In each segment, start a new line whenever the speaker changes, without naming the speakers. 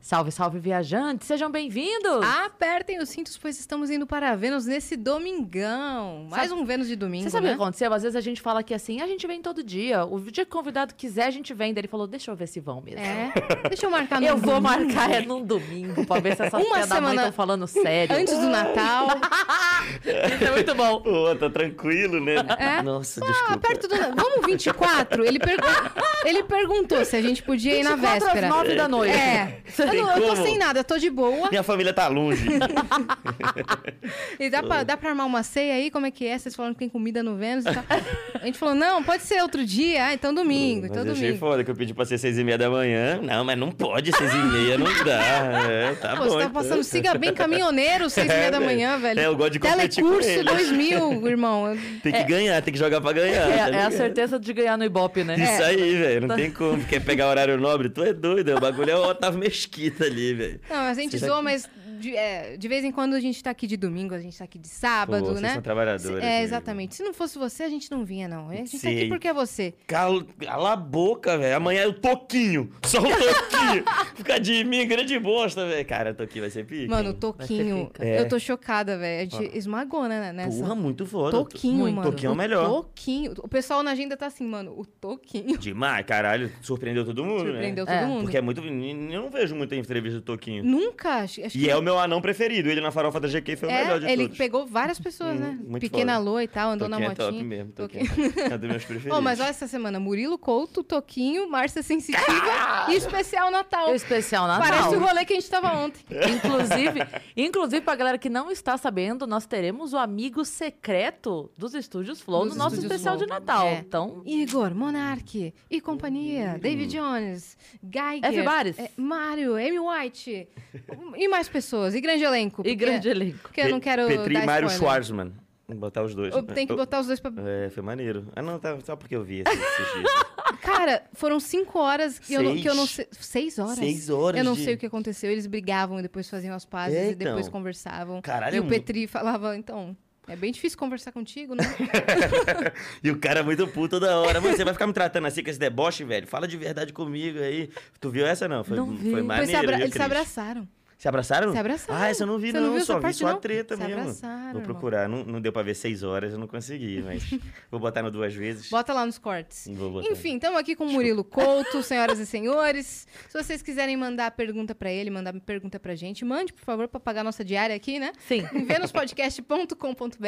Salve, salve, viajantes! Sejam bem-vindos!
Ah, Apertem os cintos, pois estamos indo para Vênus nesse domingão. Mais
Sabe-
um Vênus de domingo,
Você sabe o
né?
que aconteceu? Às vezes a gente fala que assim, a gente vem todo dia. O dia que o convidado quiser, a gente vem. Daí ele falou, deixa eu ver se vão mesmo.
É. Deixa eu marcar no
Eu vou
domingo.
marcar é num domingo pra ver se essas
Uma
filhas da mãe
semana
estão falando sério.
Antes do Natal.
Isso é muito bom.
Ô, tá tranquilo, né?
É.
Nossa,
Ah,
desculpa.
perto do. Vamos 24? Ele, pergu- ele perguntou se a gente podia ir na
24 às
véspera.
nove da noite.
É. Eu,
Tem
não- eu tô
como?
sem nada, eu tô de boa.
Minha família tá longe.
E dá pra, dá pra armar uma ceia aí? Como é que é? Vocês falaram que tem comida no Vênus e tal. A gente falou, não, pode ser outro dia. Ah, então domingo,
Hum, Mas
então
eu achei
domingo.
foda que eu pedi pra ser seis e meia da manhã. Não, mas não pode seis e meia, não dá. É, tá
Pô, você
bom.
tá
então.
passando siga bem caminhoneiro, seis e meia da manhã, velho.
É, eu gosto de competir com
Telecurso
eles.
2000, irmão.
Tem que ganhar, tem que jogar pra
É,
ganhar. tá
é a
ligado?
certeza de ganhar no Ibope, né?
É.
Isso aí, velho.
Tá.
Não tem como. Quer pegar horário nobre? Tu é doido. O bagulho é o Otávio Mesquita ali, velho.
Não, a gente
Vocês
zoa,
aqui-
mas de, é, de vez em quando a gente tá aqui de domingo, a gente tá aqui de sábado,
Pô, vocês
né?
são trabalhadores,
É,
amigo.
exatamente. Se não fosse você, a gente não vinha, não. A gente tá aqui
Sei.
porque é você.
Cala, cala a boca, velho. Amanhã é o Toquinho. Só o Toquinho. Fica de mim, grande bosta, velho. Cara, o Toquinho vai ser pica.
Mano,
vai
o
ser
Toquinho,
pica.
eu tô chocada, velho. A gente esmagou, né, nessa.
É. Porra, muito foda.
Toquinho,
Muito.
mano.
Toquinho é o melhor.
Toquinho. O pessoal na agenda tá assim, mano, o Toquinho
Demais, caralho. Surpreendeu todo mundo,
surpreendeu
né?
todo
É,
mundo.
Porque é muito. Eu não vejo muita entrevista do Toquinho.
Nunca, acho, acho
E
que...
é o meu anão preferido. Ele na farofa da GQ foi o melhor de
É? ele
todos.
pegou várias pessoas,
Hum,
né?
muito
Pequena
foda.
Lô e tal, andou
Toquinho
na
é top
motinha.
mesmo.
Toquinho.
Toquinho. É um dos meus preferidos.
Ô, mas olha essa semana, Murilo Couto, Toquinho, Márcia Sensitiva e especial Natal.
O É um especial
Ah,
Natal.
Parece o rolê que a gente tava ontem.
Inclusive, inclusive, pra galera que não está sabendo, nós teremos o amigo secreto dos Estúdios Flow
Dos
no nosso
Estúdios
especial
Flow.
de Natal.
É.
Então,
Igor, Monark e
Hum.
companhia, David Jones, Geiger,
F. Bares.
é, Mário, Amy White e mais pessoas, e grande elenco.
e
porque-
grande elenco.
Porque eu não quero
Petri
dar
e Mário
spoiler.
Schwarzman. Vou botar os dois. né?
Eu tenho que botar os dois pra...
É, foi maneiro. Ah, não, tá, só porque eu vi esses, esses dias.
Cara, foram cinco horas que eu, não- que eu não sei...
Seis.
Seis horas?
Seis horas
Eu não
de-
sei o que aconteceu. Eles brigavam e depois faziam as pazes
É,
e depois
então.
conversavam.
Caralho,
e
é
o
mu-
Petri falava, então... É bem difícil conversar contigo, né?
E o cara é muito puto toda hora. Mano, você vai ficar me tratando assim com esse deboche, velho? Fala de verdade comigo aí. Tu viu essa, não? Foi,
Não vi.
foi
Depois
maneiro.
se abra-
viu,
Eles se
Cris?
abraçaram.
Se abraçaram?
Se abraçaram.
Ah, essa eu não
Você
vi,
não
não.
viu essa
só vi
parte,
só a
não?
treta
Se
mesmo.
abraçaram,
Vou
irmão.
procurar. Não, não deu pra ver seis horas, eu não consegui, mas vou botar no duas vezes.
Bota lá nos cortes.
Vou botar.
Enfim, estamos aqui com o Murilo Couto, senhoras e senhores. Se vocês quiserem mandar pergunta pra ele, mandar pergunta pra gente, mande, por favor, pra pagar nossa diária aqui, né?
Sim.
Em venuspodcast.com.br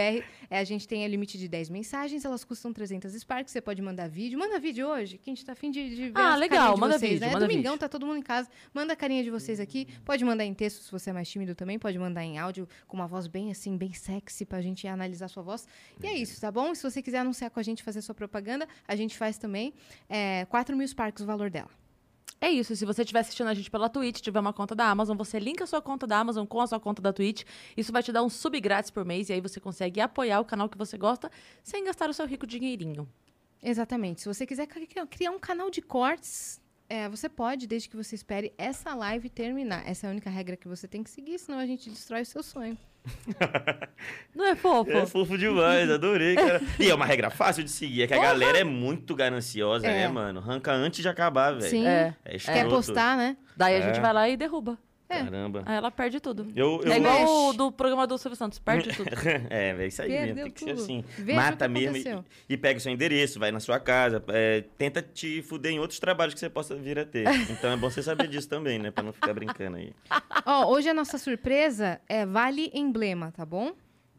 é, a gente tem o limite de 10 mensagens, elas custam 300 Sparks, você pode mandar vídeo. Manda vídeo hoje, que a gente tá afim de, de ver
Ah,
as
legal,
carinhas de
manda
vocês,
vídeo,
né? É
manda
Domingão,
vídeo.
tá todo mundo em casa. Manda a carinha de vocês aqui. Pode mandar em texto, se você é mais tímido também, pode mandar em áudio, com uma voz bem assim, bem sexy, pra gente analisar sua voz. E é isso, tá bom? E se você quiser anunciar com a gente, fazer sua propaganda, a gente faz também. É, 4 mil Sparks o valor dela.
É isso. Se você estiver assistindo a gente pela Twitch, tiver uma conta da Amazon, você linka a sua conta da Amazon com a sua conta da Twitch. Isso vai te dar um sub grátis por mês e aí você consegue apoiar o canal que você gosta sem gastar o seu rico dinheirinho.
Exatamente. Se você quiser cri- cri- criar um canal de cortes, é, você pode, desde que você espere essa live terminar. Essa é a única regra que você tem que seguir, senão a gente destrói o seu sonho.
Não é fofo?
É fofo demais, adorei, cara. E é uma regra fácil de seguir, é que a galera é muito gananciosa,
É.
né, mano? Ranca antes de acabar, velho.
Sim.
É.
É escroto.
Quer É. postar, né?
Daí a
É.
gente vai lá e derruba.
Caramba.
Ah,
Aí ela perde tudo.
Eu, eu...
É
Mexe.
igual o do programa do Silvio Santos, perde tudo.
É, é isso aí
Perdeu
mesmo. Tem que ser
tudo.
assim.
Veja o
Mata
que
mesmo e,
aconteceu.
e pega o seu endereço, vai na sua casa. é, tenta te fuder em outros trabalhos que você possa vir a ter. Então é bom você saber disso também, né? Pra não ficar brincando aí.
Ó, hoje a nossa surpresa é Vale Emblema, tá bom?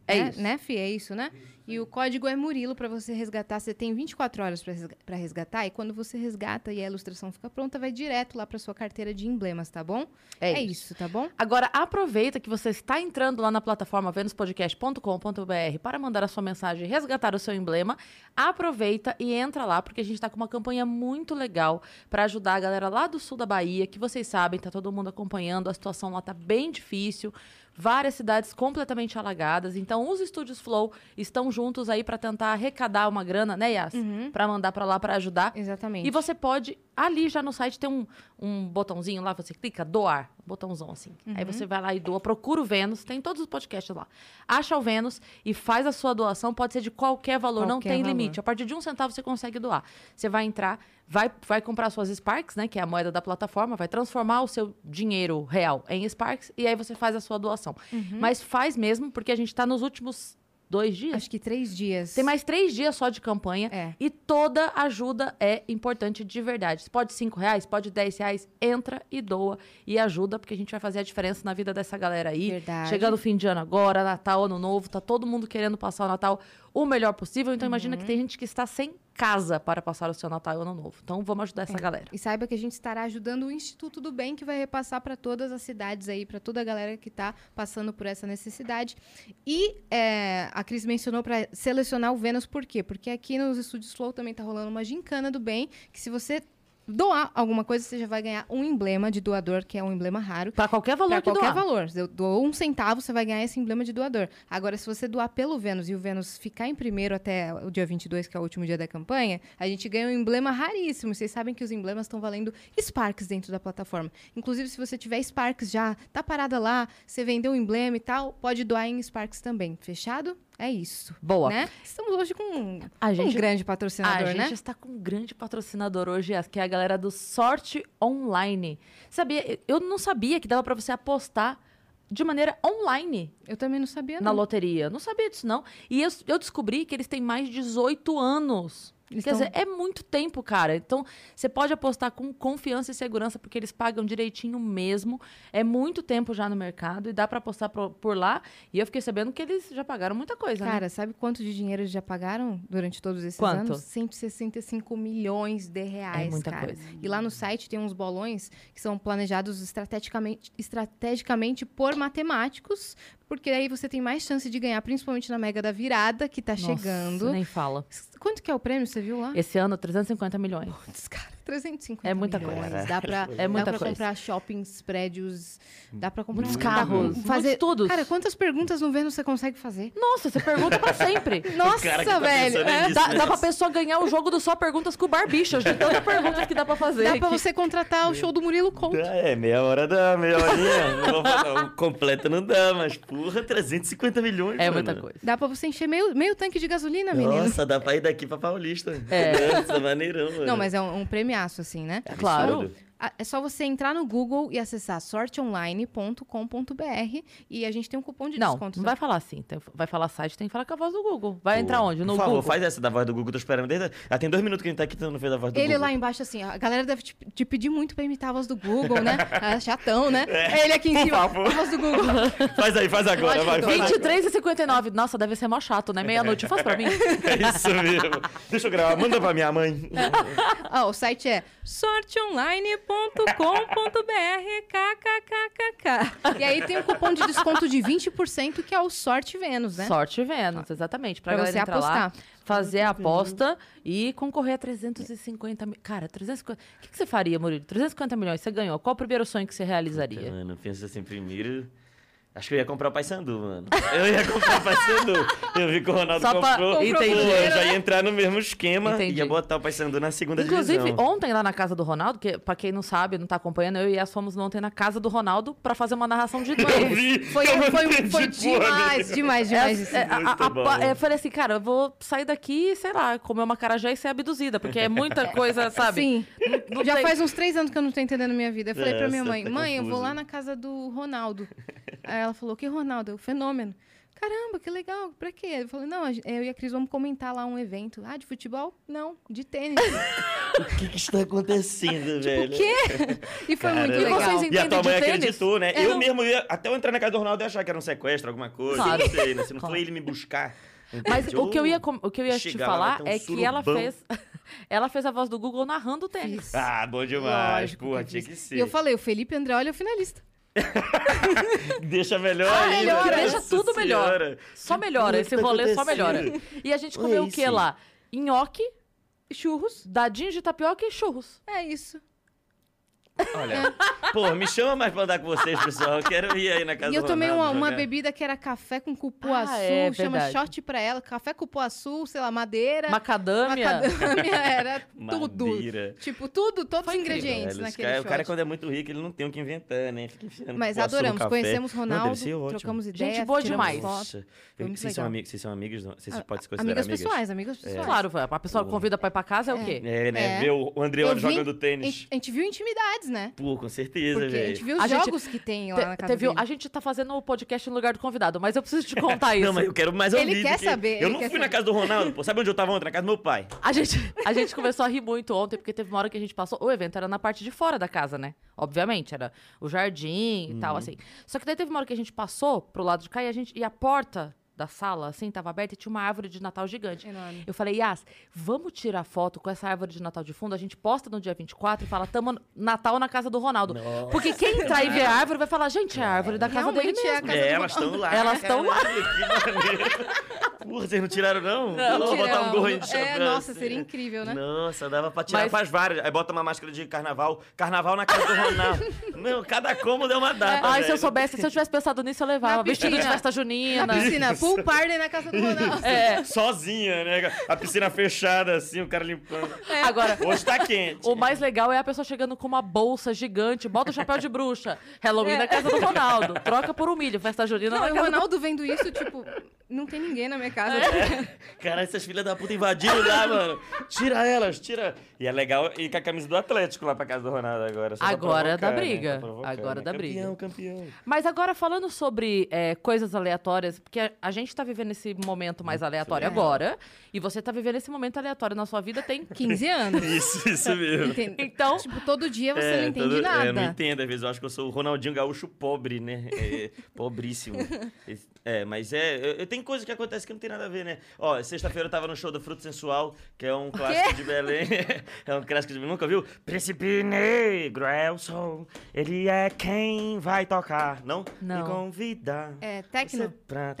É
né?
isso.
Né, Fih? É isso, né? E o código é Murilo pra você resgatar. Você tem 24 horas pra resga- pra resgatar. E quando você resgata e a ilustração fica pronta, vai direto lá pra sua carteira de emblemas, tá bom?
É
isso, tá bom?
Agora, aproveita que você está entrando lá na plataforma venuspodcast.com.br para mandar a sua mensagem e resgatar o seu emblema. Aproveita e entra lá, porque a gente está com uma campanha muito legal para ajudar a galera lá do sul da Bahia, que vocês sabem, tá todo mundo acompanhando, a situação lá tá bem difícil, várias cidades completamente alagadas. Então, os estúdios Flow estão juntos aí pra tentar arrecadar uma grana, né, Yas?
Uhum.
Pra mandar pra lá pra ajudar.
Exatamente.
E você pode, ali já no site tem um, um botãozinho lá, você clica doar, botãozão assim. Aí
Uhum.
você vai lá e doa, procura o Vênus, tem todos os podcasts lá. Acha o Vênus e faz a sua doação, pode ser de qualquer valor, não
Qualquer
tem
valor.
limite. A partir de um centavo você consegue doar. Você vai entrar, vai, vai comprar suas Sparks, né, que é a moeda da plataforma, vai transformar o seu dinheiro real em Sparks e aí você faz a sua doação.
Uhum.
Mas faz mesmo, porque a gente tá nos últimos dois dias.
Acho que três dias.
Tem mais três dias só de campanha.
É.
E toda ajuda é importante de verdade. Você Pode cinco reais, pode 10 reais. Entra e doa e ajuda, porque a gente vai fazer a diferença na vida dessa galera aí.
Verdade.
Chegando o fim de ano agora, Natal, Ano Novo, tá todo mundo querendo passar o Natal o melhor possível. Então imagina
Uhum.
que tem gente que está sem casa para passar o seu Natal e Ano Novo. Então vamos ajudar essa galera.
E saiba que a gente estará ajudando o Instituto do Bem, que vai repassar para todas as cidades aí, para toda a galera que está passando por essa necessidade. E é, a Cris mencionou para selecionar o Vênus, por quê? Porque aqui nos estúdios Flow também tá rolando uma gincana do bem, que se você doar alguma coisa, você já vai ganhar um emblema de doador, que é um emblema raro.
Para qualquer valor
Pra
que
qualquer
doar.
valor. Eu dou um centavo, você vai ganhar esse emblema de doador. Agora, se você doar pelo Vênus e o Vênus ficar em primeiro até o dia 22, que é o último dia da campanha, a gente ganha um emblema raríssimo. Vocês sabem que os emblemas estão valendo Sparks dentro da plataforma. Inclusive, se você tiver Sparks já, tá parada lá, você vendeu o emblema e tal, pode doar em Sparks também. Fechado? É isso.
Boa.
Né? Estamos hoje com um,
A gente-
um grande
A
patrocinador,
gente
né?
está com um grande patrocinador hoje, que é a galera do Sorte Online. Sabia? Eu não sabia que dava para você apostar de maneira online
Eu também não sabia,
na
não.
loteria. Não sabia disso, não. E eu, eu descobri que eles têm mais de 18 anos.
Eles
Quer
tão-
dizer, é muito tempo, cara. Então, você pode apostar com confiança e segurança, porque eles pagam direitinho mesmo. É muito tempo já no mercado e dá para apostar pro- por lá. E eu fiquei sabendo que eles já pagaram muita coisa, né?
Cara, sabe quanto de dinheiro eles já pagaram durante todos esses
Quanto?
anos? 165 milhões de reais,
É muita
cara.
coisa.
E lá no site tem uns bolões que são planejados estrategicamente, estrategicamente por matemáticos, porque aí você tem mais chance de ganhar, principalmente na Mega da Virada, que tá
Nossa, né?
chegando.
Nem fala.
Quanto que é o prêmio, você viu lá?
Esse ano, 350 milhões.
Putz, cara, 350
É muita
milhões.
coisa.
Dá pra,
É muita
dá pra
coisa.
comprar shoppings, prédios, dá pra comprar
Muitos
dá
carros,
pra
muitos todos.
Cara, quantas perguntas no Vênus você consegue fazer?
Nossa, você pergunta pra sempre.
Nossa,
cara que tá
velho!
pensando
é.
nisso,
Dá,
né?
dá pra pessoa ganhar o jogo do só perguntas com o Barbichas, de tantas perguntas que dá pra fazer.
Dá pra
aqui.
você contratar o show do Murilo Couto.
Ah, É, meia hora dá, meia horinha. não vou falar, o completo não dá, mas porra, 350 milhões,
É
mano.
muita coisa.
Dá pra você encher meio, meio tanque de gasolina, menino.
Nossa, dá pra ir daqui pra Paulista.
É.
Nossa, maneirão, mano.
Não, mas é um, um premiaço, assim, né?
Absurdo.
Claro.
Ah, É só você entrar no Google e acessar sorteonline.com.br e a gente tem um cupom de
Não,
desconto.
não vai falar assim. tem- vai falar site, tem que falar com a voz do Google. Vai
Pô,
entrar onde? No
Por favor,
Google.
faz essa da voz do Google, tô esperando desde... Ah, tem dois minutos que a gente tá aqui, tu não fez a voz do
Ele
Google.
lá embaixo, assim, ó, a galera deve te, te pedir muito pra imitar a voz do Google, né? É chatão, né?
É.
Ele aqui em cima, a voz do Google.
Faz aí, faz agora,
Lógico,
vai, vai.
23 e 59. Nossa, deve ser mó chato, né? Meia-noite. Faz pra mim.
É isso mesmo. Deixa eu gravar, manda pra minha mãe.
É.
Ó, o site é sorteonline.com.br kkkk. E aí tem um cupom de desconto de 20% que é o Sorte Vênus, né?
Sorte Vênus, exatamente. Pra,
Pra
galera
você
entrar lá,
apostar. Uhum.
fazer a aposta e concorrer a 350 mil. Cara, 350. O que, que você faria, Murilo? 350 milhões, você ganhou. Qual o primeiro sonho que você realizaria?
Mano, pensa assim, primeiro. Acho que eu ia comprar o Paysandu, mano. Eu ia comprar o Paysandu. Eu vi que o Ronaldo
Só pra-
comprou.
Comprou
Pô,
primeiro,
eu já ia entrar no mesmo esquema
Entendi.
e ia botar o Paysandu na segunda
Inclusive,
divisão.
ontem lá na casa do Ronaldo, que pra quem não sabe, não tá acompanhando, eu e as fomos ontem na casa do Ronaldo pra fazer uma narração de
Eu
dois.
vi,
Foi, um,
eu não
foi,
entendi
foi
porra
demais,
nenhuma.
demais, demais. isso.
É, a-
Muito
a-
bom.
pa- eu falei assim, cara, eu vou sair daqui, sei lá, comer uma carajé e ser abduzida, porque é muita coisa, sabe?
Sim.
não
Já
tem-
faz uns três anos que eu não tô entendendo minha vida. Eu falei pra minha
Essa
mãe,
tá
mãe, eu vou
confusa.
lá na casa do Ronaldo. Aí ela falou, que Ronaldo? Eu, fenômeno. Caramba, que legal, pra quê? Eu falei, não, a gen- eu e a Cris vamos comentar lá um evento. Ah, de futebol? Não, de tênis.
O que, que está acontecendo,
o
velho?
quê? E foi muito
É, Caramba.
legal.
E vocês
E a tua
Entende
mãe
de tênis?
acreditou, né?
É,
eu
não.
mesmo ia, até eu entrar na casa do Ronaldo, eu ia achar que era um sequestro, alguma coisa.
Claro.
Não sei, né? Se não
Claro.
foi ele me buscar.
Mas
entende?
o que eu ia, com- o que eu ia te
chegar lá,
falar
vai ter um
é que ela
surubão.
fez, ela fez a voz do Google narrando o tênis.
Ah, bom demais.
Lógico
Porra,
eu
tinha
fiz.
que
E
ser.
eu falei, o Felipe André, é o finalista.
Deixa melhor ainda.
melhora, deixa
Nossa
tudo melhor.
Senhora.
Só melhora,
que
esse
tá
rolê só melhora.
acontecendo?
E a gente
Olha
comeu o que
isso.
lá? Nhoque, churros, dadinho de tapioca e churros.
É isso.
Olha, pô, me chama mais pra andar com vocês, pessoal. Eu quero ir aí na casa
E eu
do
tomei uma,
Ronaldo
uma
jogar.
bebida que era café com cupuaçu,
Ah, é
chama
verdade.
shot pra ela, café cupuaçu, sei lá, madeira,
Macadâmia.
É. macadâmia, era tudo.
Madeira.
Tipo, tudo, todos
Foi
os
incrível,
ingredientes
Velho, esse
naquele
cara-
shot.
O cara, quando é muito rico, ele não tem o que inventar, né? Fica enfiando
Mas
cupuaçu no
adoramos,
café.
conhecemos
Não, deve
Ronaldo,
ser ótimo.
trocamos ideias,
boa
tiramos
demais.
foto.
Nossa,
Foi muito
vocês são,
legal.
amigos, vocês são amigos? não? Vocês
Ah,
podem se considerar
Amigas
amigas?
pessoais, amigas pessoais.
Claro, a pessoa convida pra ir pra casa é, o quê?
É, né?
É.
Ver o o
Eu
Andreoli
vi-
jogando
A
tênis.
gente, a gente viu intimidades, né?
Pô, com certeza,
Porque a
velho.
gente viu os
A gente-
jogos que tem
Te-
lá na casa
teve-
dele.
a gente tá fazendo o podcast no lugar do convidado, mas eu preciso te contar isso.
Não, mas eu quero mais
Ele
ouvir. do
quer
que-
saber,
Eu
ele
não
quer
fui na
saber.
casa do Ronaldo, pô. Sabe onde eu tava ontem? Na casa do meu pai.
A gente, a gente começou a rir muito ontem, porque teve uma hora que a gente passou. O evento era na parte de fora da casa, né? Obviamente, era o jardim e tal, assim. Só que daí teve uma hora que a gente passou pro lado de cá e a, gente, e a porta da sala, assim, tava aberta e tinha uma árvore de Natal gigante.
Enorme.
Eu falei, Yas, vamos tirar foto com essa árvore de Natal de fundo, a gente posta no dia 24 e fala, tamo no- Natal na casa do Ronaldo. Porque quem entrar e ver a árvore vai falar, gente, é a árvore da casa dele
Realmente é a
mesmo.
casa
É,
do
elas estão lá.
Elas tão lá.
Caralho, Que maneiro. Porra, vocês não tiraram, não?
Não
Vou botar um
tiramos.
gorro aí de
É,
chapéu,
nossa,
assim.
seria incrível, né?
Nossa, dava pra tirar
Mas-
faz várias. Aí bota uma máscara de carnaval. Carnaval na casa do Ronaldo. Não, cada cômodo é uma data.
Ai,
velho.
se eu soubesse, se eu tivesse pensado nisso, eu levava.
Na
Vestido de
piscina.
festa junina.
Na piscina, pool party na casa do Ronaldo.
É.
Sozinha, né? A piscina fechada, assim, o cara limpando.
Agora,
Hoje tá quente.
O mais legal é a pessoa chegando com uma bolsa gigante, bota o chapéu de bruxa. Halloween na casa do Ronaldo. Troca por um milho, festa junina
É. Não,
na
e o
casa do...
Ronaldo vendo isso, tipo, não tem ninguém na minha casa.
É.
tipo,
Caralho, essas filhas da puta invadiram lá, mano. Tira elas, tira. E é legal ir com a camisa do Atlético lá pra casa do Ronaldo agora. só pra
Agora
provocar,
dá briga.
Pra provocar, né?
Agora dá briga.
Campeão, campeão.
Mas agora falando sobre é, coisas aleatórias, porque a, a gente tá vivendo esse momento mais aleatório
legal.
agora, e você tá vivendo esse momento aleatório na sua vida tem...
15 anos.
Isso, isso mesmo.
Entende?
Então,
Tipo, todo dia você não entende
todo- é,
nada.
não entendo, às vezes eu acho que eu sou o Ronaldinho Gaúcho pobre, né? É, é, pobríssimo. É, mas é. Eu, eu- tem coisa que acontece que não tem nada a ver, né? Ó, sexta-feira eu tava no show do Fruto Sensual, que é um clássico de Belém. é um clássico de Belém. Nunca viu? Príncipe Negro é o som, ele é quem vai tocar, não?
Não.
Me convidar.
É, tecno.
Você
Tecnobrega.
pra- ah,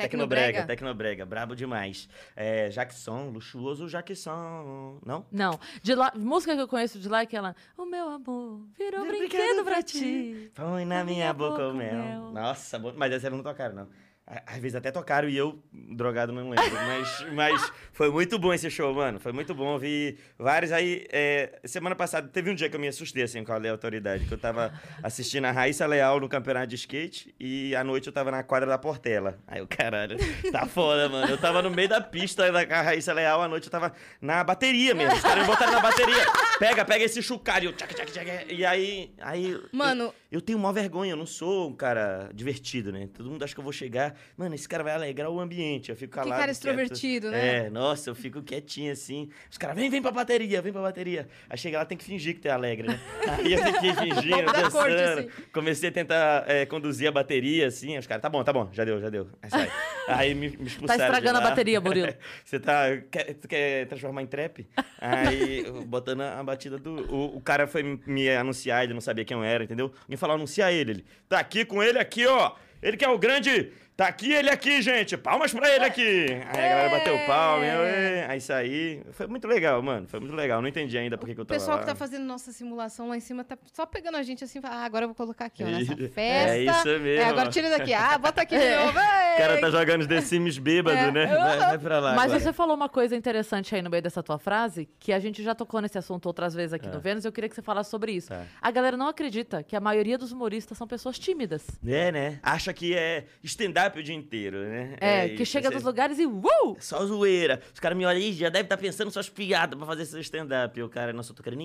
Tecnobrega, Tecnobrega, brabo demais. É, Jackson, luxuoso Jackson, não?
não. De lá, música que eu conheço de lá é aquela... O meu amor
um
virou brinquedo pra ti.
Põe na minha boca o mel. Nossa, bom- mas essa não tocaram, não. Á- Às vezes até tocaram e eu, drogado, não lembro. Mas, mas foi muito bom esse show, mano. Foi muito bom. Vi vários. Aí, é, semana passada, teve um dia que eu me assustei, assim, com a aleatoriedade. Que eu tava assistindo a Raíssa Leal no campeonato de skate e à noite eu tava na quadra da Portela. Aí eu, caralho, tá foda, mano. Eu tava no meio da pista da com a Raíssa Leal, à noite eu tava na bateria mesmo. Os caras me botaram na bateria. Pega, pega esse chucalho. eu, tchac, tchac, tchac, E aí, aí... eu-
Mano,
eu tenho maior vergonha, eu não sou um cara divertido, né? Todo mundo acha que eu vou chegar. Mano, esse cara vai alegrar o ambiente. Eu fico calado.
cara
quieto.
extrovertido, né?
É, nossa, eu fico quietinho assim. Os caras, vem, vem pra bateria, vem pra bateria. Aí chega lá, tem que fingir que tu é alegre, né? Aí eu fiquei fingindo,
Da corte,
dançando.
assim.
Comecei a tentar é, conduzir a bateria, assim. Aí Os caras, tá bom, tá bom, já deu, já deu. Aí sai. Aí me, me
Tá
expulsaram. de
estragando a
lá.
bateria, Murilo.
Você tá. Quer, tu quer transformar em trap? Aí, eu botando a, a batida do. O, o cara foi me- me anunciar, ele não sabia quem eu era, entendeu? Me falou, anunciar ele. Ele. Tá aqui com ele aqui, ó. Ele que é o grande. Tá aqui ele aqui, gente. Palmas pra ele aqui. Aí a galera bateu palma. eu,
É.
"Ê". Aí saí. Foi muito legal, mano. Foi muito legal. Não entendi ainda por que, que eu
o
tava
pessoal
lá.
que tá fazendo nossa simulação lá em cima tá só pegando a gente assim, fala, ah, agora eu vou colocar aqui, ó,
É
nessa
isso
festa.
mesmo.
É, agora tira daqui. Ah, bota aqui de novo. É.
O
ei.
é
cara tá jogando os The Sims bêbado,
É.
né? Vai, vai pra lá.
Mas
agora.
você falou uma coisa interessante aí no meio dessa tua frase, que a gente já tocou nesse assunto outras vezes
É.
aqui no Vênus, eu queria que você falasse sobre isso.
Tá.
A galera não acredita que a maioria dos humoristas são pessoas tímidas.
É, né? Acha que é stand-up o dia inteiro, né?
É, que
isso,
chega
você-
nos lugares e uou!
É Só zoeira. Os caras me olham e já deve estar pensando suas piadas pra fazer seu stand-up. E o cara, nossa, eu tô querendo ir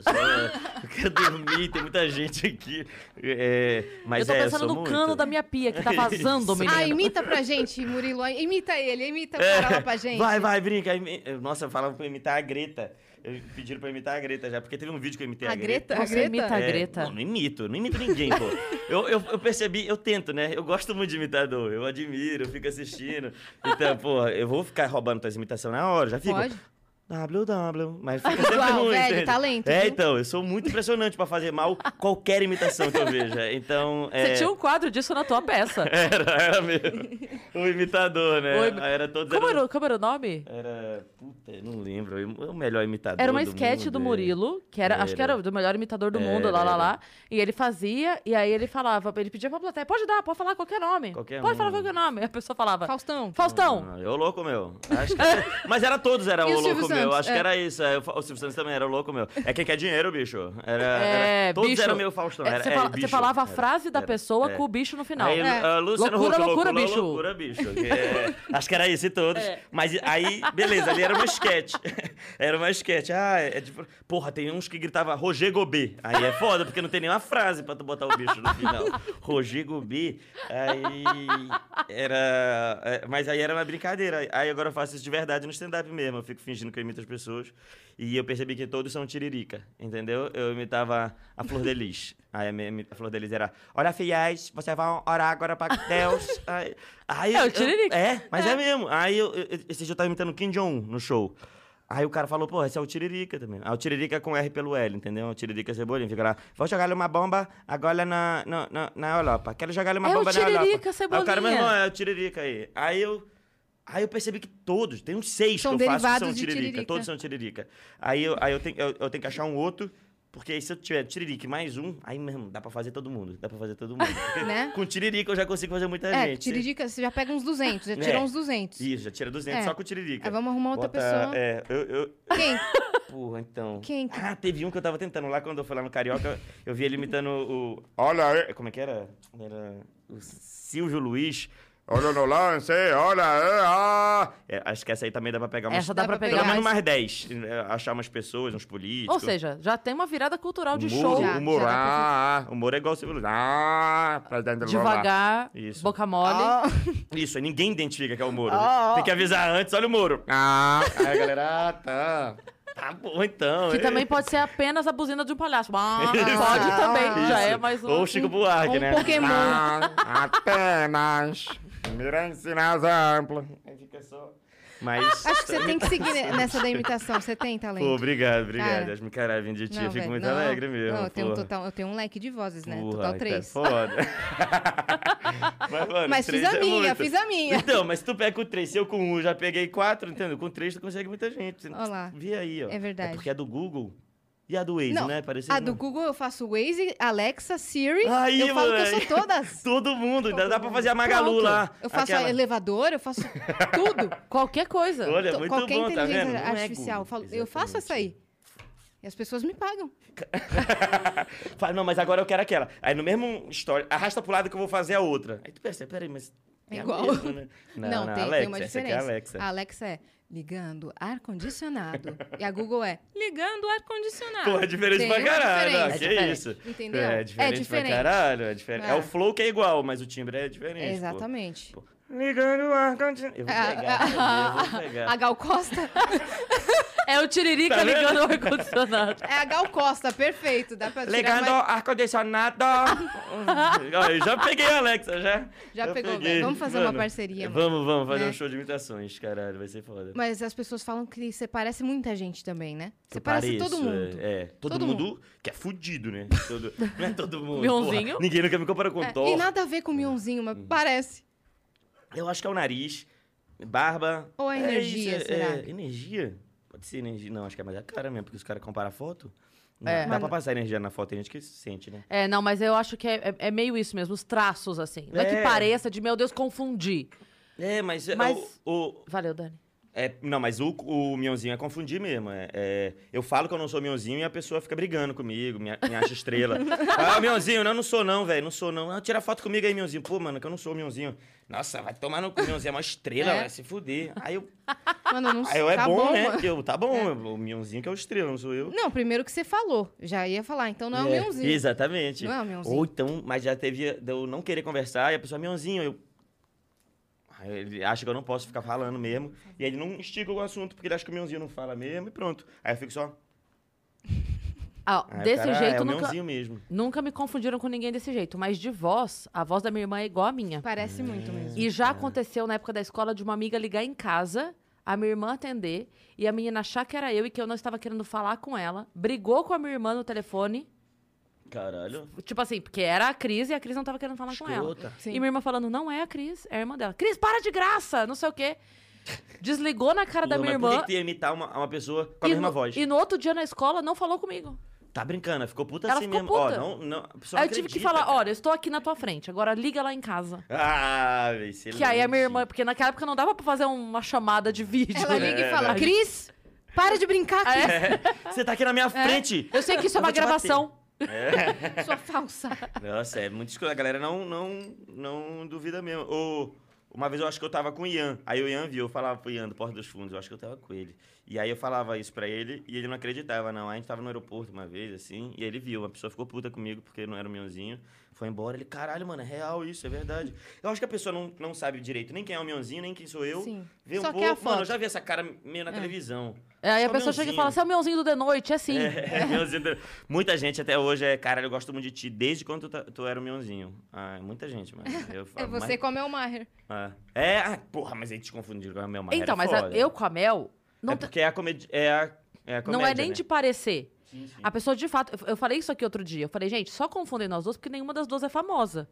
Só... eu quero dormir, tem muita gente aqui. É, mas
eu tô
é,
pensando
eu
no
sou muito. É
cano da minha pia que tá
Isso.
vazando, menino.
Ah, imita pra gente, Murilo. Imita ele, imita o cara lá pra gente.
É. Vai, vai, brinca. Aí me- Nossa, falavam pra eu imitar a Greta. Eu- Pediram pra eu imitar a Greta já, porque teve um vídeo que eu imitei a,
A Greta?
Você
Greta?
imita a
É,
Greta.
Não, não imito, eu não imito ninguém, pô. Eu, eu, eu percebi, eu tento, né? Eu gosto muito de imitador, eu admiro, eu fico assistindo. Então, pô, eu vou ficar roubando tuas imitações na hora, já fico.
Pode.
WW, mas fica sempre
Igual,
ruim,
velho,
entende?
talento,
É,
viu?
então, eu sou muito impressionante pra fazer mal qualquer imitação que eu veja. Então, é...
Você tinha um quadro disso na tua peça.
Era, era mesmo. O imitador, né?
O imi-
Aí Era todo...
Como era, o- como era o nome?
Era... Puta, eu não lembro. Eu- é O melhor imitador
Era uma
do
sketch
mundo,
do
é.
Murilo, que era, acho que
Era.
era do melhor imitador do mundo,
Era,
lá, lá,
era.
lá. E ele fazia, e aí ele falava, ele pedia pra plateia, pode dar, pode falar qualquer nome.
Qualquer um.
pode falar
nome.
qualquer nome. E a pessoa falava,
Faustão.
Faustão,
Ah, Eu louco meu. Acho que- Mas era todos, era
E
o,
o
louco
Silvio
meu.
Santos,
Acho
é.
que era isso. é, o Fa- o Silvio Santos também era o louco meu. É quem quer dinheiro, bicho. Era,
É,
era... Todos
bicho.
eram meu Faustão.
É,
Era,
você,
era
fala- você
bicho.
falava a
Era,
frase da
era,
pessoa
é.
com o bicho no final.
Aí,
É.
ah, Luciano
Loucura,
Huck,
loucura, bicho. É.
Loucura, bicho. que é- acho que era isso e todos. Mas aí, beleza, ali era uma sketch. Era uma sketch. Ah, é tipo... Porra, tem uns que gritava Roger Gobê. Aí é foda, porque não tem nenhuma frase pra tu botar o bicho no final. Roger Gobê. Aí era... é, Mas aí era uma brincadeira. Aí agora eu faço isso de verdade no stand-up mesmo. Eu fico fingindo que eu imito as pessoas. E eu percebi que todos são tiririca, entendeu? Eu imitava a Flor de Lis. Aí a, minha- a Flor de Lis era, olha, fiéis, vocês vão orar agora pra Deus. Aí, aí
É, o
eu-
tiririca.
é, mas é, mesmo. Aí eu, eu, esse dia eu tava imitando Kim Jong-un no show. Aí o cara falou, pô, esse é o Tiririca também. Ah, o Tiririca com R pelo L, entendeu? O Tiririca Cebolinha. Fica lá, vou jogar uma bomba agora na, na, na, na Europa. Quero jogar uma
É o
bomba na Europa.
Tiririca
Aí o cara, meu
Cebolinha.
irmão, é o Tiririca aí. Aí eu... Aí eu percebi que todos, tem uns seis
São
que eu faço que
derivados
são
de
tiririca,
Tiririca.
Todos são tiririca. Aí eu, aí eu, tenho, eu, eu tenho que achar um outro, porque aí se eu tiver tiririca e mais um, aí mesmo, dá pra fazer todo mundo. Dá pra fazer todo mundo. Porque
Né?
Com tiririca eu já consigo fazer muita
É,
gente.
tiririca, você já pega uns 200, já
É.
tirou uns 200.
Isso, já tira 200
É.
só com tiririca.
Aí vamos arrumar outra
Bota-
pessoa.
É, eu, eu,
Quem?
Porra, então.
Quem que-
Ah, teve um que eu tava tentando lá quando eu fui lá no Carioca. Eu vi ele imitando o. Olha aí. Como é que era? Era. O Silvio Luiz. Olha no lance, olha aí. ah. É, acho que essa aí também dá pra pegar umas.
Essa dá,
Dá
pra
pra
pegar.
Pelo menos
mais.
mais 10. é, Achar umas pessoas, uns políticos.
Ou seja, já tem uma virada cultural de
humor,
show.
Já,
humor.
já dá pra
ah, ah, humor é igual o Silvio Luiz. Ah, pra dentro do
Devagar,
Isso.
boca mole.
Ah. isso, aí ninguém identifica que é o Moro.
Ah, ah.
Tem que avisar antes, olha o Moro. Ah, aí a galera, ah, tá. Tá bom então.
Que
hein?
também pode ser apenas a buzina de um palhaço. Ah,
Isso.
pode também,
Ah,
já
Isso.
é mais um.
Ou Chico Buarque,
um
né?
Pokémon.
Ah,
Apenas. Mirante nas amplas.
Aí fica só. Mas.
Ah, Acho que você tem que seguir ne- nessa da imitação. Você tem talento.
Pô, obrigado, obrigado.
Cara.
Acho que caralho, vim de ti. Eu fico
velho,
muito
não.
alegre mesmo.
Não, eu tenho, um
porra.
total, eu tenho um leque de vozes, né?
Porra,
total
tá
três.
foda. Mas, mano,
Mas fiz
três
a
é
minha,
muito.
fiz a minha.
Então, mas se tu pega com três, se eu com um já peguei quatro, entendeu? Com três tu consegue muita gente. Você-
Ó lá.
Vê aí, ó.
É verdade.
É porque a do Google e a do Waze,
Não,
né? Parece
A do Google eu faço Waze, Alexa, Siri.
Aí,
eu falo que eu
moleque.
sou todas.
Todo mundo. Ainda
Todo
dá pra
mundo.
fazer a Magalu
Pronto.
lá.
Eu faço
aquela-
elevador, eu faço tudo.
Qualquer coisa.
Olha,
To-
muito
Qualquer
bom, tá
inteligência
vendo? Não é
artificial. eu,
Google,
falo, eu faço essa aí. E as pessoas me pagam.
Fala, não, mas agora eu quero aquela. Aí no mesmo história, arrasta pro lado que eu vou fazer a outra. Aí tu percebe, peraí, mas.
É
a
igual.
mesma, né? Não, não,
tem,
Alexa,
tem uma
essa
diferença.
aqui é a Alexa.
A Alexa é ligando ar-condicionado. e a Google é ligando ar-condicionado.
Porra, é diferente
Tem
pra
uma
caralho.
diferença.
não,
É
que
diferente.
isso?
Entendeu?
É
É
diferente,
diferente.
pra caralho. É, diferente. é
É.
o flow que é igual, mas o timbre é diferente. pô.
Exatamente.
Ligando o ar-condicionado. Eu vou
É,
pegar, eu vou pegar.
A Gal Costa
É o Tiririca
Tá vendo?
ligando o ar-condicionado.
é a Gal Costa, perfeito. Dá pra tirar
Ligando o
mais-
ar-condicionado. Olha, já peguei a Alexa, já.
Já pegou,
peguei.
velho. Vamos fazer uma
Mano,
parceria, mano.
Vamos, vamos fazer
Né?
um show de imitações, caralho. Vai ser foda.
Mas as pessoas falam que você parece muita gente também, né? Você
Eu
parece todo
pareço,
mundo.
É, é. todo,
Todo
mundo, que é fudido, né? Todo- não é todo mundo.
Mionzinho?
porra. Ninguém nunca me compara com
É,
Thor.
E nada a ver com o Mionzinho, mas
Uhum.
parece.
Eu acho que é o nariz, barba.
Ou a
é
energia,
isso, é-
será?
é, energia? Pode ser energia. Não, acho que é mais a cara mesmo, porque os caras comparam a foto. Não,
É.
Dá
Mas-
pra passar energia na foto, tem gente que sente, né?
É, não, mas eu acho que é, é- é meio isso mesmo, os traços, assim. Não é, que
É.
pareça de, meu Deus, confundi.
É, mas... é,
Mas-
O, o-
Valeu, Dani.
é, não, mas o, o mionzinho é confundir mesmo. é- é, eu falo que eu não sou mionzinho e a pessoa fica brigando comigo, me, a- me acha estrela. ah, mionzinho, não, não sou não, velho, não sou não. Ah, tira foto comigo aí, mionzinho. Pô, mano, que eu não sou mionzinho. Nossa, vai tomar no cu, mionzinho, é uma estrela,
É.
vai se fuder. Aí eu...
Mano, eu não
Aí
sei.
eu é
tá
bom, né?
mano.
Que eu, tá bom, o mionzinho que é o estrela, não sou eu.
Não, primeiro que você falou. Já ia falar, então
um
não é, o Mionzinho.
Exatamente.
Não é o Mionzinho.
Ou então, mas já teve de eu não querer conversar e a pessoa, Mionzinho, eu. Aí Ele acha que eu não posso ficar falando mesmo. E ele não estica o assunto, porque ele acha que o Mionzinho não fala mesmo e pronto. Aí eu fico só.
Ah,
"Ah, o
desse
cara
jeito,
É o
nunca,
Mionzinho mesmo.
nunca me confundiram com ninguém desse jeito. Mas de voz, a voz da minha irmã é igual à minha.
Parece muito mesmo.
E já aconteceu na época da escola de uma amiga ligar em casa. a minha irmã atender e a menina achar que era eu e que eu não estava querendo falar com ela. Brigou com a minha irmã no telefone.
Caralho.
Tipo assim, porque era a Cris e a Cris não tava querendo falar com ela.
Escrota.
Sim.
E minha irmã falando, não é a Cris, é a irmã dela. Cris, para de graça! Não sei o quê. Desligou na cara da
Porra,
minha
mas por
irmã.
que que tu ia imitar uma, uma pessoa é com a
e
mesma
no-
voz?
E no outro dia na escola não falou comigo.
Tá brincando, ficou puta
Ela
assim
ficou
mesmo. Ó,
puta.
não, não, a pessoa
Aí
não
eu tive que
acredita,
falar,
cara.
olha, eu estou aqui na tua frente, agora liga lá em casa.
Ah, velho, excelente.
Que aí a minha irmã, porque naquela época não dava pra fazer um, uma chamada de vídeo.
Ela liga e
né?
fala,
É.
Cris, para de brincar, Cris,
Você tá aqui na
É.
minha frente.
Eu sei que isso é uma
vou te bater.
gravação.
sua falsa.
Nossa, é muito escuro. A galera não, não, não duvida mesmo. Ou, uma vez eu acho que eu tava com o Ian. Aí o Ian viu, eu falava pro Ian do Porta dos Fundos, eu acho que eu tava com ele. E aí eu falava isso pra ele e ele não acreditava, não. Aí a gente tava no aeroporto uma vez, assim, e ele viu. Uma pessoa ficou puta comigo porque não era o mionzinho. Foi embora. Ele, caralho, mano, é real isso, é verdade. Eu acho que a pessoa não, não sabe direito nem quem é o mionzinho, nem quem sou eu.
Sim.
Vê um
Só
pouco.
quer a
Mano, eu
foto. É.
já vi essa cara meio na televisão.
Aí a
Só
pessoa chega e
meuzinho.
fala, você é o meuzinho do The Noite, é sim.
É, Mionzinho do- Muita gente até hoje é, caralho, eu gosto muito de ti desde quando tu, tá- tu era o Mionzinho. Ah, muita gente, mano. Eu
É
falo,
você
mas-
como é o Maher.
Ah, é, ah, porra, mas aí te confundiram com a Mel Maher,
Então,
é
mas a-
foda.
eu com a Mel, não,
É
tá-
porque é a comédia. É a, é a comédia,
não é nem
né?
de parecer.
Sim, sim.
A pessoa, de fato, eu- eu falei isso aqui outro dia. Eu falei, gente, só confundem nós duas porque nenhuma das duas é famosa.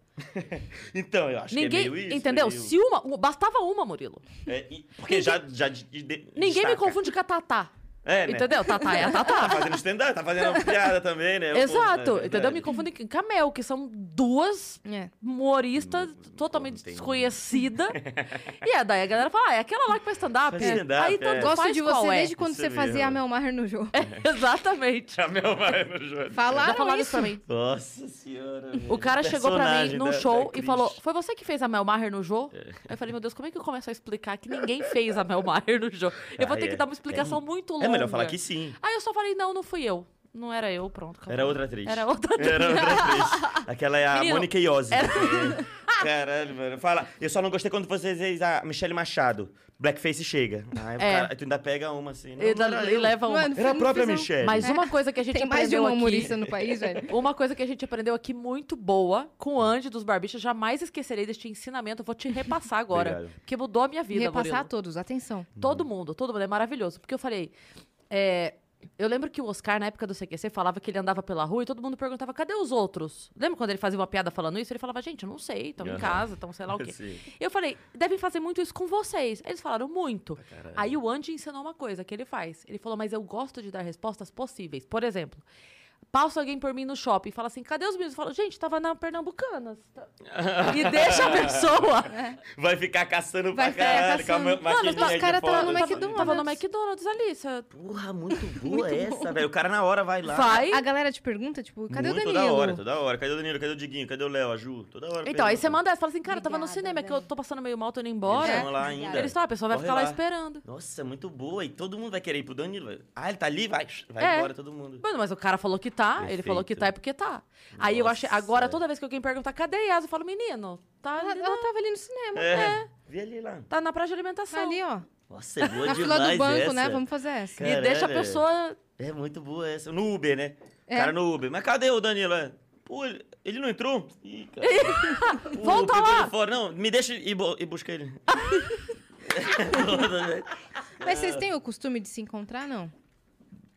Então, eu acho
Ninguém.
que é meio isso.
entendeu?
meio-
Se uma. um- Bastava uma, Murilo.
É, e- porque já, já de- de-
Ninguém
destaca.
me confunde com a Tatá.
É, né?
Entendeu? Tatá é a
Tá
Tatá.
fazendo stand-up, tá fazendo uma piada também, né? Eu, pô,
Exato.
é
entendeu? Me
verdade.
confundem com a Mel, que são duas
É.
humoristas
Não- não
totalmente
tem- um.
desconhecidas. e é, daí a galera fala, ah, é aquela lá que faz stand-up.
Faz stand-up,
Aí
é. né?
tanto
Gosto
faz
de
qual
você
é.
desde quando
Isso
você fazia
mesmo.
a Mel Maher no jogo.
É.
Exatamente.
A Mel Maher no jogo.
Já
Falaram
falaram
isso?
isso pra mim.
é Nossa senhora.
O
velho.
cara chegou pra mim
Personagem né? É
num
da- da
show e
Cris.
falou: Foi você que fez a Mel Maher no Jô? Aí eu falei: Meu Deus, como é que eu começo a explicar que ninguém fez a Mel Maher no Jô? Eu vou
Ah,
ter
é.
que dar uma explicação
É,
muito longa.
É melhor falar que sim.
Aí eu só falei: Não, não fui eu. Não era eu, pronto. acabou.
Era outra atriz.
Era outra atriz.
Era outra atriz. Aquela é a
Menino,
Mônica Iose. Caralho, mano. Fala, eu só não gostei quando vocês fez a Michelle Machado. Blackface chega. Aí, o
É.
cara- aí tu ainda pega uma assim. Não,
E,
não
da-
era
e
eu. É.
leva uma.
Mano,
Era a
não
própria
fiz, não.
Michelle.
Mas uma coisa que a gente
Tem mais de
aprendeu
um
aqui-
humorista no país, velho.
Uma coisa que a gente aprendeu aqui muito boa com o Andy dos Barbixas, jamais esquecerei deste ensinamento. Eu vou te repassar agora.
Obrigado.
Porque mudou a minha vida,
Repassar a
Murilo.
todos, atenção.
Uhum.
Todo mundo, todo mundo. É maravilhoso. Porque eu falei. é, eu lembro que o Oscar, na época do CQC, falava que ele andava pela rua e todo mundo perguntava: cadê os outros? Lembra quando ele fazia uma piada falando isso? Ele falava: gente, eu não sei, estão em
Aham.
casa, estão sei lá o quê.
Sim.
Eu falei: devem fazer muito isso com vocês. Eles falaram: muito.
caralho.
Aí o Andy ensinou uma coisa que ele faz. Ele falou: mas eu gosto de dar respostas possíveis. Por exemplo. Passa alguém por mim no shopping e fala assim: cadê os meninos? Eu falo, gente, tava na Pernambucanas. e deixa a pessoa.
Vai ficar caçando
Vai
pra
ficar caçando.
caralho. Com a
Mano,
maquininha
os
de
caras tava
foto,
no
assim.
McDonald's.
Tava tá no McDonald's, Alice.
Porra, muito boa essa, velho. O cara na hora vai lá.
Vai.
A galera te pergunta, tipo, cadê
muito
o Danilo?
Toda hora, tá toda hora. Cadê o Danilo? Cadê o Diguinho? Cadê o Léo? A Ju? Toda hora.
Então, aí
pergunta.
você manda essa, fala assim, cara, eu tava no
Obrigada,
cinema, é que eu
velho.
tô passando meio mal, tô indo
Eles
embora.
estão lá ainda.
Eles falam, a pessoa vai
Corre
ficar lá, esperando.
Nossa, é muito boa. E todo mundo vai querer ir pro Danilo. velho. Ah, ele tá ali? Vai. Vai
É.
embora todo mundo.
Mano, mas o cara falou que tá, ele
Perfeito.
falou que tá, é porque tá. Aí eu acho,
Nossa.
agora toda vez que alguém perguntar, cadê a Yas? Eu falo, menino, tá,
Ela,
ali
ela
na,
tava ali no cinema.
É. Vê ali lá.
tá na praia de alimentação.
Ali, ó.
Nossa, é boa
Na
demais
fila do banco,
essa.
né? Vamos fazer essa.
E deixa a
Caralho.
pessoa...
É muito boa essa. No Uber, né?
É.
O cara no Uber. Mas cadê o Danilo? É. Pô, ele ele não entrou? Ih, cara. Pô,
Volta
o Pipo
lá.
ali Fora. Não, me deixa ir, bo- ir buscar ele.
Mas vocês têm o costume de se encontrar, não?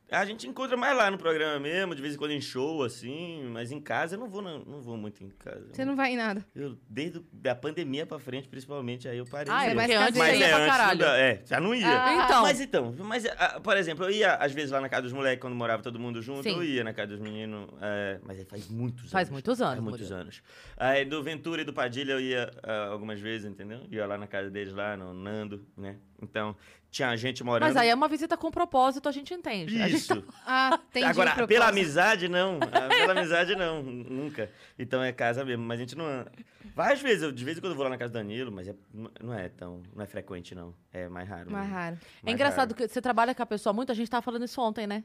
a gente encontra mais lá no programa mesmo, de vez em quando em show, assim. Mas em casa eu não vou, não, não vou muito em casa.
Você não vai em nada.
Eu, desde a pandemia pra frente, principalmente, aí eu parei.
Ah,
de
é
ir.
mais
Mas
antes
é
aí
é,
é pra
antes
caralho.
não dá- é, já não ia.
Ah,
então.
Mas então, mas, ah, por exemplo, eu ia às vezes lá na casa dos moleques, quando morava todo mundo junto,
Sim.
eu ia na casa dos meninos, é, mas aí faz muitos
Faz
anos.
muitos anos,
Faz muitos
Murilo.
anos. Aí do Ventura e do Padilha eu ia ah, algumas vezes, entendeu? Ia lá na casa deles, lá no Nando, né? Então, tinha gente morando.
Mas aí é uma visita com propósito, a gente entende. A gente-
Isso.
Ah, tem
Agora, pela amizade, não. Ah, Pela amizade, não. Nunca. Então é casa mesmo, mas a gente não anda. Várias vezes, eu, de vez em quando eu vou lá na casa do Danilo, mas é- n- não é tão. Não é frequente, não. É mais raro.
Mais
mesmo.
raro.
É
Mais
engraçado que
raro.
você trabalha com a pessoa muito, a gente tava falando isso ontem, né?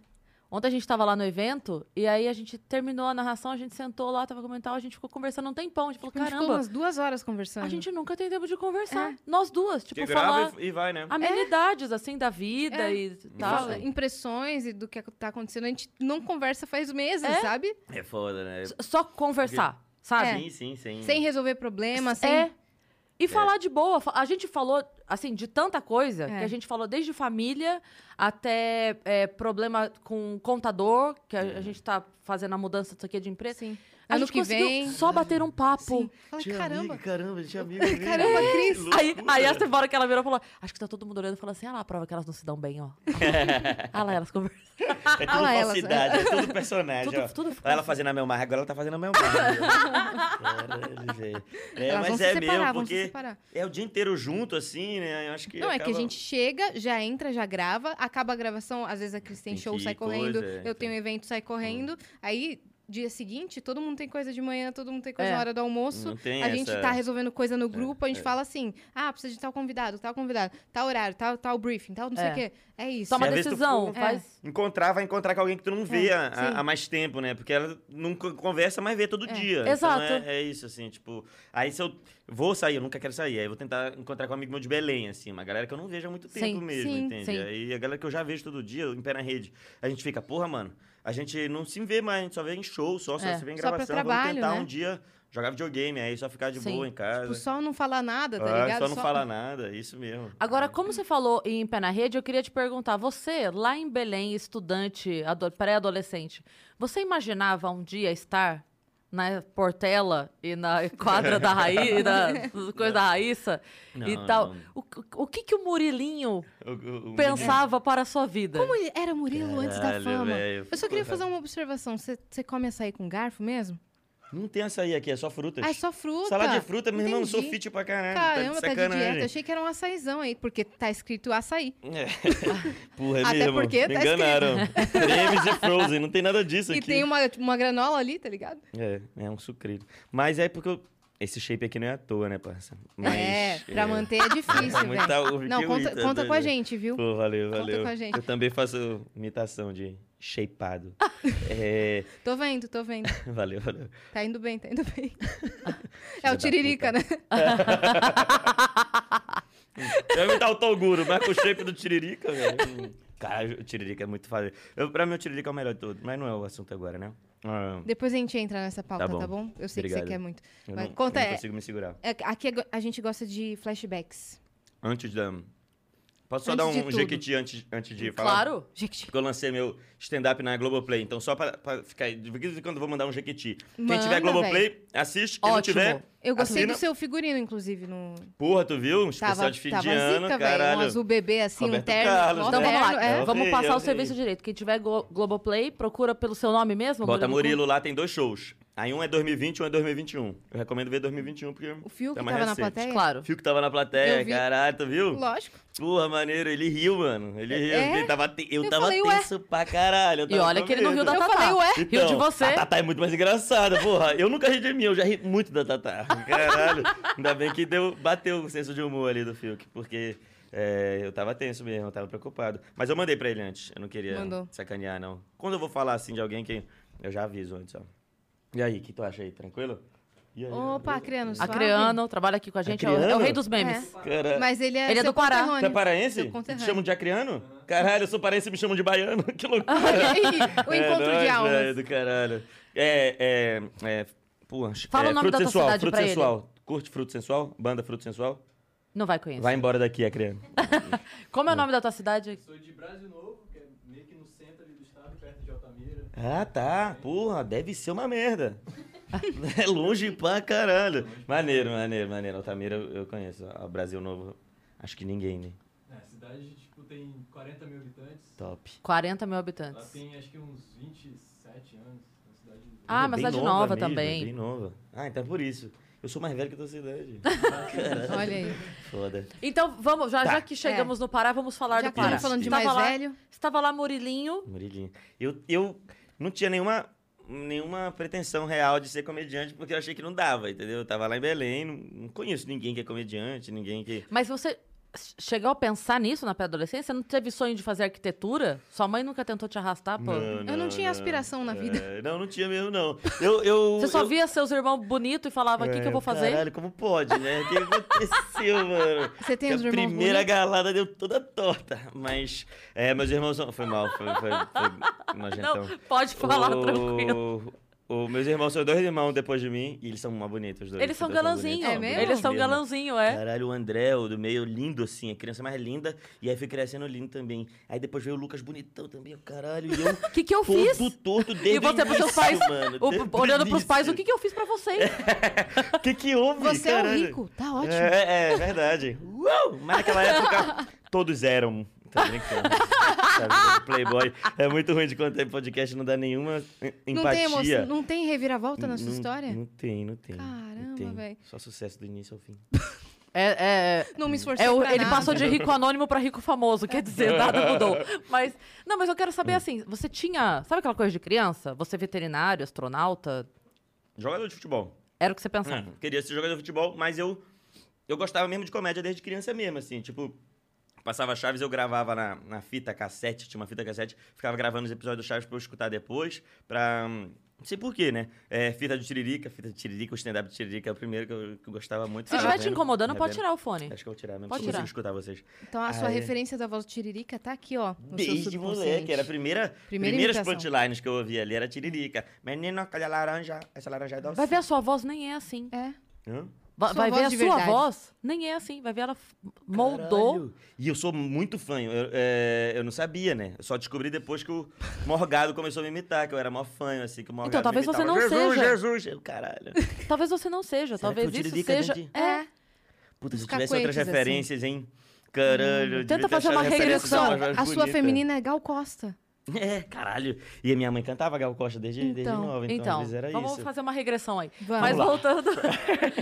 Ontem a gente tava lá no evento, e aí a gente terminou a narração, a gente sentou lá, tava comentando, a gente ficou conversando um tempão, a gente falou,
A gente ficou
caramba,
umas duas horas conversando.
a gente nunca tem tempo de conversar.
Ah. É.
Nós duas, tipo,
Que
falar
grava e, e vai,
Ah.
né?
amenidades, assim, da vida
É.
e tal.
fala impressões e do que tá acontecendo. A gente não conversa faz meses,
É.
sabe?
É foda, né? Ah,
S- Só conversar, sabe?
é.
Sim, sim, sim.
assim. Sem resolver problema, sem...
É. E falar de boa. fa- A gente falou, assim, de tanta coisa
É.
que a gente falou desde família até é, problema com contador, que a, a
É.
gente tá fazendo a mudança disso aqui de empresa.
Sim.
A
Ano
gente
que
conseguiu
vem.
só bater um papo.
Sim. Fala,
Tinha
caramba.
amigo, caramba, tinha amigo. mesmo.
Caramba, Cris.
Que
Aí,
loucura.
aí essa hora que ela virou e falou: Acho que tá todo mundo olhando e falou assim: Ah lá, a prova que elas não se dão bem, ó. ah lá, elas conversam.
É tudo
Ah lá, elas.
falsidade, é tudo personagem.
Tudo-
ó.
tudo
Olha ela fazendo a Melmar, agora ela tá fazendo a Melmar. Caralho, velho. É,
Elas vão
mas
se
é
separar,
mesmo,
vão se
porque
separar.
é o dia inteiro junto, assim, né? Eu acho que
Não, é que a
acaba-
gente chega, já entra, já grava, acaba a gravação, às vezes a Cris tem
Tem
show,
que
sai
ir, coisa,
correndo,
é, Hum.
eu
tem-
tenho evento, sai correndo. Aí, dia seguinte, todo mundo tem coisa de manhã, todo mundo tem coisa
É.
na hora do almoço.
Não tem
A gente
essa- É,
tá resolvendo coisa no grupo, a gente fala assim: ah, precisa de tal convidado, tal convidado, tal horário, tal, tal briefing, tal não sei o
É.
quê. É isso.
Toma
a vez tu
decisão. É.
for-
Faz.
Encontrar, vai encontrar com alguém que tu não vê há-
sim.
há, há mais tempo, né? Porque ela não co- conversa, mas vê todo
É.
dia. Então,
Exato.
é, é isso, assim, tipo... Aí se eu vou sair, eu nunca quero sair. Aí eu vou tentar encontrar com um amigo meu de Belém, assim. Uma galera que eu não vejo há muito tempo
Sim,
mesmo,
sim,
entende?
sim.
Aí a galera que eu já vejo todo dia, em pé na rede. A gente fica, porra, mano, a gente não se vê mais. A gente só vê em show, só,
É,
só se vê em
só pra
gravação.
trabalho,
vamos tentar
né?
um dia jogar videogame, aí só ficar de
Sim.
boa em casa.
Tipo, só não falar nada, tá
Ah,
ligado?
só não falar nada, isso mesmo.
Agora,
Uhum.
como você falou em Pé na Rede, eu queria te perguntar: você, lá em Belém, estudante, ado- pré-adolescente, você imaginava um dia estar na Portela e na quadra da Raí, e na coisa da Raíssa
Não,
e tal?
não.
O, o- o que, que o Murilinho
O- o- o
pensava para a sua vida?
Como ele era Murilo antes da
Caralho,
fama?
velho.
Eu só queria fazer uma observação. Você você come açaí com garfo mesmo?
Não tem açaí aqui, é só frutas.
um Ah, é só fruta.
Salada de fruta, meu irmão, eu sou
Entendi.
fit pra caralho.
Caramba, tá de dieta. Eu
sacanagem.
achei que era um açaizão aí, porque tá escrito açaí.
É. Porra, é
Até
mesmo.
porque
Me
tá
enganaram. Cremes e Frozen, não tem nada disso
e
aqui.
tem uma, uma granola ali, tá ligado?
É, é um sucrilho. Mas é porque eu... esse shape aqui não é à toa, né, parça? Mas,
é, pra manter é difícil,
é muita
velho.
uva
Não,
que
conta,
irrita,
conta com a
doido.
gente, viu?
Pô, valeu,
um Conta
valeu.
com a gente.
Eu também faço imitação de shapeado. é,
Tô vendo, tô vendo.
valeu, valeu.
Tá indo bem, tá indo bem.
Filha
É o
da
Tiririca, né?
Eu ia imitar o Toguro, mas com o shape do Tiririca, velho. Hum. Cara, o Tiririca é muito fácil. Eu, pra mim, o Tiririca é o melhor de todos, mas não é o assunto agora, né? Ah,
Depois a gente entra nessa pauta, tá
bom.
bom? Eu sei que
Obrigado.
você quer muito.
eu
Mas
não,
conta,
eu não
é-
consigo me segurar.
é- Aqui é go- a gente gosta de flashbacks.
Antes da... Posso só
Antes
dar
de
um
tudo.
jequiti antes, antes de falar? assim.
Claro.
Gente,
Porque eu lancei meu stand-up na Globoplay. Então, só pra, pra ficar... De vez em quando eu vou mandar um jequiti. Quem
Manda,
tiver Globoplay, assiste. Quem
Ótimo.
Ah, não tiver,
eu gostei
assina.
do seu figurino, inclusive. No...
Porra, tu viu? Um especial
Tava,
de fim
tava
de ano,
zica, velho.
caralho.
Um azul bebê, assim, um
Roberto
terno.
Carlos, né?
mó
Então vamos
terno,
lá,
é.
Eu
vamos
vi,
passar
eu
o serviço
vi.
direito. Quem tiver Glo- Globoplay, procura pelo seu nome mesmo.
Bota
Murilo.
Murilo lá, tem dois shows. Aí um é 2020 e um é 2021. Eu recomendo ver 2021 porque.
O Fiuk
tá
que
mais
tava na
recente.
plateia?
Claro.
O Fiuk tava na plateia,
Eu vi.
caralho, tu viu?
Lógico.
Porra, maneiro, ele riu, mano. Ele riu,
É?
ele tava te- eu,
Eu
tava
falei, ué.
tenso pra caralho. eu
E
tava
olha
com
que ele não riu
medo.
da
Eu
Tatá.
falei, ué?
Riu de você.
A Tatá é muito mais engraçada, porra. Eu nunca ri de mim, eu já ri muito da Tatá. Caralho. Ainda bem que deu, bateu o senso de humor ali do Fiuk, porque é, eu tava tenso mesmo, eu tava preocupado. Mas eu mandei pra ele antes, eu não queria
Mandou.
sacanear, não. Quando eu vou falar assim de alguém, que eu já aviso antes, ó. E aí, o que tu acha aí? Tranquilo? E aí,
Opa,
beleza?
Acreano, suave.
Acreano, trabalha aqui com a gente, é, o,
Acreano?
é o rei dos memes.
Caralho.
Mas ele é
Ele é
seu
do Pará.
conterrâneo.
Tu é paraense?
Seu
Te
conterrâneo.
chamam de acriano? Caralho, eu sou paraense e me chamam de baiano. Que loucura.
Olha aí, É o encontro
é,
de
nóis, velho,
almas.
do caralho. É, é, é... Porra,
Fala
é,
o nome
fruto
da tua
sensual,
cidade
fruto
pra ele.
sensual. Curte fruto sensual? Banda fruto sensual?
Não vai conhecer.
Vai embora daqui, Acreano.
Como é o nome da tua cidade?
Sou de Brasil Novo, que é meio que no centro ali do estado, perto de Altamira.
Ah, tá. Porra, deve ser uma merda. é longe pra caralho. Maneiro, maneiro, maneiro. Altamira eu eu conheço. O Brasil Novo, acho que ninguém, né?
É, a cidade tipo, tem 40 mil habitantes.
Top.
40 mil
Ela
Assim.
habitantes.
tem acho que uns 27 anos. Uma cidade
Ah,
Ih,
mas
bem
é de nova
mesmo,
também.
Bem nova. Ah, então é por isso. Eu sou mais velho que a tua cidade.
Olha aí.
Foda.
Então, vamos, já, já que chegamos no Pará, vamos falar
É. Já
do
que estamos
Pará.
Isso.
falando de
Estava
mais
lá-
velho,
Estava lá Murilinho.
Murilinho. Eu, eu não tinha nenhuma, nenhuma pretensão real de ser comediante, porque eu achei que não dava, entendeu? Eu tava lá em Belém, não, não conheço ninguém que é comediante, ninguém que.
Mas você ch- chegou a pensar nisso na pré-adolescência? Não teve sonho de fazer arquitetura? Sua mãe nunca tentou te arrastar, pô?
eu não tinha aspiração na vida.
É, não, não tinha mesmo, não. Eu, eu,
Você só
eu-
via seus irmãos bonitos e falava, o que, que eu vou fazer?
É, Caralho, como pode, né? O que aconteceu, mano?
Você tem um
Que
os
é a
irmãos
primeira
bonitos?
galada deu toda torta. Mas, é, meus irmãos são... Foi mal, foi, foi, foi nojentão.
Não, pode falar tranquilo.
O... O, meus irmãos são dois irmãos depois de mim e eles são uma bonita, os dois.
Eles são
dois
galãzinho.
bonitos,
É mesmo?
Eles são
bonitos mesmo.
galãzinho, é.
Caralho, o André, o do meio, lindo assim, a criança mais linda. E aí fui crescendo lindo também. Aí depois veio o Lucas bonitão também, caralho. E eu
O que, que eu
todo
fiz?
torto desde
E você pros
início,
seus pais,
mano.
o-
desde
olhando pros pais, o
início.
que, que eu fiz pra vocês?
O que que houve,
Você é o
caralho?
rico, tá ótimo.
É, é verdade. Uau! Mas naquela época, todos eram. Tô brincando. Sabe, Playboy. É muito ruim de contar podcast, não dá nenhuma
Não
eh,
tem,
empatia.
emoção, não tem reviravolta na sua
Não-
história?
Não tem, não tem. não
Caramba,
tem.
véi.
Só sucesso do início ao fim.
É, é,
Não me esforcei
É, o-
pra
ele
nada.
passou de rico anônimo pra rico famoso, quer dizer, nada mudou. Mas, não, mas eu quero
Hum.
saber assim, você tinha, sabe aquela coisa de criança? Você é veterinário, astronauta,
Jogador de futebol.
era o que você
Hum.
pensava.
É, queria ser jogador de futebol, mas eu, eu gostava mesmo de comédia desde criança mesmo, assim. Tipo, passava Chaves, eu gravava na, na fita cassete, tinha uma fita cassete, ficava gravando os episódios do Chaves pra eu escutar depois, pra... hum, Não sei porquê, né? É, fita de Tiririca, fita de Tiririca, o stand-up de Tiririca é o primeiro que eu, que eu gostava muito.
Se estiver te incomodando, pode tirar o fone.
Acho que eu vou tirar mesmo,
Pode
porque eu não
tirar.
consigo escutar vocês.
Então a sua
Ah, é.
referência da voz do Tiririca tá aqui, ó. No seu
Desde
subconsciente.
moleque, era a primeira,
Primeira
primeiras
imitação.
punchlines que eu ouvi ali, era Tiririca. Menino, olha a laranja, essa laranja é doce.
Vai ver a sua voz, nem é assim.
É.
Hã?
Va-
Sua
vai ver
voz
a
de
sua
verdade.
voz, nem é assim. Vai ver ela f- moldou.
Caralho. E eu sou muito fã. Eu, é, eu não sabia, né? Eu só descobri depois que o Morgado começou a me imitar, que eu era mó fã, assim, que o Morgado
Então, talvez
me
você
imitava.
não
Jesus,
seja."
Jesus, Jesus, caralho.
Talvez você não seja,
Será que
talvez
o
isso
Tiririca
seja.
vem de-
É,
Puta, se
Os
eu tivesse outras
cacoetes,
referências, hein?
assim.
Caralho. eu devia
Hum, Tenta
ter
fazer
achado
uma
referência
regressão.
de
Só,
uma voz
a sua
bonita.
feminina é Gal Costa.
É, caralho. E a minha mãe cantava Gal Costa desde, desde
Então,
nova, então, às
então,
vezes era
vamos
isso.
fazer uma regressão aí.
Vamos.
Mas
lá.
voltando.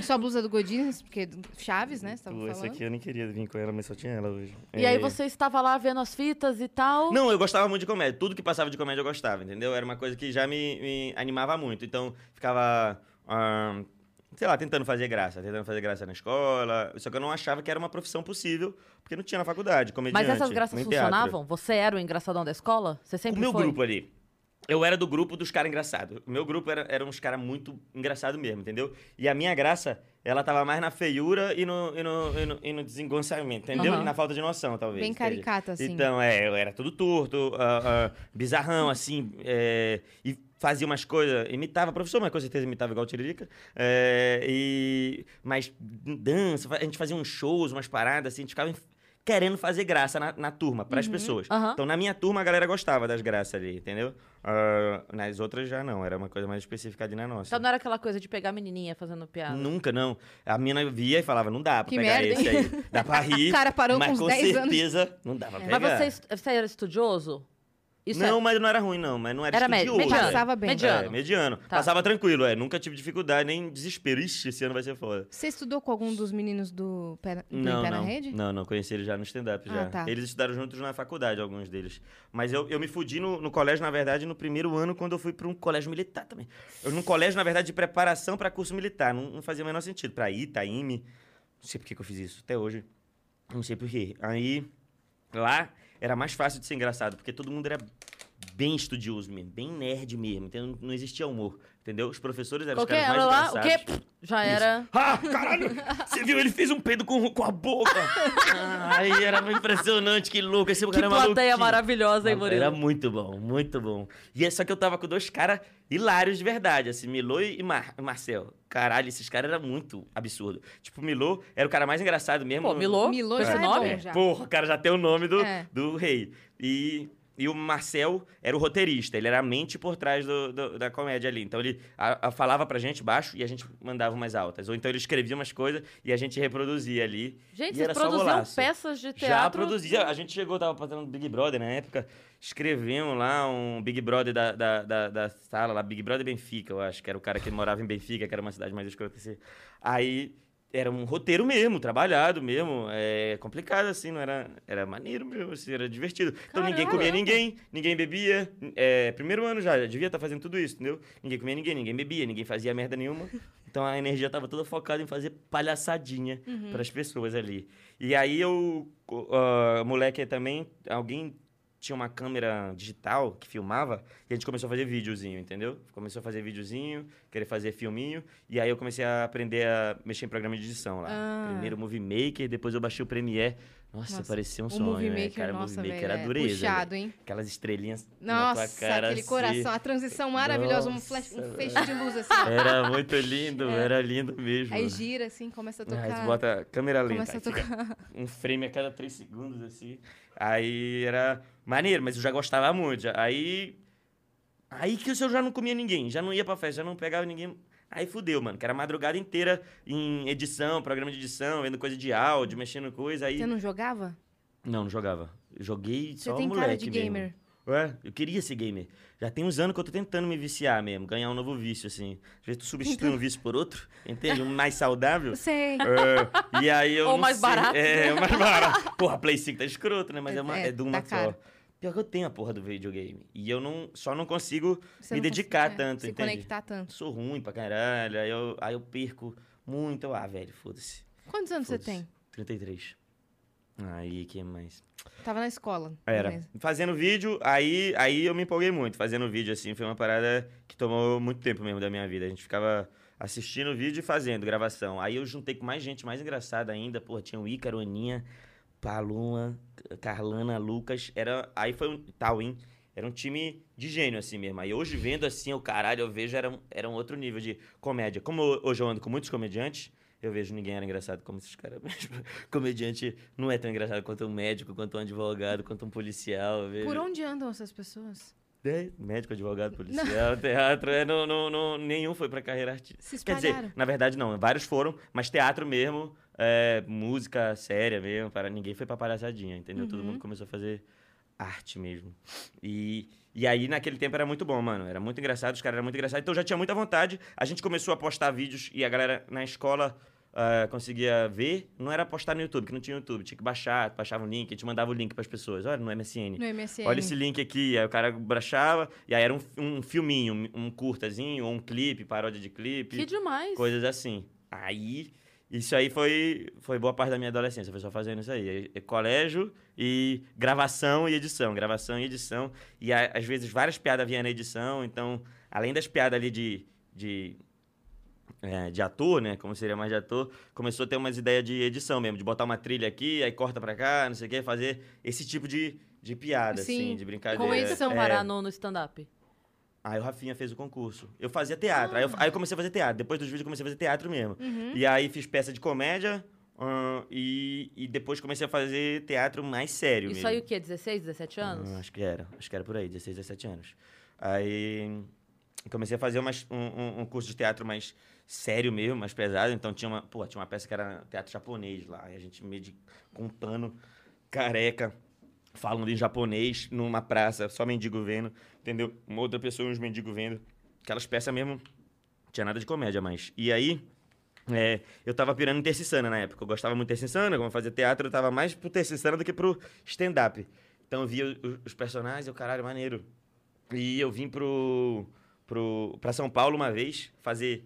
Sua blusa é do Godinez, porque Chaves, né? Você tava
Pô, essa
falando.
aqui é eu nem queria vir com ela, mas só tinha ela hoje.
E aí você estava lá vendo as fitas e tal.
É. Não, eu gostava muito de comédia. Tudo que passava de comédia eu gostava, entendeu? Era uma coisa que já me, me animava muito. Então, ficava. ah, sei lá, tentando fazer graça. Tentando fazer graça na escola. Só que eu não achava que era uma profissão possível, porque não tinha na faculdade, comediante.
Mas essas graças
nem teatro.
funcionavam? Você era o engraçadão da escola? Você
O
sempre
meu
foi?
grupo ali. Eu era do grupo dos caras engraçados. O meu grupo era, era uns caras muito engraçados mesmo, entendeu? E a minha graça, ela tava mais na feiura e no, e no, e no, e no desengonçamento, entendeu?
Aham.
E na falta de noção, talvez.
Bem
entende?
caricata, assim.
Então, é, eu era tudo torto, ah, ah, bizarrão, assim, é, e fazia umas coisas, imitava professor, mas com certeza imitava igual o Tiririca, é, e, mas dança, a gente fazia uns shows, umas paradas, assim, a gente ficava querendo fazer graça na, na turma, para as pessoas.
Uhum, Aham.
Então, na minha turma, a galera gostava das graças ali, entendeu? Ah, nas outras já não, era uma coisa mais específica ali na nossa.
Então não era aquela coisa de pegar a menininha fazendo piada.
Nunca, não. A mina via e falava, não dá pra
Que
pegar
merda,
esse aí. Dá pra rir.
O cara parou
mas
com uns
com
10 anos.
certeza não dá pra pegar.
Mas você, est- você era estudioso? Isso
não,
é...
mas não era ruim, não. Mas não era,
era médio.
estudioso.
Mediano.
né?
Passava bem.
Mediano.
É, mediano.
Tá.
Passava tranquilo, é. Nunca tive dificuldade, nem desespero. Ixi, esse ano vai ser foda.
Você estudou com algum dos meninos do Pé, na- do
Não,
Pé
não.
na Rede?
Não, não. Conheci eles já no stand-up,
Ah,
já.
tá.
Eles estudaram juntos na faculdade, alguns deles. Mas eu, eu me fudi no, no colégio, na verdade, no primeiro ano, quando eu fui pra um colégio militar também. Eu num colégio, na verdade, de preparação pra curso militar. Não, não fazia o menor sentido. Pra Itaime. Não sei por que que eu fiz isso até hoje. Não sei por quê. Aí, lá, era mais fácil de ser engraçado, porque todo mundo era bem estudioso mesmo, bem nerd mesmo, entendeu? Não existia humor, entendeu? Os professores eram
Qualquer
os caras
era
mais
lá, o
engraçados.
quê? Pff, Já era.
Ah, caralho! Você viu? Ele fez um peido com, com a boca. Ah, Aí era impressionante, que louco. Esse
Que
cara é
plateia
maluquinho.
maravilhosa, hein,
Mano, Era
Murilo?
muito bom, muito bom. E é só que eu tava com dois caras hilários de verdade, assim, Milô e Mar- Marcel. Caralho, esses caras eram muito absurdo. Tipo, Milô era o cara mais engraçado mesmo.
Pô, Milô?
Milô
Com esse
já é
nome?
bom, já.
Porra, o cara já tem o nome do,
É.
do rei. E, e o Marcel era o roteirista, ele era a mente por trás do- do- da comédia ali. Então ele a- a- falava pra gente baixo e a gente mandava umas altas. Ou então ele escrevia umas coisas e a gente reproduzia ali.
Gente,
E
vocês
era só
produziam
golaço.
peças de
Já
teatro.
produzia. A gente chegou, tava passando Big Brother na época. Escrevemos lá um Big Brother da, da, da, da sala lá, Big Brother Benfica, eu acho, que era o cara que morava em Benfica, que era uma cidade mais escrota. Assim. Aí era um roteiro mesmo, trabalhado mesmo. É complicado, assim, não era. Era maneiro mesmo, assim, era divertido. Então ninguém comia
Caramba!
ninguém, ninguém bebia. É, primeiro ano já, já devia estar fazendo tudo isso, entendeu? Ninguém comia ninguém, ninguém bebia, ninguém fazia merda nenhuma. Então a energia tava toda focada em fazer palhaçadinha pras pessoas ali. E aí eu, co- ah, moleque também, alguém tinha uma câmera digital que filmava e a gente começou a fazer videozinho, entendeu? Começou a fazer videozinho, querer fazer filminho. E aí eu comecei a aprender a mexer em programa de edição lá.
Ah.
Primeiro o Movie Maker, depois eu baixei o Premiere. Nossa,
Nossa,
parecia um
o
sonho,
Movie
né?
Maker,
Cara,
nossa,
o Movie Maker
velho,
era
é
dureza.
puxado,
velho.
hein?
Aquelas estrelinhas na tua
Nossa,
cara.
aquele
assim.
coração, a transição maravilhosa, um,
Nossa,
flash, um
velho.
feixe de luz assim. ó.
Era muito lindo, era lindo mesmo.
É. Aí gira assim, começa a
Aí
tocar.
tu bota a câmera lenta,
começa a
aí fica
tocar.
um frame a cada três segundos, assim. Aí era maneiro, mas eu já gostava muito. já- Aí. Aí que eu já não comia ninguém, já não ia pra festa, já não pegava ninguém. Aí fudeu, mano, que era a madrugada inteira em edição, programa de edição, vendo coisa de áudio, mexendo coisa. Aí.
Você
Não...
não jogava?
não, jogava. Eu joguei
Você
só
tem
um moleque
cara de
mesmo.
gamer.
Ué, eu queria ser gamer. Já tem uns anos que eu tô tentando me viciar mesmo, ganhar um novo vício, assim. Às vezes tu substitui
Então.
um vício por outro, entende? Um mais saudável.
Eu sei.
É, e aí eu
Ou
não
mais
sei.
barato,
É, é mais barato. Porra, Play 5 tá escroto, né? Mas é, uma,
É,
é de uma
tá
só.
caro.
Pior que eu tenho a porra do videogame. E eu não, só não consigo
Você
me
não
dedicar
consegue, é,
tanto,
Se
entende?
conectar tanto.
Sou ruim pra caralho, aí eu, aí eu perco muito. Eu, ah, velho, foda-se.
Quantos anos você
foda-se.
tem?
33. Aí, que mais?
Tava na escola.
Era.
beleza.
Fazendo vídeo, aí, aí eu me empolguei muito. Fazendo vídeo, assim, foi uma parada que tomou muito tempo mesmo da minha vida. A gente ficava assistindo vídeo e fazendo gravação. Aí eu juntei com mais gente, mais engraçada ainda. Porra, tinha o Ícaro, Aninha, Paloma, Carlana, Lucas. Era, aí foi um tal, hein? Era um time de gênio, assim mesmo. Aí hoje, vendo assim, o caralho, eu vejo, era um, era um outro nível de comédia. Como eu- hoje eu ando com muitos comediantes, eu vejo ninguém era engraçado como esses caras. mesmo. Comediante não é tão engraçado quanto um médico, quanto um advogado, quanto um policial. eu vejo-
Por onde andam essas pessoas?
É, médico, advogado, policial, teatro. É, não, não, não, nenhum foi pra carreira artística.
Se
Quer
espalharam.
dizer, na verdade não, vários foram, mas teatro mesmo, é, música séria mesmo, para ninguém foi pra palhaçadinha, entendeu?
Uhum.
Todo mundo começou a fazer arte mesmo. E, e aí naquele tempo era muito bom, mano, era muito engraçado, os caras eram muito engraçados, então eu já tinha muita vontade. A gente começou a postar vídeos e a galera na escola ah, conseguia ver, não era postar no YouTube, que não tinha YouTube, tinha que baixar, baixava o link, a gente mandava o link pras pessoas, olha no MSN.
No MSN.
Olha esse link aqui. Aí o cara brachava, e aí era um, um filminho, um um curtazinho, ou um clipe, paródia de clipe
Que demais.
coisas assim. Aí, isso aí foi, foi boa parte da minha adolescência, foi só fazendo isso aí. É- é Colégio e gravação e edição, gravação e edição. E a- às vezes várias piadas vinham na edição, então, além das piadas ali de. de é, de ator, né? Como seria mais de ator, começou a ter umas ideias de edição mesmo, de botar uma trilha aqui, aí corta pra cá, não sei o quê, fazer esse tipo de, de piada,
Sim.
assim, de brincadeira.
Como eles são
É.
parar no, no stand-up?
Aí o Rafinha fez o concurso. Eu fazia teatro. Aí, eu, aí eu comecei a fazer teatro. Depois dos vídeos, eu comecei a fazer teatro mesmo. E aí fiz peça de comédia. ahn, e, e depois comecei a fazer teatro mais sério
Isso
mesmo.
aí o quê? 16, 17 anos?
Ah, acho que era. Acho que era por aí, 16, 17 anos. Aí comecei a fazer umas- um, um- um curso de teatro mais sério mesmo, mais pesado. Então tinha uma, pô, tinha uma peça que era teatro japonês lá. E a gente meio de, com um pano careca, falando em japonês, numa praça, só mendigo vendo, entendeu? Uma outra pessoa e uns mendigos vendo. Aquelas peças mesmo, tinha nada de comédia mais. E aí... é, eu tava pirando em Terça Insana na época. Eu gostava muito de Terça Insana, como eu fazia teatro, eu tava mais pro Terça Insana do que pro stand-up. Então eu via o- os personagens, eu, caralho, maneiro. E eu vim pro, pro, pra São Paulo uma vez fazer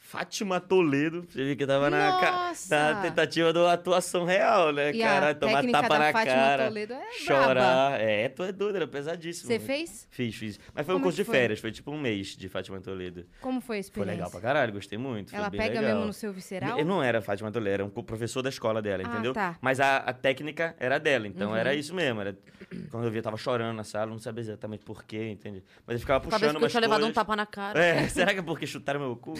Fátima Toledo. Você viu que tava na, ca-
Nossa!
na tentativa da atuação real, né?
E a
cara, tomar
técnica
tapa
da
na
Fátima
cara.
Toledo é
chorar. É, tu é doido, era pesadíssimo.
Você fez?
Fiz, fiz. Mas foi
Como é
um curso
que
de
foi?
férias, foi tipo um mês de Fátima Toledo.
Como foi a
Foi
experiência?
legal pra caralho, gostei muito. foi
Ela
bem
pega
legal. É
mesmo no seu visceral?
Eu não era a Fátima Toledo, era um co- professor da escola dela,
Ah,
entendeu?
tá. Uhum.
Mas a, a técnica era dela, então era isso mesmo. Era... Quando eu via, eu tava chorando na sala, não sabia exatamente porquê, entende? Mas eu ficava puxando
Talvez porque eu
umas
tinha levado um
coisas.
tapa na cara.
É, será que é porque chutaram meu cu?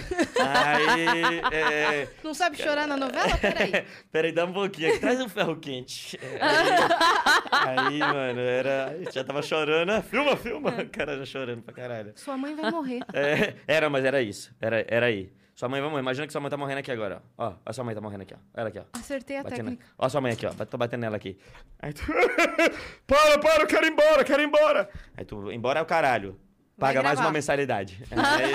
Aí. É...
Não sabe chorar na novela? Peraí.
Peraí, dá um pouquinho. aqui, Traz um ferro quente. É, Aí, aí, mano, era. eu Já tava chorando. ah, Filma, filma.
É.
O cara já chorando pra caralho.
Sua mãe vai morrer.
É, era, mas era isso. Era, era aí. Sua mãe, vamos, imagina que sua mãe tá morrendo aqui agora. ó. Ó, a sua mãe tá morrendo aqui, ó. Ela aqui, ó.
Acertei a
Batendo.
técnica.
Ó, sua mãe aqui, ó. Tô batendo nela aqui. Aí tu. para, para, eu quero ir embora, eu quero ir embora. Aí tu, embora é o caralho.
Vai
Paga mais
gravar.
uma mensalidade. Aí,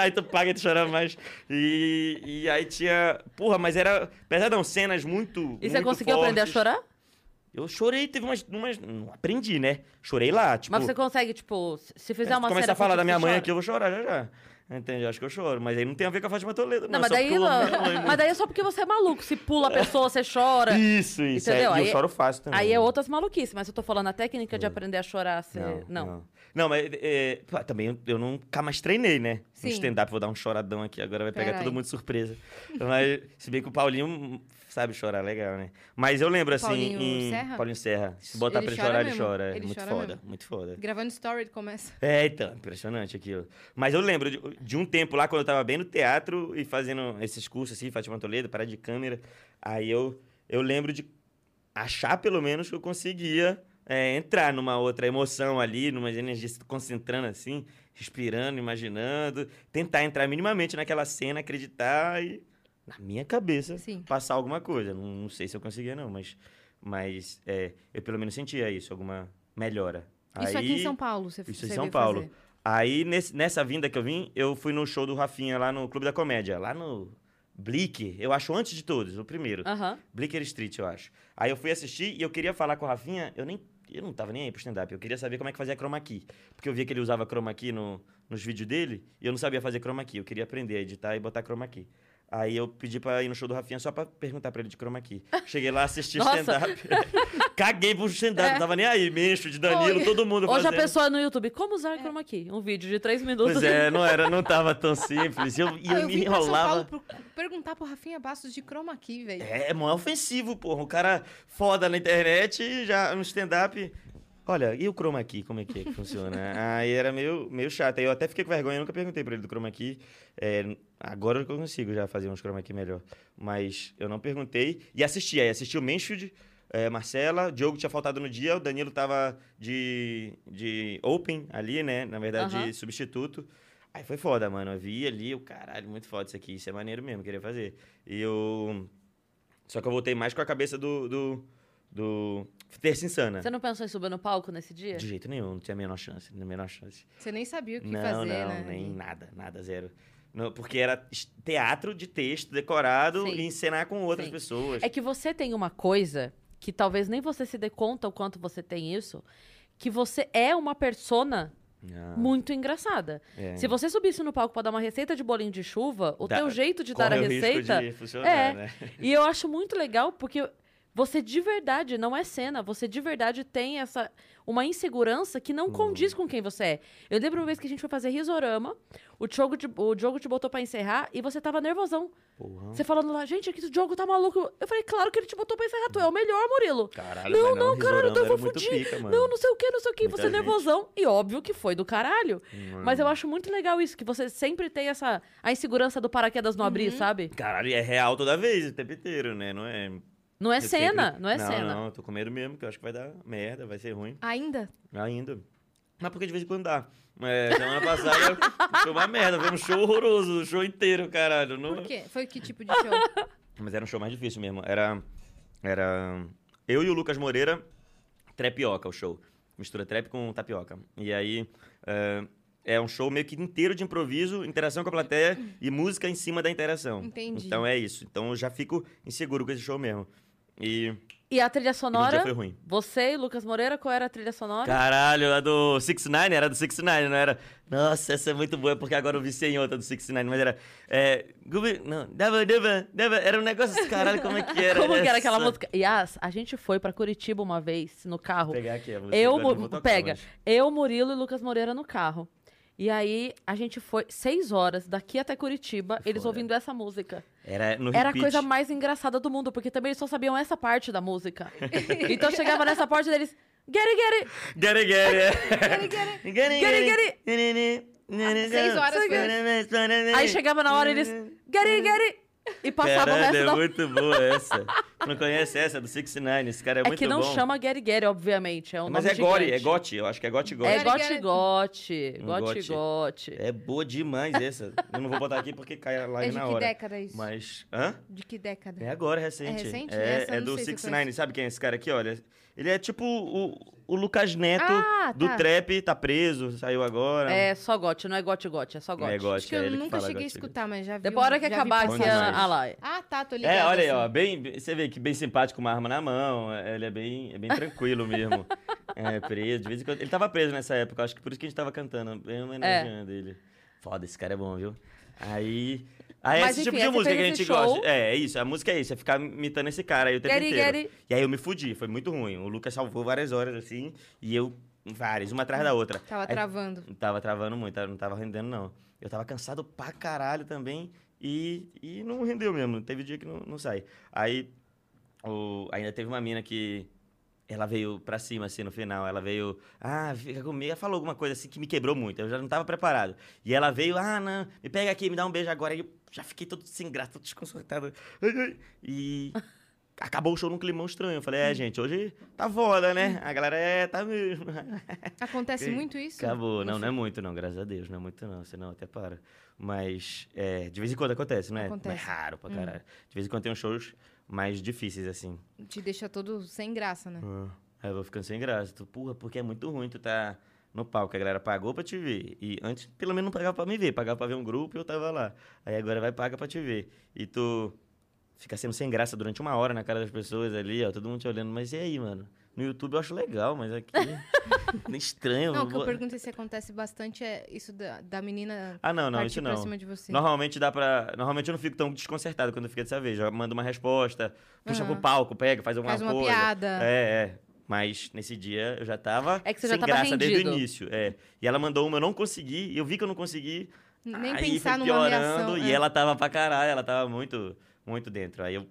aí tu paga e tu chora mais. E, e aí tinha. Porra, mas era. Pesadão, cenas muito.
E você
muito
conseguiu aprender a
fortes.
chorar?
Eu chorei, teve umas. umas não aprendi, né? Chorei lá, tipo.
Mas você consegue, tipo, se fizer
Se
uma
começar
cena
É, a
contigo,
falar da minha
você
mãe
chora?
aqui, eu vou chorar já já. Entende? Acho que eu choro. Mas aí não tem a ver com a Fátima Toledo,
Não,
não.
mas
só porque
daí,
eu amo
Lan,
minha mãe
mas
muito.
daí é só porque você é maluco. Se pula a pessoa, você chora.
Isso, isso. É,
Entendeu?
e eu
Aí-
choro fácil também.
Aí é
né?
outras maluquices, mas eu tô falando a técnica de aprender a chorar. Você...
Hum. Não,
Não.
não. Não, mas é, pá, também eu, eu nunca mais treinei, né?
Sim.
No stand-up, vou dar um choradão aqui, agora vai pegar
Peraí.
todo mundo de surpresa. Mas, se bem que o Paulinho sabe chorar, legal, né? Mas eu lembro, assim,
Paulinho
em-
Serra?
Paulinho Serra. Se botar
Ele
pra ele
chora
chorar, ele
mesmo.
chora. é
Ele
muito
chora
foda,
mesmo.
muito foda.
Gravando story começa.
É, então, impressionante aquilo. Mas eu lembro de, de um tempo lá, quando eu tava bem no teatro e fazendo esses cursos assim, Fátima Toledo, parar de câmera. Aí eu, eu lembro de achar, pelo menos, que eu conseguia é, entrar numa outra emoção ali, numa energia se concentrando assim, respirando, imaginando, tentar entrar minimamente naquela cena, acreditar e, na minha cabeça,
Sim.
passar alguma coisa. Não, não sei se eu conseguia, não, mas, mas é, eu pelo menos sentia isso, alguma melhora.
Isso aqui em
Aí-
São Paulo, você
isso
você
em São
veio
Paulo.
fazer.
Aí, nesse- nessa vinda que eu vim, eu fui no show do Rafinha lá no Clube da Comédia, lá no Blicker, eu acho antes de todos, o primeiro.
Aham.
Blicker Street, eu acho. Aí eu fui assistir e eu queria falar com o Rafinha, eu nem. Eu não tava nem aí pro stand-up, eu queria saber como é que fazia chroma key. Porque eu via que ele usava chroma key no, nos vídeos dele e eu não sabia fazer chroma key, eu queria aprender a editar e botar chroma key. Aí eu pedi pra ir no show do Rafinha só pra perguntar pra ele de chroma key. Cheguei lá, assisti
Nossa. É.
stand-up. Caguei pro stand-up, não tava nem aí. Mencho de Danilo,
Oi.
todo mundo
Hoje a
fazendo.
pessoa no YouTube, como usar chroma key? Um vídeo de três minutos.
Pois é, não era, não tava tão simples. Eu, e
Ah,
eu,
eu
me
vim pra São Paulo
enrolava.
pro- perguntar pro Rafinha Bastos de chroma key, velho.
É, mó ofensivo, porra. Um cara foda na internet e já no stand-up. Olha, e o chroma key, como é que, é que funciona? Aí era meio, meio chato. Aí eu até fiquei com vergonha, eu nunca perguntei pra ele do chroma key. É, agora eu consigo já fazer uns chroma key melhor. Mas eu não perguntei. E assisti, aí assisti o Mansfield, é, Marcela, o Diogo tinha faltado no dia, o Danilo tava de, de open ali, né? Na verdade,
Aham.
de substituto. Aí foi foda, mano. Eu vi ali, o caralho, muito foda isso aqui. Isso é maneiro mesmo, queria fazer. E eu... Só que eu voltei mais com a cabeça do... do, do... Terça Insana.
Você não pensou em subir no palco nesse dia?
De jeito nenhum, não tinha a menor chance, a menor chance.
Você nem sabia o que
não,
fazer,
não,
né?
nem nada, nada, zero. Não, porque era es- teatro de texto decorado
Sim.
e encenar com outras
Sim.
pessoas.
É que você tem uma coisa que talvez nem você se dê conta o quanto você tem isso, que você é uma persona
Ah,
muito engraçada.
é.
Se você subisse no palco pra dar uma receita de bolinho de chuva, o
Dá-
teu jeito de
Corre
dar a
o risco
receita
de funcionar,
É.
né?
E eu acho muito legal porque você de verdade, não é cena, você de verdade tem essa uma insegurança que
Hum.
não condiz com quem você é. Eu lembro uma vez que a gente foi fazer risorama, o Diogo te, o Diogo te botou pra encerrar e você tava nervosão.
Hum. Porra.
Você falando lá, gente, aqui o Diogo tá maluco. Eu falei, claro que ele te botou pra encerrar, tu é o melhor, Murilo.
Caralho,
Não,
mas
não, caralho,
Risorama
então eu
era
vou
é muito
fudir.
pica, mano.
Não, não sei o que, não sei o que.
Muita
Você
gente. Hum.
nervosão. E óbvio que foi do caralho.
Mano.
Mas eu acho muito legal isso, que você sempre tem essa... A insegurança do paraquedas no abrir, sabe?
Caralho, é real toda vez, o tempo inteiro, né? Não é...
Não é
eu sempre-
cena, não é cena.
Não, eu tô com medo mesmo, que eu acho que vai dar merda, vai ser ruim.
Ainda?
Ainda. Mas porque de vez em quando dá. É, semana passada foi uma merda, foi um show horroroso, o show inteiro, caralho. Não...
Por quê? Foi que tipo de show?
Mas era um show mais difícil mesmo. Era. Era. Eu e o Lucas Moreira, trapioca o show. Mistura trap com tapioca. E aí. é, é um show meio que inteiro de improviso, interação com a plateia e música em cima da interação.
Entendi.
Então é isso. Então eu já fico inseguro com esse show mesmo. E,
E a trilha
e no dia foi
sonora...
ruim.
Você e Lucas Moreira, qual era a trilha sonora?
Caralho, a do 69 era do 69, não era? Nossa, essa é muito boa, porque agora eu viciei em outra do 69, mas era. É, Gubi- não, dava, dava, dava, era um negócio assim, caralho, como é que era?
Como que era aquela
essa?
música? Yas, a gente foi pra Curitiba uma vez no carro.
Vou pegar aqui a música.
Eu,
agora
Mu-
não vou tocar,
pega.
mas-
Eu, Murilo e Lucas Moreira no carro. E aí a gente foi seis horas daqui até Curitiba, eles
Fora.
ouvindo essa música.
Era no
Era a
repeat.
coisa mais engraçada do mundo, porque também eles só sabiam essa parte da música. então chegava nessa parte deles, get it, get it,
Get it, get it. Get it,
get it, get it.
Seis horas foi.
Aí chegava na hora eles, get it, get it. E passava o
Caralho,
resto
é
da
muito boa essa. Tu não conhece essa do 69, esse cara é,
É
muito
que não
bom.
chama get it, get it, obviamente. É um
Mas
nome
é Gore, é
gigante.
Gote, eu acho que é Gote Gote.
É
Gotti.
gote gote,
Um
gote
gote.
gote.
É boa demais essa. Eu não vou botar aqui porque cai a
é
live
de
na
que
hora.
década isso?
Mas. Hã?
De que década?
É agora, recente.
É recente?
É,
Essa eu
é
não
do
sei se eu
69. Sabe quem é esse cara aqui? Olha. Ele é tipo o, o Lucas Neto
Ah,
do
tá.
trap, tá preso, saiu agora.
É só gote, não é gote gote, é só gote.
É gote,
Acho que eu
é ele que
nunca
fala
cheguei a
gote.
escutar, mas já vi. um-
Depois a hora que
já vi
acabar
Bom
aqui,
passar.
demais.
a, a live.
Ah, tá, tô ligado.
É, olha aí, ó,
assim.
bem, você vê que bem simpático, uma arma na mão, é, ele é bem, é bem tranquilo mesmo.
É.
É, preso, de vez em quando. Ele tava preso nessa época, acho que por isso que a gente tava cantando, bem homenageando ele. Foda, esse cara é bom, viu? Aí. Aí é
Mas,
esse
enfim,
tipo
aí
de
você
música que
fez
a
esse
gente
show.
gosta. É, é isso, a música é isso, é ficar imitando esse cara aí o tempo
Gary,
inteiro.
Gary.
E aí eu me fudi, foi muito ruim. O Lucas salvou várias horas assim, e eu várias, uma atrás da outra.
Tava
Aí-
travando.
Tava travando muito, não tava rendendo, não. Eu tava cansado pra caralho também e, e não rendeu mesmo. Teve dia que não, não sai. Aí o- ainda teve uma mina que. Ela veio pra cima, assim, no final. Ela veio, ah, fica comigo. Ela falou alguma coisa assim que me quebrou muito. Eu já não tava preparado. E ela veio, ah, não, me pega aqui, me dá um beijo agora. E eu já fiquei todo sem graça, todo desconcertado. Ai, ai. E acabou o show num climão estranho. Eu falei, é, gente, hoje tá foda, né? A galera, é, tá mesmo.
Acontece
Sim.
muito isso?
Acabou. Não,
Enfim,
não é muito, não, graças a Deus. Não é muito, não. Senão até para. Mas é, de vez em quando acontece, não é? Não é
Acontece. Hum.
raro pra caralho. De vez em quando tem uns shows mais difíceis, assim.
Te deixa todo sem graça, né?
Aí eu vou ficando sem graça. Tu, porra, porque é muito ruim tu tá no palco. A galera pagou pra te ver. E antes, pelo menos, não pagava pra me ver. Pagava pra ver um grupo e eu tava lá. Aí agora vai paga pra te ver. E tu fica sendo sem graça durante uma hora na cara das pessoas ali, ó. Todo mundo te olhando. Mas e aí, mano? No YouTube eu acho legal, mas aqui... é estranho.
Não, o que eu
vou-
pergunto é se acontece bastante é isso da, da menina
Ah, não, não,
partir
isso
pra
não.
cima de você.
Normalmente dá pra. Normalmente eu não fico tão desconcertado quando eu fiquei dessa vez. Já manda uma resposta, puxa
Aham.
pro palco, pega, faz alguma
Faz uma
coisa.
piada.
É, é. Mas nesse dia eu já tava
É que você já
sem
tava
graça desde o
rendido.
início. É. E ela mandou uma, eu não consegui, e eu vi que eu não consegui.
Nem
aí
pensar
foi
numa
piorando,
reação.
E
é.
ela tava pra caralho, ela tava muito, muito dentro. Aí eu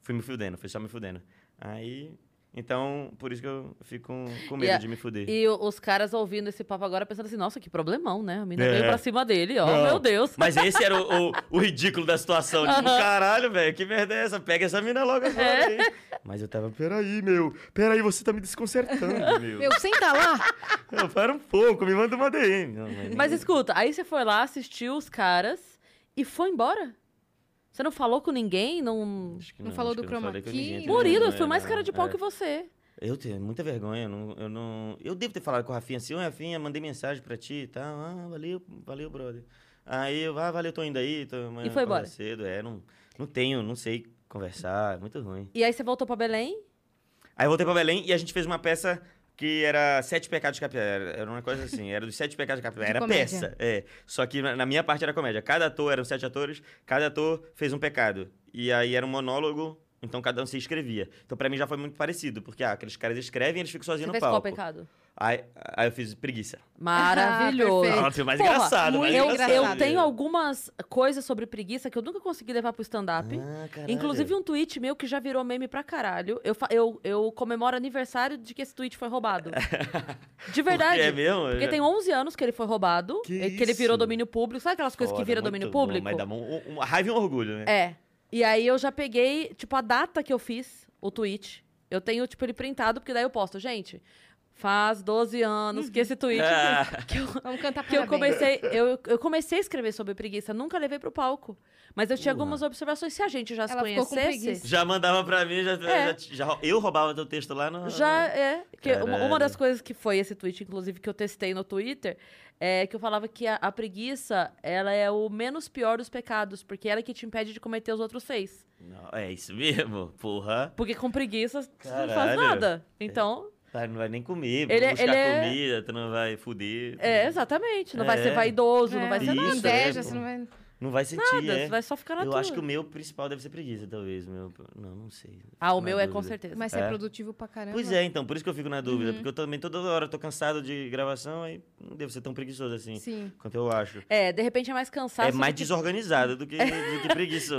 fui me fudendo, fui só me fudendo. Aí. Então, por isso que eu fico com- com medo
E a-
de me fuder.
E o- os caras ouvindo esse papo agora pensando assim, nossa, que problemão, né? A mina
É.
veio pra cima dele, ó,
Não.
meu Deus.
Mas esse era o, o- o ridículo da situação. Tipo, caralho, velho, que merda é essa? Pega essa mina logo agora,
É.
hein? Mas eu tava, peraí, meu. Peraí, você tá me desconcertando, meu.
Meu, senta lá!
Eu, para um pouco, me manda uma DM. Não, mas-
Mas escuta, aí você foi lá, assistiu os caras e foi embora? Você não falou com ninguém? Não...
Acho que
Não falou
acho
do
que eu
chroma
falei com
key?
ninguém, entendeu?
Murilo,
Não
eu fui mais
era-
cara de pau
é.
que você.
Eu tenho muita vergonha, eu não, eu não. Eu devo ter falado com o Rafinha assim, oi Rafinha, mandei mensagem pra ti e tal. Ah, valeu, valeu, brother. Aí eu, ah, valeu, tô indo aí, tô amanhã
E foi
acordo
embora.
cedo. É, não, não tenho, não sei conversar, é muito ruim.
E aí você voltou pra Belém?
Aí eu voltei pra Belém e a gente fez uma peça que era Sete Pecados Capitais. Era- Era uma coisa assim, era dos Sete Pecados Capitais.
De
Era
comédia.
peça, é. Só que na na minha parte era comédia. Cada ator, eram sete atores, cada ator fez um pecado. E aí era um monólogo, então cada um se escrevia. Então pra mim já foi muito parecido, porque ah, aqueles caras escrevem e eles ficam
Você
sozinhos
fez
no palco.
qual pecado?
Aí, aí eu fiz preguiça.
Maravilhoso.
Ah, perfeito.
Não, foi mais
Porra, é
engraçado, mais
muito
eu,
engraçado.
eu tenho algumas coisas sobre preguiça que eu nunca consegui levar pro stand-up.
Ah, caralho.
Inclusive um tweet meu que já virou meme pra caralho. Eu, fa- eu, eu comemoro aniversário de que esse tweet foi roubado. De verdade.
É mesmo?
Porque tem 11 anos que ele foi roubado,
Que
é, que ele virou
isso?
domínio público. Sabe aquelas coisas que
Foda,
viram
muito
domínio
bom,
público?
Mas dá um- uma raiva e um orgulho, né?
É. E aí eu já peguei, tipo, a data que eu fiz o tweet. Eu tenho, tipo, ele printado, porque daí eu posto. Gente, faz 12 anos que esse tweet...
Uhum. Ah.
Que eu,
Vamos cantar
que eu
parabéns.
comecei, eu, eu comecei a escrever sobre preguiça, nunca levei pro palco. Mas eu tinha algumas observações. Se a gente já se
Ela ficou com
conhecesse,
preguiça.
Já mandava pra mim, já,
É.
já- já- eu roubava teu texto lá no.
Já é. Que uma, uma
Caralho.
das coisas que foi esse tweet, inclusive, que eu testei no Twitter, é que eu falava que a, a preguiça, ela é o menos pior dos pecados, porque ela é que te impede de cometer os outros seis.
Não, é isso mesmo, porra.
Porque com preguiça, você não faz
Caralho.
nada. Então,
Tá, não vai nem comer,
Ele é-
vai buscar
ele é-
comida, tu não vai fuder. tu
é,
não-
exatamente. Não vai
É.
ser vaidoso,
É,
não vai ser
Isso,
nada.
inveja,
é,
você
pô.
não vai...
Não vai sentir,
Nada,
é.
você vai só ficar na
Eu
tua.
acho que o meu principal deve ser preguiça, talvez. Meu... Não, não sei.
Ah, o
Fico na
meu é com
dúvida.
certeza. Uhum.
Mas você é.
É.
produtivo pra caramba.
Pois é, então, por isso que eu fico na dúvida. Porque eu também toda hora tô cansado de gravação, aí não devo ser tão preguiçoso assim.
Sim.
Quanto eu acho.
É, de repente é mais cansado.
é mais
do que-
desorganizado do que, do que preguiçoso.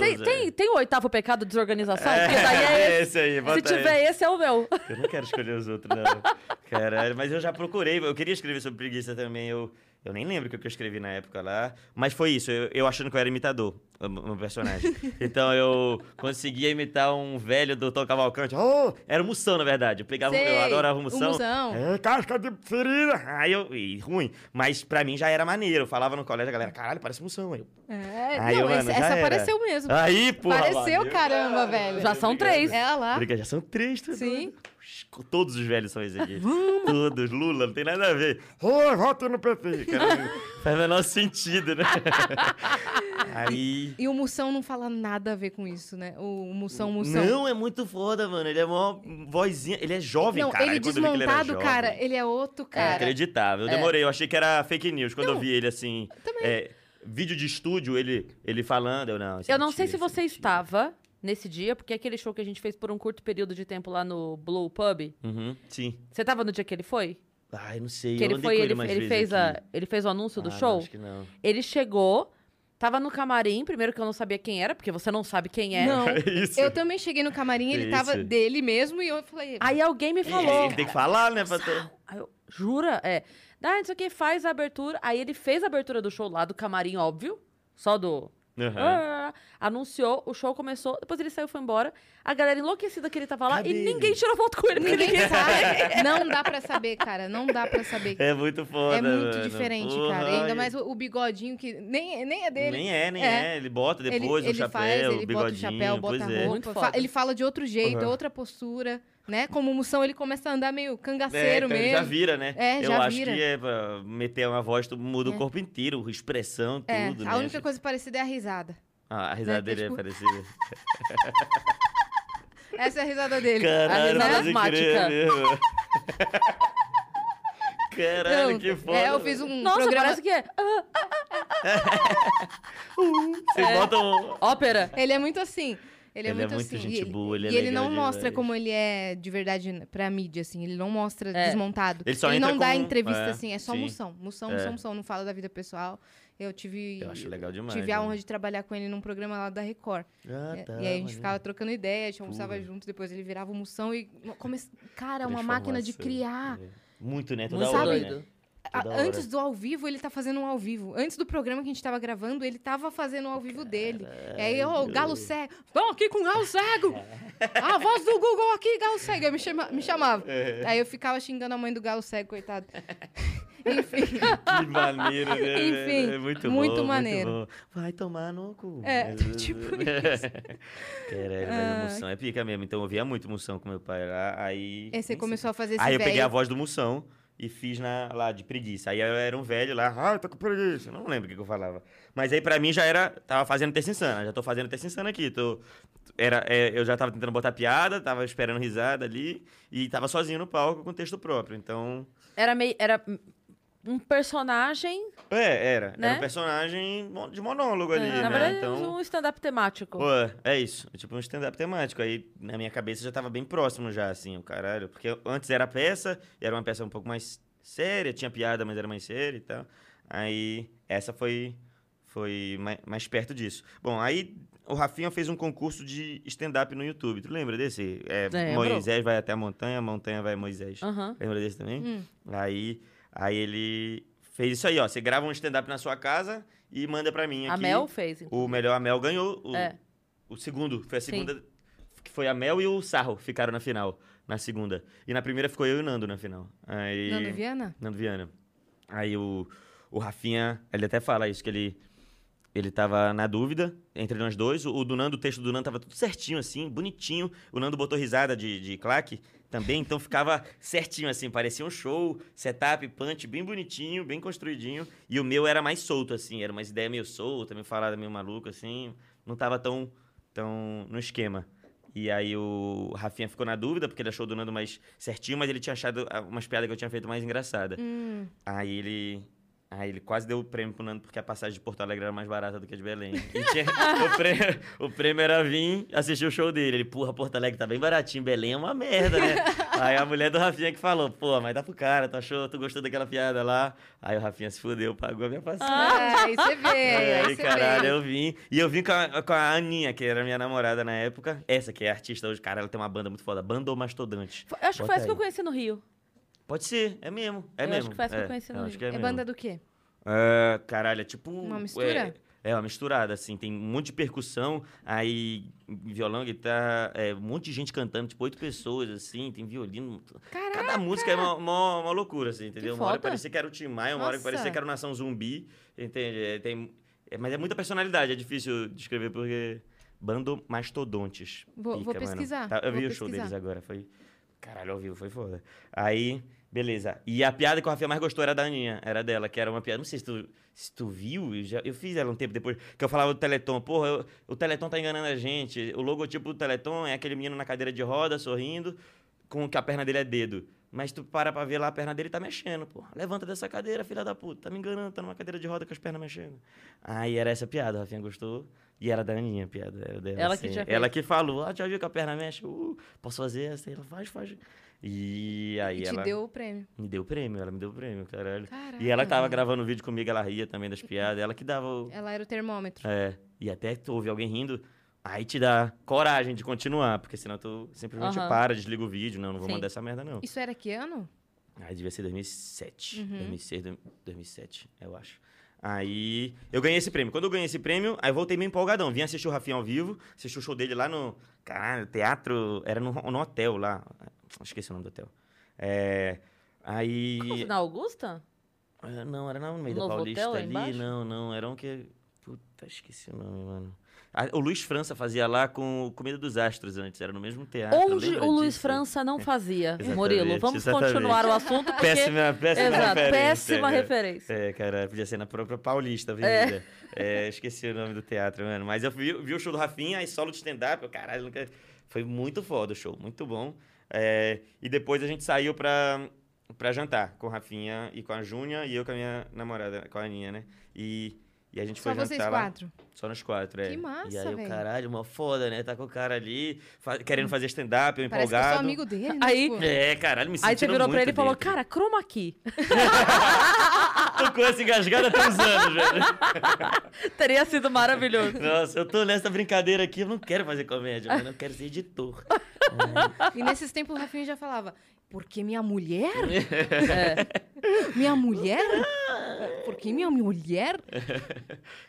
Tem,
é.
tem, tem o oitavo pecado de desorganização?
É,
Porque daí é
é
esse.
esse aí, bota
Se tiver esse, é o meu.
Eu não quero escolher os outros, não. Caralho, mas eu já procurei. Eu queria escrever sobre preguiça também. Eu, eu nem lembro o que eu escrevi na época lá. Mas foi isso, eu, eu achando que eu era imitador, o meu personagem. Então eu conseguia imitar um velho do Tom Cavalcante. Oh, era o Mussão, na verdade. Eu pegava,
Sei,
eu adorava o
o
Mussão.
Mussão.
É, casca de ferida. Aí eu, e ruim. Mas pra mim já era maneiro. Eu falava no colégio, a galera, caralho, parece Mussão. Aí eu,
É,
Aí,
não,
mano,
esse-
já
essa
era. Ah,
apareceu mesmo.
Aí, porra.
apareceu,
valeu.
caramba, velho.
Já são três.
Ela lá.
Briga, já são três, tá
Sim.
doido? Todos os velhos são esses aqui. Todos. Lula, não tem nada a ver.
Oi, vote no PT.
Cara, não faz o menor sentido, né? Aí.
E o Mussão não fala nada a ver com isso, né? O Mussão, Mussão.
Não, é muito foda, mano. Ele é mó vozinha. Ele é jovem,
Não,
cara.
ele
Quando eu vi que era
desmontado,
jovem.
cara, ele é outro
É
cara.
inacreditável. Eu demorei, eu achei que era fake news quando eu vi ele assim. é, vídeo de estúdio, ele, ele falando, eu não. isso é
Eu não sei se
mentira, isso é
você
mentira.
estava nesse dia, porque aquele show que a gente fez por um curto período de tempo lá no Blue Pub,
Uhum, sim.
você estava no dia que ele foi?
Ai, não sei.
que
eu
ele
andei
foi,
com ele,
ele,
umas
ele
vezes
fez
aqui.
a, ele fez o anúncio do
Ah, não,
show.
acho que não.
Ele chegou, tava no camarim, primeiro que eu não sabia quem era, porque você não sabe quem é.
Não.
Isso.
Eu também cheguei no camarim, ele
Isso.
tava dele mesmo, e eu falei...
Aí alguém me
Ele-
falou.
Ele tem que falar, né? Pra ter...
Aí eu, jura? É. Daí não sei o que, faz a abertura. Aí ele fez a abertura do show lá do camarim, óbvio. Só do.
Aham.
Ah, anunciou, o show começou, depois ele saiu e foi embora. A galera enlouquecida que ele tava lá
Cadê
e
ele?
ninguém tirou foto com ele. porque
Ninguém
ninguém-
sabe. Não dá pra saber, cara. Não dá pra saber.
É muito foda,
É muito
mano.
diferente,
Porra,
cara. Ainda
e-
mais o, o bigodinho que nem, nem é dele.
Nem é, nem
É.
é. Ele bota depois
ele,
o chapéu,
faz, ele
o
bota o
bigodinho.
chapéu, bota
pois
a
é.
Muito
roupa. fa-
foda.
ele fala de outro jeito, é
Aham.
outra postura, né? Como moção, ele começa a andar meio
É,
cangaceiro
então ele
mesmo.
já vira, né?
É,
Eu
já
acho
vira.
que é pra meter uma voz, tu muda
É.
o corpo inteiro, expressão, tudo,
É,
né?
a única coisa parecida é a risada.
Ah, a risada
né, que é
dele é
tipo-
parecida.
Essa é a risada dele.
Caralho,
risada
pode crer
asmática.
mesmo. Caralho,
Não,
que foda.
É, eu fiz um
Nossa,
programa...
parece que é. ah,
um-
Vocês
é.
botam...
ópera.
Ele é muito assim. Ele é,
Ele é
muito,
muito
assim.
gente
e ele,
boa, ele é
e ele
legal
não mostra
demais.
como ele é de verdade pra mídia, assim. Ele não mostra
É.
desmontado.
Ele só entra
não dá
com-
entrevista,
é,
assim. É só
sim.
moção. Moção,
É.
moção, moção. Não fala da vida pessoal. Eu tive...
Eu acho legal demais.
Tive a
né?
honra de trabalhar com ele num programa lá da Record.
Ah,
E-
tá,
É, e aí a gente
maneiro.
ficava trocando ideia, a gente almoçava
Porra.
junto, depois ele virava moção e. Come... Cara, é uma máquina de criar.
Transformação. Muito, né? Toda
Muito
hora,
doido.
né?
A-
Toda hora.
antes do ao vivo, ele tá fazendo um ao vivo. Antes do programa que a gente tava gravando, ele tava fazendo um ao vivo dele. E aí, ó, o Galo Cego. Vamos aqui com o Galo Cego! A voz do Google aqui, Galo Cego. Aí me, chama- me chamava.
É.
Aí eu ficava xingando a mãe do Galo Cego, coitado. Enfim.
Que maneiro, né? velho?
Enfim,
é muito,
muito
bom,
maneiro.
Muito bom. Vai tomar no cu.
É, tipo isso. Ah.
Caralho, mas a Moção é pica mesmo. Então eu via muito Moção com meu pai lá. Aí.
Aí você
nem
começou a fazer
sei.
esse
Aí eu peguei
velho.
a voz do Moção e fiz na, lá de preguiça. Aí eu era um velho lá. Ah, eu tô com preguiça. Não lembro o que, que eu falava. Mas aí pra mim já era. Tava fazendo terça insana. Já tô fazendo terça insana aqui. Tô, era, é, eu já tava tentando botar piada, tava esperando risada ali. E tava sozinho no palco com texto próprio. Então.
Era meio. Era um personagem.
É, era.
Né?
Era um personagem mon- de monólogo ali, né?
na verdade,
então,
um stand-up temático.
pô, é isso. É Tipo um stand-up temático. Aí, na minha cabeça, já tava bem próximo já, assim, o caralho. Porque antes era peça, e era uma peça um pouco mais séria. Tinha piada, mas era mais séria e tal. Aí, essa foi, foi mai- mais, perto disso. Bom, aí o Rafinha fez um concurso de stand-up no YouTube. Tu lembra desse? É,
Lembro.
Moisés vai até a montanha, a montanha vai a Moisés.
Aham.
Lembra desse também?
Hum.
Aí, aí ele fez isso aí, ó. Você grava um stand-up na sua casa e manda pra mim
A
aqui.
Mel fez. então.
O melhor, a Mel ganhou. O,
É.
o segundo. Foi a
Sim.
segunda. Que foi a Mel e o Sarro ficaram na final. Na segunda. E na primeira ficou eu e o Nando na final. Aí,
Nando Viana?
Nando Viana. Aí o, o Rafinha, ele até fala isso, que ele, ele tava na dúvida entre nós dois. O, o do Nando, o texto do Nando tava tudo certinho, assim, bonitinho. O Nando botou risada de, de claque também, então ficava certinho, assim. Parecia um show, setup, punch, bem bonitinho, bem construidinho. E o meu era mais solto, assim. Era umas ideias meio solta, meio falada, meio maluca, assim. Não tava tão, tão no esquema. E aí o Rafinha ficou na dúvida, porque ele achou o do Nando mais certinho, mas ele tinha achado ah, umas piadas que eu tinha feito mais engraçada.
Hum.
Aí ele. Aí ele quase deu o prêmio pro Nando, porque a passagem de Porto Alegre era mais barata do que a de Belém. E tinha- o, prêmio, o prêmio era vir assistir o show dele. Ele, porra, Porto Alegre tá bem baratinho, Belém é uma merda, né? aí a mulher do Rafinha que falou, pô, mas dá pro cara, tu achou, tu gostou daquela piada lá? Aí o Rafinha se fudeu, pagou a minha passagem.
Ah, aí você vê,
É,
aí
aí,
você
caralho,
vê.
eu vim. E eu vim com a, com a Aninha, que era minha namorada na época. Essa que é artista hoje, cara, ela tem uma banda muito foda. Bandomastodante.
Foi- eu acho que
Bota
foi essa que eu
aí.
conheci no Rio.
Pode ser, é mesmo. É
Eu acho
mesmo.
que foi essa que eu
é,
conheci no
acho
Rio.
que é
É
mesmo.
banda do quê?
É, caralho, é tipo.
Uma mistura?
É, é uma misturada, assim. Tem um monte de percussão, aí violão, guitarra, é, um monte de gente cantando, tipo oito pessoas, assim, tem violino.
Caralho.
Cada música é uma, uma, uma loucura, assim, entendeu? Uma hora
foda.
parecia que era o Tim Maia, uma hora que
Nossa.
parecia que era o Nação Zumbi, entende? É, tem, é, mas é muita personalidade, é difícil descrever porque. Bando Mastodontes.
Vou- vou
mano.
pesquisar,
Tá, eu
vou
vi o show
pesquisar.
deles agora, foi. Caralho, ao vivo, foi foda. Aí, beleza. E a piada que o Rafinha mais gostou era da Aninha, era dela, que era uma piada. Não sei se tu, se tu viu, eu, já- eu fiz ela um tempo depois, que eu falava do Teleton. Porra, eu- o Teleton tá enganando a gente. O logotipo do Teleton é aquele menino na cadeira de roda, sorrindo, com que a perna dele é dedo. Mas tu para pra ver lá, a perna dele tá mexendo, pô. Levanta dessa cadeira, filha da puta. Tá me enganando, tá numa cadeira de roda com as pernas mexendo. Aí era essa piada, a Rafinha gostou. E era da Aninha a piada. Era dela,
Ela que
assim.
tinha
Ela que falou, ah, já viu que a perna mexe? Uh, posso fazer essa? Ela faz, faz. E aí
e te
ela
deu o prêmio.
me deu o prêmio, ela me deu o prêmio, caralho.
Caraca.
E ela que tava gravando o vídeo comigo, ela ria também das piadas. Ela que dava o...
Ela era o termômetro.
É, e até tu ouve alguém rindo, aí te dá coragem de continuar, porque senão tu simplesmente
Aham.
para, desliga o vídeo, não, não vou
Sim.
mandar essa merda não.
Isso era que ano?
Aí devia ser
Uhum.
2007, 2006, dois- 2007, eu acho. Aí eu ganhei esse prêmio. Quando eu ganhei esse prêmio, aí eu voltei meio empolgadão. Vim assistir o Rafinha ao vivo, assisti o show dele lá no. Caralho, teatro. Era no, no hotel lá. Esqueci o nome do hotel. É. Aí.
Como, Na Augusta?
Ah, Não, era na- no meio
é Novo
da Paulista
Hotel, lá
ali.
embaixo?
Não, não. Era um que. Puta, esqueci o nome, mano. Ah, o Luiz França fazia lá com o Comida dos Astros antes, era no mesmo teatro.
Onde
lembra
o Luiz
Ah, tá disso?
França não fazia,
Exatamente,
Murilo. Vamos
exatamente.
continuar o assunto, porque...
Péssima, péssima
Exato,
referência.
péssima
né?
referência.
É, cara, podia ser na própria Paulista Avenida. É, esqueci o nome do teatro, mano. Mas eu vi, vi o show do Rafinha, aí solo de stand-up, eu, caralho, nunca... foi muito foda o show, muito bom. É, e depois a gente saiu pra, pra jantar com o Rafinha e com a Júnia e eu com a minha namorada, com a Aninha, né? E, e a gente
Só
foi
vocês
jantar lá.
quatro.
Só nos quatro, é.
Que massa,
E aí,
velho.
o caralho, uma foda, né? Tá com o cara ali, fa- querendo fazer stand-up, eu
Parece que eu
empolgado.
sou amigo dele, né?
Aí-
Tipo,
É, caralho, me sentindo
Aí você virou pra
muito
ele e falou,
dentro.
cara, croma aqui.
Tô com essa engasgada tem uns anos, velho.
Teria sido maravilhoso.
Nossa, eu tô nessa brincadeira aqui, eu não quero fazer comédia, mano, eu quero ser editor.
E nesses tempos o Rafinha já falava, porque minha mulher?
É.
Minha mulher? Porque minha mulher?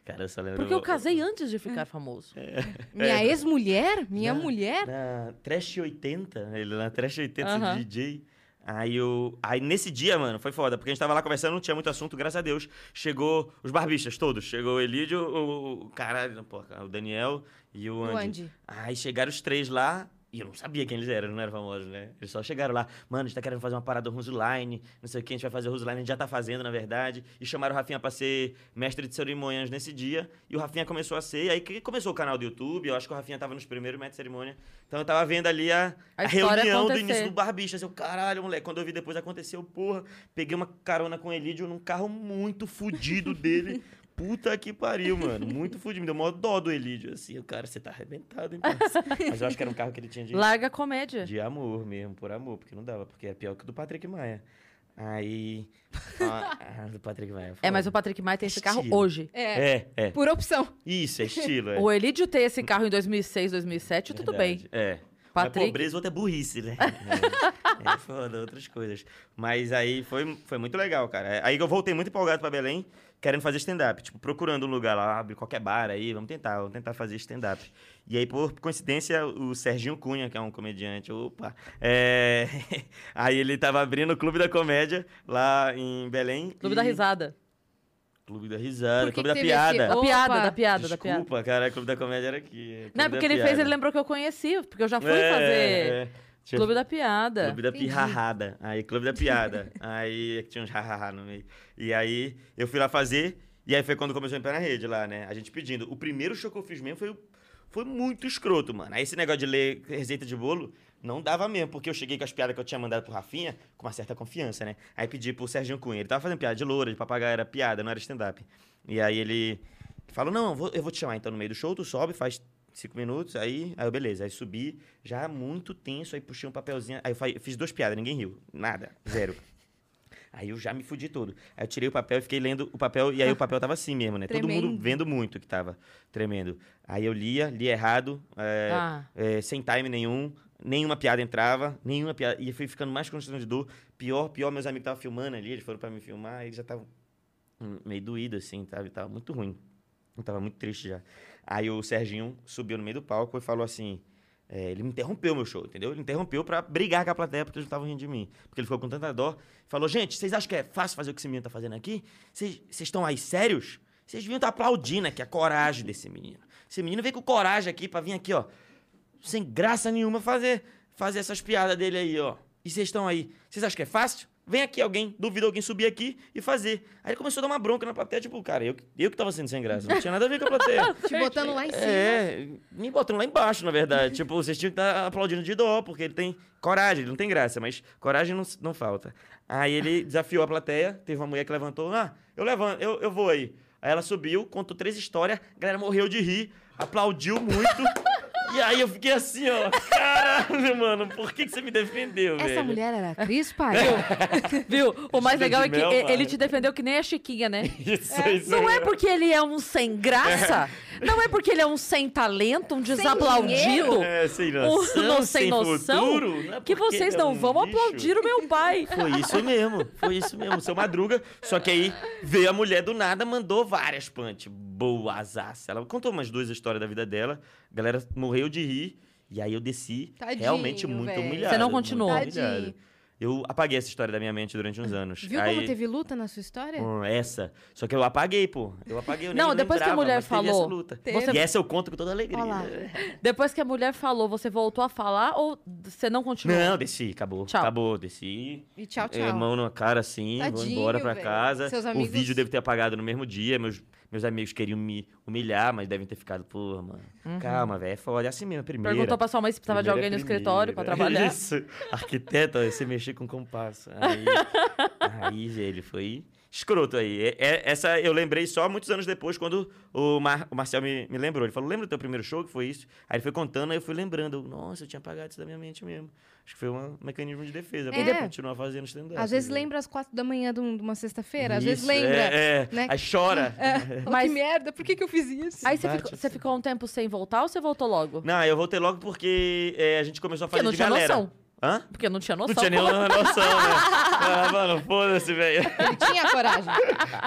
Cara, eu só lembro...
Porque eu casei antes de ficar famoso.
É.
Minha ex-mulher? Minha mulher?
Na Trash 80, ele na Trash 80,
Aham.
DJ. Aí, eu, aí nesse dia, mano, foi foda, porque a gente tava lá conversando, não tinha muito assunto, graças a Deus. Chegou os barbistas todos, chegou o Elídio, o, o caralho, não, porra, o Daniel e o
O
Andy.
Andy.
Aí chegaram os três lá. E eu não sabia quem eles eram, não eram famosos, né? Eles só chegaram lá. Mano, a gente tá querendo fazer uma parada Roseline, não sei o que, a gente vai fazer Roseline, a gente já tá fazendo, na verdade. E chamaram o Rafinha pra ser mestre de cerimônias nesse dia. E o Rafinha começou a ser. E aí que começou o canal do YouTube, eu acho que o Rafinha tava nos primeiros mestres de cerimônia. Então eu tava vendo ali a,
A
a
história
reunião do
acontecer.
início do Barbixas. Eu, caralho, moleque, quando eu vi depois aconteceu, porra. Peguei uma carona com o Elídio num carro muito fudido dele. Puta que pariu, mano. Muito fudido. Me deu maior dó do Elídio. Assim, o cara, você tá arrebentado, hein, parça? Mas eu acho que era um carro que ele tinha de,
Larga a comédia.
de amor mesmo, por amor, porque não dava, porque era pior que o do Patrick Maia. Aí. Ah, ah, do Patrick Maia.
É, mas o
foda.
Patrick Maia tem esse carro
Estilo.
hoje.
É,
É, é.
por opção.
Isso, é estilo, é.
O Elidio ter esse carro em 2006, 2007, tudo bem.
Verdade, É. Uma
Patrick-
pobreza, outra é burrice, né? é, é foda, outras coisas. Mas aí foi, foi muito legal, cara. É, Aí eu voltei muito empolgado pra Belém, querendo fazer stand-up. Tipo, procurando um lugar lá, abre qualquer bar aí, vamos tentar, vamos tentar fazer stand-up. E aí, por coincidência, o Serginho Cunha, que é um comediante, opa, é... aí ele tava abrindo o Clube da Comédia lá em Belém.
Clube
e-
da risada.
Clube da
Por
Risada,
que
Clube
que
da
teve
Piada.
esse-
Da
Opa!
piada, da piada, da piada.
É. Desculpa, cara, Clube da Comédia era aqui.
Não,
é
é
Clube
porque
da
ele fez,
Piada.
ele lembrou que eu conheci, porque eu já fui
É,
fazer
é. Tinha-
Clube da Piada.
Clube da
Entendi.
pirrarrada. Aí, clube da piada. aí é que tinha uns hahaha no meio. E aí eu fui lá fazer, e aí foi quando começou a entrar na rede lá, né? A gente pedindo. O primeiro show que eu fiz mesmo foi, o- foi muito escroto, mano. Aí esse negócio de ler receita de bolo não dava mesmo, porque eu cheguei com as piadas que eu tinha mandado pro Rafinha com uma certa confiança, né? Aí pedi pro Serginho Cunha. Ele tava fazendo piada de loura, de papagaio, era piada, não era stand-up. E aí ele falou: não, eu vou, eu vou te chamar então no meio do show, tu sobe, faz cinco minutos, aí, aí eu, beleza, aí subi, já muito tenso, aí puxei um papelzinho, aí eu fa- fiz duas piadas, ninguém riu, nada, zero. Aí eu já me fudi todo. Aí eu tirei o papel e fiquei lendo o papel, e aí o papel tava assim mesmo, né? Todo
Tremendo.
mundo vendo muito que tava tremendo. Aí eu lia, lia errado, é,
Ah.
é, sem time nenhum, nenhuma piada entrava, nenhuma piada, e fui ficando mais constrangedor, pior, pior, meus amigos estavam filmando ali, eles foram pra me filmar, eles já estavam hum, meio doídos, assim, tava, tava muito ruim. Eu tava muito triste já. Aí o Serginho subiu no meio do palco e falou assim. é, ele me interrompeu meu show, entendeu? Ele interrompeu pra brigar com a plateia porque eles não estavam rindo de mim. Porque ele ficou com tanta dó. Falou: gente, vocês acham que é fácil fazer o que esse menino tá fazendo aqui? Vocês vocês estão aí sérios? Vocês deviam estar aplaudindo aqui a coragem desse menino. Esse menino veio com coragem aqui pra vir aqui, ó. Sem graça nenhuma fazer, fazer essas piadas dele aí, ó. E vocês estão aí. Vocês acham que é fácil? Vem aqui alguém, duvida alguém subir aqui e fazer. Aí ele começou a dar uma bronca na plateia, tipo, cara, eu, eu que tava sendo sem graça. Não tinha nada a ver com a plateia.
Te botando lá em cima.
É, me botando lá embaixo, na verdade. tipo, vocês tinham que estar aplaudindo de dó, porque ele tem coragem, ele não tem graça, mas coragem não, não falta. Aí ele desafiou a plateia, teve uma mulher que levantou, ah, eu levanto, eu, eu vou aí. Aí ela subiu, contou três histórias, a galera morreu de rir, aplaudiu muito. e aí eu fiquei assim, ó, caralho, mano, por que, que você me defendeu, velho?
Essa mulher era Cris Paiva.
Viu? O mais
Lua de
legal é que
mel,
e-
mano.
ele te defendeu que nem a Chiquinha, né?
Isso, isso
Não é
mesmo.
porque ele é um sem graça, não é porque ele é um sem talento, um desaplaudido,
É, sem
um
noção,
não sem noção,
futuro, não é
que
porque
vocês
é
não
um
vão
lixo.
aplaudir o meu pai.
Foi isso mesmo, foi isso mesmo. Seu Madruga. Só que aí veio a mulher do nada, mandou várias punch. Boazaça. Ela contou umas duas histórias da vida dela. A galera morreu de rir. E aí eu desci
Tadinho,
realmente muito
velho.
humilhado.
Você não
muito
continuou.
humilhado.
Tadinho.
Eu apaguei essa história da minha mente durante uns anos.
Viu
aí,
como teve luta na sua história?
Hum, essa. Só que eu apaguei, pô. Eu apaguei, eu nem
Não, depois que a
lembrava,
mulher
mas teve
falou,
Essa luta.
você-
E essa eu conto com toda alegria.
Olha lá.
Depois que a mulher falou, você voltou a falar ou você não continuou?
Não, desci, acabou.
Tchau.
Acabou, desci.
E tchau, tchau.
É, mão na cara assim, vou
Tadinho,
embora pra
velho.
casa.
Seus amigos-
O vídeo deve ter apagado no mesmo dia. Meus, meus amigos queriam me humilhar, mas devem ter ficado, porra, mano.
Uhum.
Calma, velho. É foda, é assim mesmo, a primeira.
Perguntou pra sua mãe se precisava de
Primeira
alguém no
é
escritório pra
primeira.
trabalhar.
Isso. Arquiteto, ó, você mexer com compasso. Aí, aí velho, foi escroto aí. É- é- essa eu lembrei só muitos anos depois, quando o, Mar- o Marcel me, me lembrou. Ele falou, lembra do teu primeiro show, que foi isso? Aí ele foi contando, aí eu fui lembrando. Eu, Nossa, eu tinha apagado isso da minha mente mesmo. Acho que foi um mecanismo de defesa.
É.
Pra continuar fazendo stand-up.
Às vezes
né?
lembra às quatro da manhã de um- de uma sexta-feira, às vezes
Isso,
lembra.
É, é.
né?
Aí chora.
Oh,
Mas-
Que merda, por que, que eu fiz isso?
Aí você
Bate
ficou,
assim.
você ficou um tempo sem voltar ou você voltou logo?
Não, eu voltei logo porque é, a gente começou a
Porque
fazer
não
de
tinha
galera.
noção.
Hã?
Porque não tinha noção.
Não tinha nenhuma noção, né? Ah, mano, foda-se, velho.
Ele tinha coragem.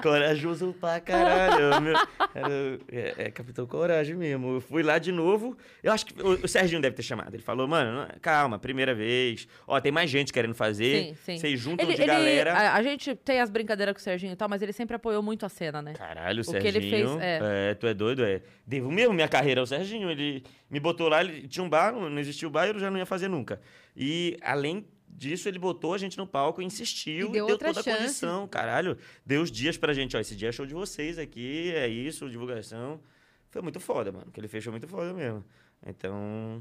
Corajoso pra caralho. meu. Era- é, é Capitão Coragem mesmo. Eu fui lá de novo. Eu acho que o, o Serginho deve ter chamado. Ele falou, mano, não- calma, primeira vez. Ó, tem mais gente querendo fazer.
Sim, sim.
Vocês juntam
Ele,
de
ele-
galera.
a, a gente tem as brincadeiras com o Serginho e tal, mas ele sempre apoiou muito a cena, né?
Caralho, o
que
Serginho.
ele fez, é.
tu é doido, é. Devo mesmo minha carreira ao Serginho. Ele me botou lá, ele tinha um bar, não não existia o bar, eu já não ia fazer nunca. E além disso, ele botou a gente no palco, insistiu,
E
e
deu
deu,
outra
toda
chance.
a condição, caralho. Deu os dias pra gente, ó, esse dia é show de vocês aqui, é isso, divulgação. Foi muito foda, mano. O que ele fez foi muito foda mesmo. Então,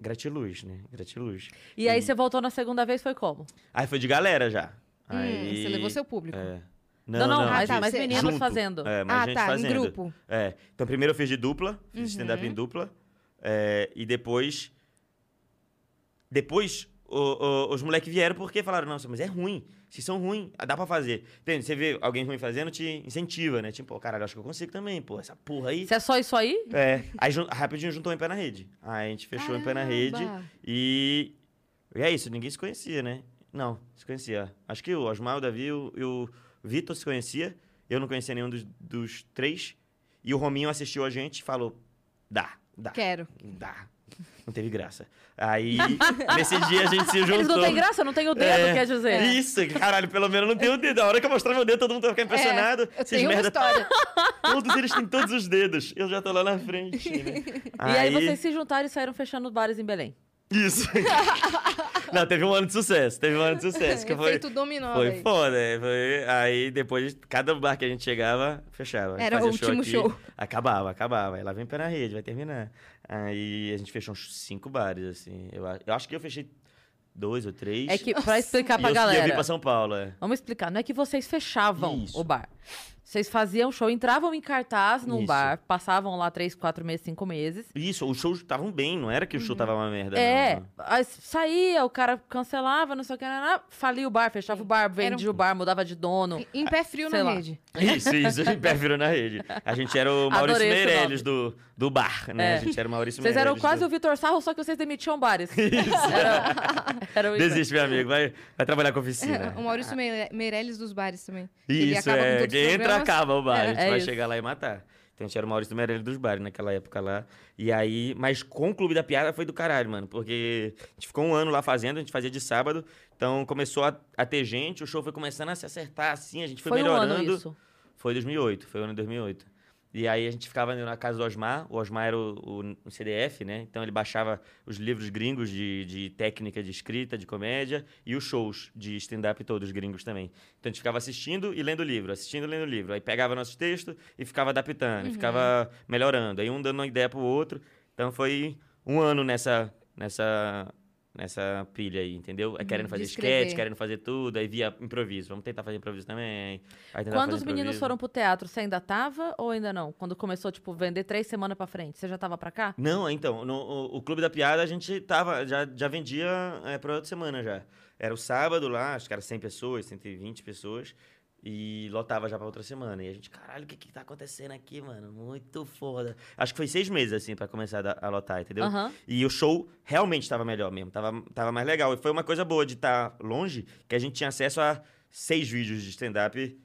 gratiluz, né? Gratiluz.
E aí você voltou na segunda vez, foi como?
Aí foi de galera já.
Hum,
Aí...
você levou seu público.
É.
Não, não,
tá, mas-
gente,
mas meninas
junto.
fazendo.
É, mas
ah,
gente
tá,
fazendo.
em grupo.
É. Então, primeiro eu fiz de dupla, fiz stand-up em dupla. é, e depois. Depois, o- o- os moleques vieram porque falaram: nossa, mas é ruim. Vocês são ruins, dá pra fazer. Entende? Você vê alguém ruim fazendo, te incentiva, né? Tipo, pô, caralho, acho que eu consigo também, pô, essa porra aí.
Se é só isso aí?
É. Aí jun- rapidinho juntou um em pé na rede. Aí a gente fechou em pé na rede.
Caramba.
E. E é isso, ninguém se conhecia, né? Não, se conhecia. Acho que o Osmar, o Davi e o, e o Vitor se conhecia. Eu não conhecia nenhum dos, dos três. E o Rominho assistiu a gente e falou: dá, dá.
Quero.
Dá. Não teve graça. Aí, nesse dia a gente se juntou.
Eles não têm graça, não tem o dedo,
É.
quer dizer.
Isso, caralho, pelo menos eu não tenho o dedo. A hora que eu mostrar meu dedo, todo mundo vai ficar impressionado.
É, eu
Esses
tenho uma
merda,
história.
todos eles têm todos os dedos. Eu já tô lá na frente. né?
E aí vocês se juntaram e saíram fechando bares em Belém.
Isso. Não, teve um ano de sucesso. Teve um ano de sucesso. Que foi,
Efeito dominó.
foi
velho.
foda. é, foi- aí depois, cada bar que a gente chegava, fechava. A gente
Era o
fazia
último show.
Acabava, acabava. Aí lá vem pé na rede, vai terminar. Aí a gente fechou uns cinco bares, assim. Eu, a- eu acho que eu fechei dois ou três.
É que, pra
e
explicar
eu,
pra
e eu vim
galera.
pra São Paulo, é.
Vamos explicar. Não é que vocês fechavam
Isso.
o bar. Vocês faziam show, entravam em cartaz num
Isso.
bar, passavam lá três, quatro meses, cinco meses.
Isso, os shows estavam bem, não era que o show tava uma merda.
Uhum. É,
não.
aí saía, o cara cancelava, não sei o que, nananá, falia o bar, fechava o bar, vendia o bar, mudava de dono.
Em pé frio
Sei
na
lá.
rede.
Isso, isso, o pé virou na rede. A gente era o Maurício
Adorei esse
Meirelles do, do bar, né?
É.
A gente era o Maurício
Vocês eram
Meirelles
quase
do-
o Vitor Sarro, só que vocês demitiam bares. Era, era o Vitor.
Desiste, meu amigo. Vai, vai trabalhar com oficina.
O Maurício Meire- Meirelles dos bares também. Ele
Isso,
acaba com
é.
todos os
Quem entra,
programas.
acaba o bar. a
É,
gente
é
vai
isso.
chegar lá e matar. Então a gente era o Maurício Meirelles dos bares naquela época lá. E aí, mas com o Clube da Piada foi do caralho, mano. Porque a gente ficou um ano lá fazendo, a gente fazia de sábado. Então começou a, a ter gente, o show foi começando a se acertar assim, a gente foi,
Foi um
melhorando.
ano isso.
Foi 2008, foi o ano de 2008. E aí a gente ficava na casa do Osmar, o Osmar era o, o- o CDF, né? Então ele baixava os livros gringos de, de técnica de escrita, de comédia, e os shows de stand-up todos gringos também. Então a gente ficava assistindo e lendo o livro, assistindo e lendo o livro. Aí pegava nossos textos e ficava adaptando,
Uhum.
e ficava melhorando. Aí um dando uma ideia pro outro. Então foi um ano nessa, nessa, nessa pilha aí, entendeu? Aí Querendo
Uhum, de
fazer
escrever.
sketch, querendo fazer tudo, aí via improviso. Vamos tentar fazer improviso também. Aí tentava
Quando
fazer
os meninos
improviso.
foram pro teatro, você ainda tava ou ainda não? Quando começou, tipo, vender três semanas pra frente, você já tava pra cá?
Não, então, no, o, o Clube da Piada a gente tava, já, já vendia é, pra outra semana já. Era o sábado lá, acho que era 100 pessoas, 120 pessoas, e lotava já pra outra semana. E a gente, caralho, o que que tá acontecendo aqui, mano? Muito foda. Acho que foi seis meses, assim, pra começar a, da- a lotar, entendeu?
Aham.
E o show realmente tava melhor mesmo, tava, tava mais legal. E foi uma coisa boa de estar longe, que a gente tinha acesso a seis vídeos de stand-up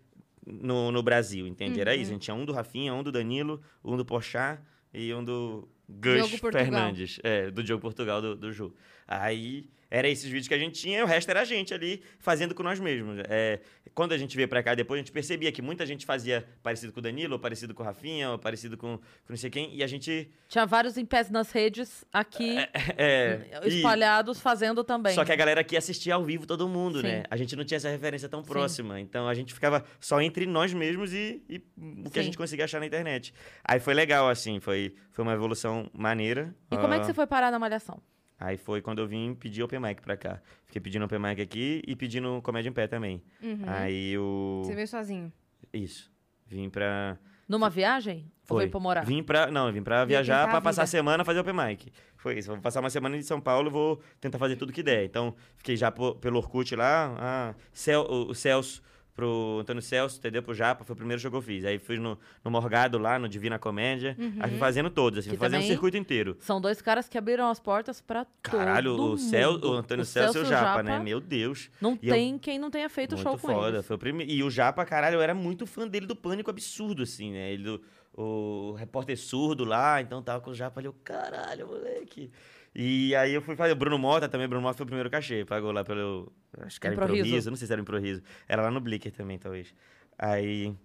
no, no Brasil, entende? Era
Uhum.
isso, a gente tinha um do Rafinha, um do Danilo, um do Porchat e um do Gus
Diogo Portugal.
Fernandes, é, do Diogo Portugal, do, do Ju. Aí, era esses vídeos que a gente tinha, e o resto era a gente ali fazendo com nós mesmos. É, quando a gente veio pra cá depois, a gente percebia que muita gente fazia parecido com o Danilo, ou parecido com o Rafinha, ou parecido com, com não sei quem, e a gente...
Tinha vários em pés nas redes aqui,
Hum,
É, e-
espalhados, fazendo também.
Só que a galera aqui assistia ao vivo todo mundo,
Sim.
né? A gente não tinha essa referência tão próxima. Então a gente ficava só entre nós mesmos e, e o que a
Sim.
gente conseguia achar na internet. Aí foi legal, assim, foi, foi uma evolução maneira.
E como é que
Ah,
você foi parar na Malhação?
Aí foi quando eu vim pedir open mic pra cá. Fiquei pedindo open mic aqui e pedindo comédia em pé também.
Uhum.
Aí o.
Uhum. Você veio sozinho.
Isso. Vim pra.
Numa viagem? Ou
Foi.
veio pra morar?
Vim pra. Não, vim pra
Veio
viajar
tentar
pra
a
passar a
vida.
semana fazer open mic. Foi isso. Vou passar uma semana em São Paulo, vou tentar fazer tudo que der. Então, fiquei já po- pelo Orkut lá. Ah, Cel, o, o Celso pro Antônio Celso, entendeu? Pro Japa, foi o primeiro jogo que eu fiz. Aí fui no, no Morgado lá, no Divina Comédia. Aí fui fazendo todos, assim,
Que
fui fazendo o
também-
circuito inteiro.
São dois caras que abriram as portas pra
Caralho,
todo
o, Cel,
mundo.
o Antônio Celso e o Japa, né? Meu Deus.
Não
E eu-
tem quem não tenha feito show com
foda,
eles.
foi o primeiro. E o Japa, caralho, eu era muito fã dele do Pânico absurdo, assim, né? Ele do, o repórter surdo lá, então tava com o Japa ali, eu, caralho, moleque. E aí eu fui fazer, o Bruno Mota também, Bruno Mota foi o primeiro cachê, pagou lá pelo, acho que era
Improviso.
improviso, não sei se era improviso, era lá no Blicker também, talvez. Aí,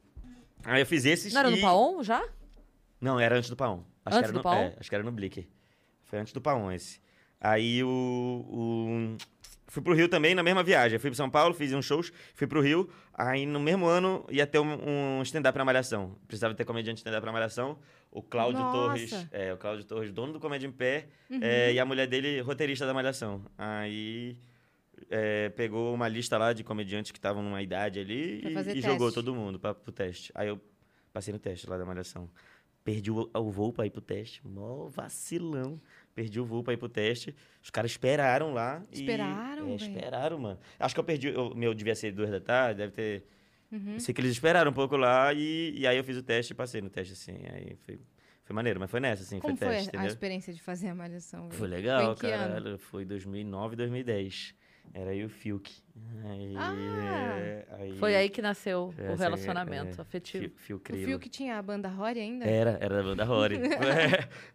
aí eu fiz esses
Não era
e-
no Paon já?
não, era antes do Paon. Acho
Antes
que era
do
no,
Paon?
é, acho que era no Blicker. Foi antes do Paon esse. Aí o, o- Fui pro Rio também na mesma viagem. Fui pro São Paulo, fiz uns shows, fui pro Rio. Aí no mesmo ano ia ter um, um stand-up na Malhação. Precisava ter comediante stand-up na Malhação. O Cláudio
Nossa! Uhum.
Torres. É, o Cláudio Torres, dono do Comédia em Pé. é, e a mulher dele, roteirista da Malhação. Aí. é, pegou uma lista lá de comediantes que estavam numa idade ali
Pra
e,
fazer
e jogou
teste.
todo mundo pra, pro teste. Aí eu passei no teste lá da Malhação. Perdi o, o voo pra ir pro teste. Mó vacilão. Perdi o voo pra ir pro teste. Os caras esperaram lá. e-
Esperaram, velho?
é, esperaram, mano. Acho que eu perdi. O meu devia ser duas da tarde, deve ter.
Uhum.
Sei que eles esperaram um pouco lá e, e aí eu fiz o teste e passei no teste, assim. Aí foi, foi maneiro, mas foi nessa, assim,
Como
foi
foi
teste,
a- a
entendeu?
experiência de fazer a malhação? velho?
Foi legal,
Foi em que ano?
caralho. Foi 2009, 2010. Era aí o Fiuk. Aí,
Ah!
é, aí,
Foi aí que nasceu
É,
o
assim,
relacionamento
é,
afetivo.
Fiuk- Fiucrilo.
O fio que tinha a banda Rory ainda?
Era, era da banda Rory.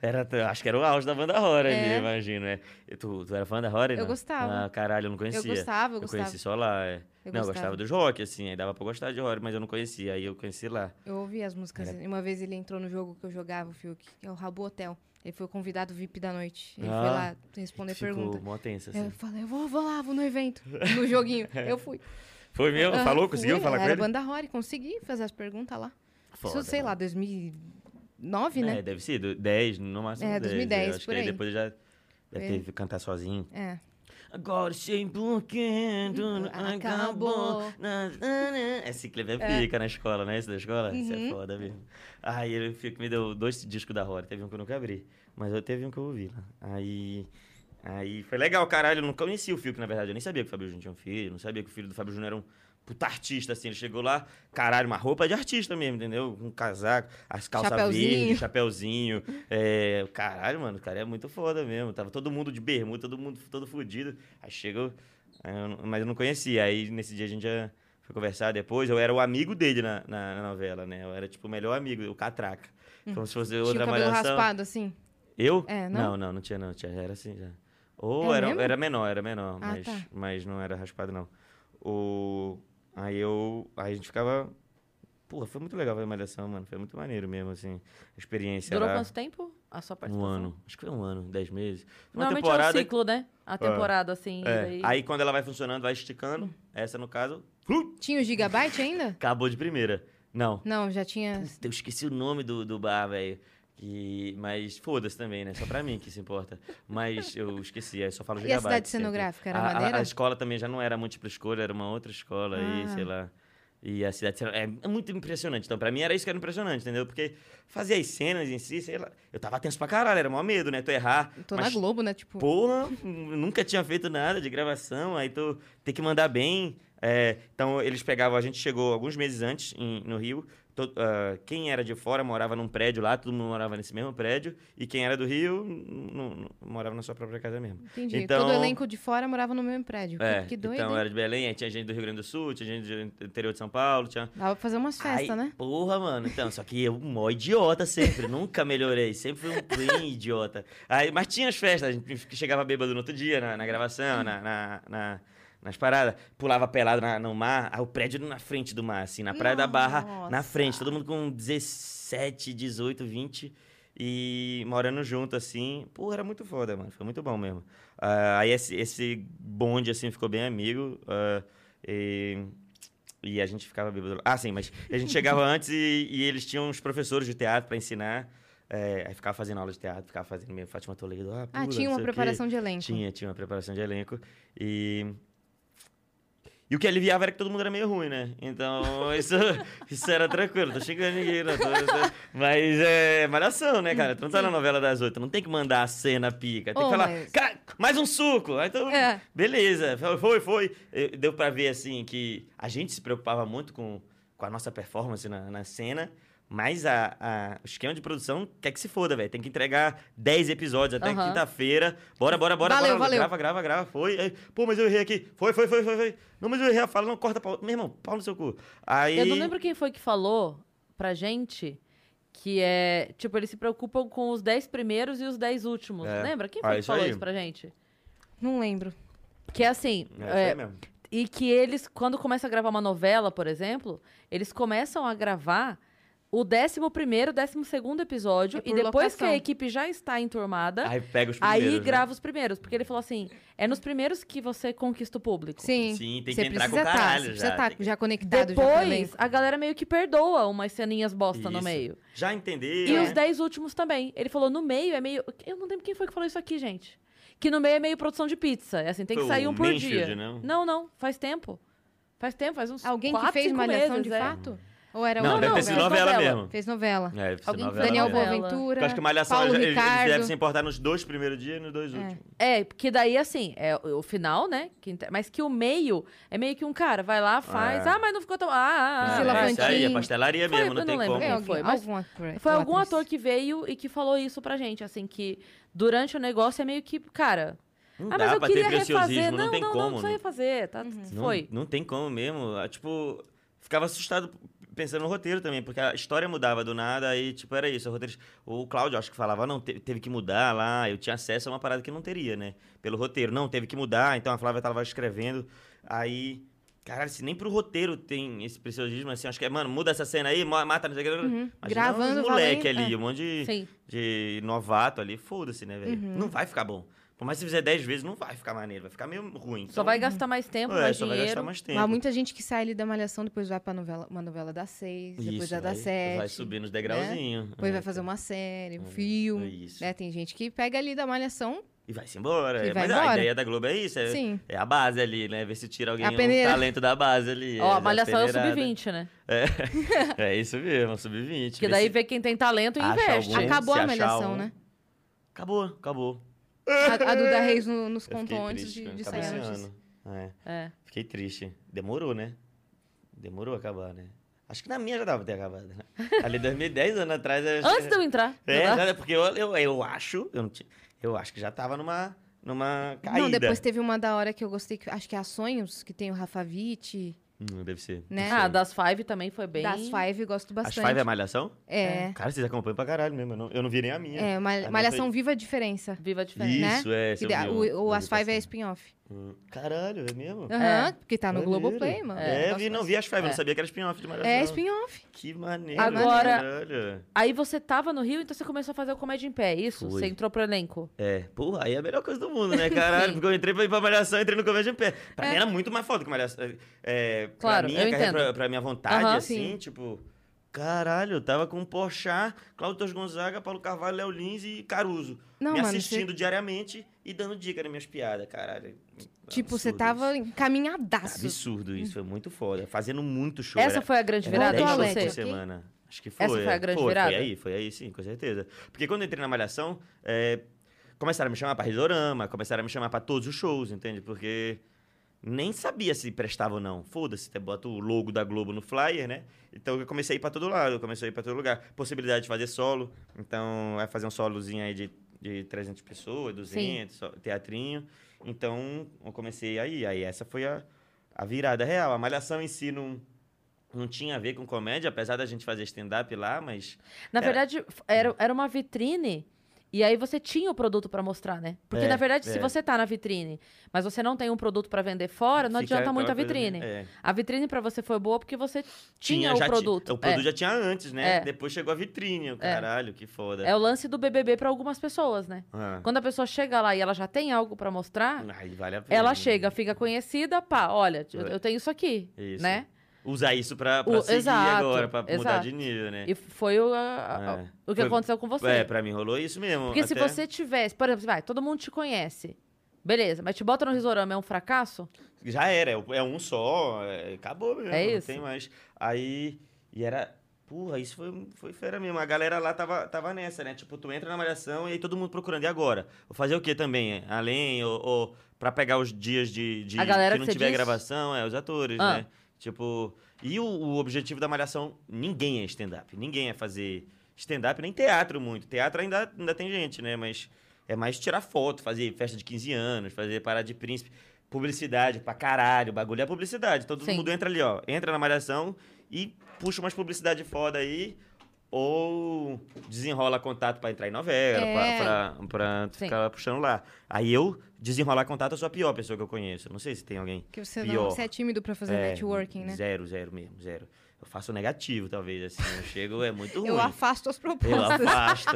É, era, acho que era o auge da banda Rory
É.
ali, imagino. É. E Tu, tu era fã da Rory?
Eu
não?
gostava.
Ah, caralho, eu não
eu
conhecia.
gostava, eu
Eu
gostava.
conheci só lá. é.
Eu
não, eu
gostava.
gostava dos rock, assim, aí dava pra gostar de Rory, mas eu não conhecia. Aí eu conheci lá.
Eu ouvi as músicas.
Era-
E Uma vez ele entrou no jogo que eu jogava, o Fiuk, que é o Rabu Hotel. Ele foi o convidado VIP da noite. Ele foi
Ah,
lá responder pergunta.
Ficou mó tenso, assim.
Eu falei, eu vou, vou lá, vou no evento, no joguinho. Eu fui.
Foi meu?
Ah,
Falou?
fui,
Conseguiu falar
era
com ele?
banda Rory, consegui fazer as perguntas lá.
Foda,
Isso, sei lá, 2009,
mano.
né?
É, deve ser, do- 10, no máximo
É,
10.
2010,
eu acho
por
que
aí.
aí depois já deve
Ele-
ter que cantar sozinho.
É.
Agora sei porquê, tudo
Acabou.
acabou. Na, na, na. Esse clipe é pica na escola, não é esse da escola? Isso
Uhum.
é foda mesmo. Aí ele fica- me deu dois discos da Rory. Teve um que eu nunca abri, mas eu teve um que eu ouvi lá. Aí. Aí foi legal, caralho. Eu nunca conhecia o Fiuk, na verdade. Eu nem sabia que o Fábio Júnior tinha um filho. Não sabia que o filho do Fábio Júnior era um puta artista, assim. Ele chegou lá, caralho, uma roupa de artista mesmo, entendeu? Um casaco, as calças
Chapeuzinho.
verdes, chapeuzinho. É, caralho, mano, o cara é muito foda mesmo. Tava todo mundo de bermuda, todo mundo todo fudido. Aí chegou, aí eu não- mas eu não conhecia. Aí nesse dia a gente já foi conversar depois. Eu era o amigo dele na, na, na novela, né? Eu era tipo o melhor amigo, o Catraca. Como se fosse
Tinha
outra
o cabelo
malhação.
raspado, assim.
Eu?
É, não?
não, não, não tinha, não. Tinha, era assim já. Ou
É
era,
mesmo?
era menor, era menor,
Ah,
mas,
tá.
mas não era raspado, não. O... Aí eu. Aí a gente ficava Porra, foi muito legal ver Malhação, mano. Foi muito maneiro mesmo, assim. A experiência
Durou
lá.
quanto tempo a sua
Um
participação?
ano. Acho que foi um ano, dez meses. Uma
Normalmente
temporada. Ah.
é um ciclo, né? A temporada, assim. e
É.
daí-
Aí quando ela vai funcionando, vai esticando. Essa, no caso, flu,
Tinha o Gigabyte ainda?
acabou de primeira. Não.
Não, já tinha.
Puta, Eu esqueci o nome do, do bar, velho. Que... Mas foda-se também, né? Só pra mim que se importa. Mas eu esqueci, aí só falo
E a
gigabyte.
cidade
sempre.
cenográfica era
A- a-
maneira?
A, escola também já não era múltipla escolha, era uma outra escola aí,
Ah.
sei lá. E a cidade ceno- é é muito impressionante. Então, pra mim era isso que era impressionante, entendeu? Porque fazer as cenas em si, sei lá. Eu tava tenso pra caralho, era mó medo, né? Tu errar.
Tô na
mas
Globo, né? Tipo.
Porra, nunca tinha feito nada de gravação, aí tu tem que mandar bem. É, então eles pegavam, a gente chegou alguns meses antes em- no Rio. to- ah, quem era de fora morava num prédio lá, todo mundo morava nesse mesmo prédio. E quem era do Rio n- n- morava na sua própria casa mesmo.
Entendi.
Então-
Todo elenco de fora morava no mesmo prédio. Que-
É,
que doido.
então
hein?
era de Belém, aí tinha gente do Rio Grande do Sul, tinha gente do interior de São Paulo, tinha
Dava pra fazer umas festas,
Ai,
né?
Porra, mano. Então, só que eu mó idiota sempre. nunca melhorei. Sempre fui um clean idiota. Aí, mas tinha as festas. A gente chegava bêbado no outro dia, na, na gravação, na, na- na- nas paradas. Pulava pelado na- no mar. Aí o prédio na frente do mar, assim. Na Praia da Barra, na
Nossa.
frente. Todo mundo com 17, 18, 20. E morando junto, assim. Pô, era muito foda, mano. Foi muito bom mesmo. Ah, aí esse, esse bonde, assim, ficou bem amigo. ah, e... E a gente ficava bêbado. lá. Ah, sim, mas a gente chegava antes e, e eles tinham uns professores de teatro pra ensinar. É, aí ficava fazendo aula de teatro, ficava fazendo meio Fátima Toledo. Ah, pula,
Ah, tinha
não
uma
sei o quê.
preparação de elenco.
Tinha, tinha uma preparação de elenco. E. E o que aliviava era que todo mundo era meio ruim, né? Então, isso, isso era tranquilo. Tô chegando ninguém, não. Tô, tô- Mas é malhação, né, cara? Tu não tá na novela das oito. Não tem que mandar a cena pica. Tem
Oh,
que falar,
mas-
"Cara, mais um suco. Aí todo
É.
Beleza, foi, foi, foi. Eh, Deu pra ver, assim, que a gente se preocupava muito com, com a nossa performance na, na cena, mas a, a- o esquema de produção quer que se foda, velho. Tem que entregar 10 episódios até
Aham.
quinta-feira. Bora, bora, bora,
Valeu,
bora.
valeu.
Grava, grava, grava. Foi. Aí, Pô, mas eu errei aqui. Foi, foi, foi, foi, foi. Não, mas eu errei a fala. Não, corta pau. Meu irmão, pau no seu cu. Aí...
Eu não lembro quem foi que falou pra gente que é. Tipo, eles se preocupam com os 10 primeiros e os 10 últimos.
É.
Lembra? Quem
Ah,
foi que
isso
falou
aí.
isso pra gente?
Não lembro.
Que é assim.
É,
é,
isso aí mesmo.
E que eles, quando começam a gravar uma novela, por exemplo, eles começam a gravar o 11º, 12 episódio.
É
e
por
depois que
locação.
a equipe já está enturmada,
Aí pega Ah, os primeiros,
aí
né?
grava os primeiros. Porque ele falou assim: é nos primeiros que você conquista o público.
Sim.
Sim, tem
Você
que entrar com
precisa tá,
caralho
você
já.
precisa
Tem
tá
que-
já conectado já um com o
Depois,
elenco.
a galera meio que perdoa umas ceninhas bosta no
Isso.
meio.
Já entender.
E
né?
os 10 últimos também. Ele falou no meio é meio. Eu não lembro quem foi que falou isso aqui, gente. Que no meio é meio produção de pizza. É assim, tem que
Foi
sair
o
um
né?
por
Mansfield,
dia.
não?
não, não, faz tempo. Faz tempo, faz uns.
Alguém
quatro,
que fez
cinco
malhação
meses,
de
é.
fato? Ou era
Não,
Não,
deve
não,
ter sido
é
novela,
novela.
mesmo.
Fez novela.
É, deve ser
Alguém que
novela
Daniel
mesmo.
novela.
Boaventura.
Eu acho que Malhação
Paulo
eles, eles
Ricardo.
devem assim, se importar nos dois primeiros dias e nos dois
É.
últimos.
É, porque daí, assim, é o o final, né? que inte- Mas que o meio é meio que um cara vai lá, faz.
É.
Ah, mas não ficou tão. Ah, ah,
Priscila
ah.
é, isso aí é
Fantin.
pastelaria
Foi,
mesmo, não
eu não
tem
lembro.
como.
É,
alguém,
foi, mas-
algum ator,
Foi
ou
algum
atriz.
ator que veio e que falou isso pra gente, assim, que durante o negócio é meio que, cara,
Não
ah,
dá
mas eu
pra ter
queria refazer.
preciosismo,
Não,
não tem
não, não,
como. né?
precisa
não-
refazer, tá?
Uhum.
Não,
Foi.
não tem como mesmo. Ah, Tipo, ficava assustado pensando no roteiro também, porque a história mudava do nada, aí, tipo, era isso. O, roteiro, o Cláudio, acho que falava, "Ah, não, te- teve que mudar lá, eu tinha acesso a uma parada que não teria, né? Pelo roteiro. Não, teve que mudar, então a Flávia tava escrevendo, aí... Caralho, se nem pro roteiro tem esse preciosismo, assim, acho que é, mano, muda essa cena aí, mo- mata, não sei o
Uhum.
que. Imagina
Gravando,
uns moleque
valendo,
ali,
é.
um monte de
Sim. Uhum.
de novato ali, foda-se, né, velho? Não vai ficar bom. Por mais que você fizer 10 vezes, não vai ficar maneiro, vai ficar meio ruim.
Só
Então,
vai gastar mais tempo,
é,
mais
só vai
dinheiro.
gastar mais tempo.
Mas muita gente que sai ali da Malhação, depois vai pra novela, uma novela das seis, depois
Isso,
da das
vai-
sete. né?
Vai subir nos degrauzinhos.
Depois
É.
vai fazer uma série, um filme.
Hum, Isso.
Né? Tem gente que pega ali da Malhação,
E vai-se embora.
E
é.
vai
Mas a
embora.
ideia da Globo é isso. É,
sim.
é a base ali, né? Ver se tira alguém
A
um
peneira.
talento da base ali.
Ó,
é,
a malhação é o
da peneirada.
sub-20, né?
É, é isso mesmo, sub-20.
Porque
Ver
daí
se-
vê quem tem talento e
Acha
investe.
algum-
Acabou
se
a
achar
Malhação,
um-
né?
Acabou, acabou.
A, a Duda Reis no- nos
Eu fiquei
contou antes
triste
de,
quando
de sair
acabou
a
esse
notícia.
ano. É.
É.
Fiquei triste. Demorou, né? Demorou a acabar, né? Acho que na minha já dava pra ter acabado. Né? Ali 2010 anos atrás. eu acho que-
Antes de eu entrar.
É,
né?
já- porque eu, eu, eu acho. Eu, não ti- eu acho que já tava numa, numa caída.
Não, depois teve uma da hora que eu gostei, que acho que é a Sonhos, que tem o Rafa Witt.
Hum, deve ser.
né?
Ah, das Five também foi bem.
Das Five, gosto
As
bastante.
Five é malhação?
É.
Cara, vocês acompanham pra caralho mesmo. Eu não, eu não vi nem a minha.
É,
A
uma
minha foi-
malhação viva a diferença.
Viva a diferença.
Isso, é.
Que
esse eu
da-
vi, eu-
o, o
eu
As
vi pra
Five é
cima.
spin-off.
Hum. Caralho, é mesmo?
Aham, porque tá no
Maneiro.
Globoplay, mano.
É,
Eu
vi,
gosto
não vi as Five, eu
É.
não sabia que era spin-off de malhação.
É spin-off.
Que maneiro. né,
Agora-
Caralho.
Aí você tava no Rio, então você começou a fazer o Comédia em Pé, é isso?
Fui.
Você entrou pro elenco.
É, porra, aí é a melhor coisa do mundo, né, caralho?
Sim.
Porque eu entrei pra ir pra Malhação, entrei no Comédia em Pé. Pra
É.
mim era muito mais foda que Malhação. É, é,
Claro,
pra minha
eu
carreira,
entendo.
pra, pra minha vontade,
Aham,
assim, tipo... Caralho, eu tava com Porchat, Cláudio Torres Gonzaga, Paulo Carvalho, Léo Lins e Caruso.
Não,
me
mano,
assistindo diariamente e dando dica nas minhas piadas, caralho.
Tipo, você
Absurdo
tava
isso.
encaminhadaço.
Absurdo isso, foi muito foda. Fazendo muito show.
Hum. Essa
era-
foi a grande
era
virada
dez
pra
Voltou ao
shows
você?
por
LED, ok?
semana. Acho que foi.
Essa foi a grande
foi,
virada?
Foi aí, foi aí sim, com certeza. Porque quando eu entrei na Malhação, é, começaram a me chamar pra Redorama, começaram a me chamar pra todos os shows, entende? Porque nem sabia se prestava ou não. Foda-se, até bota o logo da Globo no flyer, né? Então eu comecei a ir pra todo lado, eu comecei a ir pra todo lugar. Possibilidade de fazer solo, então vai fazer um solozinho aí de, de 300 pessoas, 200, só- teatrinho. Então eu comecei aí, aí essa foi a, a virada real. A Malhação em si não, não tinha a ver com comédia, apesar da gente fazer stand-up lá, mas
Na
Era.
verdade, f- era, era uma vitrine. E aí você tinha o produto pra mostrar, né? Porque,
É,
na verdade, se
é.
você tá na vitrine, mas você não tem um produto pra vender fora, não
fica
adianta muito a
aquela coisa,
vitrine.
né? É.
A vitrine pra você foi boa porque você tinha,
já
o produto.
O produto
é.
já tinha antes, né?
É.
Depois chegou a vitrine, o caralho, que foda.
É o lance do BBB pra algumas pessoas, né?
Ah.
Quando a pessoa chega lá e ela já tem algo pra mostrar,
Aí vale a pena.
Ah, ela
né?
chega, fica conhecida, pá, olha, eu, eu tenho isso aqui,
Isso.
né?
Usar isso pra, pra
O-
seguir
exato,
agora, pra mudar
exato.
de nível, né?
E foi o, a- a-
É.
o que
Foi-
aconteceu com você.
É, pra mim rolou isso mesmo.
Porque se
até-
você tivesse, por exemplo, vai, todo mundo te conhece. Beleza, mas te bota no risorama, é um fracasso?
Já era, é o- é um só, é- acabou mesmo,
É
não
isso.
tem mais. Aí, e era, porra, isso foi, foi fera mesmo. A galera lá tava, tava nessa, né? Tipo, tu entra na malhação e aí todo mundo procurando. E agora? Vou fazer o que também? Além, ou, ou pra pegar os dias de, de
A galera
que não
que você
tiver
diz?
gravação, é, os atores,
Ah.
né? Tipo, e o, o objetivo da malhação, ninguém é stand-up, ninguém é fazer stand-up, nem teatro muito. Teatro ainda, ainda tem gente, né? Mas é mais tirar foto, fazer festa de 15 anos, fazer parada de príncipe. Publicidade pra caralho, o bagulho é publicidade. Todo
Sim.
mundo entra ali, ó. Entra na malhação e puxa umas publicidade foda aí. Ou desenrola contato pra entrar em novela,
É.
pra, pra, pra
Sim.
ficar puxando lá. Aí eu, desenrolar contato, eu sou a pior pessoa que eu conheço. Não sei se tem alguém.
Que você,
Pior.
não, você é tímido pra fazer
É,
networking, né?
Zero, zero mesmo, zero. Eu faço negativo, talvez, assim. Eu chego, é muito ruim.
Eu afasto as
Eu
propostas.
afasto,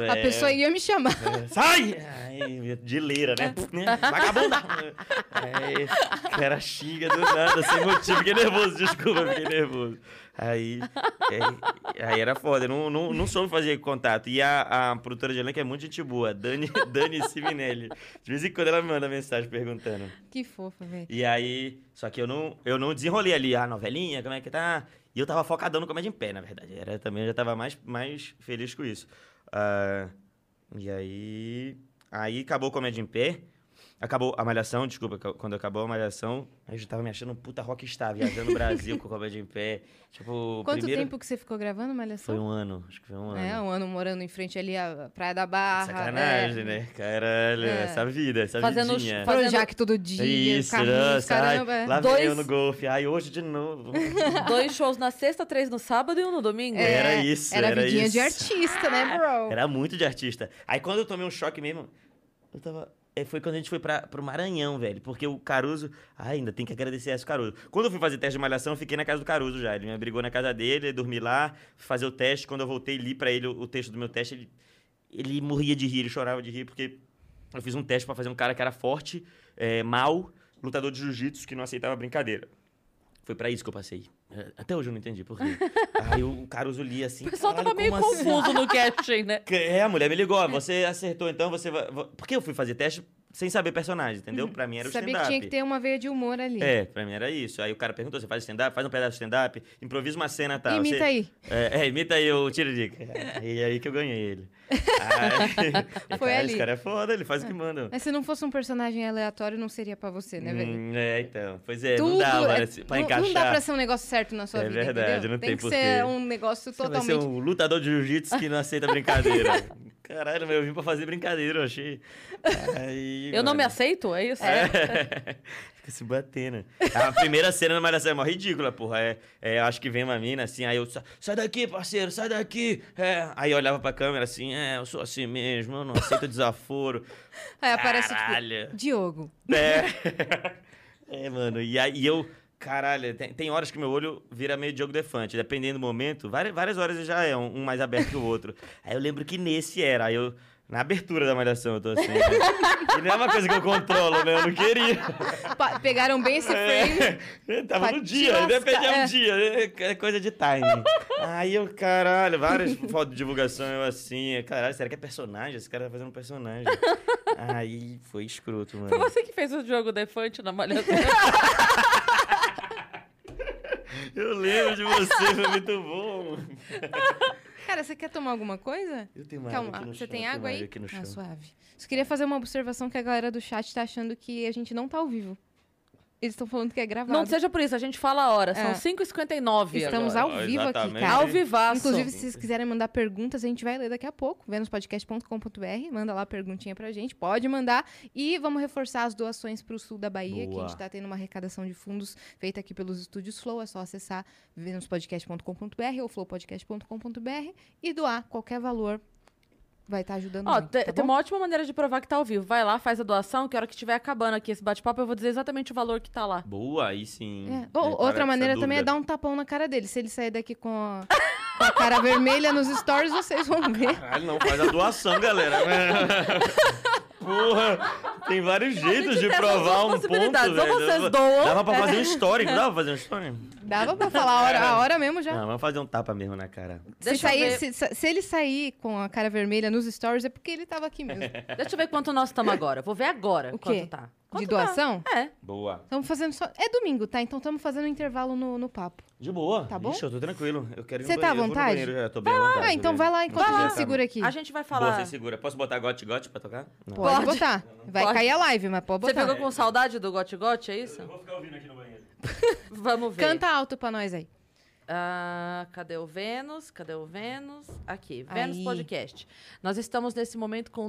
A
é.
pessoa ia me chamar.
É, Sai! Ai, de leira, né? Vagabunda! É, cara xinga do nada, sem motivo. Fiquei nervoso, desculpa, fiquei nervoso. Aí, é, aí era foda, eu não, não, não soube fazer contato. E a, a produtora de elenco é muito gente boa, Dani, Dani Sivinelli. De vez em quando ela me manda mensagem perguntando.
Que fofa, velho.
E aí, só que eu não, eu não desenrolei ali a novelinha, como é que tá. E eu tava focadão no comédia em pé, na verdade. Era, também eu já tava mais, mais feliz com isso. Ah, e aí. Aí acabou o comédia em pé. Acabou a malhação, desculpa, ca- quando acabou a malhação, aí eu já tava me achando um puta rockstar, viajando o Brasil com comédia em pé. Tipo,
Quanto
primeiro
tempo que você ficou gravando Malhação?
foi um ano, acho que foi um ano.
É, um ano morando em frente ali à Praia da Barra.
Sacanagem,
é.
né? Caralho,
É.
essa vida, essa
Fazendo
vidinha.
show-
Projac todo dia,
Isso,
Carlinhos,
nossa, ai,
caramba. é.
lá
Dois-
veio no golfe. Ai, hoje de novo.
Dois shows na sexta, três no sábado e um no domingo?
É. era isso,
Era,
era
vidinha de
isso.
artista, né, bro?
Era muito de artista. Aí quando eu tomei um choque mesmo, eu tava. é, Foi quando a gente foi pra, pro Maranhão, velho. Porque o Caruso. Ai, ainda tem que agradecer essa o Caruso. Quando eu fui fazer teste de malhação, eu fiquei na casa do Caruso já. Ele me abrigou na casa dele, dormi lá, fui fazer o teste. Quando eu voltei, li pra ele o, o texto do meu teste. Ele, ele morria de rir, ele chorava de rir, porque eu fiz um teste pra fazer um cara que era forte, é, mal, lutador de jiu-jitsu, que não aceitava brincadeira. Foi pra isso que eu passei. É, Até hoje eu não entendi por quê. Aí o Caruso lia assim.
O pessoal
"Caralho,
tava meio
como assim?"
confuso no casting, né?
Que- É, a mulher me ligou, ó, você acertou, então você vai... va- Porque eu fui fazer teste sem saber personagem, entendeu? Pra mim era o
Uhum. Sabia
stand-up.
que tinha que ter uma veia de humor ali.
É, pra mim era isso. Aí o cara perguntou, você faz stand-up? Faz um pedaço de stand-up? Improvisa uma cena tal.
Imita
tá, você...
aí.
É, é, imita aí o Tiririca. E aí que eu ganhei ele. Aí,
Foi
cara,
ali.
Esse cara é foda, ele faz o que manda.
Mas se não fosse um personagem aleatório, não seria pra você, né, velho?
Hum, é, então. Pois é,
Tudo
não dá pra,
é-
pra
não-
encaixar.
Não dá pra ser um negócio certo na sua
É
vida.
verdade,
entendeu?
não tem
que
porquê.
ser um negócio
Você vai ser
totalmente.
um lutador de jiu-jitsu que não aceita brincadeira. Caralho, mas eu vim pra fazer brincadeira, eu achei. Aí,
Eu não me
mano.
aceito, é isso?
Fica se batendo. É A primeira cena da Malhação é mó ridícula, porra. É, é, eu acho que vem uma mina assim, aí eu, "Sa- sai daqui, parceiro, sai daqui. É. Aí eu olhava pra câmera assim, é, eu sou assim mesmo, eu não aceito desaforo.
Aí aparece, tipo,
Caralho.
Diogo.
É. é, mano. E aí eu. Caralho, tem, tem horas que meu olho vira meio Diogo Defante. Dependendo do momento, várias, várias horas ele já é um, um mais aberto que o outro. Aí eu lembro que nesse era. Aí eu. Na abertura da malhação, eu tô assim. Né? E não é uma coisa que eu controlo, né? Eu não queria.
Pa- pegaram bem esse frame.
É, tava
Pra
no
te
dia, ainda
lascar,
peguei
é.
um dia. é, É coisa de timing. Aí eu, caralho, várias fotos de divulgação, eu assim, caralho, será que é personagem? Esse cara tá fazendo um personagem. Aí foi escroto, mano.
Foi você que fez o jogo Defante na Malhação.
Eu lembro de você, foi muito bom.
Cara, você quer tomar alguma coisa?
Eu tenho
Calma,
água aqui no
você
chão,
tem
eu tenho
água aí?
Aqui no chão.
Ah, suave. Só queria fazer uma observação que a galera do chat tá achando que a gente não tá ao vivo. Eles estão falando que é gravado.
Não seja por isso, a gente fala a hora. São
É.
5h59
Estamos
agora.
ao vivo aqui,
Exatamente.
cara.
Ao vivaço.
Inclusive, se vocês quiserem mandar perguntas, a gente vai ler daqui a pouco. venuspodcast.com.br, manda lá a perguntinha pra gente, pode mandar. E vamos reforçar as doações pro sul da Bahia, que a
Boa.
gente tá tendo uma arrecadação de fundos feita aqui pelos estúdios Flow. É só acessar venuspodcast.com.br ou flowpodcast.com.br e doar qualquer valor. Vai estar ajudando
Ó,
muito,
te-
tá
tem
bom?
uma ótima maneira de provar que tá ao vivo. Vai lá, faz a doação, que a hora que estiver acabando aqui esse bate-papo, eu vou dizer exatamente o valor que tá lá.
Boa, aí sim.
É.
Para
Ou,
com
outra
essa
maneira também é
dúvida.
dar um tapão na cara dele. Se ele sair daqui com a, com a cara vermelha nos stories, vocês vão ver.
Caralho, não, faz a doação, galera. Porra, tem vários jeitos de
tem
provar
essas
um ponto,
possibilidades. Ou
velho.
vocês doam-
Dava pra
É.
fazer um story, não dava pra fazer um story?
Dava pra falar a hora, a hora mesmo já.
Não, vamos fazer um tapa mesmo na cara.
Se,
Deixa eu,
sair,
ver,
se, se ele sair com a cara vermelha nos stories, é porque ele tava aqui mesmo.
deixa eu ver quanto nós estamos agora. Vou ver agora
O quê?
quanto tá. Quanto
De doação?
Tá? É.
Boa.
Estamos fazendo só. É domingo, tá? Então estamos fazendo um intervalo no, no papo.
De boa.
Tá bom?
Ixi, eu tô tranquilo. Eu quero ir
Você
no
tá à
banheiro. Eu vou no
vontade?
banheiro, já tô bem à vontade, né?
Ah,
tô
então
bem.
vai lá enquanto
Vai
a
lá.
gente segura aqui.
A gente vai
Boa,
falar.
você segura. Posso botar gote-gote pra tocar? Não.
Pode
Pode.
botar. Vai
Pode.
cair a live, mas pode
Você
botar.
ficou com saudade do Gote Gote, é isso?
vou ficar Tá ouvindo aqui no banheiro.
Vamos ver.
Canta alto pra nós aí.
Ah, cadê o Vênus? Cadê o Vênus? Aqui,
Aí.
Vênus Podcast. Nós estamos nesse momento com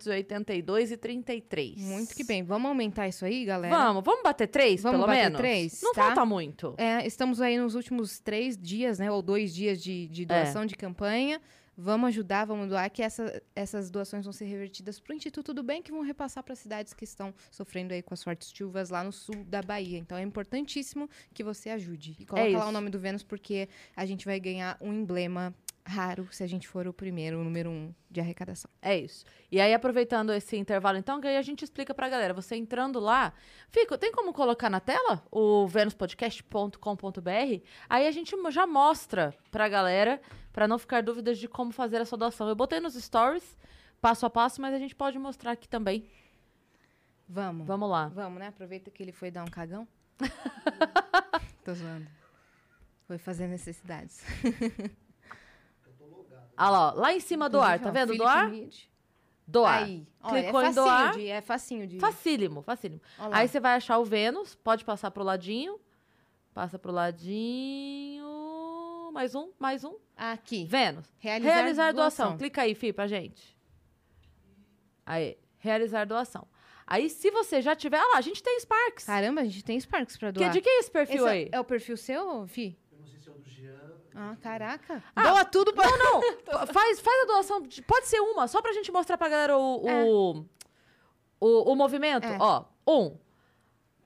2,782 e 33.
Muito que bem. Vamos aumentar isso aí, galera?
Vamos, vamos bater três,
Vamos
pelo
bater
menos?
três,
Não
tá?
falta muito.
É, estamos aí nos últimos três dias, né? Ou dois dias de,
É.
de doação de campanha. Vamos ajudar, vamos doar, que essa- essas doações vão ser revertidas para o Instituto do Bem, que vão repassar para cidades que estão sofrendo aí com as fortes chuvas lá no sul da Bahia. Então é importantíssimo que você ajude. E coloca lá
É isso.
o nome do Vênus, porque a gente vai ganhar um emblema raro se a gente for o primeiro, o número um de arrecadação.
É isso. E aí, aproveitando esse intervalo, então, que aí a gente explica pra galera. Você entrando lá, fica, tem como colocar na tela o venuspodcast.com.br? Aí a gente mo- já mostra pra galera, pra não ficar dúvidas de como fazer a sua doação. Eu botei nos stories, passo a passo, mas a gente pode mostrar aqui também.
Vamos.
Vamos lá.
Vamos, né? Aproveita que ele foi dar um cagão. Tô zoando. Foi fazer necessidades.
Olha Ah lá, ó, lá em cima do ar,
Inclusive,
tá
ó,
vendo?
Philip
Doar?
Mead.
Doar.
Aí. Olha,
Clicou
é
em
facinho
doar.
de... É facinho de...
Facílimo, facílimo.
Ó lá.
Aí você vai achar o Vênus, pode passar pro ladinho. Passa pro ladinho. Mais um, mais um.
Aqui.
Vênus.
Realizar,
Realizar doação. Clica aí, Fih, pra gente. Aí, realizar doação. Aí, se você já tiver. Ah lá, a gente tem Sparks.
Caramba, a gente tem Sparks pra
que,
doar.
de quem é esse
Esse
perfil
é-
aí?
É o perfil seu, Fi?
Eu não sei se é o do Jean.
Ah, caraca.
Ah,
Doa tudo pra...
Não, não. fa- faz, faz a doação. de- Pode ser uma, só pra gente mostrar pra galera o.
É.
O, o, o movimento.
É.
Ó, um.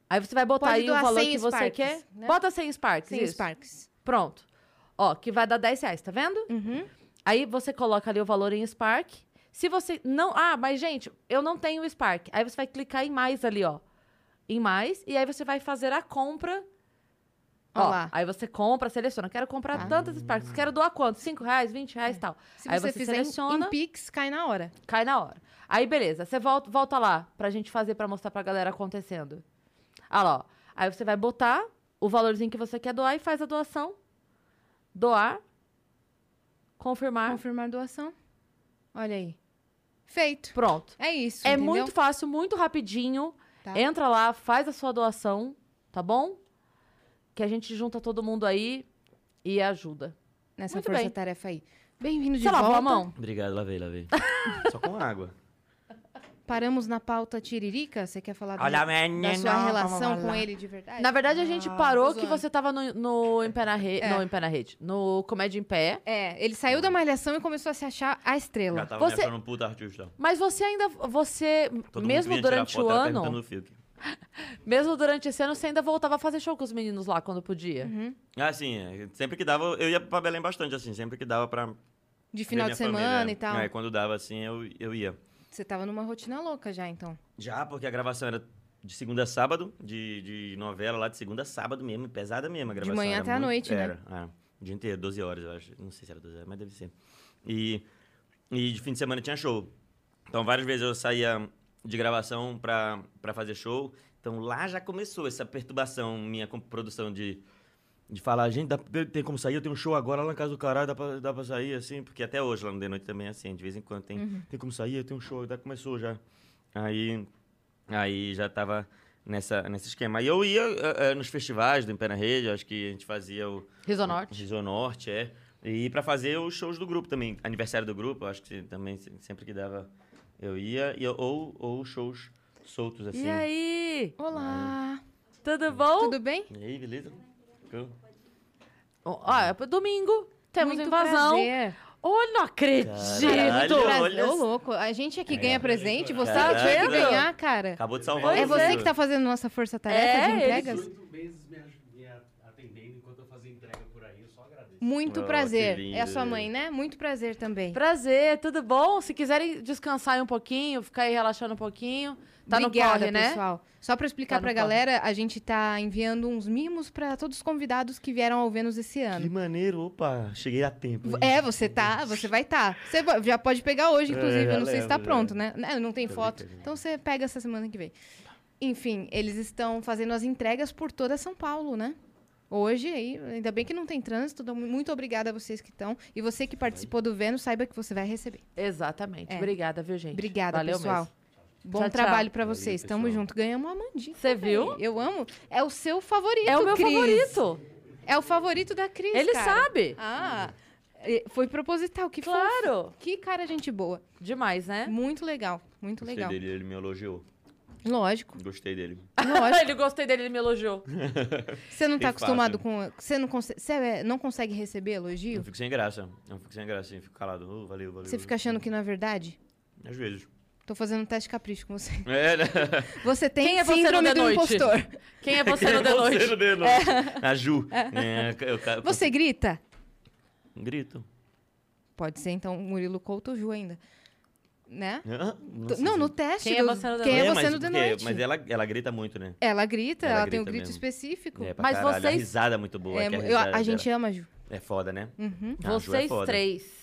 Aí você vai botar
Pode
aí o
doar
valor
100
que você
Sparks,
quer.
né?
Bota 100 Sparks.
Sem
Ah, isso.
Sparks.
Pronto. Ó, que vai dar 10 reais, tá vendo?
Uhum.
Aí você coloca ali o valor em Spark. Se você não. Ah, mas gente, eu não tenho Spark. Aí você vai clicar em mais ali, ó. Em mais. E aí você vai fazer a compra.
Ó
Ó,
lá.
Aí você compra, seleciona. Quero comprar
Tá.
tantas Sparks. Quero doar quanto? 5 reais, 20 reais e tal.
É. Se
Aí
você
você
fizer em-
seleciona.
em Pix, cai na hora.
Cai na hora. Aí, beleza. Você volta, volta lá pra gente fazer, pra mostrar pra galera acontecendo. Olha lá, ó. Aí você vai botar o valorzinho que você quer doar e faz a doação. Doar. Confirmar.
Confirmar doação. Olha aí. Feito.
Pronto.
É isso,
É
entendeu?
muito fácil, muito rapidinho.
Tá.
Entra lá, faz a sua doação, tá bom? Que a gente junta todo mundo aí e ajuda.
Nessa
Muito bem.
força-tarefa aí. Bem-vindo de
Você
volta.
lavou a mão?
Obrigado, lavei, lavei. Só com água.
Paramos na pauta tiririca. Você quer falar do-
Olha,
da
menina,
sua relação
vamos
com
lá.
ele de verdade?
Na verdade, a gente
Ah,
parou
tô
que
zoando.
você tava no, no Em Pé na Rede.
É.
No Em Pé na Rede. No Comédia em Pé.
É, ele saiu da malhação e começou a se achar a
Já
estrela.
tava
Você-
me achando um puta artista.
Mas você ainda. Você,
Todo
mesmo
mundo queria tirar
durante
foto,
o
era
ano.
perguntando do Fiuk.
Mesmo durante esse ano, você ainda voltava a fazer show com os meninos lá quando podia.
Uhum.
Ah, sim. é. Sempre que dava, eu ia pra Belém bastante, assim. Sempre que dava pra...
De final
ver
de
minha família.
semana e tal.
É, quando dava, assim, eu, eu ia.
Você tava numa rotina louca já, então.
Já, porque a gravação era de segunda a sábado, de, de novela lá, de segunda a sábado mesmo, pesada mesmo a gravação.
manhã
era
até à
muito-
noite, né?
era, Era, o dia inteiro, 12 horas, eu acho. Não sei se era 12 horas, mas deve ser. E, e de fim de semana tinha show. Então, várias vezes eu saía de gravação pra, pra fazer show. Então, lá já começou essa perturbação minha com produção de... De falar, gente, dá, pra- tem como sair? Eu tenho um show agora lá na casa do caralho, dá pra, dá pra sair, assim? Porque até hoje, lá no The Noite também é assim, de vez em quando tem,
Uhum.
tem como sair, eu tenho um show, já começou já. Aí, aí já tava nessa, nesse esquema. E eu ia eh, eh, nos festivais do Em Pé na Rede, acho que a gente fazia o...
Riso Norte.
Rio Norte, é. E pra fazer os shows do grupo também, aniversário do grupo, acho que também se- sempre que dava eu ia, e eu- ou, ou shows soltos, assim.
E aí?
Olá!
Tudo bom?
Tudo bem?
E aí, beleza? Show.
Ó, ó, é domingo. Temos
Muito
invasão.
prazer.
Olha, não
Caralho,
acredito.
Prazer,
olha
ô
esse-
louco. A gente é que ganha presente, você
Tá
é que tem que
vendo?
ganhar, cara.
Acabou de salvar
Pois
É
o
você
Brasil.
que tá fazendo nossa força-tarefa
É,
de
ele-
entregas?
18 meses me, aj- me a- atendendo enquanto eu fazia entrega por aí, eu só agradeço.
Muito
Oh,
prazer.
que lindo.
É a sua mãe, né? Muito prazer também.
Prazer, tudo bom? Se quiserem descansar aí um pouquinho, ficar aí relaxando um pouquinho, tá
Obrigada,
no corre, né?
pessoal. Só pra explicar
Tá no
pra galera, a gente tá enviando uns mimos pra todos os convidados que vieram ao Vênus esse
Que
ano.
maneiro, opa, cheguei a tempo. hein?
É, você tá, você vai tá. Você va- já pode pegar hoje, inclusive,
já
eu não sei se tá
lembro,
pronto, né? Né, Não tem
É, Tô
foto.
brincando. Tá.
Então você pega essa semana que vem. Enfim, eles estão fazendo as entregas por toda São Paulo, né? Hoje aí, ainda bem que não tem trânsito. então Muito obrigada a vocês que estão. E você que participou do Vênus, saiba que você vai receber.
Exatamente.
É.
Obrigada, viu, gente?
Obrigada,
Valeu
pessoal.
mesmo.
Bom
Tchau, tchau.
trabalho pra
Valeu,
vocês. Tamo
pessoal.
junto. Ganhamos a Mandinha.
Você viu?
Eu amo. É o seu favorito,
É o meu
Cris.
favorito.
É o favorito da Cris,
Ele
cara.
sabe.
Ah, eh, foi proposital. Que fofo.
Claro.
Que cara gente boa.
Demais, né?
Muito legal. Muito
Gostei
legal.
dele, ele me elogiou.
Lógico.
Gostei dele.
Lógico.
ele gostei dele, ele me elogiou.
Você não tá
Tem fácil.
acostumado com... Você não, conse- você, eh, não consegue receber
Eu
elogio?
fico sem graça. Eu fico sem graça, assim, fico calado. Ô, valeu, valeu.
Você fica achando que não é verdade?
Às vezes.
Tô fazendo um teste capricho com você.
É, né?
Você tem
Quem é você
síndrome
no The
do
Noite?
impostor.
Quem é você no The
Você
Noite?
no The Noite. A Ju. É, eu ca-
Você grita?
Grito.
Pode ser, então, Murilo Couto ou Ju ainda. Né?
Hã?
Não,
sei.
no teste.
Quem é
do-
você no The
Quem é
mas
você no
por
The
quê?
Noite?
Mas ela, ela grita muito, né?
Ela grita, ela,
Ela
tem um
grito
grito
mesmo.
específico.
É, pra
Mas
caralho. A
vocês-
risada é muito boa.
É,
é que a,
eu-
risada
a gente
dela
ama, Ju.
é... foda, né?
Uhum.
A Ju é
Vocês
foda.
três.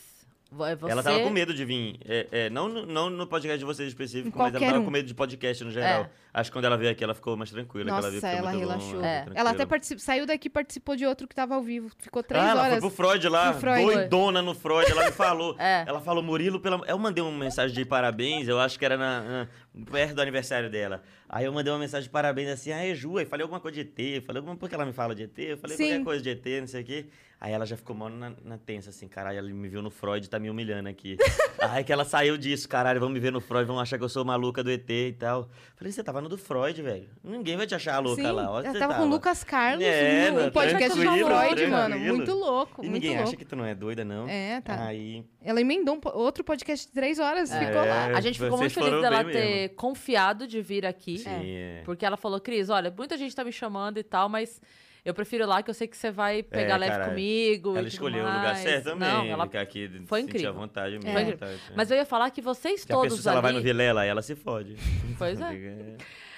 Vo- é Você...
Ela tava com medo de vir. É, é, não, no- não no podcast de vocês específico, mas ela
qualquer
tava
um.
com medo de podcast no geral.
É.
Acho que quando ela veio aqui, ela ficou mais tranquila. que
Nossa,
ela viu que foi
ela
muito longo,
relaxou.
foi
É.
Ela até
tranquilo.
particip... saiu daqui e participou de outro que tava ao vivo. Ficou três
ah, Ela
horas.
foi pro Freud lá,
Pro Freud.
doidona no Freud, ela me falou.
É.
Ela falou, Murilo, pela... eu mandei uma mensagem de parabéns, eu acho que era na, na- perto do aniversário dela. Aí eu mandei uma mensagem de parabéns assim, ah, é Ju, aí falei alguma coisa de ET, falei alguma porque ela me fala de ET, eu falei
Sim.
qualquer coisa de ET, não sei o quê. Aí ela já ficou mal na, na tensa, assim, caralho, ela me viu no Freud, tá me humilhando aqui. Aí que ela saiu disso, caralho, vão me ver no Freud, vão achar que eu sou maluca do ET e tal. Falei, você tava no do Freud, velho. Ninguém vai te achar louca
Sim,
lá. Onde
ela
você
tava com o Lucas Carlos
É,
no
não,
podcast do
tranquilo,
Freud,
tranquilo.
mano. Muito louco,
E
muito
ninguém
louco.
acha que tu não é doida, não.
É, tá.
Aí.
Ela emendou um po- outro podcast de três horas,
É.
ficou lá.
A gente ficou
Vocês
muito feliz
foram
dela
bem
ter
mesmo.
confiado de vir aqui.
Sim, é.
Porque ela falou, Cris, olha, muita gente tá me chamando e tal, mas eu prefiro lá que eu sei que você vai pegar leve
caralho.
comigo. e
É, Ela
tudo
escolheu o lugar
mais."
certo também.
Não, ela...
ficar aqui,
foi
sentir
incrível.
à vontade mesmo.
Foi incrível.
tá?
Mas eu ia falar que vocês
Porque a
todos
pessoa, se ela vai no
ali.
Vilela, ela se fode.
Pois é.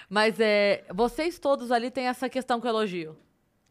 Mas é, vocês todos ali têm essa questão com elogio.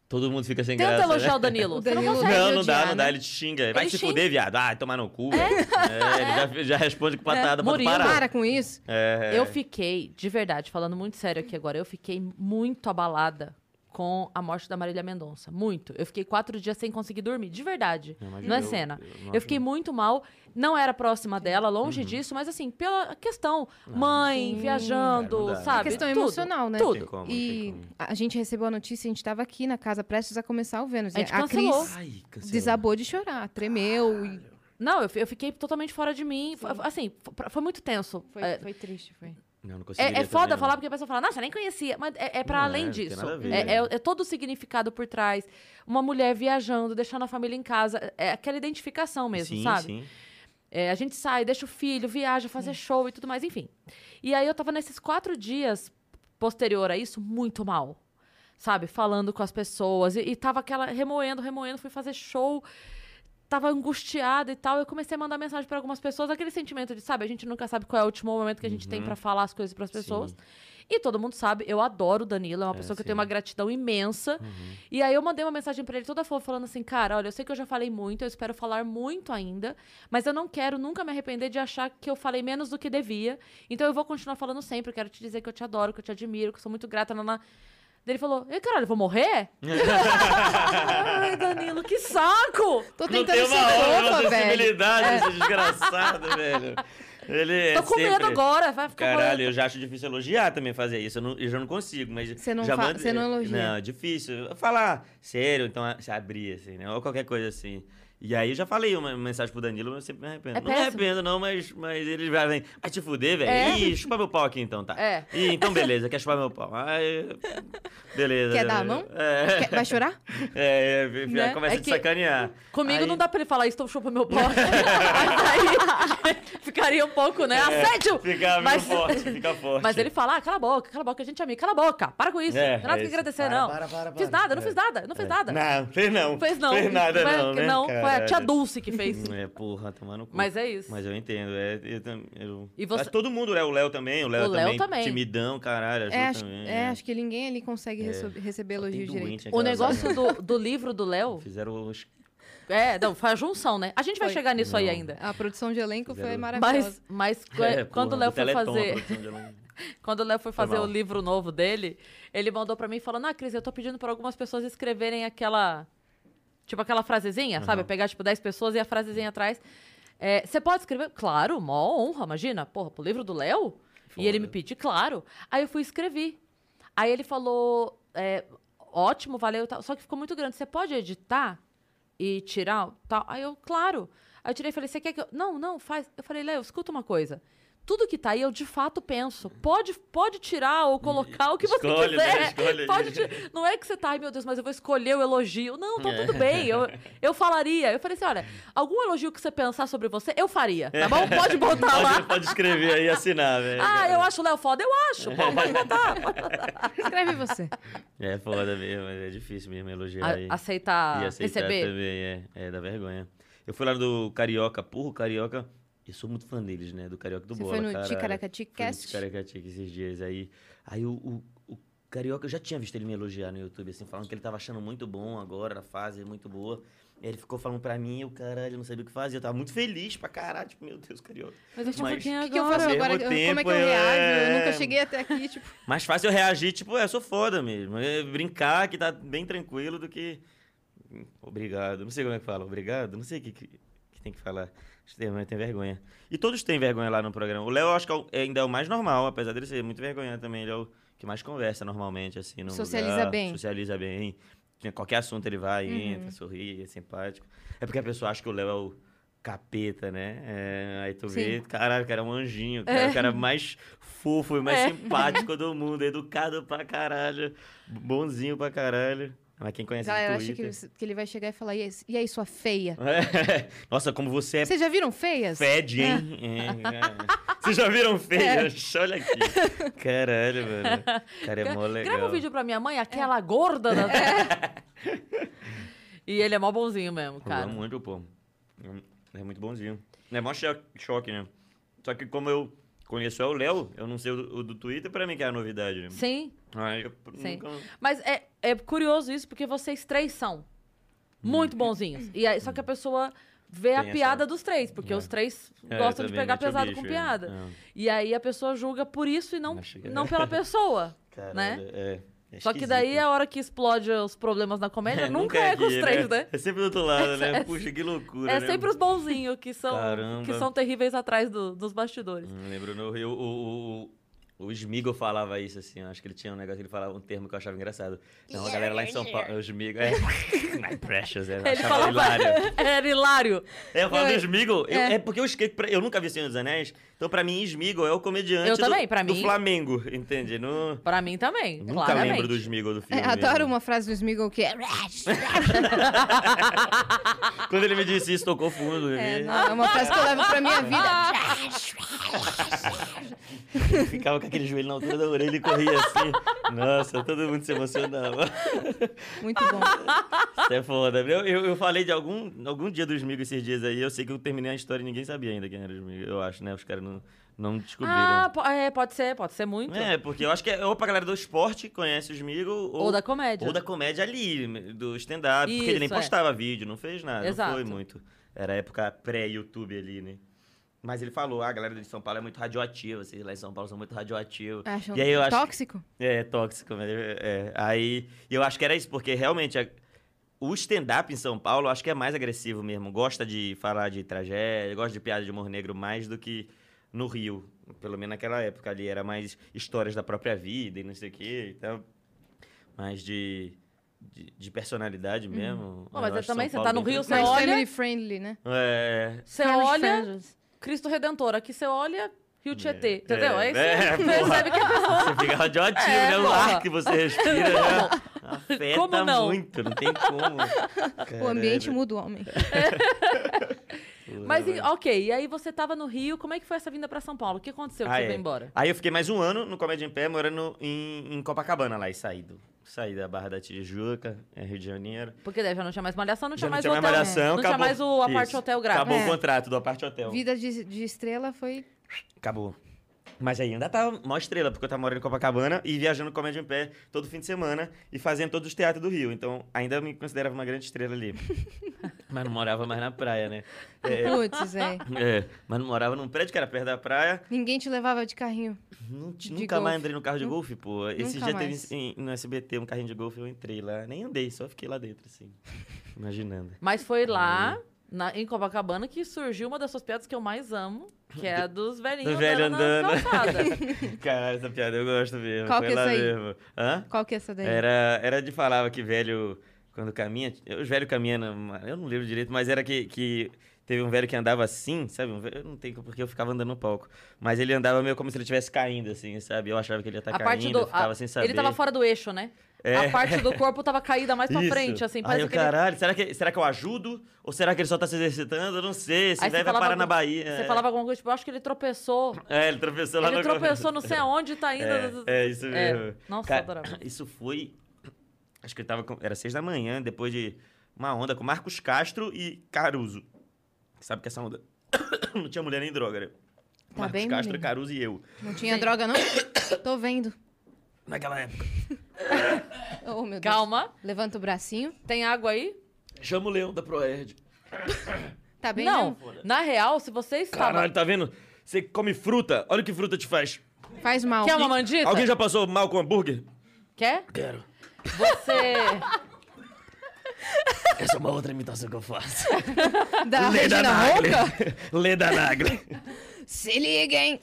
Todo mundo fica sem
Tenta
graça. né?
elogiar o Danilo.
O
Você não
Danilo-
consegue.
Não, não
odiar,
dá, não dá.
né?
Ele te xinga. Vai
Ele
se
xinga.
fuder, viado. Ah, tomar no cu. velho. É, ele já, já responde com patada. mano,
Murilo.
para.
Para com isso.
É,
Eu fiquei, de verdade, falando muito sério aqui agora, eu fiquei muito abalada com a morte da Marília Mendonça. Muito. Eu fiquei quatro dias sem conseguir dormir, de verdade.
Eu imagino,
não é
eu-
cena.
eu
Eu,
imagino. Uhum.
fiquei muito mal. Não era próxima dela, longe disso, mas assim, pela questão. Mãe,
Sim.
viajando,
Cara, Ah, não dá, né?
sabe?
Questão
Tudo.
emocional, né?
Tudo.
Não tem como, não
E
tem como.
a gente recebeu a notícia, a gente tava aqui na casa prestes a começar o Vênus.
A gente
né? a
cancelou.
Cris
Ai, cancelou.
desabou de chorar, tremeu. e
Não, eu, fi- eu fiquei totalmente fora de mim. Foi- assim, fo- pra- foi muito tenso.
Foi,
É,
foi triste, foi.
Não, não conseguiria
É, é
também,
foda
não.
falar porque a pessoa fala, nossa, nem conhecia. Mas é, é pra
Não
além
é, não tem
disso.
nada a ver,
É-
né?
é, é todo o significado por trás. Uma mulher viajando, deixando a família em casa. É aquela identificação mesmo,
sim,
sabe?
Sim.
É, a gente sai, deixa o filho, viaja, fazer show e tudo mais, enfim. E aí eu tava nesses quatro dias posterior a isso muito mal. Sabe? Falando com as pessoas. E, e tava aquela remoendo, remoendo, fui fazer show. Tava angustiada e tal. Eu comecei a mandar mensagem pra algumas pessoas. Aquele sentimento de, sabe, a gente nunca sabe qual é o último momento que a gente tem pra falar as coisas pras pessoas.
Uhum. Sim.
E todo mundo sabe, eu adoro o Danilo, é uma pessoa que eu tenho
sim. Uhum.
uma gratidão imensa. E aí eu mandei uma mensagem pra ele toda fofa, falando assim, cara, olha, eu sei que eu já falei muito, eu espero falar muito ainda, mas eu não quero nunca me arrepender de achar que eu falei menos do que devia. Então eu vou continuar falando sempre, eu quero te dizer que eu te adoro, que eu te admiro, que eu sou muito grata, naná. Daí Ele falou, e caralho, eu vou morrer? Ai, Danilo, que saco!
Tô
Não
tentando
tem uma
ser
hora
fofa,
de
velho.
sensibilidade, esse desgraçado, velho. Ele
É. Tô
é
com medo
sempre-
agora, vai ficar
Caralho,
morrendo.
eu já acho difícil elogiar também fazer isso. Eu, não- eu já não consigo, mas.
Você não
já
fa- você não elogia.
Não, é difícil. Falar sério, então a- se abrir, assim, né? Ou qualquer coisa assim. E aí eu já falei uma mensagem pro Danilo, mas eu sempre me arrependo.
É
não me
péssimo.
arrependo, não, mas, mas ele vai, vem. Vai te fuder, velho.
É.
Ih, chupa meu pau aqui então, tá?
É.
Ih, então beleza, quer chupar meu pau. Ai, beleza.
Quer dar a mão?
É.
Quer- vai chorar?
É, é, já
Né?
começa
É
a te
que-
sacanear.
Comigo
Aí-
não dá pra ele falar isso, então chupa meu pau. Mas aí ficaria um pouco,
É.
né? Assédio!
Fica
Mas-
meio forte, fica forte.
Mas ele fala, ah, cala a boca, cala a boca, a gente é amigo, cala a boca, para com isso.
É,
não tem nada
é
que
isso.
agradecer,
Para,
não.
para, para, É.
Fiz
para.
nada, não fiz nada, não fiz nada.
Não, fez não.
Fez não.
Fez nada,
Foi-
não, né?
Não, foi a
Caralho.
tia Dulce que fez.
É, porra, tomar no cu.
Mas é isso.
Mas eu entendo, é. Eu, tam- eu...
E você-
Mas todo mundo, né? O Léo também, o Léo
O Léo
também,
também.
Timidão, caralho, a Ju
É acho,
também. né.
é, acho que ninguém ali consegue reso- receber
É. Só tem
elogio
doente
direito.
O
naquela
negócio
sala.
do, do livro do Léo.
Fizeram os.
É, não, foi a junção, né? A gente vai
Foi.
chegar nisso aí ainda.
A produção de elenco foi
Fizeram-
maravilhosa.
Mas, mas qu-
É,
quando
porra,
o Léo
do
foi
Teleton, a
fazer.
produção de aluno.
Quando o Léo foi fazer o
mal.
livro novo dele, ele mandou pra mim falando: Ah, Cris, eu tô pedindo pra algumas pessoas escreverem aquela. Tipo aquela frasezinha, sabe? Pegar, tipo, 10 pessoas e a frasezinha atrás. É, Você pode escrever? Claro, mó honra, imagina. Porra, pro livro do Léo? E ele me pediu, claro. Aí eu fui e escrevi. Aí ele falou: é, Ótimo, valeu. e tal. Só que ficou muito grande. Você pode editar e tirar? Tal? Aí eu, claro. Aí eu tirei e falei: Você quer que eu. Não, não, faz. Eu falei: Léo, escuta uma coisa. Tudo que tá aí, eu de fato penso. Pode, pode tirar ou colocar o que você
Escolhe, né?
quiser.
Escolhe.
Pode tirar. Não é que você tá, ai meu Deus, mas eu vou escolher o elogio. Não,
É.
tá tudo bem. Eu, eu falaria. Eu falei assim: olha, algum elogio que você pensar sobre você, eu faria. Tá bom? Pode botar lá.
Pode, é pode escrever aí e assinar, velho.
Ah, eu acho o Léo foda. Eu acho. Pô, pode botar.
Escreve você.
É foda mesmo, mas é difícil mesmo elogiar aí.
A- aceitar,
E aceitar
receber.
também, é, é da vergonha. Eu fui lá do Carioca, porra, o Carioca. Eu sou muito fã deles, né? Do Carioca e do
Você
Bola.
foi no
caralho.
Ticaracati-cast?
Fui no Ticaracati esses dias. Aí, aí o, o, o Carioca, eu já tinha visto ele me elogiar no YouTube, assim, falando que ele tava achando muito bom agora, na fase muito boa. E Ele ficou falando pra mim, eu, caralho, não sabia o que fazer. Eu tava muito feliz pra caralho. Tipo, meu Deus, Carioca.
Mas eu te
Mas-
foquei
O que,
agora.
que eu faço
Ao
agora?
mesmo
Como é que
tempo,
eu
eu-
reajo? Eu
é.
nunca cheguei até aqui, tipo.
Mais fácil eu reagir, tipo, é, sou foda mesmo. É brincar que tá bem tranquilo do que. hum, Obrigado. Não sei como é que fala. Obrigado? Não sei o que, que, que tem que falar. Acho que tem, mas tem vergonha. E todos têm vergonha lá no programa. O Léo, eu acho que é o- é, ainda é o mais normal, apesar dele ser muito vergonha também. Ele é o que mais conversa normalmente, assim. No
Socializa
lugar,
bem. Uhum.
Socializa bem. Tinha Qualquer assunto ele vai, entra, sorri, é simpático. É porque a pessoa acha que o Léo é o capeta, né? É, aí tu vê, caralho, o cara é um anjinho, cara, o cara mais fofo e mais simpático do mundo, educado pra caralho, bonzinho pra caralho. Mas quem
A
conhece
galera
no
acha que
Twitter...
ele, que ele vai chegar e falar, e aí, e aí, sua feia?
Nossa, como você é
Vocês já viram feias?
fede, hein? É, é. Vocês já viram feias? Olha aqui. Caralho, mano. Cara, é mó legal.
Grava um vídeo pra minha mãe, aquela gorda. Da... É. e ele é mó bonzinho mesmo,
Eu amo
cara.
muito, pô. É muito bonzinho. É mó cho- choque, né? Só que como eu conheço é o Léo, eu não sei o do, o do Twitter, pra mim que é a novidade, né?
Sim,
Aí eu
sim.
nunca...
Mas é, é curioso isso, porque vocês três são muito bonzinhos. E aí, só que a pessoa vê a
Hum. Tem essa-
piada dos três, porque
É.
os três
É,
gostam de
também,
pegar
mete o
pesado
bicho,
com
é.
piada.
É.
E aí a pessoa julga por isso e não,
Acho que-
não pela pessoa.
Caralho,
Né?
é. É
Só que daí
esquisito.
a hora que explode os problemas na comédia, nunca é, com os
aqui,
três, né?
É sempre do outro lado, né?
é-
Puxa, que loucura.
É
né?
sempre os bonzinhos que são,
Caramba.
que são terríveis atrás do- dos bastidores.
Hum, Lembro no Rio, o, o, O Smigo falava isso, assim. Eu acho que ele tinha um negócio, ele falava um termo que eu achava engraçado. Não, a galera lá em São Paulo. O Smigo, é. My precious, é. Eu
Ele
achava
falava.
hilário.
Era hilário.
É, eu falo do
É.
Smigol. Eu-
É.
É. porque eu, esque- pra- eu nunca vi Senhor dos Anéis. Então, pra mim, Smigol é o comediante
Eu
do,
também, pra
do
mim.
Flamengo, entende? No...
Pra mim também,
Nunca
claramente.
lembro do Smigol do filme.
É, Adoro uma frase do Smigol que é.
Quando ele me disse isso, tocou fundo.
É,
É,
não, é uma frase que eu levo pra
Ah,
minha
tá.
vida.
Ah,
Ficava com aquele joelho na altura da orelha e corria assim. Nossa, todo mundo se emocionava.
Muito bom.
Isso é foda. Eu, eu, eu falei de algum, algum dia do Smigo esses dias aí. Eu sei que eu terminei a história e ninguém sabia ainda quem era o Smigo. Eu acho, né? Os caras não, não descobriram.
Ah, po- é, pode ser, pode ser muito.
É, porque eu acho que é ou pra galera do esporte que conhece o Smigo, ou,
Ou da comédia.
ou da comédia ali, do stand-up, porque ele nem
Isso, é.
postava vídeo, não fez nada,
Exato.
não foi muito. Era a época pré-YouTube ali, né? Mas ele falou, ah, a galera de São Paulo é muito radioativa, vocês lá em São Paulo são muito radioativos.
Acham
E aí eu acho que-
tóxico?
É, tóxico, mas é, é. Aí, e eu acho que era isso, porque realmente a- o stand-up em São Paulo, eu acho que é mais agressivo mesmo. Gosta de falar de tragédia, gosta de piada de humor negro mais do que no Rio. Pelo menos naquela época ali, era mais histórias da própria vida e não sei o quê. Então, mais de, de, de personalidade mesmo.
Pô, mas
Eu
é
acho São
também, você
Paulo
tá no
bem
Rio, você
Mais
tranquilo.
olha-
family friendly, né?
É,
Você
Family
olha
friendly.
Cristo Redentor, aqui você olha Rio Tietê,
É,
entendeu? É, isso.
é,
você
porra.
percebe que a pessoa...
Você fica radioativo,
É,
né? O
porra.
ar que você respira já afeta
Como não?
muito, não tem como.
tipo, O ambiente
Caralho.
muda o homem.
Mas, e- ok, e aí você tava no Rio, como é que foi essa vinda pra São Paulo? O que aconteceu que
Ah,
então, você
é.
veio embora?
Aí eu fiquei mais um ano no Comédia em Pé, morando em, em Copacabana lá e saí do. Saí da Barra da Tijuca, é Rio de Janeiro.
Porque daí já não tinha mais malhação, não
Já
tinha
não
mais
tinha mais
hotel. né?
malhação,
não tinha
acabou.
mais o aparte
Isso.
hotel grátis.
Acabou
É.
o contrato do Aparte Hotel.
Vida de, de estrela foi.
Acabou. Mas aí ainda tava mó estrela, porque eu tava morando em Copacabana e viajando Comédia em Pé todo fim de semana e fazendo todos os teatros do Rio. Então ainda me considerava uma grande estrela ali. Mas não morava mais na praia, né? É,
Putz, é.
é, mas não morava num prédio que era perto da praia.
Ninguém te levava de carrinho.
Nun-
De
nunca mais
golfe.
entrei no carro de
Nu-
golfe, pô. Esse
nunca
dia
mais.
teve em- no SBT um carrinho de golfe, eu entrei lá. Nem andei, só fiquei lá dentro, assim. Imaginando.
Mas foi lá,
Uhum.
na- em Copacabana, que surgiu uma das suas piadas que eu mais amo, que é a dos velhinhos
Do velho
na
andando.
calçada.
Caralho, essa piada eu gosto mesmo.
Qual
Foi
que é
lá
essa aí?
mesmo. Hã?
Qual que é essa daí?
Era, era de falava que velho, quando caminha, os velhos caminhando, eu não lembro direito, mas era que, que teve um velho que andava assim, sabe? Um velho, eu não tem porque eu ficava andando no palco. Mas ele andava meio como se ele estivesse caindo, assim, sabe? Eu achava que ele ia estar
a
caindo,
parte do.
eu ficava
a-
sem saber.
ele tava fora do eixo, né? A
É.
parte do corpo tava caída mais pra
Isso.
frente, assim.
Aí
Parece
eu,
que ele-
caralho, será, que, será que eu ajudo? Ou será que ele só tá se exercitando? Eu não sei, esse
Aí
velho vai
falava
parar na
com-
Bahia.
Você
é.
falava alguma coisa, tipo, eu acho que ele tropeçou.
É, ele tropeçou lá
Ele
no...
tropeçou, não sei aonde, tá indo.
É, é isso
É.
mesmo.
Nossa,
Ca-
adorava.
Isso foi. Acho que eu tava. com- Era seis da manhã, depois de uma onda com Marcos Castro e Caruso. Sabe que essa onda. não tinha mulher nem droga, né? Marcos
Tá bem,
Castro,
menino?
Caruso e eu.
Não tinha droga, não? Tô vendo.
Naquela época.
Oh, meu Deus.
Calma,
Levanta o bracinho.
tem água aí?
Chama o leão da Proerd.
Tá bem?
não,
Leão?
na real, se você estava...
Caralho, tá vendo? Você come fruta. Olha o que fruta te faz.
Faz mal.
Quer uma mandita?
Alguém já passou mal com hambúrguer?
Quer?
Quero.
Você...
Essa é uma outra imitação que eu faço.
Da
Leda
Regina
Nagli.
Roca?
Leda Nagli.
Se liga, hein?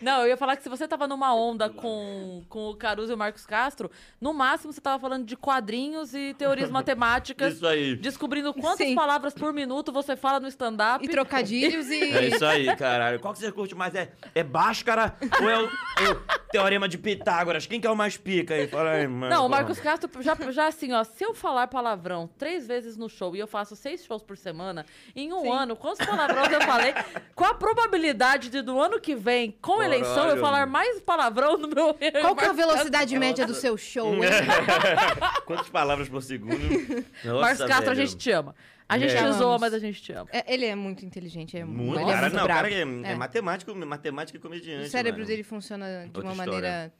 Não, eu ia falar que se você tava numa onda com, com o Caruso e o Marcos Castro, no máximo você tava falando de quadrinhos e teorias matemáticas,
Isso aí.
descobrindo quantas
Sim.
palavras por minuto você fala no stand-up.
E trocadilhos e.
É isso aí, caralho. Qual que você curte mais? É, é Bhaskara ou é o, é o Teorema de Pitágoras? Quem que é o mais pica aí? Fala aí, mano.
Não, o Marcos Castro já, já assim, ó, se eu falar palavrão três vezes no show e eu faço seis shows por semana, em um ano, quantos palavrões eu falei? Qual a probabilidade de no ano que vem, com
Caralho.
eleição, eu falar mais palavrão no meu.
Qual que é a
Marcos
velocidade média do seu show, hein?
Quantas palavras por segundo? Nossa,
Marcos Castro, a
velho.
gente te ama. A gente
É.
te zoa,
Amamos.
mas a gente te ama.
É, ele é muito inteligente, é
Muito,
ele
cara,
é muito
não, o
brabo.
cara é, é matemático, matemático e comediante.
O cérebro
mano.
dele funciona de uma
Outra
maneira
história.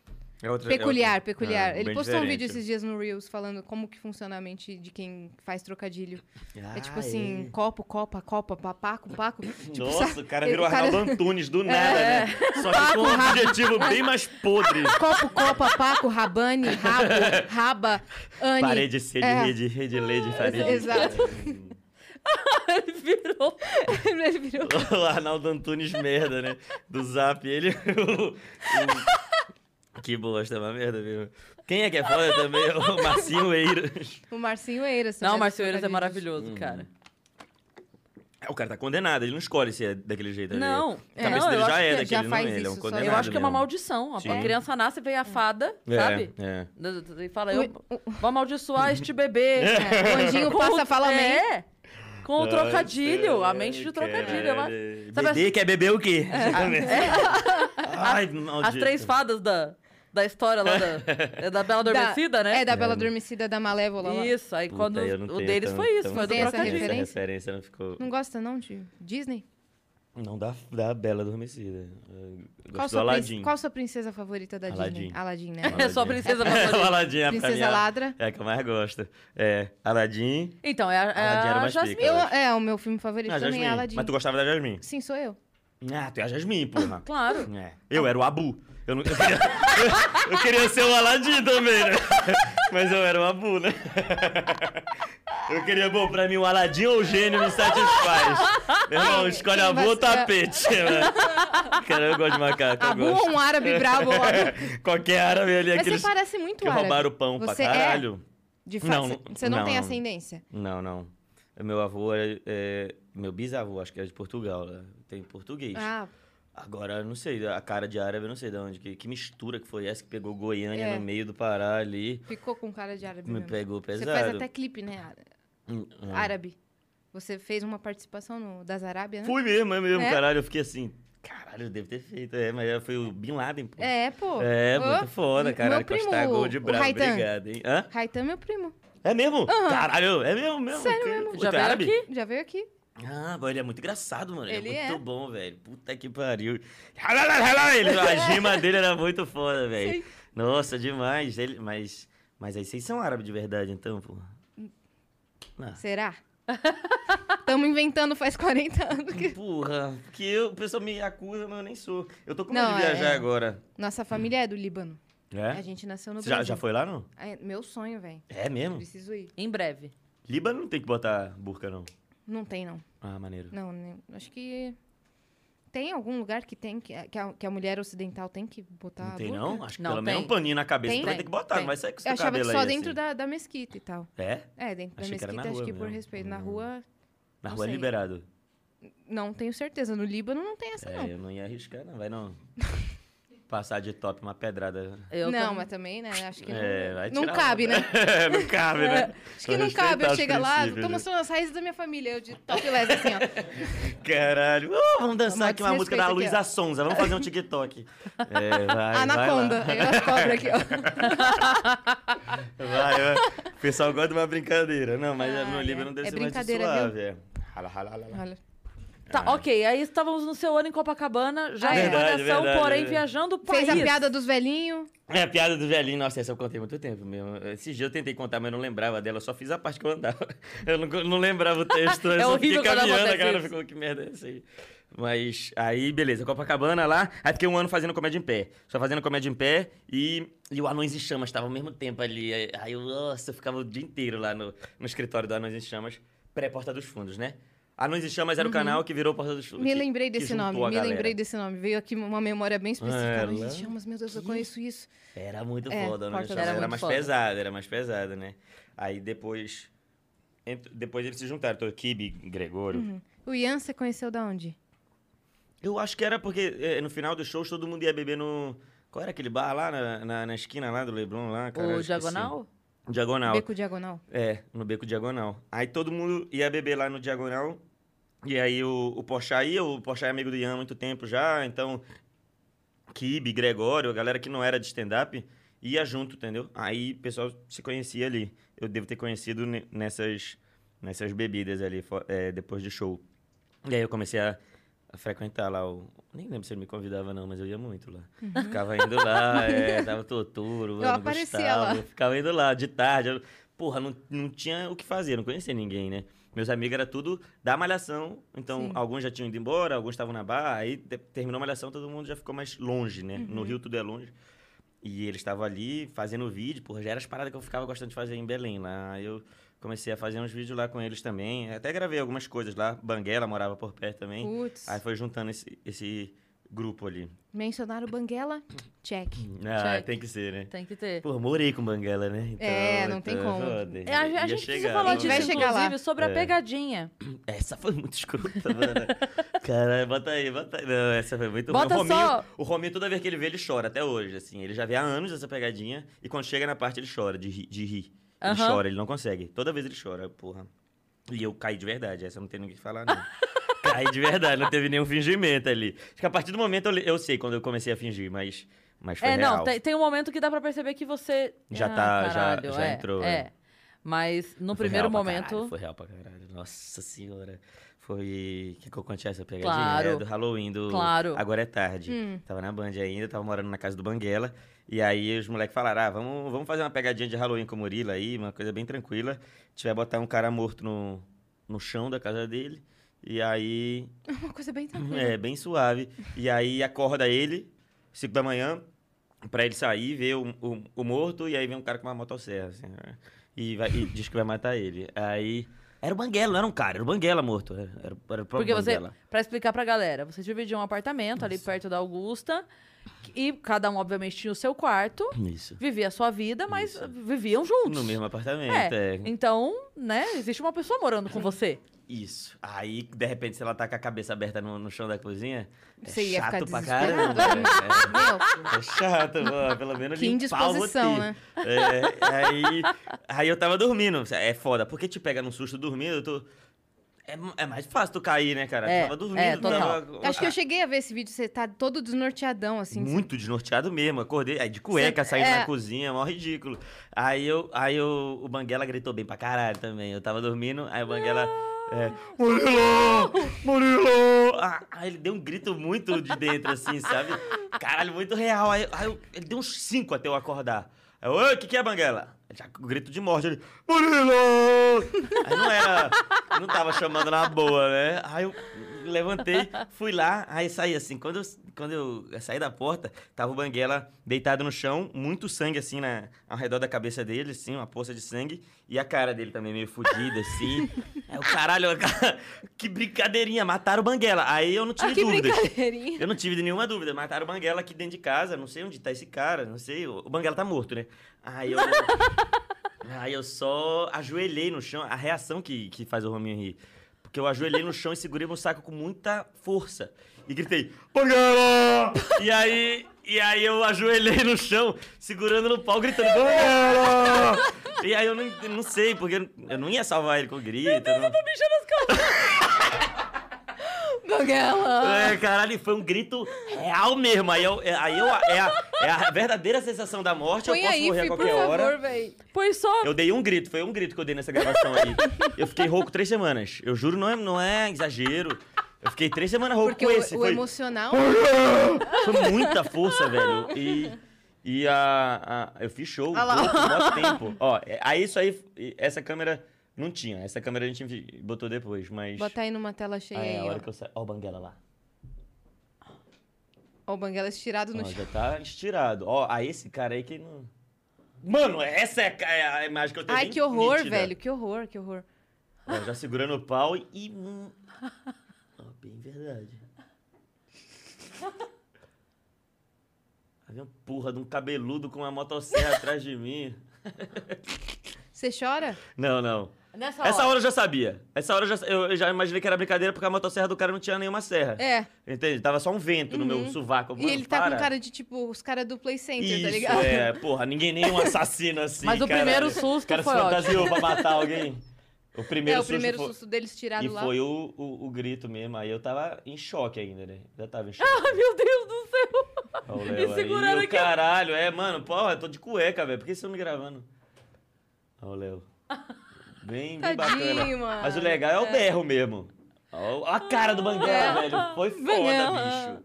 É outra- é
peculiar,
outra-
peculiar.
é,
ele
bem
postou um vídeo
diferente.
esses dias no Reels falando como que funciona a mente de quem faz trocadilho. é tipo
Ah,
assim,
é.
copo, copa, copa, papaco, paco. tipo,
Nossa,
sabe?
o cara
Ele-
virou
o cara- É.
Arnaldo Antunes do nada, né? Só que com um objetivo bem mais podre.
Copo, copa, paco, rabane, rabo, raba, ane.
Parei de ser de
É.
rede, rede lady, parede.
Exato.
Ele virou.
Ele virou-
O Arnaldo Antunes, merda, né? Do zap, ele. o- o- Que bosta, é uma merda mesmo. Quem é que é foda também? O Marcinho Eiras.
O Marcinho Eiras.
Não,
faz
o Marcelo Eiras é
trocadilhos.
Hum,
maravilhoso, cara.
O cara tá condenado, ele não escolhe se é daquele jeito. ali.
Não,
a cabeça
é, não,
dele
eu
acho
já é
que já
daquele, não é?
faz
Ele é um
isso só. Eu
condenado.
Eu acho que é uma
mesmo.
maldição. A
Sim.
criança nasce, vem a fada,
É,
sabe?
É.
E fala, eu vou
Uhum.
amaldiçoar este bebê.
É, o anjinho
Com
passa, fala amém.
É, com o
Ai,
trocadilho, a mente de
cara,
trocadilho. né? eu acho.
é.
Sabe É.
Bebê quer beber o quê? Ai, maldito.
As três fadas da, da história lá da, é da Bela Adormecida,
Da-
né?
É, da Bela
É.
Adormecida da Malévola lá.
Isso, aí
Puta,
quando
eu não
o
tenho
deles
tão-
foi isso,
tão-
foi do
Tem essa
trocadilho.
Essa
referência?
referência não ficou.
Não gosta não de Disney?
Não dá da Bela Adormecida. Eu
Qual
Gosto do
sua, prin-
Aladdin.
qual sua princesa favorita da
Aladdin.
Disney? Aladdin, né?
É só a princesa
o
Maria.
Aladdin é a pra mim,
princesa
a-
Ladra.
É a que eu mais gosto. É, Aladdin.
Então, é a, é
Aladdin era
a
mais pica.
Jasmine.
Eu, é, o meu filme favorito
Ah,
também
Jasmine.
é Aladdin.
Mas tu gostava da Jasmine?
Sim, sou eu.
Ah, tu é a Jasmine, porra.
Claro.
É. Eu era o Abu. Eu, não- eu queria... eu queria ser o Aladdin também, né? Mas eu era o Abu, né? Eu queria, bom, pra mim o Aladdin ou o gênio me satisfaz. Meu irmão, escolhe
Quem
Abu
vai
ou
ser-
tapete, né? Cara, eu gosto de macaco, eu
Abu ou
gosto.
um árabe bravo?
Qualquer árabe ali,
Mas
É aqueles
você parece muito
que
árabe.
roubaram o pão pra
Você é-
caralho.
De fato,
Não,
você não,
não,
tem
não.
ascendência.
Não, não. Meu avô é, é- Meu bisavô, acho que era de Portugal, né? Tem português.
Ah,
Agora, eu não sei, a cara de árabe, eu não sei de onde. Que, que mistura que foi essa que pegou Goiânia
É.
no meio do Pará ali.
ficou com cara de árabe
Me
mesmo.
pegou
Você
pesado.
faz até clipe, né? ára-
Hum, hum.
Árabe. Você fez uma participação no, das Arábias, né?
Fui mesmo, é mesmo,
É?
caralho. Eu fiquei assim, caralho, eu devo ter feito. É, mas foi o Bin Laden, pô.
É, pô.
É,
Ô,
muito foda,
meu
caralho.
primo,
Costa Gold de
o
brabo,
Raitan.
obrigado, hein? Hã?
Raitan é meu primo.
É mesmo? Caralho, é mesmo, mesmo.
Sério
Que-
mesmo?
Já
Pô, tu é
veio
árabe?
aqui?
Já veio aqui.
Ah, mas ele é muito engraçado, mano. Ele,
Ele
é muito
é.
bom, velho. Puta que pariu. Ele, a gema dele era muito foda, velho. Nossa, demais. Ele, mas, mas aí vocês são árabes de verdade, então, pô. Ah,
Será? Estamos inventando faz 40 anos. que-
Porra, porque eu, o pessoal me acusa, mas eu nem sou. Eu tô com medo
Não,
de
é-
viajar
é.
agora.
Nossa família é do Líbano. A
É?
gente nasceu no
Você Já,
Brasil.
já foi lá, não?
É meu sonho, velho.
É mesmo?
Preciso ir.
Em breve.
Líbano não tem que botar burca, não.
Não tem, não.
Ah, maneiro.
Não, nem- acho que... Tem algum lugar que tem que, que, a, que a mulher ocidental tem que botar
não
a
tem,
burca?
não? Acho que
Não,
pelo
tem.
menos um paninho na cabeça
Tem,
tu vai
tem,
ter que botar.
tem.
Não vai sair com esse
Eu achava que
cabelo
só
aí,
dentro
assim.
da, da mesquita e tal.
É?
É, dentro da
Achei que
mesquita,
era na
acho
rua
que por
mesmo.
respeito. Na
Hum.
rua,
Na
Não
rua é
sei.
liberado.
não tenho certeza. No Líbano não tem essa,
É,
não.
eu não ia arriscar, não. Vai não. Passar de top uma pedrada.
Eu
não,
tô-
mas também, né? Acho que
É, vai
não, não
tirar
cabe,
onda.
né?
É, não cabe, né?
Acho que não cabe. Eu chego lá, tô mostrando as raízes da minha família. Eu de topless, assim, ó.
Caralho. Uh, vamos dançar
Uma
aqui uma música da
desrespeito aqui,
Luísa Sonza. Vamos fazer um TikTok. É, vai,
Anaconda.
Vai,
Eu as cobras aqui, ó.
lá. vai, vai. O pessoal gosta de uma brincadeira. Não, mas
Ah,
no livro
é.
não deve
É
ser mais de
brincadeira,
suave. é.
Olha.
Tá, ok. Aí estávamos no seu ano em Copacabana, já em
Verdade,
recordação,
verdade,
porém
verdade.
viajando o país.
Ah, é. Fez a piada dos velhinhos.
É a piada do velhinho, nossa, essa eu contei há muito tempo mesmo. Esse dia eu tentei contar, mas eu não lembrava dela, eu só fiz a parte que eu andava. Eu não, não lembrava o texto, eu
É
só
horrível
fiquei
quando
caminhando, a
acontece
galera
isso.
ficou, que merda é essa aí? Mas aí, beleza, Copacabana lá, aí fiquei um ano fazendo comédia em pé. Só fazendo comédia em pé e, e o Anões em Chamas estava ao mesmo tempo ali. Aí- Aí eu, nossa, eu ficava o dia inteiro lá no, no escritório do Anões em Chamas, pré-Porta dos Fundos, né? Anões em Chamas era o canal que virou Porta dos
Uhum.
Fundos.
Me
que-
lembrei
que
desse
juntou
nome.
a
Me
galera. Ah,
lembrei desse nome. Veio aqui uma memória bem específica.
Ela-
Mas, gente, chamas, meu Deus, eu conheço isso.
Era muito
É,
foda, né?
Porta dos
Era,
Fundos.
mais
Foda.
pesado, era mais pesado, né? Aí depois. ent- Depois eles se juntaram, todo Kibe, Gregório.
Uhum.
O Ian, você conheceu da onde?
Eu acho que era porque eh, no final dos shows todo mundo ia beber no. Qual era aquele bar lá na, na, na esquina lá do Leblon lá? caralho,
O
esqueci.
Diagonal?
Diagonal.
Beco Diagonal.
É, no Beco Diagonal. Aí todo mundo ia beber lá no Diagonal. E aí o, o Porchat ia, o Porchat é amigo do Ian há muito tempo já, então Kibe, Gregório, a galera que não era de stand-up, ia junto, entendeu? Aí o pessoal se conhecia ali. Eu devo ter conhecido ne- nessas, nessas bebidas ali, fo- é, depois de show. E aí eu comecei a, a frequentar lá o... Nem lembro se ele me convidava não, mas eu ia muito lá. Ficava indo lá, é, dava tortura,
Uhum. Eu aparecia lá.
eu ficava indo lá de tarde. eu- Porra, não, não tinha o que fazer, não conhecia ninguém, né? Meus amigos era tudo da malhação. Então,
Sim.
alguns já tinham ido
Uhum.
embora, alguns estavam na barra. Aí de- terminou a malhação, todo mundo já ficou mais longe, né? No Rio tudo é longe. E eles estavam ali fazendo vídeo, porra, já era as paradas que eu ficava gostando de fazer em Belém lá. Aí eu comecei a fazer uns vídeos lá com eles também. Até gravei algumas coisas lá. Banguela morava por perto também.
Putz.
Aí foi juntando esse, esse grupo ali.
Mencionaram Banguela, check.
Ah,
Check.
tem que ser, né?
Tem que ter.
Pô, morei com Banguela, né? então
É, não tem como.
foda.
É, a,
Ia
a gente precisa
chegar,
falar
A
né?
gente
disso, um
vai chegar lá.
inclusive, sobre a
É.
pegadinha.
Essa foi muito escrota, mano. Caralho, bota aí, bota aí. Não, essa foi muito
Bota
ruim. O Rominho,
só-
o Rominho, toda vez que ele vê, ele chora, até hoje, assim. Ele já vê há anos essa pegadinha, e quando chega na parte, ele chora, de rir. De rir. Ele
Aham.
chora, ele não consegue. Toda vez ele chora, porra. E eu caí de verdade, essa não tem ninguém que falar, não. caí de verdade, não teve nenhum fingimento ali. Acho que a partir do momento, eu, le- eu sei quando eu comecei a fingir, mas, mas foi
É,
real.
não, tem, tem um momento que dá pra perceber que você.
Já
Ah,
tá- já-
caralho,
já
é,
entrou,
É.
é.
Mas no
Foi
primeiro
real pra
momento.
caralho, foi real pra caralho. Nossa senhora. Foi. Que que eu contei essa pegadinha?
Claro.
É, do Halloween do.
Claro.
Agora é tarde.
Hum.
Tava na Band ainda, tava morando na casa do Banguela. E aí os moleques falaram: ah, vamos, vamos fazer uma pegadinha de Halloween com o Murilo aí, uma coisa bem tranquila. Tiver botar um cara morto no, no chão da casa dele. E aí
Uma coisa bem tranquila.
é, bem suave. E aí acorda ele, 5 da manhã, pra ele sair, ver o, o, o morto, e aí vem um cara com uma motosserra, assim, né? e, vai- e diz que vai matar ele. Aí. Era o Banguela, não era um cara, era o Banguela morto. Era, era, era o
Porque
próprio
você,
Banguela.
pra explicar pra galera, vocês dividiam um apartamento ali perto da Augusta. E cada um, obviamente, tinha o seu quarto,
Isso.
vivia a sua vida, mas
Isso.
viviam juntos.
No mesmo apartamento,
É.
é.
Então, né, existe uma pessoa morando com você.
Isso. Aí, de repente, se ela tá com a cabeça aberta no, no chão da cozinha, é
Você ia ficar
chato pra
desesperado,
caramba. é.
Meu,
É chato, mano. Pelo menos
Que
limpar o
indisposição,
roteiro.
né?
É, aí, aí eu tava dormindo. É foda. Porque te pega num susto dormindo, eu tô... É, mu- é mais fácil tu cair, né, cara?
É,
tu tava dormindo.
é,
tu
total.
tava-
acho que eu cheguei a ver esse vídeo, você tá todo desnorteadão, assim. você-
Muito desnorteado mesmo. Acordei aí de cueca,
Cê-
saindo
é.
na cozinha, mó ridículo. Aí eu, aí eu, o Banguela gritou bem pra caralho também. Eu tava dormindo, aí o Banguela. É, Murilo! Murilo! Ah, aí ele deu um grito muito de dentro, assim, sabe? Caralho, muito real. Aí, aí eu- ele deu uns cinco até eu acordar. Aí eu, "Oi, o que, que é, Banguela? Já com o grito de morte, ele, Murilo! Aí não era, não tava chamando na boa, né? Aí eu levantei, fui lá, aí saí assim. Quando eu, quando eu saí da porta, tava o Banguela deitado no chão, muito sangue assim na, ao redor da cabeça dele, assim, uma poça de sangue. E a cara dele também meio fodida, assim. Aí o caralho, cara, que brincadeirinha, mataram o Banguela. Aí eu não tive
Ah, que
dúvidas.
brincadeirinha.
Eu não tive nenhuma dúvida. Mataram o Banguela aqui dentro de casa. Não sei onde tá esse cara. Não sei. O Banguela tá morto, né? Aí eu. aí eu só ajoelhei no chão. A reação que, que faz o Rominho rir. Porque eu ajoelhei no chão e segurei meu saco com muita força. E gritei, Banguela! E aí. E aí eu ajoelhei no chão, segurando no pau, gritando, Banguela! E aí eu não, eu não sei, porque eu não- eu não ia salvar ele com grito. não-
Banguela!
Ah.
É, caralho, foi um grito real mesmo. Aí, eu, é- aí eu, é, a, é a verdadeira sensação da morte.
Põe
eu posso
aí,
morrer
Fih,
a
por
qualquer hora.
favor, véi.
Pois só.
Eu dei um grito, foi um grito que eu dei nessa gravação aí. Eu fiquei rouco três semanas. Eu juro, não é, não é exagero. Eu fiquei três semanas rouco
Porque
com
o,
esse.
o
foi,
emocional...
foi muita força, velho. E, e a, a- Eu fiz show
Ah lá.
muito, muito tempo. Ó, é- aí isso aí. Essa câmera não tinha. Essa câmera a gente vi- botou depois, mas.
Bota aí numa tela cheia
aí,
aí,
a hora
ó.
que eu saí. Ó, o Banguela lá.
Ó, o Banguela é estirado no
Ó,
chão.
já tá estirado. Ó, a esse cara aí que não. Mano, essa é a, é a imagem que eu tenho.
Ai,
bem
que horror,
nítida.
velho. Que horror, que horror.
Ó, já segurando o pau e. hum. Ó, bem verdade. Havia um porra de um cabeludo com uma motosserra atrás de mim.
Você chora?
Não, não.
Tá
Nessa
Essa
hora.
hora eu já sabia. Essa hora eu já, eu eu já imaginei que era brincadeira porque a motosserra do cara não tinha nenhuma serra.
É.
Entende? Tava só um vento no meu sovaco.
E ele tá
Mano,
com
para.
cara de, tipo, os caras do Play Center,
Isso,
tá ligado?
é, porra, ninguém nem um assassino assim.
Mas o
caralho.
primeiro susto
O cara
foi
se
ótimo.
fantasiou pra matar alguém. O
É,
primeiro
o primeiro
susto,
susto deles
foi... E
tirado lá.
foi o, o, o grito mesmo. Aí eu tava em choque ainda, né? Já tava em choque.
Ai, meu Deus do céu!
Ó, o
e
Léo aí.
segurando
E o
aqui, ó.
caralho, é, mano, porra, eu tô de cueca, velho. Por que vocês estão me gravando? Olha o Léo. Bem, bem
Tadinho,
bacana.
mano.
Mas o legal é o berro mesmo. Ó, a cara do Banguela, velho. Foi foda,
Banguela.
bicho.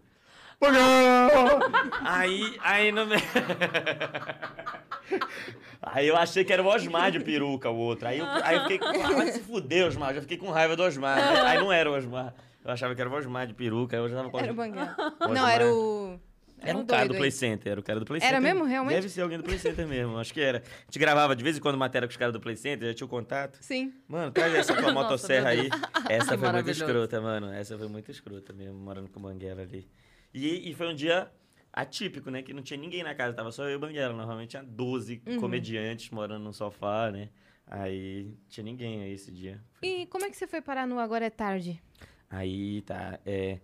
Aí, aí no meio. Aí eu achei que era o Osmar de peruca, o outro. Aí eu, aí eu fiquei com. Ah, vai se fuder, Osmar. Eu Já fiquei com raiva do Osmar. né? Aí não era o Osmar. Eu achava que era o Osmar de peruca. aí Eu já tava com
Era o Banguela.
Pode
Não, era
mais.
o...
Era
um
um cara
doido
do
aí.
Play Center, era o cara do Play
Era
Center.
mesmo, realmente?
Deve ser alguém do Play Center mesmo, acho que era. A gente gravava de vez em quando matéria com os caras do Play Center, já tinha o contato.
Sim.
Mano, traz essa tua
Nossa,
motosserra
meu
aí. Essa foi muito
maravilhoso.
escrota, mano. Essa foi muito escrota mesmo, morando com o Banguela ali. E, e foi um dia atípico, né? Que não tinha ninguém na casa, tava só eu e o Banguela. Normalmente tinha 12 comediantes morando num sofá, né? Aí tinha ninguém aí esse dia.
E como é que você foi parar no Agora é Tarde?
Aí tá. é,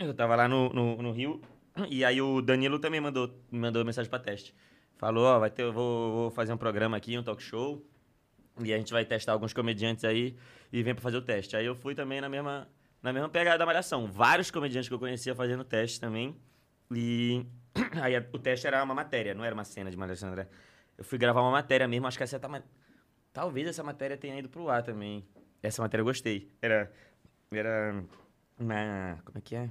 eu tava lá no, no, no Rio e aí o Danilo também mandou, mandou mensagem pra teste. Falou, ó, vai ter, eu vou, vou fazer um programa aqui, um talk show. E a gente vai testar alguns comediantes aí e vem pra fazer o teste. Aí eu fui também na mesma, na mesma pegada da malhação. Vários comediantes que eu conhecia fazendo teste também. E aí a- o teste era uma matéria, não era uma cena de malhação, André. Eu fui gravar uma matéria mesmo, acho que essa tá. ma- Talvez essa matéria tenha ido pro ar também. Essa matéria eu gostei. Era. Era. Na. Como é que é?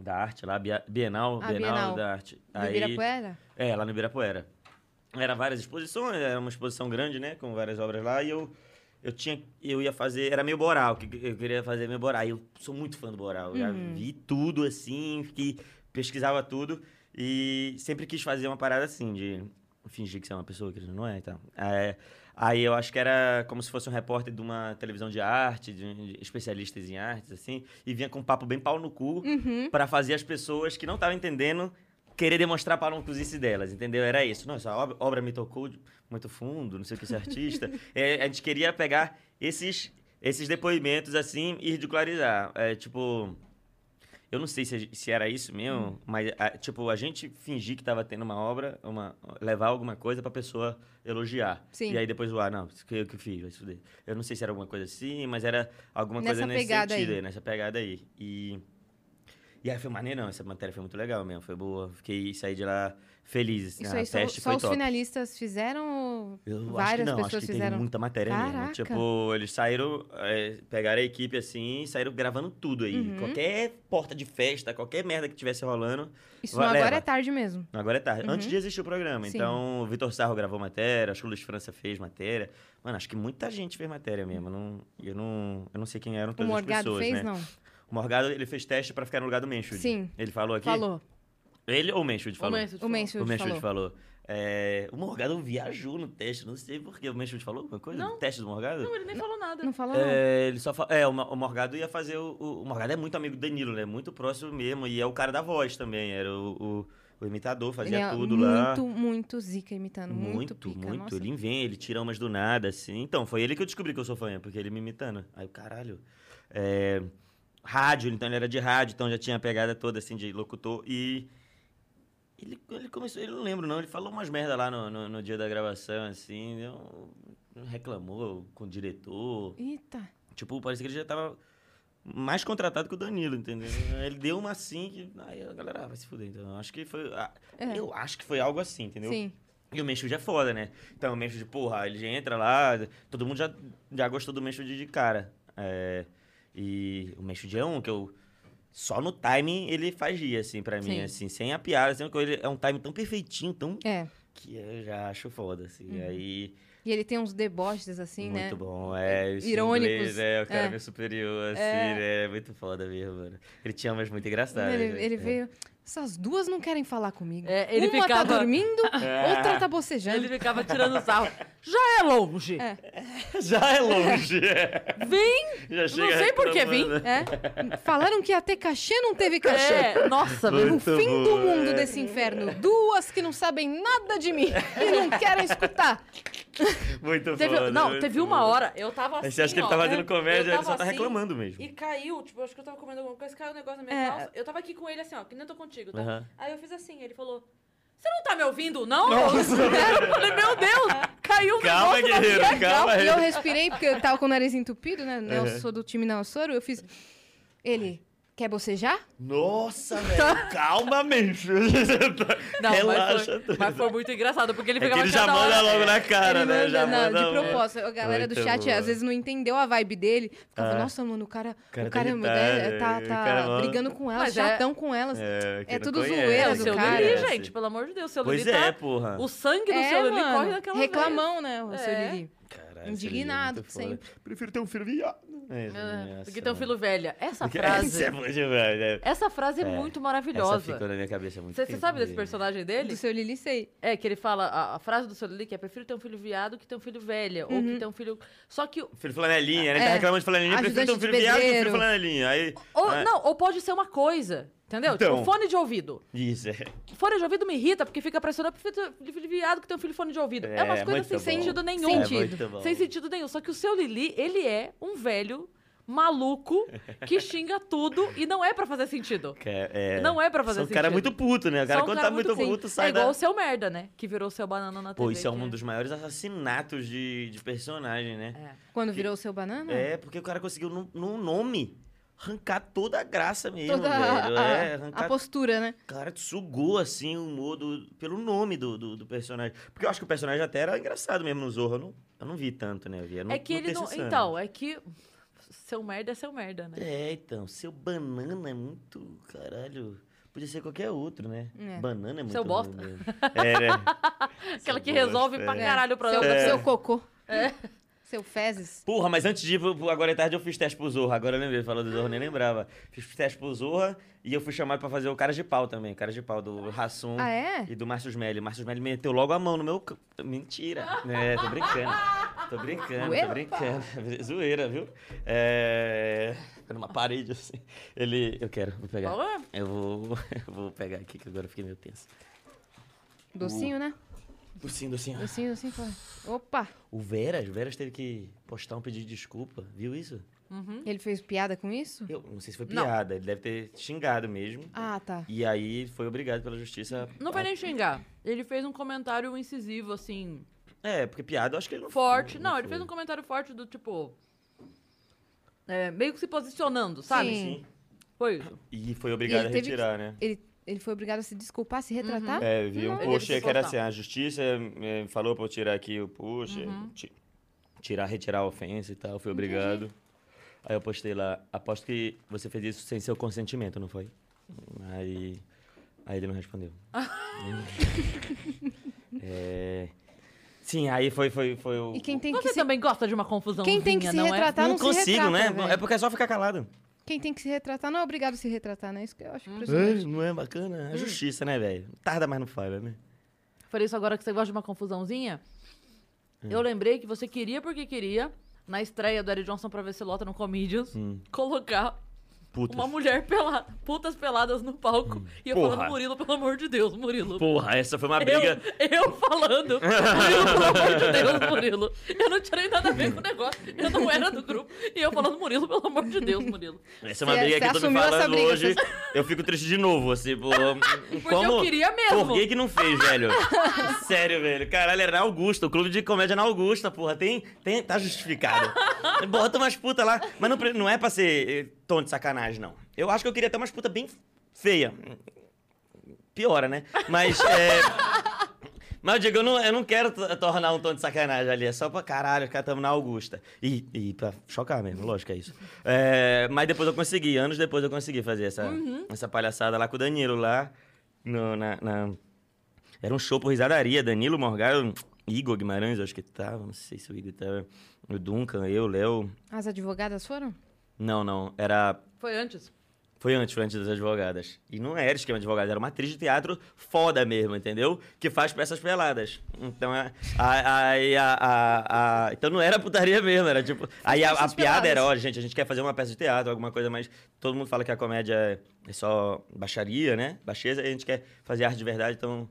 Da arte lá, Bia- Bienal,
Ah,
Bienal,
Bienal.
da Arte.
Do Ibirapuera?
É, lá no Ibirapuera. Era várias exposições, era uma exposição grande, né? Com várias obras lá. E eu, eu tinha. Eu ia fazer. Era meio Boral, que eu queria fazer meio Boral. E eu sou muito fã do Boral. eu Já vi tudo assim, que pesquisava tudo. E sempre quis fazer uma parada assim, de fingir que você é uma pessoa que não é e tal. É, aí eu acho que era como se fosse um repórter de uma televisão de arte, de, de especialistas em artes, assim. E vinha com um papo bem pau no cu
Uhum.
pra fazer as pessoas que não estavam entendendo querer demonstrar para não cozice delas, entendeu? Era isso. Não, essa obra, obra me tocou de- muito fundo, não sei o que esse artista. É, a gente queria pegar esses, esses depoimentos assim e ridicularizar. É, tipo, eu não sei se, se era isso
Uhum.
mesmo, mas a- tipo, a gente fingir que tava tendo uma obra, uma, levar alguma coisa pra pessoa elogiar.
Sim.
E aí depois zoar, não, isso que eu que fiz, vai se fuder. Eu não sei se era alguma coisa assim, mas era alguma
Nessa
coisa nesse
pegada
sentido
aí.
aí, nessa pegada aí. E e aí foi maneirão, essa matéria foi muito legal mesmo, foi boa. Fiquei, saí de lá feliz. assim,
Isso
a
aí, só,
teste
só
foi
os
top.
finalistas fizeram ou
Eu
várias
acho que não,
pessoas
acho que
fizeram?
teve muita matéria
Caraca.
mesmo. Tipo, eles saíram, é, pegaram a equipe assim, e saíram gravando tudo aí.
Uhum.
Qualquer porta de festa, qualquer merda que tivesse rolando,
Isso
Vai,
no Agora
leva.
é Tarde mesmo.
agora é tarde.
Uhum.
Antes de existir o programa.
Sim.
Então, o Vitor Sarro gravou matéria, acho que o Luiz França fez matéria. Mano, acho que muita gente fez matéria mesmo. Eu não, eu não, eu não sei quem eram
O
todas as
Morgado
pessoas,
Um fez,
né?
não?
O Morgado, ele fez teste pra ficar no lugar do Mansfield.
Sim.
Ele falou aqui?
Falou.
Ele ou o Mansfield
Um
falou?
O
O
Mansfield falou.
Mansfield falou. É, o Morgado viajou no teste, não sei porquê. O Mansfield falou alguma coisa?
Não.
No teste do Morgado?
Não, ele nem falou nada.
Não falou, não?
É, ele só fa- é, o Ma- o Morgado ia fazer o, o- o Morgado é muito amigo do Danilo, né? Muito próximo mesmo. E é o cara da voz também. Era o, o- o imitador,
Ele
fazia
é
tudo
muito,
lá.
muito zica imitando. Muito,
muito,
pica,
muito.
nossa.
Ele inventa, ele tira umas do nada, assim. Então, foi ele que eu descobri que eu sou fã, porque ele me imitando. Aí, eu, caralho. É, rádio, então ele era de rádio, então já tinha a pegada toda, assim, de locutor. E ele, ele começou, ele não lembro não, ele falou umas merda lá no, no- no dia da gravação, assim. deu um- reclamou com o diretor.
Eita.
Tipo, parecia que ele já tava mais contratado que o Danilo, entendeu? Ele deu uma assim que. Aí a galera ah, vai se fuder, então. Acho que foi. ah,
É.
Eu acho que foi algo assim, entendeu?
Sim.
E o Menchud é foda, né? Então, o Menchud, porra, ele já entra lá, todo mundo já, já gostou do Menchud de cara. É, e o Menchud é um que eu... Só no timing ele fazia, assim, pra mim,
Sim.
assim, sem a piada, assim, porque ele é um timing tão perfeitinho, tão...
É.
Que eu já acho foda, assim.
Uhum.
Aí,
E ele tem uns deboches, assim, né?
muito bom, é. esse
Irônicos,
Inglês, é, o cara
é.
meio superior, assim,
É.
né? É muito foda mesmo, mano. Ele tinha umas muito engraçadas.
Ele,
né?
ele
É.
veio. Essas duas não querem falar comigo.
É, ele
Uma tá
ficava- É.
dormindo, outra tá
Ele
bocejando.
ficava tirando sarro. Já é longe.
É.
Já é longe.
Vim!
já
Não sei por que vim.
reclamando.
É. Falaram que ia ter cachê, não teve cachê.
É, nossa,
Foi.
meu.
O
Muito
fim do
bom,
mundo
é.
desse inferno. Duas que não sabem nada de mim e não querem escutar.
Muito
Teve,
foda.
não,
muito
teve uma
foda.
hora, eu tava assim.
Aí né? você acha que ele
ó,
tá
é,
fazendo comédia,
eu
ele só
tava
tá
assim,
reclamando mesmo.
E caiu, tipo, eu acho que eu tava comendo alguma coisa, caiu um negócio na minha
É.
calça. Eu tava aqui com ele assim, ó, que nem eu tô contigo, tá?
Aham.
Aí eu fiz assim, ele falou: Você não tá me ouvindo, não? Eu falei, meu Deus, caiu um
Calma,
negócio na
guerreiro,
minha
calma.
calça.
E eu respirei porque eu tava com o nariz entupido, né? Eu sou do time não soro. Eu fiz. Ele. Quer bocejar?
Nossa, velho. Calma, mesmo.
Não, mas
Relaxa.
foi, mas foi muito engraçado, porque ele
É que
ficava
ele já
cada hora-
manda logo na cara,
Ele
né? Já
manda,
manda
não, de
logo.
propósito. A galera do
Muito
chat
boa.
às vezes não entendeu a vibe dele. Ficava,
Ah.
nossa, mano, o cara, o cara,
cara tá
né,
irritado,
tá,
é, o
tá
cara mó-
brigando com elas,
Mas
já
é-
estão com elas.
É, quem
É
não
tudo
conhece,
É,
zoeira
o
do
seu
né?
cara.
Lili, gente, pelo amor de Deus. O seu
assim. Pois
Lili tá...
é, porra.
O sangue do
É,
seu Lili
mano,
corre naquela
reclamão, né, o seu
É.
Lili.
cara. Essa
Indignado
é muito foda.
sempre.
Prefiro ter um filho viado. É,
Ah,
nossa,
Porque tem um
mano.
filho velha. Essa
Porque
frase.
Essa é boa demais, né?
Essa frase é,
É,
muito
Essa
maravilhosa.
ficou na minha cabeça há muito
Você
tempo
sabe desse
mesmo.
personagem
Do
dele?
seu Lili, sei.
É, que ele fala, a, a frase do seu Lili que é prefiro ter um filho viado que ter um filho velha. Ou que ter um filho. Só que. o-
Filho flanelinha, né?
É.
Tá reclamando de flanelinha. Prefiro ter um
Ajudante
filho
de
viado que um filho
pedreiro.
flanelinha. Aí,
Ou,
ah,
Não, ou pode ser uma coisa. Entendeu?
Então.
Tipo, fone de ouvido.
Isso, é.
Fone de ouvido me irrita, porque fica pressionando prefiro ter um filho viado que ter um filho fone de ouvido. É,
É,
umas coisas
muito
sem
bom.
sentido nenhum.
É
Sentido.
muito bom.
Sem sentido nenhum. Só que o seu Lili, ele é um velho maluco que xinga tudo e não é pra fazer sentido.
Que É, é-
Não é pra fazer
São um cara
sentido.
muito puto, né? O cara,
Só um
quando
cara
tá muito
ruim.
puto, sai
É igual
da...
o seu merda, né? Que virou o seu banana na TV.
Pô, isso é
que
um dos maiores assassinatos de, de personagem, né?
É.
Quando virou o seu banana?
É, porque o cara conseguiu, num, num nome, arrancar toda a graça mesmo,
Toda
velho.
a,
é,
a-
arrancar...
a postura, né?
O cara sugou, assim, o humor do- pelo nome do, do, do personagem. Porque eu acho que o personagem até era engraçado mesmo no Zorro. Eu não, eu não vi tanto, né? Eu vi, no-
É que
no
ele não.
Terça Insana.
Então, é que. Seu merda é seu merda, né?
É, então, seu banana é muito. Caralho. Podia ser qualquer outro, né?
É.
Banana é muito.
Seu bosta.
ruim mesmo. É, né?
Aquela
Seu
que resolve
bosta,
pra
é.
caralho o
Seu,
problema. É.
seu cocô. Seu fezes.
Porra, mas antes de ir pro, pro Agora é Tarde, eu fiz teste pro Zorra. Agora eu lembrei, falou do Zorra, eu nem lembrava. Fiz teste pro Zorra e eu fui chamado pra fazer o Cara de Pau também. Cara de Pau, do Rassum
Ah, é?
e do Márcio Smelly. Márcio Smelly meteu logo a mão no meu... c- Mentira. É, tô brincando. Tô brincando,
Zoeira?
tô brincando. Zoeira, viu? É... Ficou numa parede, assim. Ele... Eu quero, vou pegar.
Qual é?
Eu vou, eu vou pegar aqui, que agora eu fiquei meio tenso.
Docinho,
Uh.
né?
Docinho, docinho.
Docinho, docinho, foi. Opa!
assim, O Veras, o Veras teve que postar um pedido de desculpa, viu isso?
uhum."
Ele fez piada com isso?
Eu não sei se foi
Não.
piada, ele deve ter xingado mesmo.
Ah, tá.
E aí foi obrigado pela justiça. a-
Não vai nem xingar. Ele fez um comentário incisivo, assim,
É, porque piada eu acho que ele não
forte.
foi,
Não, ele
foi.
fez um comentário forte do tipo. é, meio que se posicionando, sabe?
Sim.
Sim.
Foi isso.
E foi obrigado
ele
a
teve que-
retirar, né?
Ele, ele foi obrigado a se desculpar, se retratar?
É, eu vi um
Não,
ele
post
teve
aí
que
que era assim,
soltar.
a justiça eh, falou pra eu tirar aqui o post,
Uhum.
ti- tirar, retirar a ofensa e tal, foi obrigado. Aí eu postei lá, aposto que você fez isso sem seu consentimento, não foi? Aí, aí ele não respondeu. É, sim, aí foi, foi, foi o...
E quem tem que
Você
se,
também gosta de uma é? confusão.
quem tem que se retratar Tá, não,
não
se
consigo,
retrata,
né?
velho.
É porque é só ficar calado.
Quem tem que se retratar não é obrigado a se retratar, né? Isso que eu
Uhum.
acho impressionante.
É, não é bacana? É justiça, né, velho? Tarda, mas não falha, né?
É? Falei isso agora que você gosta de uma confusãozinha.
Hum.
Eu lembrei que você queria porque queria, na estreia do Eric Johnson pra ver se lota no Comedians,
Hum.
colocar
Puta.
Uma mulher pelada, putas peladas no palco. E eu
Hum. Porra.
falando, Murilo, pelo amor de Deus, Murilo.
Porra, essa foi uma
eu,
briga...
eu falando, Murilo, pelo amor de Deus, Murilo. Eu não tirei nada a ver com o negócio, eu não era do grupo. E eu falando, Murilo, pelo amor de Deus, Murilo.
Essa é uma
Você-
briga que
você
eu tô me
assumiu essa
falando
briga,
hoje. Eu fico triste de novo, assim, pô. como...
eu queria mesmo.
Por que que não fez, velho? Sério, velho. Caralho, era na Augusta. O clube de comédia é na Augusta, porra. Tem, tem, tá justificado. Bota umas putas lá. Mas não, pre- não é pra ser eh, tom de sacanagem, não. Eu acho que eu queria ter umas putas bem feia. Piora, né? Mas, é... Mas eu digo, eu não, eu não quero to- tornar um tom de sacanagem ali. É só pra caralho, os caras estamos na Augusta. E, e pra chocar mesmo, lógico, é isso. É, mas depois eu consegui, anos depois eu consegui fazer essa, essa palhaçada lá com o Danilo lá. no- na, na- Era um show por risadaria. Danilo Morgado, Igor Guimarães, eu acho que tava. Não sei se o Igor tava. O Duncan, eu, Léo.
As advogadas foram?
Não, não. Era
Foi antes.
foi antes, foi antes das advogadas. E não era esquema de advogada, era uma atriz de teatro foda mesmo, entendeu? Que faz peças peladas. Então, é- a, a, a- a- a- então não era putaria mesmo, era tipo. Aí a, a
peças
piada
peladas.
era, ó, gente, a gente quer fazer uma peça de teatro, alguma coisa mais. Todo mundo fala que a comédia é só baixaria, né? Baixeza, e a gente quer fazer arte de verdade, então.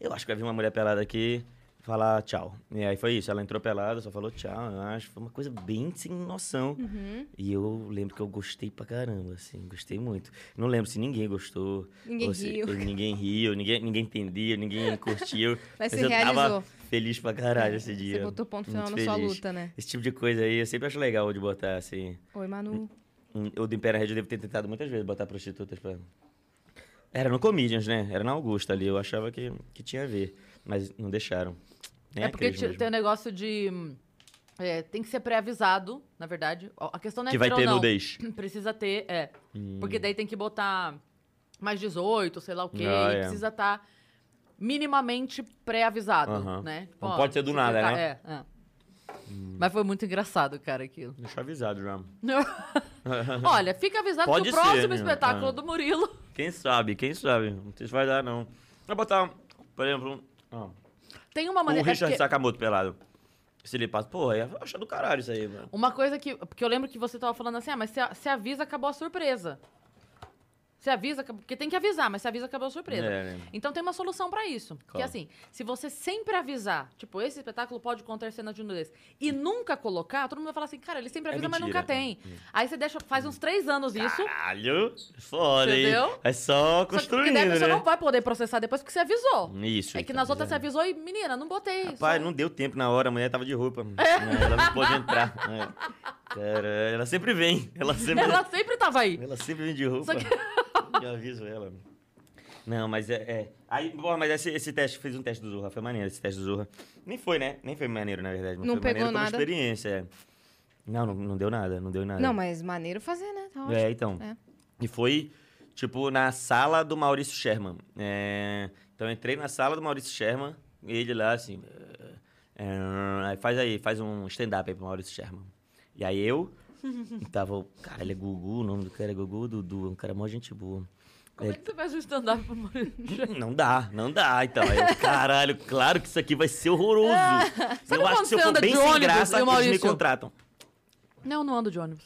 Eu acho que vai vir uma mulher pelada aqui falar tchau. E aí foi isso, ela entrou pelada, só falou tchau, eu acho. Foi uma coisa bem sem noção.
Uhum.
E eu lembro que eu gostei pra caramba, assim, gostei muito. Não lembro se ninguém gostou.
Ninguém
ou se-
riu.
ou ninguém riu, ninguém, ninguém entendeu, ninguém curtiu.
Mas se
eu
realizou. É,
tava feliz pra caralho Ah, esse dia.
Você botou ponto
Muito
final na sua
feliz.
luta, né?
Esse tipo de coisa aí, eu sempre acho legal de botar, assim.
Oi, Manu.
Hum, O do Império Red eu devo ter tentado muitas vezes botar prostitutas pra. Era no Comedians, né? Era na Augusta ali. Eu achava que, que tinha a ver. Mas não deixaram. Nem
é porque
aqueles
ti-
mesmo.
tem um negócio de. hum, é, tem que ser pré-avisado, na verdade. Ó, A questão não é
Que vai
queira
ter
ou não.
nudez.
Precisa ter, é.
Hum.
Porque daí tem que botar mais 18, sei lá o quê.
Ah,
e
é.
Precisa estar minimamente pré-avisado,
Aham.
né?
Não pode ser do
se
nada,
clicar-
né?
É, é. Mas foi muito engraçado, cara, aquilo.
Deixa avisado já.
Olha, fica avisado
Pode
que o
ser,
próximo
né?
espetáculo
Ah.
do Murilo.
Quem sabe, quem sabe? Não sei se vai dar, não. Vou botar, por exemplo, um, ó,
Tem uma
o
maneira. é
Richard
porque-
Sakamoto pelado. Se ele passa, porra, é acha do caralho isso aí, mano.
Uma coisa que. Porque eu lembro que você tava falando assim, ah, mas se, a- se avisa, acabou a surpresa. Se avisa, acabou- porque tem que avisar, mas se avisa, acabou a surpresa.
É, né?
Então tem uma solução pra isso. Que é
Qual?
assim, se você sempre avisar, tipo, esse espetáculo pode conter cenas de nudez, e nunca colocar, todo mundo vai falar assim, cara, ele sempre avisa, mas
mentira.
nunca tem. Aí você deixa, faz uns três anos isso,
Caralho, foda, hein?
Entendeu?
É só
só que porque daí a
construindo,
pessoa não
né? Hum,
vai poder processar depois porque você avisou.
Isso. então, né?
É que nas outras você
você
avisou e, menina, não botei.
Pai,
só-
não deu tempo na hora, a mulher tava de roupa. É, Ela não pôde entrar. É. Caralho, ela sempre vem. Ela sempre,
Ela sempre tava aí.
ela sempre vem de roupa.
Só que-
Eu aviso ela. Não, mas é. é. Aí, bom, mas esse, esse teste, fiz um teste do Zorra, foi maneiro esse teste do Zorra. Nem foi, né? Nem foi maneiro, na verdade. mas
Não
foi
pegou
maneiro
nada.
Como experiência. é. Não, não, não deu nada, não deu nada.
Não, mas maneiro fazer, né? Tá ótimo.
É, então.
É.
E foi, tipo, na sala do Maurício Sherman. É, Então eu entrei na sala do Maurício Sherman, ele lá assim. é, é, aí faz aí, faz um stand-up aí pro Maurício Sherman. E aí eu. Tava. o- Cara, ele é Gugu, o nome do cara é Gugu, Dudu, é um cara mó gente boa.
Como é que você faz um stand-up pro Murilo?
Não dá, não dá. Então, aí, eu, caralho, claro que isso aqui vai ser horroroso.
Ah, Sabe
eu acho que se
quando você
eu for
anda
bem
de
sem
ônibus, e
graça,
o
eles me
Maurício?
contratam.
Não, não ando de ônibus.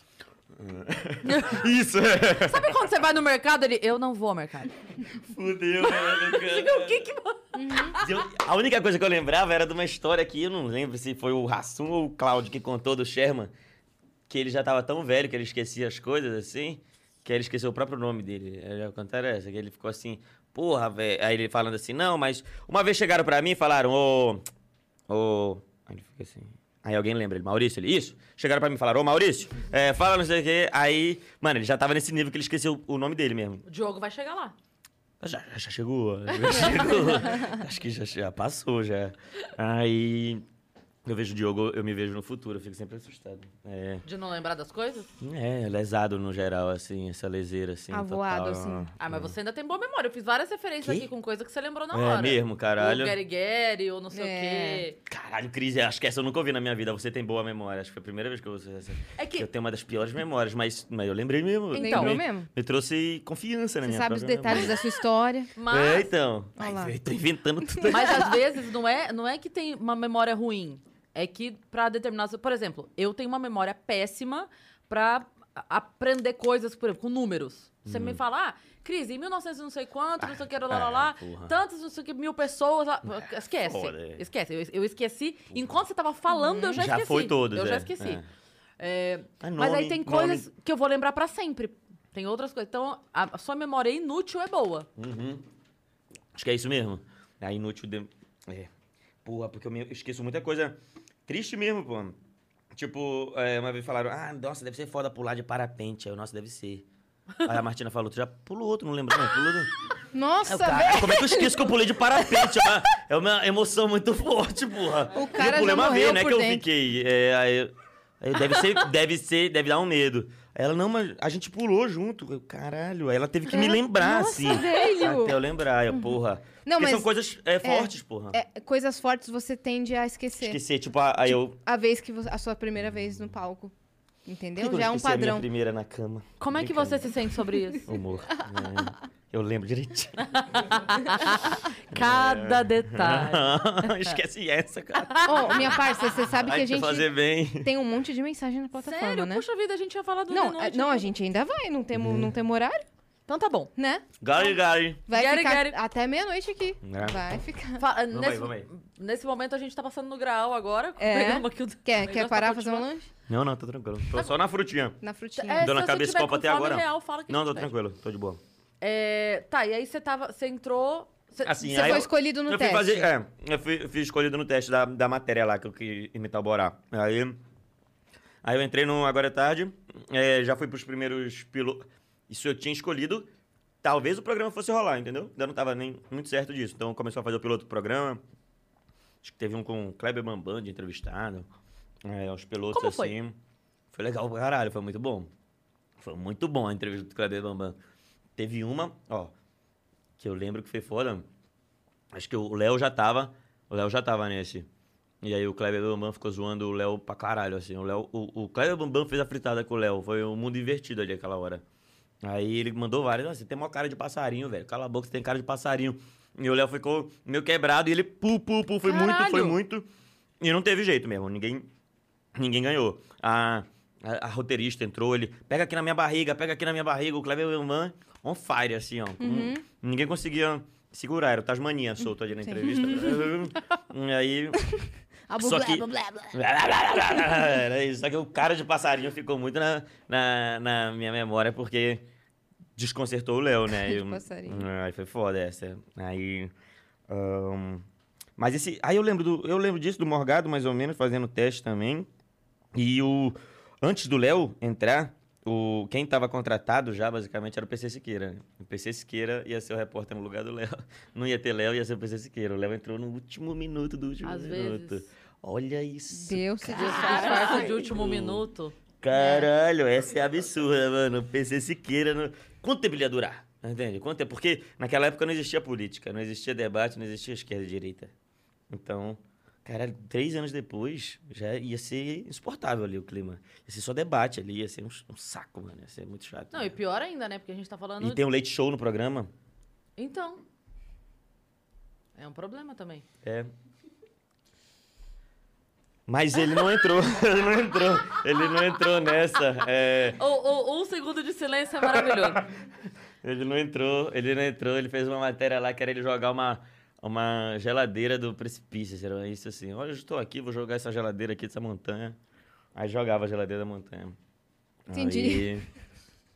Isso, é.
Sabe quando você vai no mercado, ele... Eu não vou ao mercado.
Fudeu, velho, cara.
O que que...
Eu- um, a única coisa que eu lembrava era de uma história que eu não lembro se foi o Rassum ou o Cláudio que contou do Sherman, que ele já tava tão velho que ele esquecia as coisas assim, que aí ele esqueceu o próprio nome dele. Aí A cantada é essa, que ele ficou assim, porra, velho. Aí ele falando assim, não, mas uma vez chegaram pra mim e falaram, ô. ô. Aí ele fica assim. Aí alguém lembra ele, Maurício, ele, isso? Chegaram pra mim e falaram, ô Maurício, é, fala não sei o quê. Aí, mano, ele já tava nesse nível que ele esqueceu o nome dele mesmo.
O Diogo vai chegar lá.
Já, já chegou, já chegou. Acho que já, já passou, já. Aí eu vejo o Diogo, eu me vejo no futuro, eu fico sempre assustado. É,
De não lembrar das coisas?
é lesado no geral, assim, essa leseira, assim,
Avoado,
total.
Ah, assim.
Ah, mas você ainda tem boa memória. Eu fiz várias referências
Quê?
aqui com coisa que você lembrou na hora.
Hum. É mesmo, caralho.
O Gary Gary, ou não sei
É.
o quê.
Caralho, Cris, acho que essa eu nunca ouvi na minha vida. Você tem boa memória, acho que foi a primeira vez que eu ouço essa.
É que-
Eu tenho uma das piores memórias, mas, mas eu lembrei mesmo.
Então.
me,
Lembrou mesmo?
Me trouxe confiança na
Você
minha
sabe os
própria
detalhes da sua história.
Mas,
memória. um É, então.
Olha lá.
Ai, eu tô inventando tudo.
mas às vezes não é, não é que tem uma memória ruim. É que pra determinadas... Por exemplo, eu tenho uma memória péssima pra a- aprender coisas, por exemplo, com números. Você me
Uhum.
fala, ah, Cris, em 1900 não sei quanto, não sei o que, lá, lá,
Ah,
lá,
porra.
tantas, não sei o que, mil pessoas, lá. esquece,
foda, é.
esquece. Eu, eu esqueci, enquanto você tava falando, eu já,
Já
esqueci.
foi todos,
Eu já
é,
esqueci.
é.
É,
Ah,
mas aí
nome,
tem
nome.
coisas que eu vou lembrar pra sempre. Tem outras coisas. Então, a a sua memória inútil é boa.
Acho que é isso mesmo. É inútil. De... É. Porra, porque eu me- eu esqueço muita coisa triste mesmo, pô. Tipo, é, uma vez falaram, ah, nossa, deve ser foda pular de parapente. Aí eu, nossa, deve ser. Aí a Martina falou, tu já pulou outro, não lembra? Não, pulou outro. Aí
Nossa,
eu, cara,
velho!
como é que eu esqueço que eu pulei de parapente? É uma, é uma emoção muito forte, porra.
O
E
cara
eu
já
pulei uma
morreu
vez, né,
por
que eu
dentro.
fiquei. É, aí, eu- aí deve ser, deve ser, deve dar um medo. Aí Ela, não, mas a gente pulou junto. Eu, caralho. Aí ela teve que me
Ela-
lembrar,
Nossa,
assim.
velho!
Até eu lembrar, eu, porra.
Não,
Porque
mas-
são coisas é, fortes, porra.
É, coisas fortes você tende a esquecer.
Esquecer, tipo, a- aí eu.
A vez que você, a sua primeira vez no palco. Entendeu?
Por que
Já é
eu
um
esqueci a minha
padrão.
primeira na cama.
Como é que
Brincando.
você se sente sobre isso?
Humor. É, eu lembro direitinho. É.
Cada detalhe.
Esquece essa, cara.
Ô, minha parça, você sabe que
Ai,
a
pra
gente
fazer bem.
tem um monte de mensagem na plataforma,
Sério,
né?
puxa vida, né? Tipo a gente ia falar do
Não,
The
a,
Noite.
não, a gente ainda vai, não temos
Uhum.
não temos horário,
Então tá bom.
né?
Gary, Gary.
Vai
Gary,
ficar
Gary.
até meia-noite aqui.
É.
Vai ficar.
Fa-
Vamos
nesse,
aí, vamos aí.
nesse momento a gente tá passando no grau agora.
É?
Pegamos aqui o...
Quer,
negócio
quer
tá
parar,
pra
fazer um lanche?
Não, não, tô tranquilo.
Tá
Tô só na frutinha.
Na frutinha.
É,
Deu na
se você
cabeça
tiver
copo
com
até
fome
agora.
real, fala que a
Não,
gente
tô
pede.
tranquilo, tô de boa.
É, tá, e aí você tava. Você entrou. Você,
Assim,
Você
aí
foi
eu-
escolhido no
eu
teste.
Fui fazer, é, eu fui, eu fui escolhido no teste da, da matéria lá que eu quis imitar o Borá. Aí, aí eu entrei no Agora é Tarde, é, já fui pros primeiros pilotos. Isso eu tinha escolhido, talvez o programa fosse rolar, entendeu? Ainda não tava nem muito certo disso. Então começou a fazer o piloto do programa. Acho que teve um com o Kleber Bambam de entrevistado. É, os pilotos
Como foi?
assim. Foi legal pra caralho, foi muito bom. Foi muito bom a entrevista do Kleber Bambam. Teve uma, ó, que eu lembro que foi foda. Acho que o Léo já tava. O Léo já tava nesse. E aí o Kleber Bambam ficou zoando o Léo pra caralho, assim. O, Léo, o, o Kleber Bambam fez a fritada com o Léo. Foi um mundo invertido ali aquela hora. Aí ele mandou várias. Nossa, você tem maior cara de passarinho, velho. Cala a boca, você tem cara de passarinho. E o Léo ficou meio quebrado e ele pu, pu, pu. Foi muito, foi
Caralho!
muito. E não teve jeito mesmo. Ninguém, ninguém ganhou. A, a, a roteirista entrou, ele... Pega aqui na minha barriga, pega aqui na minha barriga. O Kleber Bambam on fire, assim, ó. Ninguém conseguia segurar. Era o Tasmania solto ali na
Sim.
entrevista. e aí...
Ah,
A
Só
blá,
que-
blá, blá, blá.
Era isso. Só que o cara de passarinho ficou muito na, na, na minha memória porque desconcertou o Léo, né?
Cara de
Eu-
passarinho.
É, Aí foi foda essa. Aí. ahn, mas esse. Aí eu lembro, do, eu lembro disso, do Morgado, mais ou menos, fazendo teste também. E o. Antes do Léo entrar, o, quem tava contratado já, basicamente, era o PC Siqueira. né? O PC Siqueira ia ser o repórter no lugar do Léo. Não ia ter Léo, ia ser o PC Siqueira. O Léo entrou no último minuto do último
Às
minuto.
vezes.
Olha isso.
Deus se
Disfarça de
disfarça.
Hum.
último minuto.
Caralho, essa é absurda, mano. PC Siqueira. No... Quanto tempo ele ia durar? Entende? Quanto tempo? Porque naquela época não existia política, não existia debate, não existia esquerda e direita. Então, caralho, três anos depois já ia ser insuportável ali o clima. Ia ser só debate ali, ia ser um, um saco, mano. Ia ser muito chato.
Não, e pior ainda, né? Porque a gente tá falando.
E tem um leite show no programa.
Então. É um problema também.
É. Mas ele não entrou, ele não entrou, ele não entrou nessa. É,
Ou, ou- um segundo de silêncio é maravilhoso.
Ele não entrou, ele não entrou, ele fez uma matéria lá que era ele jogar uma, uma geladeira do precipício, sei lá, isso assim. Olha, eu estou aqui, vou jogar essa geladeira aqui dessa montanha. Aí jogava a geladeira da montanha.
Entendi.
Aí,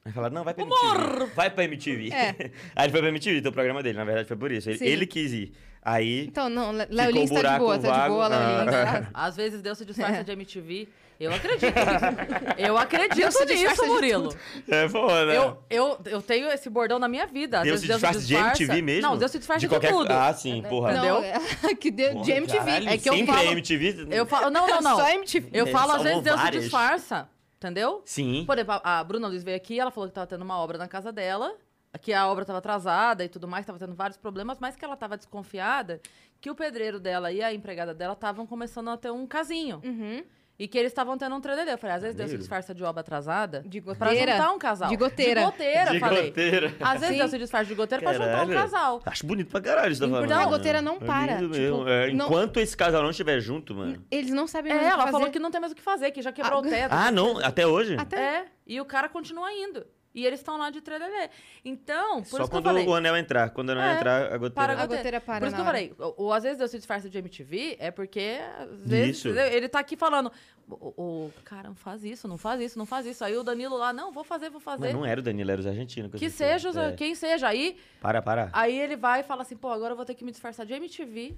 aí falaram, não, vai pra MTV. Vai pra MTV.
É.
Aí ele foi pra MTV, então o programa dele, na verdade foi por isso. Ele,
Sim.
ele quis ir. Aí,
Então, não, Le-
Ficou
Léo Lins
um
tá de
buraco
boa, tá de
vago.
boa, Léo Lins.
Ah.
tá?
Às vezes Deus se
É.
disfarça de MTV. Eu acredito. nisso. Eu acredito
Deus se disfarça
nisso,
de
Murilo.
é foda.
Eu, eu, eu tenho esse bordão na minha vida. Às
Deus se
vezes
disfarça de MTV mesmo?
Não, Deus se disfarça de,
qualquer...
tudo.
Ah, sim, porra.
Não, Entendeu?
é- que deu
Porra,
de MTV.
caralho,
é que eu
sempre
falo.
é MTV?
Eu falo, não, não, não.
Só MTV.
Eu
Ele
falo, às
salvou
vezes Deus se
várias.
disfarça. Entendeu?
Sim.
Por exemplo, a a Bruna Luiz veio aqui, ela falou que tava tendo uma obra na casa dela, que a obra tava atrasada e tudo mais, tava tendo vários problemas, mas que ela tava desconfiada que o pedreiro dela e a empregada dela estavam começando a ter um casinho.
Uhum.
E que eles estavam tendo um tredelê. Eu falei, às vezes Deus se
Maneiro.
disfarça de obra atrasada
De
pra
goteira.
juntar um casal.
De goteira.
De goteira,
De
falei.
goteira.
Às vezes
Sim.
Deus se disfarça de goteira pra juntar um
Caralho.
casal.
Acho bonito pra caralho isso tá
Não,
falando.
a
né?
goteira não
É
para, tipo,
lindo mesmo. É,
não-
Enquanto esse casal não estiver junto, mano.
Eles não sabem mais
É,
o
ela
fazer.
falou que não tem mais o que fazer, que já quebrou o teto.
Ah, não? Até hoje?
É, e o cara continua indo. E eles estão lá de trelelê. Então, por
Só
isso que eu
quando
falei.
o anel entrar. Quando o anel
É,
entrar, a goteira.
Para
A goteira para
Por isso que
na
eu
hora.
falei, o, o- às vezes Deus se disfarça de MTV é porque, às vezes,
Isso.
entendeu? ele tá aqui falando, o, o- cara, não faz isso, não faz isso, não faz isso. Aí o Danilo lá, não, vou fazer, vou
Mas
fazer.
não é era o Danilo, era os argentinos. eu
que
disse, né?
seja, os-
É.
quem seja. Aí,
Para, para.
aí ele vai e fala assim, pô, agora eu vou ter que me disfarçar de MTV.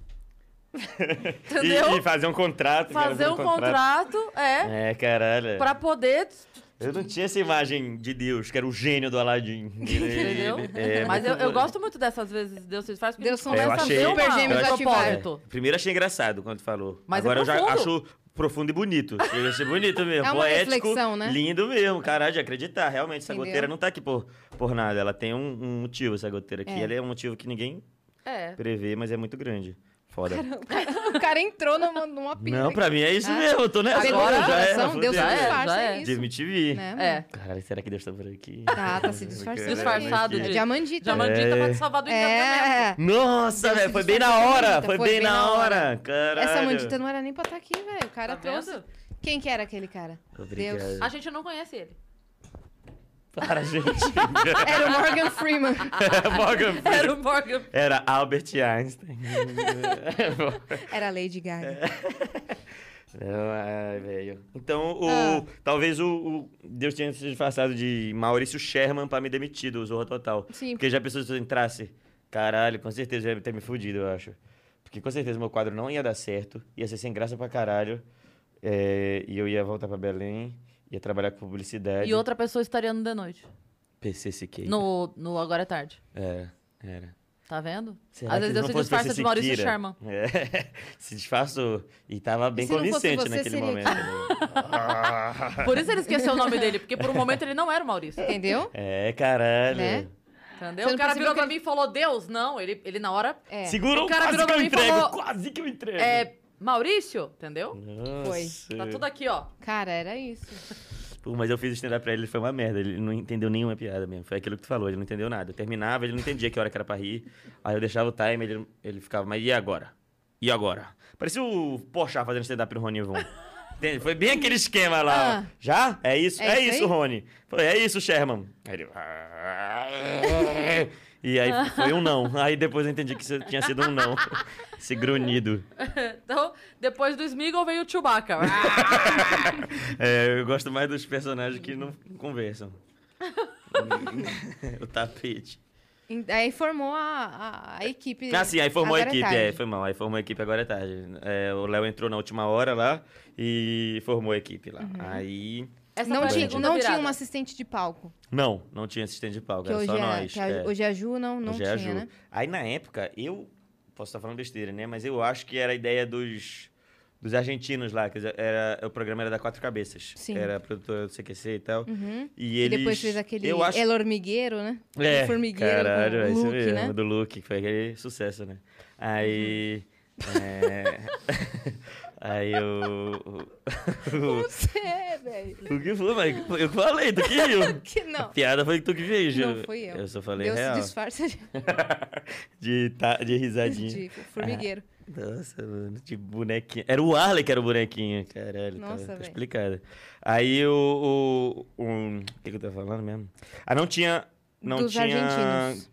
E-
Entendeu?
E, fazer um contrato. cara,
fazer um contrato, é,
É, caralho.
pra poder...
Eu não tinha essa imagem de Deus, que era o gênio do Aladim.
Entendeu?
É,
Mas eu,
muito
eu
bom.
gosto muito dessas vezes Deus se disfarça, porque a
Deus
gente
são
começa a
achei-
ver
Super
gêmeos
uma, um
ativados.
propósito.
Primeiro achei engraçado quando falou.
Mas é
Agora eu já
profundo.
acho profundo e bonito. Eu achei bonito mesmo.
É uma
Poético,
reflexão, né?
lindo mesmo. Caralho, de acreditar. Realmente, essa
Entendeu?
goteira não tá aqui por, por nada. Ela tem um, um motivo, essa goteira aqui.
É.
Ela é um motivo que ninguém
É.
prevê, mas é muito grande. Foda.
O cara entrou numa, numa pinta.
não, pra mim é isso
Ah.
mesmo. Eu tô nessa.
Agora,
já era.
coração, Deus
fudeu.
já
se
era,
disfarça,
já
é
era.
De
isso.
MTV.
Né, mano?
É.
Caralho, será que Deus tá por aqui?
Tá, tá se disfarçando.
Disfarçado
É
de-
diamantita.
Diamantita
É.
pra te salvar do encantamento. Tá
É.
Nossa,
Deus
velho,
se
foi bem na
disfarça de
hora.
mandita,
Foi bem na hora. Caralho.
Essa mandita não era nem pra estar aqui, velho. O cara
Tá
trouxe.
vendo?
Quem que era aquele cara?
Obrigado.
é Deus.
A gente não conhece ele.
Para, gente.
Era o Morgan Freeman.
Morgan Freeman. É
Era o Morgan.
Era Albert Einstein.
Era a Lady Gaga.
Não, ai, velho. Então, o,
Ah.
talvez o, o Deus tenha se disfarçado de Maurício Sherman pra me demitir do Zorro Total.
Sim.
Porque já pensou se eu entrasse? Caralho, com certeza ia ter me fudido, eu acho. Porque com certeza meu quadro não ia dar certo, ia ser sem graça pra caralho. é, e eu ia voltar pra Belém, ia trabalhar com publicidade.
E outra pessoa estaria no The Noite.
PC Siqueira.
No, no Agora é Tarde.
Era, era.
Tá vendo?
Será
Às
que
vezes
não
Deus se
fosse
disfarça
PC
de Maurício
Siqueira?
Sherman.
É, se disfarçou. E tava bem
se não fosse
convincente
você,
naquele
seria
momento. né?
Por isso ele esqueceu o nome dele, porque por um momento ele não era o Maurício.
Entendeu?
É, caralho.
Né?
Entendeu?
Você não
O cara
percebeu
virou
que
pra
ele-
mim e falou, Deus, não. Ele, ele na hora.
É.
Segura
O
um
cara
quase
virou
que eu
pra mim e
entrego,
falou,
quase que eu entrego.
É, Maurício, entendeu?
Foi.
Nossa.
Tá tudo aqui, ó.
Cara, era isso.
Pô, Tipo, mas eu fiz o stand-up pra ele, ele foi uma merda. Ele não entendeu nenhuma piada mesmo. Foi aquilo que tu falou, ele não entendeu nada. Eu terminava, ele não entendia que hora que era pra rir. Aí eu deixava o time, ele, ele ficava, mas e agora? E agora? Parecia o Porchat fazendo stand-up no Rony Von. Entende? Foi bem aquele esquema lá. ó.
Ah.
Já? É isso?
É
É,
isso
isso,
aí?
Rony. Foi, é isso, Sherman. Aí ele... "Ah." E aí
Ah.
foi um não. Aí depois eu entendi que isso tinha sido um não. Esse grunhido.
Então, depois do Smeagol veio o Chewbacca.
Ah,
É, eu gosto mais dos personagens que não conversam. o tapete.
E- Aí formou a, a- a equipe.
Ah, sim, aí formou a
Agora é
equipe.
tarde.
é, foi mal. Aí formou a equipe agora é tarde. É, o Léo entrou na última hora lá e formou a equipe
Uhum.
lá. Aí.
Essa
Não,
foi a
tinha,
segunda
não tinha
virada.
uma assistente de palco.
Não, não tinha assistente de palco,
Que
era
hoje,
só
é-
nós.
que a-
é.
hoje a Ju não, não
Hoje é
tinha,
a Ju.
né?
Aí na época, eu posso estar falando besteira, né? Mas eu acho que era a ideia dos, dos argentinos lá, que era, o programa era da Quatro Cabeças.
Sim.
Era a produtora do CQC e tal.
Uhum.
E
E
eles.
depois fez aquele
eu acho
El Hormigueiro, né?
É,
O formigueiro com
caralho, é
o
isso
Luke,
mesmo,
né?
do Luke, que foi aquele sucesso, né? Aí... é, Aí eu...
Não sei, velho.
o que foi, mas eu falei, tu que riu.
Que
A
não.
piada foi tu que fez.
Não, fui eu.
Eu só falei
Deus se
real.
disfarça de,
De, ta- de risadinha.
de formigueiro.
Ah, Nossa, mano, de bonequinho. Era o Arley que era o bonequinho, caralho. tá-
Nossa,
tá,
velho.
explicado. Aí o. O, o- o que, que eu tava falando mesmo? Ah, não tinha. Não
Dos
tinha
argentinos.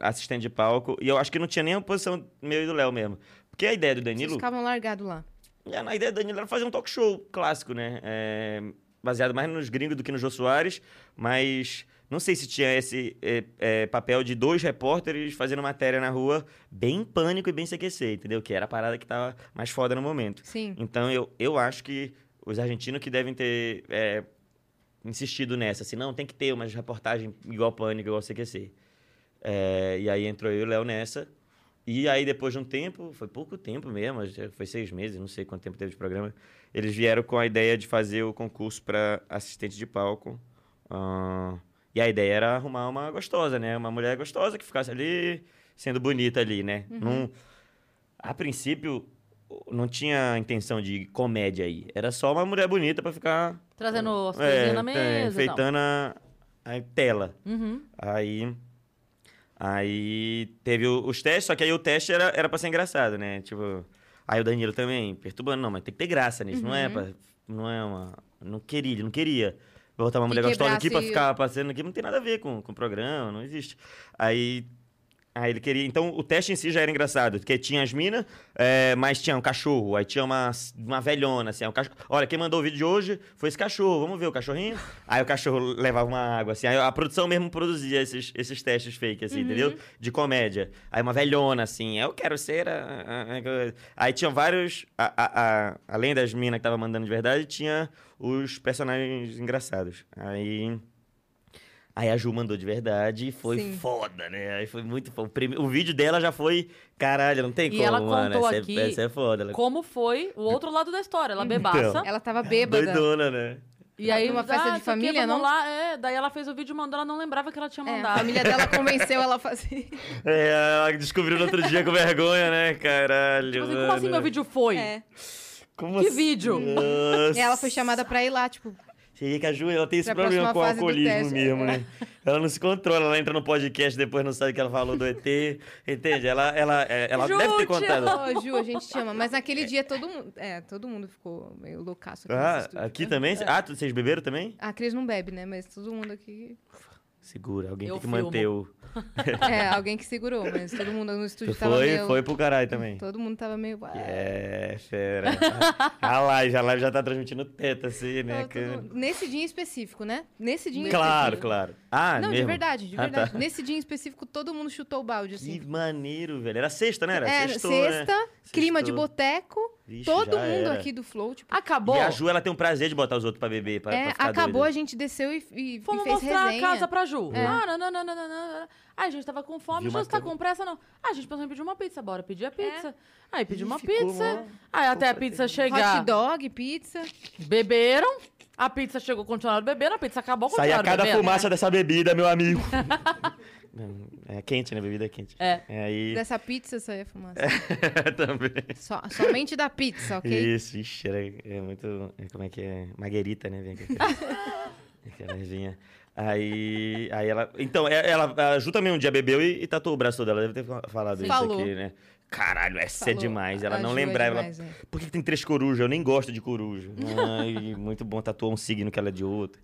assistente de palco. E eu acho que não tinha nem a posição meu e do Léo mesmo. Porque a ideia do
Eles
Danilo.
ficavam largados lá.
É, na ideia do Danilo era fazer um talk show clássico, né? É, baseado mais nos gringos do que no Jô Soares, mas não sei se tinha esse é, é, papel de dois repórteres fazendo matéria na rua, bem pânico e bem CQC, entendeu? Que era a parada que tava mais foda no momento.
Sim.
Então eu, eu acho que os argentinos que devem ter é, insistido nessa, assim, não, tem que ter umas reportagens igual Pânico, igual CQC. É, e aí entrou eu e o Léo nessa. E aí, depois de um tempo, foi pouco tempo mesmo, acho que foi seis meses, não sei quanto tempo teve de programa, eles vieram com a ideia de fazer o concurso para assistente de palco. Ah, e a ideia era arrumar uma gostosa, né? Uma mulher gostosa que ficasse ali, sendo bonita ali, né? Não- a princípio, não tinha intenção de comédia aí. Era só uma mulher bonita para ficar...
Trazendo as
é,
coisinhas na
tá,
mesa. e tal.
enfeitando a- a tela.
Uhum.
Aí. Aí teve o- os testes, só que aí o teste era, era pra ser engraçado, né? Tipo. Aí o Danilo também, perturbando, não, mas tem que ter graça nisso, não é
Uhum.
pra. Não é uma. Não queria, ele não queria. Vou botar uma mulher
Fiquei
gostosa aqui pra
braço e-
ficar passando aqui, não tem nada a ver com, com o programa, não existe. Aí. Aí ele queria. Então o teste em si já era engraçado, porque tinha as minas, é, mas tinha um cachorro, aí tinha uma, uma velhona, assim. Um cachorro. Olha, quem mandou o vídeo de hoje foi esse cachorro, vamos ver o cachorrinho? Aí o cachorro levava uma água, assim. Aí a produção mesmo produzia esses, esses testes fake, assim, entendeu? De comédia. Aí uma velhona, assim, eu quero ser. a- a- a- Aí tinha vários. a- a- a- além das minas que tava mandando de verdade, tinha os personagens engraçados. Aí. Aí a Ju mandou de verdade e foi
Sim.
foda, né? Aí foi muito foda. O, prime- o vídeo dela já foi. Caralho, não tem
E
como,
ela
mano.
contou
essa, é-
aqui
essa é foda. Ela...
Como foi o outro lado da história? Ela bebaça.
Então. Ela tava bêbada.
Doidona, né?
E aí,
Numa festa de
sei o quê,
família,
vamos
não?
Lá. É, daí ela fez o vídeo e mandou, ela não lembrava que ela tinha
É, a
mandado.
família dela convenceu ela a fazer.
É, ela descobriu no outro dia com vergonha, né? Caralho.
Tipo assim,
mano.
como assim meu vídeo foi?
É.
Como
Que
assim?
vídeo?
Nossa.
Ela foi chamada pra ir lá, tipo,
Cheguei que a Ju, ela tem esse
Pra
problema
próxima
com o
fase do teste,
alcoolismo mesmo, né? Ela não se controla, ela entra no podcast depois não sabe o que ela falou do ET, entende? Ela, ela, é, ela
Ju,
deve ter
te
contado.
amo.
Ô, Ju, a gente te ama. Mas naquele dia todo mundo. É, todo mundo ficou meio loucaço aqui. nesse estúdio.
Ah,
é
aqui também? Ah, tu- vocês beberam também?
A Cris não bebe, né? Mas todo mundo aqui.
Segura, alguém
Eu
tem que
filmo.
manter o...
É, alguém que segurou, mas todo mundo no estúdio tava
Foi,
meio.
foi pro caralho também.
Todo mundo tava meio. "Ah,
É, fera. A live, a live já tá transmitindo teta, assim, né?
tava todo
cara?
mundo- Nesse dia em específico, né? Nesse dia em
Claro,
específico.
claro. Ah,
Não, de
mesmo?
verdade, de
Ah,
verdade.
tá.
Nesse dia em específico, todo mundo chutou o balde, assim.
Que maneiro, velho. Era sexta, né? Era
é,
sextou, né?
sexta, clima de
Sextou.
boteco,
Vixe,
todo
já
mundo
era.
aqui do flow, tipo,
Acabou.
E a Ju, ela tem um prazer de botar os outros pra beber, pra,
é,
pra ficar
acabou,
doida.
a gente desceu e, e- e
Fomos
fez
mostrar
resenha. É.
a casa pra Ju. Ah, não, não, não, não, não, não. Ai, a gente tava com fome,
Viu
Ju,
uma
você tá
cama.
com pressa, não. Ah, a gente pensou em pedir uma pizza, bora pedir a pizza.
É.
Aí pediu
Ih,
uma
ficou
pizza.
mó-
Aí até a pizza chegar,
Hot dog, pizza.
beberam. A pizza chegou, continuaram bebendo, a pizza acabou,
Saía
né?
continuaram
cada
bebendo.
fumaça dessa bebida, meu amigo. É quente, né? Bebida é quente.
É.
aí.
Dessa pizza saía fumaça.
Também.
Só- somente da pizza, ok?
Isso, ixi, era, é muito. é, como é que é? Marguerita, né? Vem aqui. Aquela ervinha. Aí, aí ela. Então, é- ela, a Ju também um dia bebeu e, e tatuou o braço dela. Deve ter fa- falado isso
Falou.
aqui, né? Caralho, essa é
Falou.
demais. Ela
A
não
Ju é
lembrava. ela,
demais, é.
Por que que tem três corujas? Eu nem gosto de coruja. Ai, muito bom tatuar um signo que ela é de outro.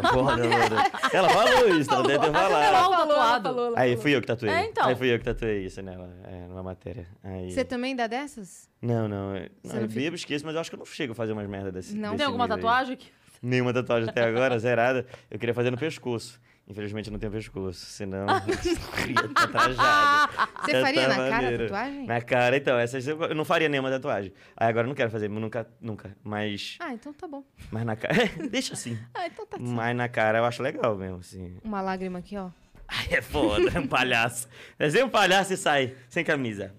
Foda, mano. Ela falou isso, ela deve ter falado.
Qual tatuado?
ela
Aí
falou.
fui eu que tatuei.
É, então.
Aí fui eu que tatuei isso nela, é, numa matéria. Aí...
Você também dá dessas?
Não, não. Eu, não,
não
eu
fica-
bebo, esqueço, mas eu acho que eu não chego a fazer umas merdas desse.
Não.
desse
Tem alguma
nível aí.
tatuagem? Que...
Nenhuma tatuagem até agora, zerada. Eu queria fazer no pescoço. Infelizmente não tenho pescoço, senão eu ia estar trajado.
Você
Dessa
faria na cara a
maneira.
tatuagem?
Na cara, então. Essas eu eu não faria nenhuma tatuagem. Aí agora eu não quero fazer, nunca, nunca. Mas,
Ah, então tá bom.
mas na cara... Deixa assim.
Ah, então tá certo.
Mas na cara eu acho legal mesmo, assim.
Uma lágrima aqui, ó.
Ai, é foda, é um palhaço. Desenha um palhaço e sai, sem camisa.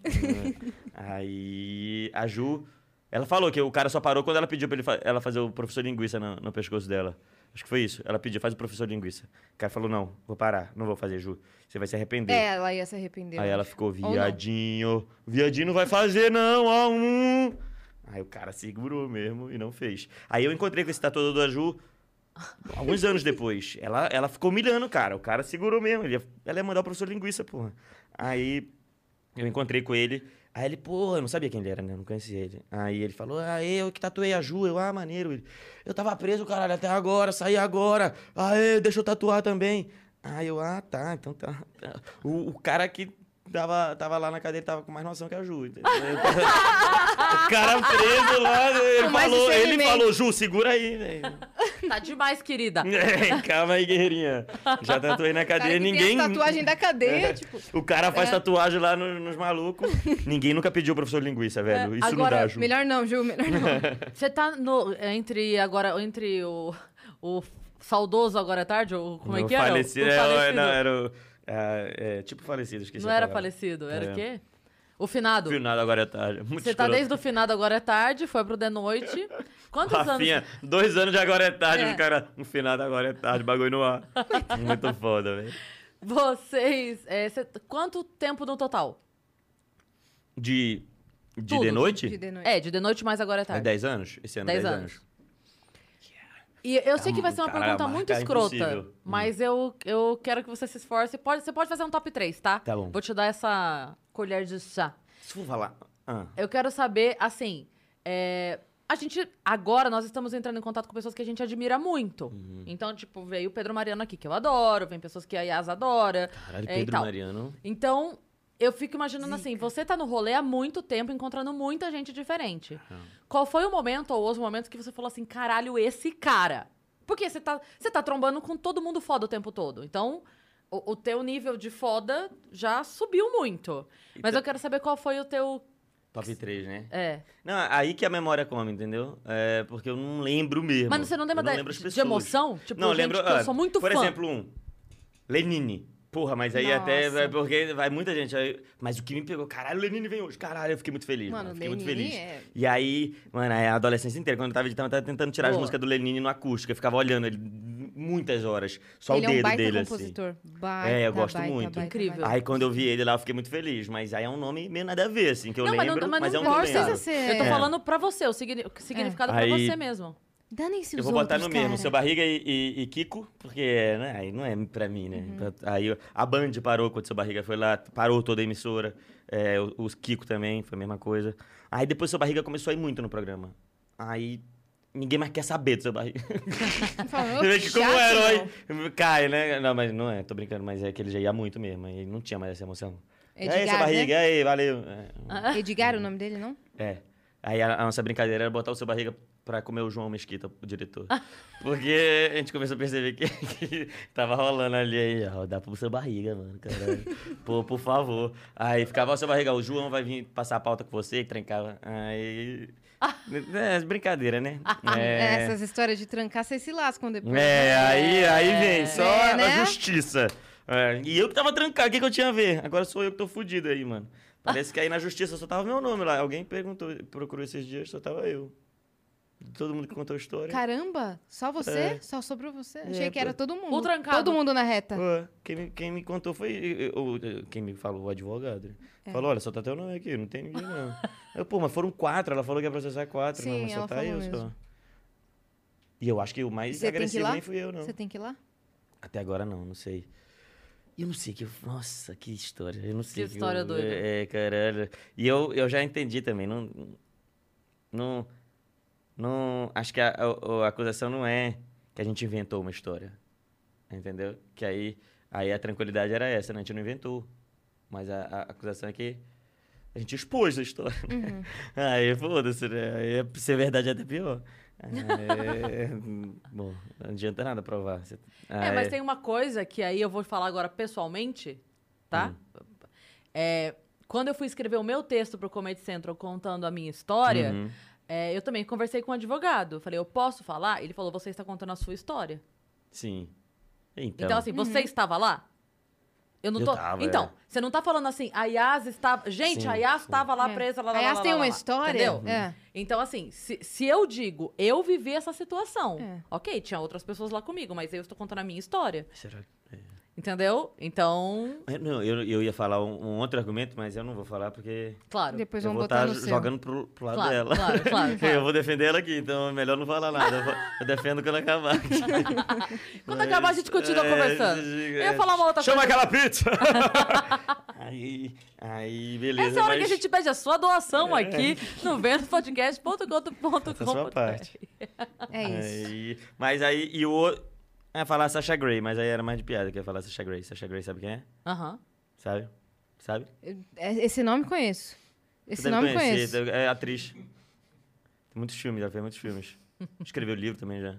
Aí a Ju, ela falou que o cara só parou quando ela pediu pra ele fa- ela fazer o professor linguiça no, no pescoço dela. Acho que foi isso. Ela pediu, faz o professor linguiça. O cara falou: não, vou parar, não vou fazer, Ju. Você vai se arrepender.
É, ela ia se arrepender.
Aí
eu
ela
acho.
ficou,
não.
viadinho, viadinho não vai fazer não, ó, um. Aí o cara segurou mesmo e não fez. Aí eu encontrei com esse tatuador da Ju alguns anos depois. Ela, ela ficou humilhando o cara, o cara segurou mesmo. Ele ia- ela ia mandar o professor linguiça, porra. Aí eu encontrei com ele, aí ele, porra, eu não sabia quem ele era, né, eu não conhecia ele. Aí ele falou, ah, eu que tatuei a Ju, eu, ah, maneiro. Ele, eu tava preso, caralho, até agora, saí agora. Aê, deixa eu tatuar também. Aí eu, ah, tá, então tá. tá. O, o cara que tava, tava lá na cadeira tava com mais noção que a Ju, entendeu? o cara preso lá, né? ele
Com mais
falou, ele
discernimento.
falou, Ju, segura aí, né?
Tá demais, querida.
É, Calma aí, guerreirinha. Já tatuei na
Cara,
cadeia,
que tem
ninguém... É.
as tatuagem da cadeia, tipo.
O cara
É.
faz tatuagem lá no- nos malucos. Ninguém nunca pediu o professor de linguiça, velho. Isso
É, Agora,
não dá, Ju.
Melhor não, Ju, melhor não.
Você tá no, entre agora, entre o, o saudoso agora à tarde, ou como é
O
que era? O-
falecido-
o
é,
falecido.
Não, era o... ah, é, tipo falecido, esqueci
Não
a
era
palavra.
falecido, era
É.
o quê? O finado.
Viu nada agora é tarde. Muito
Você tá
escroto.
desde o finado agora é tarde, foi pro de noite. Quantos
Rafinha,
anos?
dois anos de agora é tarde,
É.
o cara. No final da agora é tarde, bagulho no ar. Muito foda, velho.
Vocês. é, cê- quanto tempo no total?
De. De
Tudo,
de noite?
De de noite.
É, de de noite mais agora é
É
tarde.
10 anos? Esse ano,
Dez
10 anos.
anos. E eu sei que vai ser uma
Caralho,
pergunta
a
muito
marca é
escrota,
impossível.
mas eu, eu quero que você se esforce. Pode, você pode fazer um top 3, tá?
Tá bom.
Vou te dar essa colher de chá.
Se for falar. Ah,
Eu quero saber, assim, é, a gente, agora nós estamos entrando em contato com pessoas que a gente admira muito.
Uhum.
Então, tipo, veio o Pedro Mariano aqui, que eu adoro, vem pessoas que a Yas adora.
caralho,
é, e
Pedro
tal.
Mariano.
Então, eu fico imaginando assim, você tá no rolê há muito tempo, encontrando muita gente diferente.
É.
Qual foi o momento ou os momentos que você falou assim, caralho, esse cara? Porque você tá, você tá trombando com todo mundo foda o tempo todo. Então, o, o teu nível de foda já subiu muito. Mas eu quero saber qual foi o teu...
Top 3, né?
É,
Não, aí que a memória come, entendeu? É, porque eu não lembro mesmo.
Mas você não lembra
Eu
da-
lembro as
de
pessoas.
emoção? Tipo,
não, eu
gente
lembro.
que eu
ah,
sou muito
por
fã.
exemplo, um. Lenine. Porra, mas aí até.
Nossa.
vai- Porque vai muita gente. aí- mas o que me pegou, caralho, o Lenine vem hoje. Caralho, eu fiquei muito feliz.
Mano,
Mano, eu fiquei muito
Lenine
feliz.
é-
E aí, mano, aí a adolescência inteira, quando eu tava editando, eu tava tentando tirar as
Boa.
músicas do Lenine no acústico. Eu ficava olhando ele muitas horas. Só
ele
o dedo
é um baita
dele, assim.
compositor. Baita,
É, eu gosto
baita,
muito.
baita,
Incrível.
baita.
Aí quando eu vi ele lá, eu fiquei muito feliz. Mas aí é um nome meio nada a ver, assim, que eu
Não, mas não-
lembro,
mas
mas,
não
é um nome.
precisa
meio-
ser-
Eu tô
É.
falando pra você, o signi- o significado pra
Aí-
você mesmo.
Danem-se
Eu
os
vou botar
outros,
no mesmo,
cara.
seu barriga e, e- e Kiko, porque né, aí não é pra mim, né?
Uhum.
Pra- Aí eu- a Band parou quando seu barriga foi lá, parou toda a emissora. É, o- os Kiko também, foi a mesma coisa. Aí depois seu barriga começou a ir muito no programa. Aí ninguém mais quer saber do seu barriga.
Falou,
Você vê que como é o
chato,
herói
não.
cai, né? Não, mas não é, tô brincando, mas é que ele já ia muito mesmo, aí não tinha mais essa emoção. E aí, seu
Edgar,
barriga,
né?
e aí, valeu. É,
Edgar é o nome dele, não?
é. Aí a, a nossa brincadeira era botar o seu barriga pra comer o João Mesquita, o diretor. Porque a gente começou a perceber que, que tava rolando ali aí, ó, dá pro seu barriga, mano, caralho. Pô, por favor. Aí ficava o seu barriga, o João vai vir passar a pauta com você, que trancava. Aí. É, brincadeira, né?
É, Essas histórias de trancar, vocês se lascam depois. né?
É, aí, aí vem, só
É,
a
né?
justiça. É, e eu que tava trancado, o que, que eu tinha a ver? Agora sou eu que tô fudido aí, mano. Parece que aí na justiça só tava meu nome lá. Alguém perguntou, procurou esses dias, só tava eu. de todo mundo que contou a história.
Caramba, só
É.
você? Só sobrou você? Achei que era todo mundo.
O trancado.
Todo mundo na reta.
Pô, quem, me, quem me contou foi. o- o- Quem me falou, o advogado. né?
É.
Falou: olha, só tá teu nome aqui, não tem ninguém não. Eu, pô, mas foram quatro, ela falou que ia processar quatro,
Sim,
não, mas
ela
só tá
falou
eu
mesmo.
só. E eu acho que o mais
Você tem que ir
agressivo
lá?
nem fui eu, não.
Você tem que ir lá?
Até agora não, não sei. Eu não sei que. eu- Nossa, que história. Eu não sei. eu-
história doida.
É, caralho. E eu, eu já entendi também. Não. Não. não acho que a, a- a acusação não é que a gente inventou uma história. Entendeu? Que aí, aí a tranquilidade era essa, né? A gente não inventou. Mas a, a acusação é que a gente expôs a história.
Uhum.
né? Aí foda-se, né? Aí é- se é verdade é até pior. É, bom, não adianta nada provar. Você-
É, mas
Aí-
tem uma coisa que aí eu vou falar agora pessoalmente, tá?
Hum.
É, quando eu fui escrever o meu texto pro Comedy Central contando a minha história,
Uhum.
é, eu também conversei com um advogado. Falei, eu posso falar? Ele falou, você está contando a sua história.
Sim.
Então,
Então,
assim,
Uhum.
você estava lá? Eu não
Eu
tô.
tava,
então,
é.
você não tá falando assim, a Yas estava. Gente,
Sim, Uhum.
a Yas
sim.
estava lá
É.
presa lá, lá,
A
lá,
Yas
lá,
tem
lá,
uma
lá.
história.
Entendeu?
É.
Então, assim, se, se eu digo, eu vivi essa situação.
É.
Ok, tinha outras pessoas lá comigo, mas eu estou contando a minha história.
será que-
Entendeu? Então,
É, não, eu, eu ia falar um, um outro argumento, mas eu não vou falar porque
claro.
Depois
eu
vão
vou
botar no
estar
seu.
jogando pro, pro lado
Claro, claro,
dela.
claro, claro.
Eu vou defender ela aqui, então é melhor não falar nada. Eu, vou- eu defendo quando acabar.
Quando acabar, a gente continua conversando. Eu ia falar uma outra
É, Chama
coisa.
aquela pizza! aí, aí, beleza.
Essa é a hora que
mas- É.
a gente pede a sua doação aqui no
Essa é a sua parte.
ventospodcast.com.br.
É isso.
Aí- mas aí, e o outro... Eu ia falar Sasha Grey, mas aí era mais de piada que eu ia falar Sasha Grey. Sasha Grey sabe quem é?
Aham.
Sabe? Sabe?
É, Esse nome conheço. Esse
Você deve
nome
conhecer,
conheço.
É atriz. Tem muitos filmes, ela fez muitos filmes. Escreveu livro também já.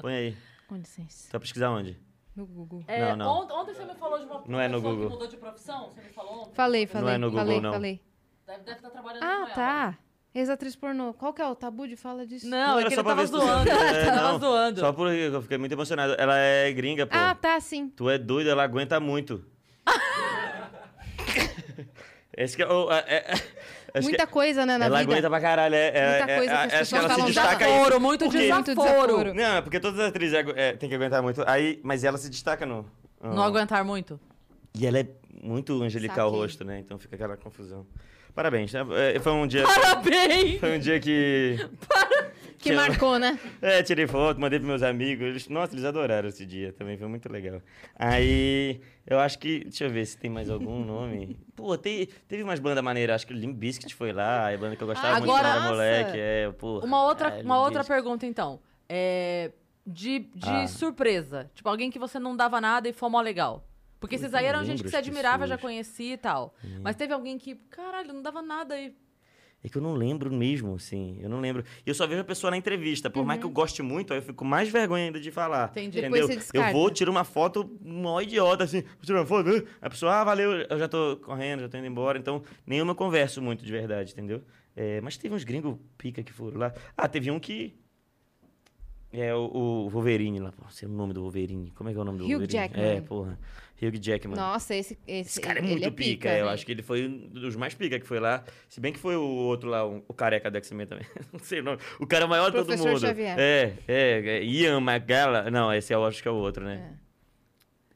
Põe aí.
Com licença.
Só pesquisar onde?
No Google.
É,
Não, não.
ont- Ontem você me falou de uma
Não é no
pessoa
Google.
que mudou de profissão. Você me falou ontem.
Falei, falei.
é no Google,
falei,
não.
falei.
Deve, deve estar trabalhando com
Ah,
é ela.
tá. Ex-atriz pornô. Qual que é o tabu de fala disso?
Não, é
era
que
só
ele
pra
tava
ver se tu
zoando.
sabia. É,
Ele tava
não.
zoando.
Só porque eu fiquei muito emocionado. Ela é gringa, pô.
Ah, tá, sim.
Tu é doido, ela aguenta muito. Esse que é o- é- é- acho que
Muita coisa, né, na
Ela
vida.
aguenta pra caralho. É, é,
Muita
é-
coisa que as
a- acho que
pessoas
ela se
falam
destaca aí.
desaforo, muito
Por quê?
desaforo.
um Muito desaforo.
Não, é porque todas as atrizes agu- é, tem que aguentar muito. Aí, mas ela se destaca no. no-
Não aguentar muito.
E ela é muito angelical o
Saquei.
rosto, né? Então fica aquela confusão. Parabéns. né? É, Foi um dia.
Parabéns!
Foi um dia que.
Que marcou, né?
É, tirei foto, mandei pros meus amigos. Eles, nossa, eles adoraram esse dia também, foi muito legal. Aí, eu acho que. Deixa eu ver se tem mais algum nome. Pô, tem, teve umas bandas maneiras, acho que o Limp Bizkit foi lá, é banda que eu gostava
Ah,
muito
agora-
quando era
Nossa!
moleque. É, porra,
Uma outra,
é,
uma
Limp
outra
Bizkit.
pergunta, então. É, de de
Ah.
surpresa. Tipo, alguém que você não dava nada e foi mó legal. Porque esses aí eram
não
gente que
é, lembro
você
as
admirava, já
pessoas.
conhecia e tal. Mas teve alguém que, caralho, não dava nada e.
É que eu não lembro mesmo, assim. Eu não lembro. E eu só vejo a pessoa na entrevista. Por mais que eu goste muito, aí eu fico mais vergonha ainda de falar.
Entendi.
Entendeu?
Uhum. Depois você descarta.
eu vou, tiro uma foto, mó idiota, assim. Vou tirar uma foto. ah, A pessoa, ah, valeu, eu já tô correndo, já tô indo embora. Então, nenhuma eu converso muito de verdade, entendeu? É, mas teve uns gringos pica que foram lá. Ah, teve um que. É o, o Wolverine lá. Pô, não sei o nome do Wolverine. Como é que é o nome do
Hugh
Wolverine?
Jackman.
É, porra. Hugh Jackman.
Nossa, esse, esse,
Esse cara é
ele
muito
é
pica,
pica.
eu
né?
acho que ele foi um dos mais pica que foi lá. Se bem que foi o outro lá, o, o careca do X-Men também. Não sei o nome. O cara maior de todo
Professor
mundo.
Xavier.
É, é, é. Ian Magala. Não, esse eu acho que é o outro, né?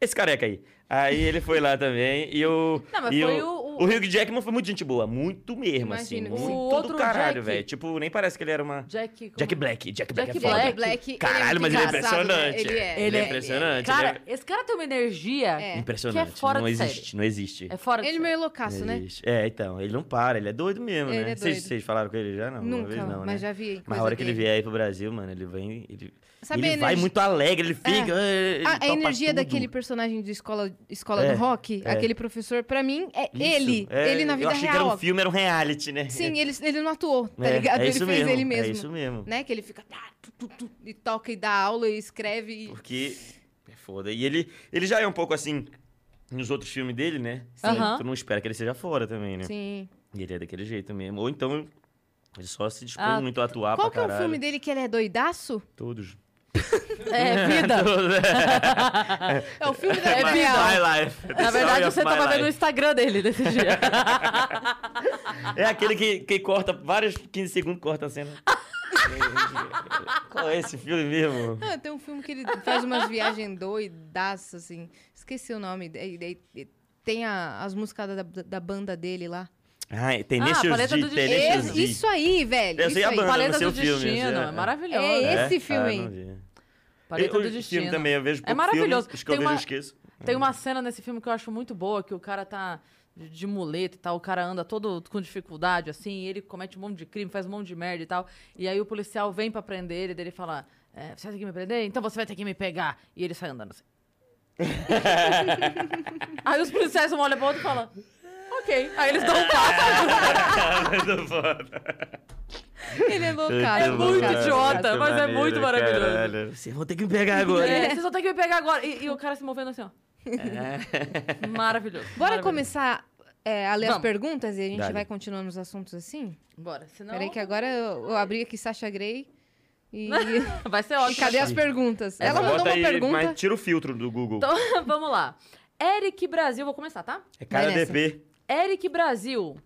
Esse careca aí. Aí ele foi lá também e o.
É. Não, mas
e
foi
o,
o- o-
Hugh Jackman foi muito gente boa, muito mesmo,
Imagino que
assim.
sim.
Muito
O outro
do caralho,
Jack-
velho. Tipo, nem parece que ele era uma.
Jack. como-
Jack Black, Jack Black
Jack
é foda.
Black.
Caralho, mas ele é impressionante.
Ele é.
Ele é
Ele é-
impressionante.
Cara,
ele é-
esse cara tem uma energia.
É.
Impressionante.
que é fora
não
de série.
existe, não existe.
É fora de
Ele
série.
meio loucaço, né?
Existe. É, então, ele não para, ele é doido mesmo,
Ele
né?
é
Vocês-
doido.
Vocês falaram com ele já? Não, uma
Nunca,
vez não, né?
mas já vi.
Mas
coisa né?
a hora que ele
dele.
vier aí pro Brasil, mano, ele vem. Ele,
Sabe
ele
a
vai
energi- É.
muito alegre, ele fica. "Ah, ele
Ah, A, a
topa
energia
tudo.
daquele personagem de escola, escola
É,
do rock,
é.
aquele professor, pra mim, é
Isso,
ele.
é,
ele na vida
Eu achei
real.
que era um
ó.
filme, era um reality, né?
Sim, ele, ele não atuou, tá
É,
ligado?
é
ele
isso
fez
mesmo,
ele
É
mesmo.
isso mesmo.
Né? Que ele fica. tá, tu, tu, tu, e toca e dá aula e escreve. E...
Porque. É foda. E ele, ele já é um pouco assim. Nos outros filmes dele, né?
Aham.
Tu não espera que ele seja fora também, né?
Sim.
E ele é daquele jeito mesmo. Ou então, ele só se dispõe
Ah,
muito a atuar
Qual
pra
que é o
caralho.
filme dele que ele é doidaço?
Todos. né?
É, vida.
Tá. É o filme da
É
vida
vida.
real.
My life. The
Na verdade,
story of
você tá
my
tava
life.
vendo o Instagram dele desse dia.
É aquele que, que corta vários 15 segundos, corta a cena. Qual é esse filme mesmo?
Ah, tem um filme que ele faz umas viagens doidas, assim. Esqueci o nome. É- é- é- Tem a- as músicas da, da- da banda dele lá.
Ah,
Ah,
Tenacious
Paleta
D,
do Destino.
Tenacious
Esse-
D.
isso aí, velho.
Eu
isso
sei a
aí.
banda.
Paleta
seu
do
filme,
Destino.
é.
É maravilhoso.
É esse filme
Ah,
aí.
não vi.
Paleta
eu,
do
eu
Destino.
filme também, eu vejo
É
pouco
maravilhoso.
Filme, os que
Tem
eu vejo eu
uma-
esqueço.
Tem uma cena nesse filme que eu acho muito boa, que o cara tá de, de muleta e tal, o cara anda todo com dificuldade, assim, e ele comete um monte de crime, faz um monte de merda e tal. E aí o policial vem pra prender ele, daí ele fala, "É, você vai ter que me prender? Então você vai ter que me pegar. E ele sai andando assim. aí os policiais um olham pra outro e falam, ok. Aí eles dão um passo.
Muito foda.
Ele é loucado.
É muito
loucado.
idiota. mas é
maneiro,
muito maravilhoso.
caralho. Vocês vão ter que me pegar agora.
É, vocês vão ter que me pegar agora. E, e o cara se movendo assim, ó. Maravilhoso.
Bora
maravilhoso.
começar é, a ler as
Vamos.
perguntas e a gente
Dá-lhe.
vai continuando os assuntos assim?
Bora. Senão...
Peraí que agora eu, eu abri aqui Sasha Grey e...
Vai ser
e
ótimo.
cadê as perguntas?
É,
Ela
bota
mandou uma
aí,
pergunta.
Mas tira o filtro do Google.
Então, vamos lá. Eric Brasil, vou começar, tá?
é cara
Vai nessa.
DP.
Eric Brasil.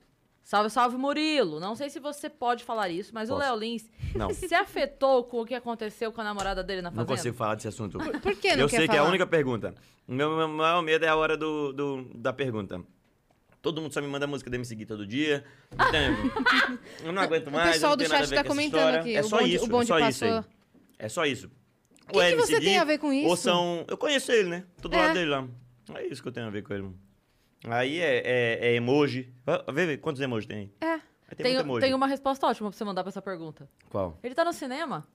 Salve, salve, Murilo. Não sei se você pode falar isso, mas o
Posso.
Léo Lins
Não.
se afetou com o que aconteceu com a namorada dele na
Não
fazenda?
consigo falar desse assunto.
Por que não
eu
quer
sei que é a
falar?
única pergunta. Meu, meu maior medo é a hora do, do- da pergunta. Todo mundo só me manda música da MC Gui todo dia. Então, eu não aguento mais.
o pessoal
não
do
tem nada a
chat
ver
tá
com essa
comentando
história.
aqui.
É
o
só
bonde,
isso.
o bonde
é só isso
passou.
aí. É só isso.
que você tem a ver com isso?
Ou são. Eu conheço ele, né? Tô do
É.
lado dele lá. É isso que eu tenho a ver com ele, mano. Aí é, é- é emoji. Vá- Vê, vê quantos emojis tem aí.
É.
Aí Tem, muito
Tem,
emoji.
tem uma resposta ótima pra você mandar pra essa pergunta.
um-
Qual?
Ele tá no cinema?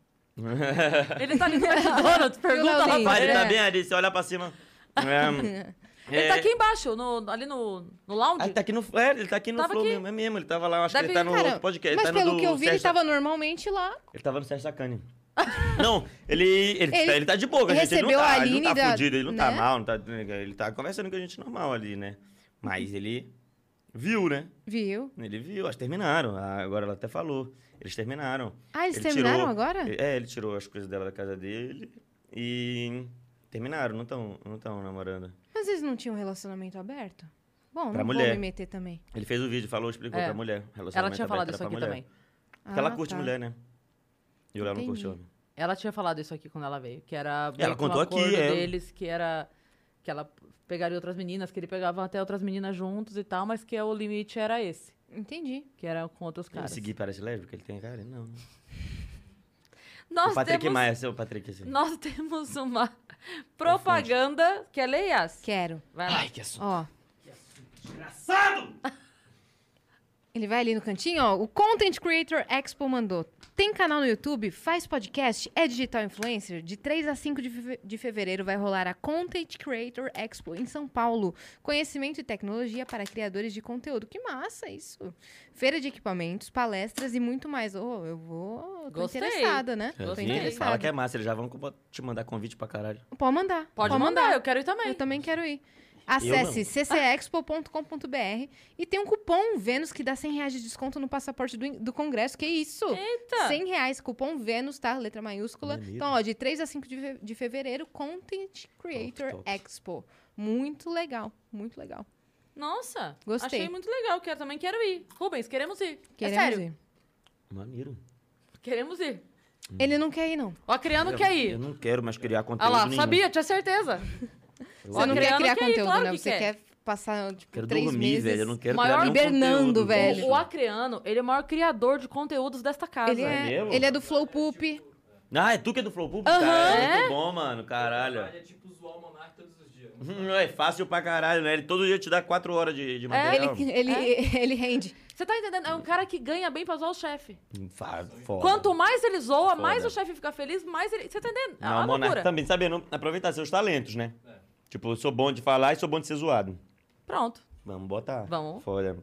Ele tá ali no McDonald's? Pergunta lá
Léo
pra
Mas
ele.
ele tá
É.
bem ali, você olha pra cima. É,
Ele tá
é,
aqui embaixo, no- ali no, no
Ah,
lounge.
ele tá aqui no, é, ele tá aqui no
Tava
Flow
aqui.
mesmo, é mesmo. Ele tava lá, acho
Deve-
que ele tá no
Cara,
outro podcast.
mas
ele tá no
pelo
do
que eu vi, ele
Sérgio-
tava normalmente lá.
ele tava no Sérgio Sacani. não, ele, ele,
Ele
tá, ele tá de boa, com a gente. Ele não
recebeu
tá,
a
ele não
Aline
tá
da-
fudido, ele não tá
né?
mal, não tá, ele tá conversando com a gente normal ali, né? Mas ele viu, né?
Viu?
Ele viu, acho que terminaram. Ah, Agora ela até falou. Eles terminaram.
Ah, eles
Ele
terminaram
tirou-
agora?
É, ele tirou as coisas dela da casa dele e terminaram, não estão não tão namorando.
Mas eles não tinham um relacionamento aberto? Bom,
Pra
não vou
mulher.
me meter também.
Ele fez o vídeo, falou, explicou
É.
pra mulher.
Ela
relacionamento
tinha
aberto
falado
era
isso
pra
aqui
mulher.
também.
Porque ela
Ah,
curte
tá.
mulher, né? E o Léo não
Entendi.
curte homem.
Ela tinha falado isso aqui quando ela veio, que era meio
Ela
que um
contou aqui,
acordo
é.
deles que era que ela pegaria outras meninas, que ele pegava até outras meninas juntos e tal, mas que o limite era esse,
né?
Entendi.
que era com outros
Ele
caras.
seguir parece lésbico, ele tem cara? Não. né?
Nós
o Patrick
temos
Maia, seu Patrick assim.
nós temos uma propaganda que é leias.
Quero.
Vai lá.
que assunto.
Ó. Desgraçado! Ele vai ali no cantinho, ó. O Content Creator Expo mandou. Tem canal no YouTube, faz podcast, é digital influencer. De 3 a 5 de feve- de fevereiro vai rolar a Content Creator Expo em São Paulo. Conhecimento e tecnologia para criadores de conteúdo. Que massa isso! Feira de equipamentos, palestras e muito mais. Ô, eu vou. Tô
Gostei.
interessada, né? Tô
Gostei.
Assim,
interessado.
fala
interessada.
que é massa, eles já vão co- te mandar convite pra caralho.
Pode mandar.
Pode mandar, eu quero ir também.
Eu também quero ir.
não.
Acesse ccexpo.com.br e tem um cupom Vênus que dá 100 reais de desconto no passaporte do, in- do Congresso. Que isso?
Eita!
100 reais, cupom Vênus, tá? Letra maiúscula.
Maneiro.
Então, ó, de 3 a 5 de, fe- de fevereiro, Content Creator
Top, top.
Expo. Muito legal, muito legal.
Nossa,
Gostei.
achei muito legal, quero também quero ir. Rubens, queremos ir.
Queremos
é sério,
ir.
Maneiro.
queremos ir.
Ele não quer ir, não.
O Acreano
eu,
quer
Eu
ir.
não quero mais criar
Ah
conteúdo
lá,
nenhum.
sabia, tinha certeza.
Eu
Você não
quero-
quer
Adriano
criar
quer ir,
conteúdo,
claro
né?
que
Você
quer.
quer, passar, tipo,
Quero
três
dormir,
meses.
velho. Eu não quero
Maior
criar nenhum
hibernando,
conteúdo.
velho.
O, o Acreano, ele é o maior criador de conteúdos desta casa.
Ele
É
é,
mesmo?
ele é do Flow Poop.
Ah, é tu que é do Flow Público?
Aham.
Cara, é
É.
muito bom, mano. Caralho.
É tipo zoar o Monark todos os dias.
Hum, É fácil pra caralho, né? Ele todo dia te dá quatro horas de,
É,
de material.
Ele, ele, ele rende.
Você tá entendendo? É um cara que ganha bem pra zoar o chefe.
Hum, Fa- Foda.
Quanto mais ele zoa, mais
Foda.
o chefe fica feliz, mais ele. Você tá entendendo? É
Não,
uma
o Monark
loucura.
também sabendo aproveitar seus talentos, né? Tipo, eu sou bom de falar e sou bom de ser zoado.
Pronto.
Vamos botar.
Vamos.
Foda.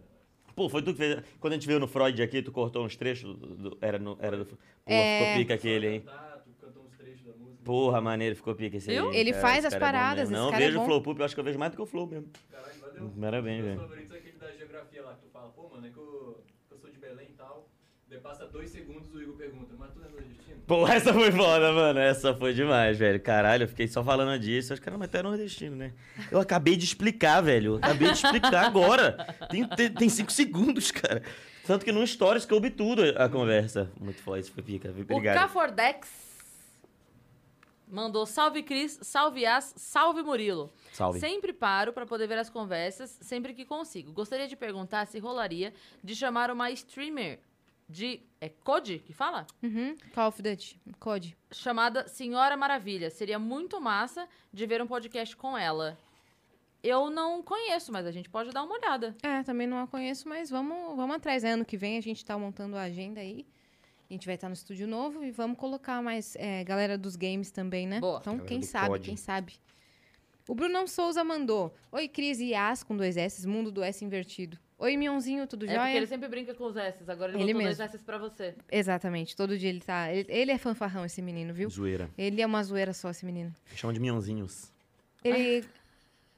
Pô, foi tu que fez. Quando a gente veio no Freud aqui, tu cortou uns trechos. Do, do- era, no, era do. Pô,
É.
ficou pica aquele, hein?
Tá, tu cantou uns trechos da música.
Porra, maneiro, ficou pica esse
Viu?
aí.
Ele
cara,
faz
esse
as
cara é bom
paradas,
mesmo.
esse
Não,
cara é
vejo
bom.
o Flow Poop, eu acho que eu vejo mais do que o Flow mesmo.
Caralho, valeu.
Uhum, Parabéns,
Meus
velho.
favoritos é aquele da geografia lá, que tu fala, pô, mano, é que eu, que eu sou de Belém e tal.
Daí passa dois segundos, o Igor pergunta, mas tu lembra do destino?
Pô, essa foi foda, mano. Essa foi demais, velho. Caralho, eu fiquei só falando disso. Os caras, mas tu é nordestino, né? Eu acabei de explicar, velho. Eu acabei de explicar agora. Tem, tem, tem cinco segundos, cara. Tanto que no Stories que eu ouvi tudo a conversa. Muito foda, isso foi pica. Obrigado.
O Cafordex mandou salve Cris, salve As, salve Murilo.
Salve.
Sempre paro para poder ver as conversas, sempre que consigo. Gostaria de perguntar se rolaria de chamar uma streamer de. É COD que fala?
Uhum. Call of Duty. COD.
Chamada Senhora Maravilha. Seria muito massa de ver um podcast com ela. Eu não conheço, mas a gente pode dar uma olhada.
É, também não a conheço, mas vamos, vamos atrás. É, ano que vem a gente tá montando a agenda aí. A gente vai estar no estúdio novo e vamos colocar mais é, galera dos games também, né?
Boa.
Então,
Galera
quem
do
sabe,
COD.
quem sabe. O Brunão Souza mandou. Oi, Cris e As com dois S, mundo do S invertido. Oi, Mionzinho, tudo
É porque
jóia?
ele sempre brinca com os S's. Agora ele,
Ele
botou
mesmo.
dois S's pra você.
Exatamente, todo dia ele tá. Ele, ele é fanfarrão, esse menino, viu?
Zoeira.
Ele é uma zoeira só, esse menino.
Chama de minhãozinhos.
Ele,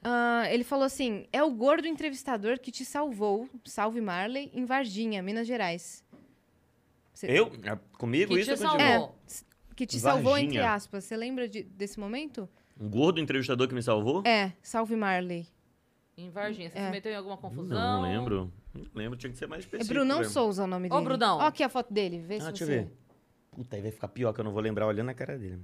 ah, ele falou assim: é o gordo entrevistador que te salvou, salve Marley, em Varginha, Minas Gerais. Cê-
Eu? É, Comigo
Que
isso?
te
é contigo?
salvou.
É, que te salvou, entre
Varginha.
aspas. Você lembra de- desse momento?
Um gordo entrevistador que me salvou?
É, salve Marley.
Em Varginha. Você
É.
se meteu em alguma confusão?
Não, não lembro. Não lembro, tinha que ser mais
É
específico.
Brunão
velho.
Souza é o nome dele.
Brunão.
Ó aqui a foto dele, vê se
Ah, deixa
você...
eu ver. Puta, aí vai ficar pior que eu não vou lembrar olhando a cara dele.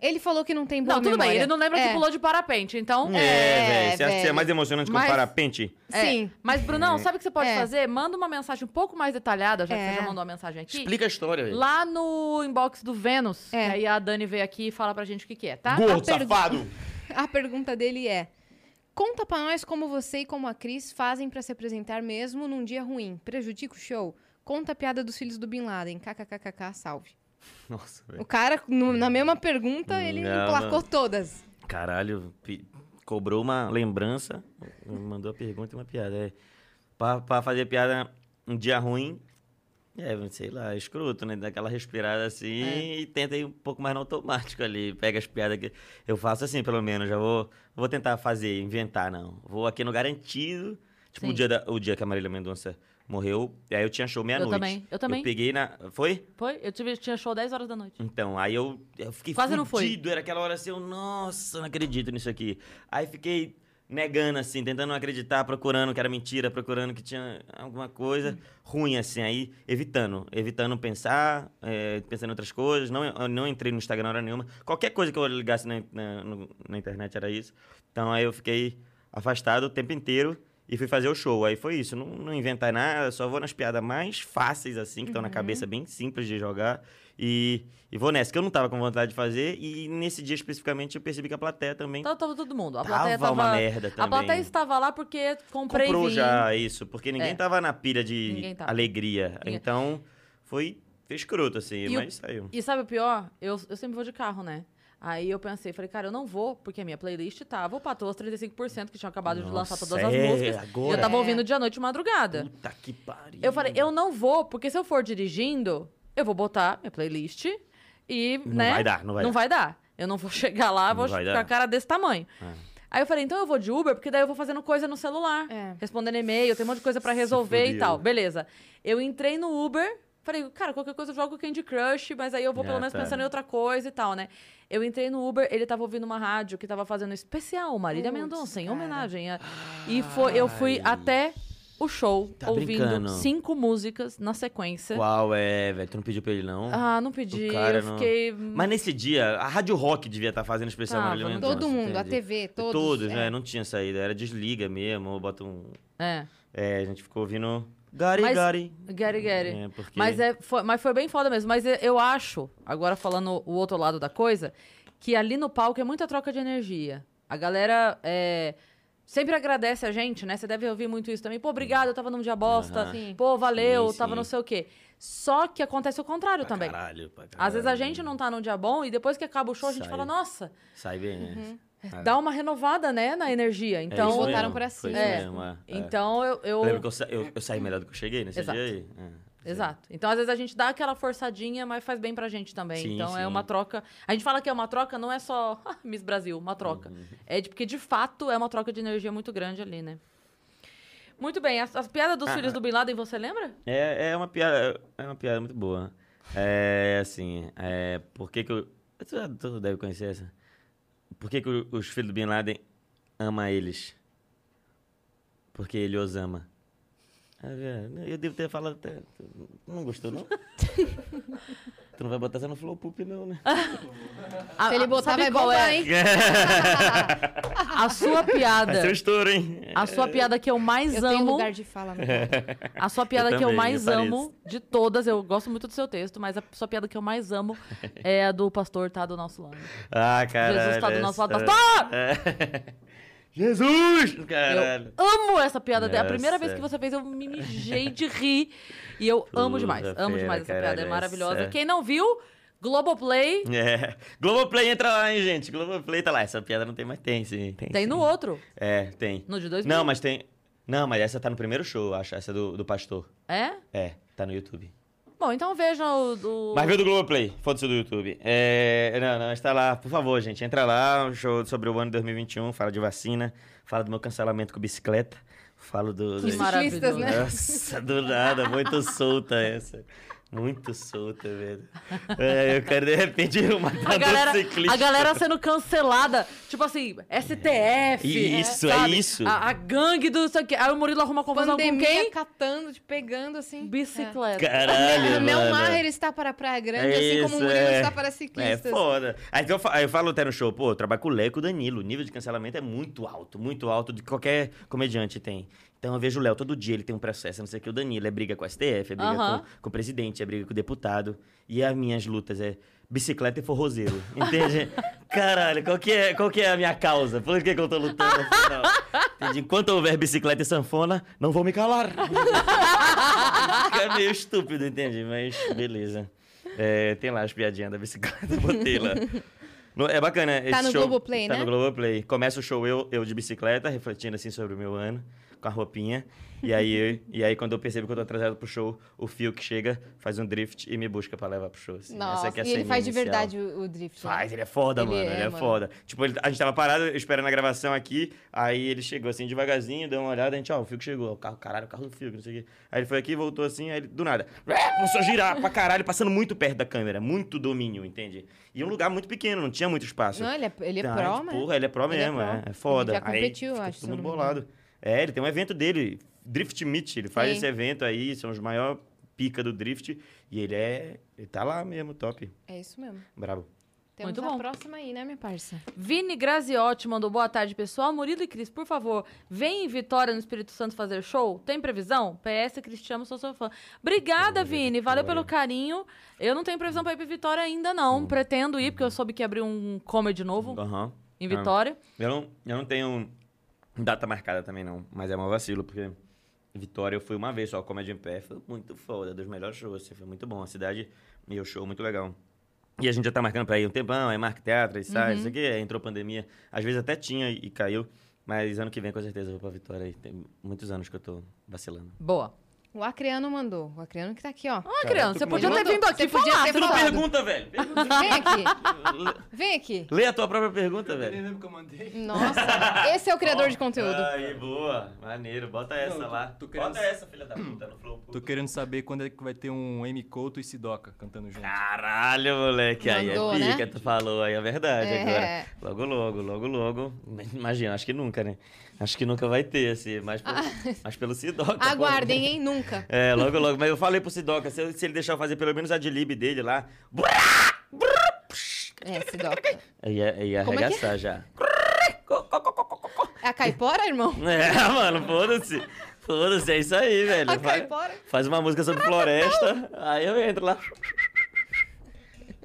Ele falou que não tem boa
Não, tudo bem.
memória.
Ele não lembra
É,
que pulou de parapente, então...
É, velho. Você acha que
velho.
é mais emocionante que
Mas-
um parapente?
É.
Sim.
Mas, Brunão, sabe o que você pode
É.
fazer? Manda uma mensagem um pouco mais detalhada, já que
É.
você já mandou uma mensagem aqui.
Explica a história, velho.
Lá no inbox do Vênus.
É.
E aí a Dani veio aqui e fala pra gente o que, que é, tá?
A
Gordo,
pergunta-
safado!
A pergunta dele é: Conta pra nós como você e como a Cris fazem pra se apresentar mesmo num dia ruim. Prejudica o show? Conta a piada dos filhos do Bin Laden. KKKKK, salve.
Nossa, velho.
O cara, no- na mesma pergunta, ele
Não,
emplacou
não.
todas.
Caralho, pi- cobrou uma lembrança, me mandou a pergunta e uma piada. É, pra, pra fazer piada um dia ruim, é, sei lá, escroto, né? Dá aquela respirada assim
É.
e tenta ir um pouco mais no automático ali. Pega as piadas que eu faço assim, pelo menos. Já vou, vou tentar fazer, inventar, não. Vou aqui no garantido. Tipo,
Sim.
o dia, da- o dia que a Marília Mendonça morreu, aí eu tinha show meia-noite.
também, eu também.
Eu peguei na... Foi?
Foi? Eu tive, tinha show 10 horas da noite.
Então, aí eu, eu fiquei
Quase não foi.
fudido, Era aquela hora assim, eu, nossa, não acredito nisso aqui. Aí fiquei negando, assim, tentando não acreditar, procurando que era mentira, procurando que tinha alguma coisa ruim, assim, aí evitando, evitando pensar, é, pensando em outras coisas. Não, eu não entrei no Instagram hora nenhuma. Qualquer coisa que eu ligasse na, na, no- na internet era isso. Então, aí eu fiquei afastado o tempo inteiro. E fui fazer o show. Aí foi isso. Não, não inventar nada, só vou nas piadas mais fáceis, assim, que estão
Uhum.
na cabeça, bem simples de jogar. E, e vou nessa, que eu não tava com vontade de fazer. E nesse dia especificamente eu percebi que a plateia também
Então tava todo mundo. A
Tava
plateia tava.
uma merda
A plateia
também.
estava lá porque comprei
comprou
vinho.
já isso, porque ninguém
É.
tava na pilha de
Ninguém tava.
alegria.
Ninguém.
Então foi foi escroto, assim,
E o-
mas saiu.
E sabe o pior? Eu, eu sempre vou de carro, né? Aí eu pensei, falei, cara, eu não vou, porque a minha playlist tava o Patroas 35%, que tinha acabado de
Nossa,
lançar todas as
é,
músicas. E eu
agora.
tava
É.
ouvindo dia, noite e madrugada.
Puta que pariu.
Eu falei, eu não vou, porque se eu for dirigindo, eu vou botar minha playlist e,
Não
né?
vai dar, não vai
Não
dar.
vai dar. Eu não vou chegar lá,
Não
vou
vai
com a
dar.
cara desse tamanho.
É.
Aí eu falei, então eu vou de Uber, porque daí eu vou fazendo coisa no celular.
É.
Respondendo e-mail, tem um monte de coisa pra resolver e
fudeu.
tal. Beleza. Eu entrei no Uber, falei, cara, qualquer coisa eu jogo Candy Crush, mas aí eu vou pelo
Ah,
menos
tá.
pensando em outra coisa e tal, né? Eu entrei no Uber, ele tava ouvindo uma rádio que tava fazendo especial Marília
Putz,
Mendonça, em
cara.
homenagem. A... E foi, eu fui
Ai.
até o show
Tá
ouvindo
brincando.
cinco músicas na sequência.
Qual é, velho? Tu não pediu pra ele, não?
Ah, não pedi,
O cara
eu
não-
fiquei.
Mas nesse dia, a Rádio Rock devia estar fazendo especial
Tava,
Marília
não
Mendonça.
Todo mundo, a
entende?
TV, todos. é.
né? Não tinha saída. Era desliga mesmo, ou bota um.
É.
É, a gente ficou ouvindo. Gari,
Mas-
Gari.
Gary Gary.
É, porque-
Mas, é, foi, mas foi bem foda mesmo. Mas eu- eu acho, agora falando o outro lado da coisa, que ali no palco é muita troca de energia. A galera é, sempre agradece a gente, né? Você deve ouvir muito isso também. Pô, obrigado, eu tava num dia bosta.
Aham.
Sim.
Pô, valeu,
Sim,
tava
sim.
não sei o quê. Só que acontece o contrário
Pra
também.
Caralho, né? pra caralho.
Às vezes a gente não tá num dia bom e depois que acaba o show a gente
Sai.
fala, nossa,
Sai bem, né? É.
dá uma renovada, né, na energia.
É
Uhum. Então,
isso
botaram
mesmo,
pra
foi
cima.
isso
É.
mesmo, é, é.
então eu- eu...
Eu lembro que eu, sa- eu- eu saí melhor do que eu cheguei nesse
Exato.
dia aí. É.
Exato. Então, às vezes, a gente dá aquela forçadinha, mas faz bem pra gente também.
Sim,
então, é
sim.
uma troca. A gente fala que é uma troca, não é só "Ah, Miss
Uhum.
Brasil, uma troca. É de, porque, de fato, é uma troca de energia muito grande ali, né? Muito bem, as, as piadas
Ah,
dos filhos do Bin Laden, você lembra?
É, é uma piada, é uma piada muito boa. É assim, é, por que que eu, tu, tu deve conhecer essa. Por que que o- os filhos do Bin Laden ama eles? Porque ele os ama. Ah, velho, Eu devo ter falado até. tu Não gostou, não? tu não vai botar essa no Flow Poop, não, né?
A-
Se ele
a-
botar,
sabe
vai
qual
bombar,
é?
hein?
A sua
Vai ser um
piada.
estouro, hein?
A sua piada que eu mais
Eu tenho
amo.
lugar de fala né? no quadro.
A sua piada que eu
também,
mais
eu pareço.
amo de todas, eu gosto muito do seu texto, mas a sua piada que eu mais amo é a do pastor tá do nosso lado.
Ah, caralho.
Jesus tá do nosso lado,
essa-
pastor!
É. Jesus! Caralho.
Eu amo essa piada dela. A primeira
Nossa.
vez que você fez, eu me mijei de rir. E eu amo
Puta
demais. Amo demais essa
fera,
piada. É
caralho,
maravilhosa.
essa-
Quem não viu, Globoplay
É. Globoplay entra lá, hein, gente? Globoplay tá lá. Essa piada não tem mais. Tem, sim. Tem,
tem
sim.
no outro.
É, tem.
No de dois
Não,
mil.
mas tem. Não, mas essa tá no primeiro show, eu acho. Essa do, do Pastor.
É?
É, tá no YouTube.
Bom, então vejam o do.
Mas viu do Globoplay, foda-se do YouTube. É, não, não, está lá, por favor, gente, entra lá, um show sobre o ano de 2021, fala de vacina, fala do meu cancelamento com bicicleta, falo do...
Que
do-
maravilhoso.
né?
Nossa, do nada, muito solta essa. Muito solta, velho. É, eu quero, de repente, eu matar um
A galera,
dois ciclistas.
a galera sendo cancelada. Tipo assim, STF.
Isso, é
sabe?
isso.
A, a gangue do. Isso aqui. Aí o Murilo arruma confusão com
Pandemia
quem?
catando, te pegando assim.
Bicicleta.
Caralho,
Mel
mano.
Maher está para a Praia Grande, assim como o
Isso,
Murilo
é.
está para
É
ciclistas.
foda. Aí eu, fa- aí eu falo até no show, pô, eu trabalho com o Léo e com o Danilo. O nível de cancelamento é muito alto, muito alto de qualquer comediante tem. Então eu vejo o Léo todo dia, ele tem um processo, não sei o que, o Danilo é briga com a STF, é briga
Aham.
com, com o presidente, é briga com o deputado. E as minhas lutas é bicicleta e forrozeiro, entende? Caralho, qual que, é, qual que é a minha causa? Por que, que eu tô lutando afinal? Entende? Enquanto houver bicicleta e sanfona, não vou me calar. É meio estúpido, entende? Mas beleza. É, tem lá as piadinhas da bicicleta, botei lá. No- é bacana. Tá esse
no
show,
Globoplay,
tá
né?
no Globoplay. Começa o show eu, eu de bicicleta, refletindo assim sobre o meu ano, com a roupinha. E aí, e aí quando eu percebo que eu tô atrasado pro show, o Fio que chega, faz um drift e me busca pra levar pro show. assim. Essa
Nossa,
que é a
e ele
cena
faz de
inicial.
verdade o, o drift. né?
Faz, ele é foda,
Ele
mano.
é,
ele é
mano.
foda. Tipo, ele- a gente tava parado esperando a gravação aqui, aí ele chegou assim devagarzinho, deu uma olhada, a gente, ó, o Fico chegou. O carro, caralho, o carro do Fico, não sei o quê. Aí ele foi aqui, voltou assim, aí ele, do nada, "Ah", começou a girar pra caralho, passando muito perto da câmera, muito domínio, entende? E um lugar muito pequeno, não tinha muito espaço.
Não, ele é, ele é
Ah,
pró,
de
né?
Porra, ele é pró
Ele é
mesmo,
pró.
é, é foda.
Ele já competiu,
aí, fica
acho, se
Todo
eu
mundo
não me engano.
bolado. É, ele tem um evento dele, Drift Meet, ele faz
Sim.
esse evento aí, são os maiores pica do drift, e ele é, ele tá lá mesmo, top,
É isso mesmo.
brabo.
Temos
Muito
a
bom.
próxima aí, né, minha parça?
Vini Graziotti mandou boa tarde, pessoal. Murilo e Cris, por favor, vem em Vitória, no Espírito Santo, fazer show? Tem previsão? PS, Cristiano, sou sua fã. Obrigada, Vini. Valeu pelo carinho. Eu não tenho previsão pra ir pra Vitória ainda,
Hum.
não. Pretendo ir, porque eu soube que abriu um comedy
Uhum.
novo
Aham.
em
Ah.
Vitória.
Eu não, eu não tenho data marcada também, não. Mas é um vacilo, porque Vitória eu fui uma vez só, Comédia em Pé. Foi muito foda, dos melhores shows. assim, foi muito bom. A cidade e o show muito legal. E a gente já tá marcando pra ir um tempão, aí marca teatro, aí sai,
Uhum.
isso aqui, aí entrou pandemia. Às vezes até tinha e, e caiu. Mas ano que vem, com certeza, eu vou pra Vitória. E tem muitos anos que eu tô vacilando.
Boa.
O Acreano mandou. O Acreano que tá aqui, ó.
Ah, criança,
tu
você
que
podia ter
mandou.
vindo aqui
Você podia
falar.
ter
você
falado.
falou.
Pergunta, velho!
Vem aqui.
Lê-
Vem aqui.
Lê a tua própria pergunta,
Eu nem
Tá, velho.
lembro que eu mandei.
Nossa, esse é o criador de conteúdo.
Aí, boa. Maneiro. Bota essa
Não, tu-
lá.
tu
Bota
queres-
essa, filha da puta, no flow.
Tô querendo saber quando é que vai ter um M. Couto e Sidoca cantando junto.
Caralho, moleque.
Mandou,
aí é
né?
pica, tu falou, aí é verdade
É.
agora. Logo, logo, logo, logo. Imagina, acho que nunca, né? Acho que nunca vai ter, assim, mas, pelo, mas pelo Sidoca. pô.
Ah. Aguardem, hein? Nunca.
É, logo, logo. Mas eu falei pro Sidoca, se, eu- se ele deixar eu fazer pelo menos a de lib dele lá. brá,
É, Sidoca.
Eu ia, eu ia
Como é que é?
arregaçar já.
É a caipora, irmão?
É, mano, foda-se. Foda-se, é isso aí, velho.
A
Vai-
caipora?
Faz uma música sobre floresta, aí eu entro lá.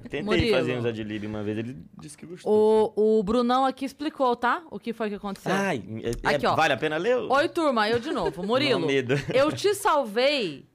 Tentei
Murilo.
fazer um uns adlib uma vez, ele disse que gostou.
O, o Brunão aqui explicou, tá? O que foi que aconteceu.
Ai, é- é-
Aqui, ó.
vale a pena ler? o-
Oi, turma, eu de novo. Murilo,
Não, medo.
eu te salvei,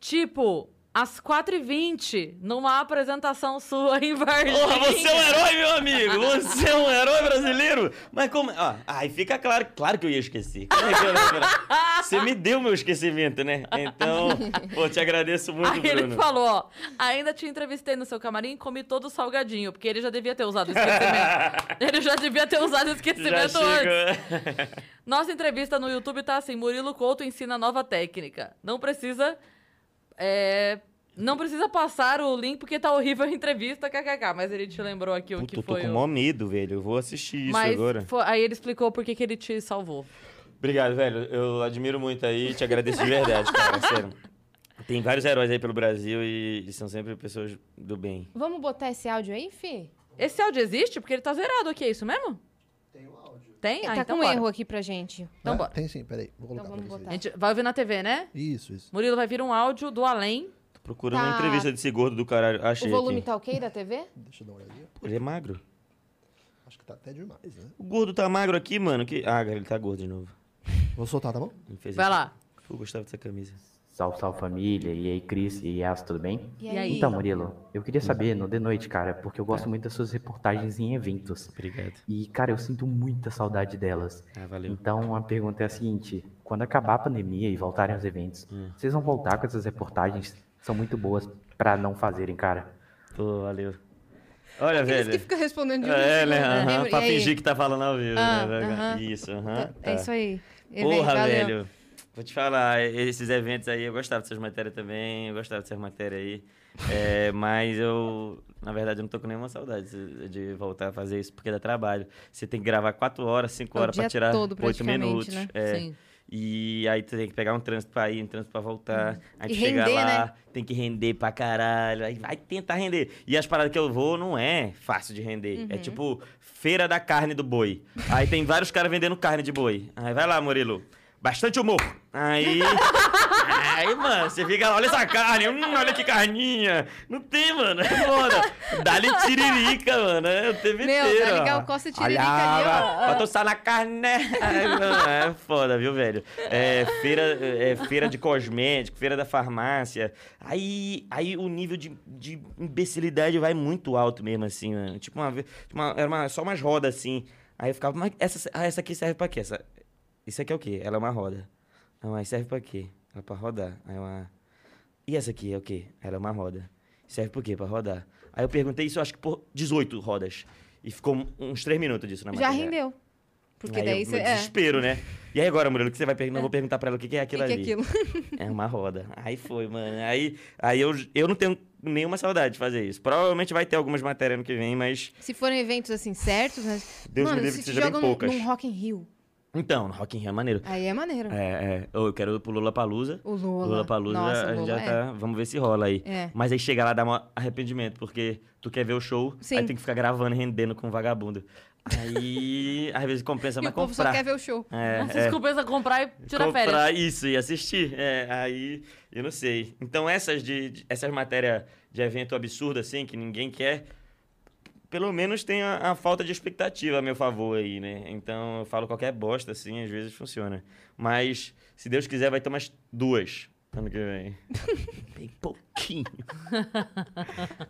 tipo, às 4h20, numa apresentação sua em Varginha.
Porra, você é um herói, meu amigo! Você é um herói brasileiro! Mas como. Ó, aí fica claro, claro que eu ia esquecer. Como é que eu ia lembrar? Você me deu meu esquecimento, né? Então, pô, te agradeço muito,
Aí
Bruno.
ele falou, ó, ainda te entrevistei no seu camarim e comi todo o salgadinho, porque ele já devia ter usado o esquecimento. ele já devia ter usado o
Já
esquecimento antes.
chega.
Nossa entrevista no YouTube tá assim, Murilo Couto ensina nova técnica. Não precisa... é, não precisa passar o link porque tá horrível a entrevista, kkk. Mas ele te lembrou aqui o
Puta,
que
eu tô
foi
com
o...
o maior medo, velho. Eu vou assistir isso
Mas
agora.
foi- aí ele explicou por que que ele te salvou.
Obrigado, velho. Eu admiro muito aí e te agradeço de verdade, cara. Sério. Tem vários heróis aí pelo Brasil e, e são sempre pessoas do bem.
Vamos botar esse áudio aí, Fih?
Esse áudio existe? Porque ele tá zerado aqui, é isso mesmo? Tem o áudio. Tem? Ah,
tá
então
com um
bora.
erro aqui pra gente.
Então
Ah,
bora.
Tem sim, peraí. Vou colocar
vamos
pra
A
vocês.
botar.
gente vai ouvir na TV, né?
Isso, isso.
Murilo vai vir um áudio do além.
Tô procurando
Tá.
uma entrevista desse gordo do caralho. Ah, Achei
O volume
aqui.
tá ok da TV?
Deixa eu dar uma olhadinha.
Pô, ele é magro.
Acho que tá até demais, né?
O gordo tá magro aqui, mano. Que... Ah, cara, ele tá gordo de novo.
Vou soltar, tá bom?
Ele fez
Vai
aqui.
lá.
Pô, eu gostava dessa camisa.
Salve, salve família. E aí, Cris e Yas, tudo bem?
E
aí?
Então, Murilo, eu queria saber no The Noite, cara, porque eu gosto muito das suas reportagens em eventos.
Obrigado.
E, cara, eu sinto muita saudade delas.
Ah, valeu.
Então, a pergunta é a seguinte: quando acabar a pandemia e voltarem aos eventos, vocês vão voltar com essas reportagens? São muito boas pra não fazerem, cara.
Pô, valeu. Olha,
Aqueles que
velho.
fica respondendo de
É,
um segundo,
né? Aham,
Lembra?
pra
E aí?
fingir que tá falando ao vivo,
Ah,
né?
aham.
Isso, aham. tá.
É isso aí. Evento,
Porra,
valeu.
velho. Vou te falar, esses eventos aí, eu gostava dessas matérias também, eu gostava dessas matérias aí. É, mas eu, na verdade, eu não tô com nenhuma saudade de- de voltar a fazer isso, porque dá trabalho. Você tem que gravar 4 horas, 5
É o
horas pra
dia
tirar
todo,
8
praticamente,
minutos.
né?
É,
Sim.
E aí tu tem que pegar um trânsito pra ir, um trânsito pra voltar. Aí
Hum. E
tu chega
render,
lá,
né?
tem que render pra caralho. Aí vai tentar render. E as paradas que eu vou não é fácil de render.
Uhum.
É tipo feira da carne do boi. Aí tem vários caras vendendo carne de boi. Aí vai lá, Murilo. Bastante humor. Aí. É, Aí, mano, você fica lá, olha essa carne, hum, olha que carninha. Não tem, mano. É foda. Dá-lhe tiririca, mano. É o TV
Meu,
inteiro.
tá legal,
ó.
Costa e
Olha,
Tiririca ali, ó.
Pra tossar na carne, né? Ai, não, É foda, viu, velho? É feira, é feira de cosmético, feira da farmácia. Aí, aí o nível de, de imbecilidade vai muito alto mesmo, assim, né? Tipo, uma, vez- uma, era uma, só umas rodas, assim. Aí eu ficava, mas essa, ah, essa aqui serve pra quê? Essa, isso aqui é o quê? Ela é uma roda. Ah, mas serve pra quê? Ela é pra rodar. Aí uma... E essa aqui é o quê? Ela é uma roda. Serve por quê? Pra rodar. Aí eu perguntei isso, eu acho que por 18 rodas. E ficou um, uns 3 minutos disso na
Já
matéria.
rendeu. Porque
Aí
daí
eu,
você.
meu
É.
desespero, né? E aí agora, Murilo, o que você vai perguntar? Eu vou perguntar pra ela o que que é
Que
aquilo
que é
ali.
aquilo?
É uma roda. Aí foi, mano. Aí, aí eu, eu não tenho nenhuma saudade de fazer isso. Provavelmente vai ter algumas matérias ano que vem, mas...
Se forem eventos assim certos, né?
Deus
Mano,
me livre
se
que
te
seja bem
jogam num-
poucas.
num Rock in Rio.
Então, no Rock in Rio é maneiro.
Aí é maneiro.
É, é. Eu quero ir pro Lollapalooza.
O Lola.
Lollapalooza,
Nossa,
a gente já
Lola, é.
tá... Vamos ver se rola aí.
É.
Mas aí chega lá, dá maior arrependimento, porque tu quer ver o show,
Sim.
aí tem que ficar gravando, e rendendo com vagabundo. Aí, às vezes compensa
E o
mais
povo só
comprar.
quer ver o show.
É,
Nossa,
é.
desculpa, essa comprar e tirar
comprar
férias.
isso e assistir. É, aí, eu não sei. Então, essas, de, de- essas matérias de evento absurdo, assim, que ninguém quer, pelo menos tem a, a falta de expectativa a meu favor aí, né? Então, eu falo qualquer bosta, assim, às vezes funciona. Mas, se Deus quiser, vai ter umas duas ano que vem. Bem pouquinho.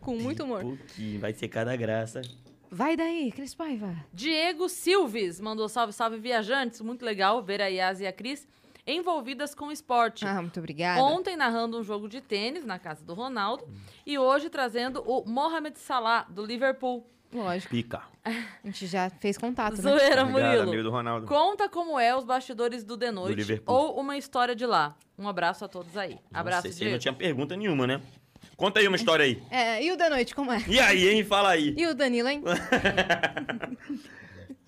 Com muito humor.
Pouquinho. Vai ser cada graça.
Vai daí, Cris Paiva.
Diego Silves mandou salve, salve viajantes. Muito legal ver a Yas e a Cris envolvidas com esporte.
Ah, muito obrigada.
Ontem narrando um jogo de tênis na casa do Ronaldo e hoje trazendo o Mohamed Salah do Liverpool.
Lógico,
Pica.
a gente já fez contato, né?
Zoeira,
Obrigado,
Murilo.
Tá amigo do Ronaldo.
Conta como é os bastidores do The Noite
Liverpool.
ou uma história de lá. Um abraço a todos aí. Abraço,
Nossa, esse aí
Diego.
não tinha pergunta nenhuma, né? Conta aí uma história aí.
É, e o da noite, como é?
E aí, hein? Fala aí.
E o Danilo, hein?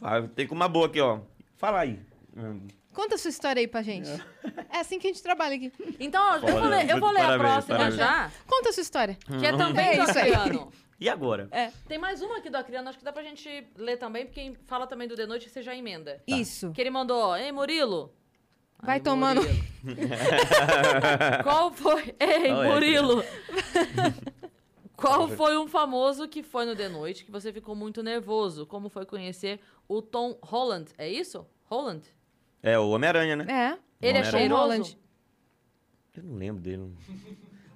Ah, Tem com uma boa aqui, ó. Fala aí. Hum,
Conta a sua história aí pra gente. É assim que a gente trabalha aqui.
Então, ó, eu vou
Olha,
ler, eu vou ler a
parabéns,
próxima
parabéns. Uhum.
já,
Conta a sua história.
Tá.
que é também
É
do
isso aí.
Acriano.
E agora?
Tem mais uma aqui do Acriano, acho que dá pra gente ler também, porque fala também do The Noite, você já emenda.
Isso.
Que ele mandou, ei, Murilo.
Vai
Aí,
tomando.
Murilo. Qual foi... Ei,
Olha,
Murilo.
é.
Qual foi um famoso que foi no The Noite que você ficou muito nervoso? Como foi conhecer o Tom Holland? É isso? Holland?
É o Homem-Aranha, né?
Ele
É.
é
Homem-Aranha.
cheiroso?
Holland.
Eu não lembro dele.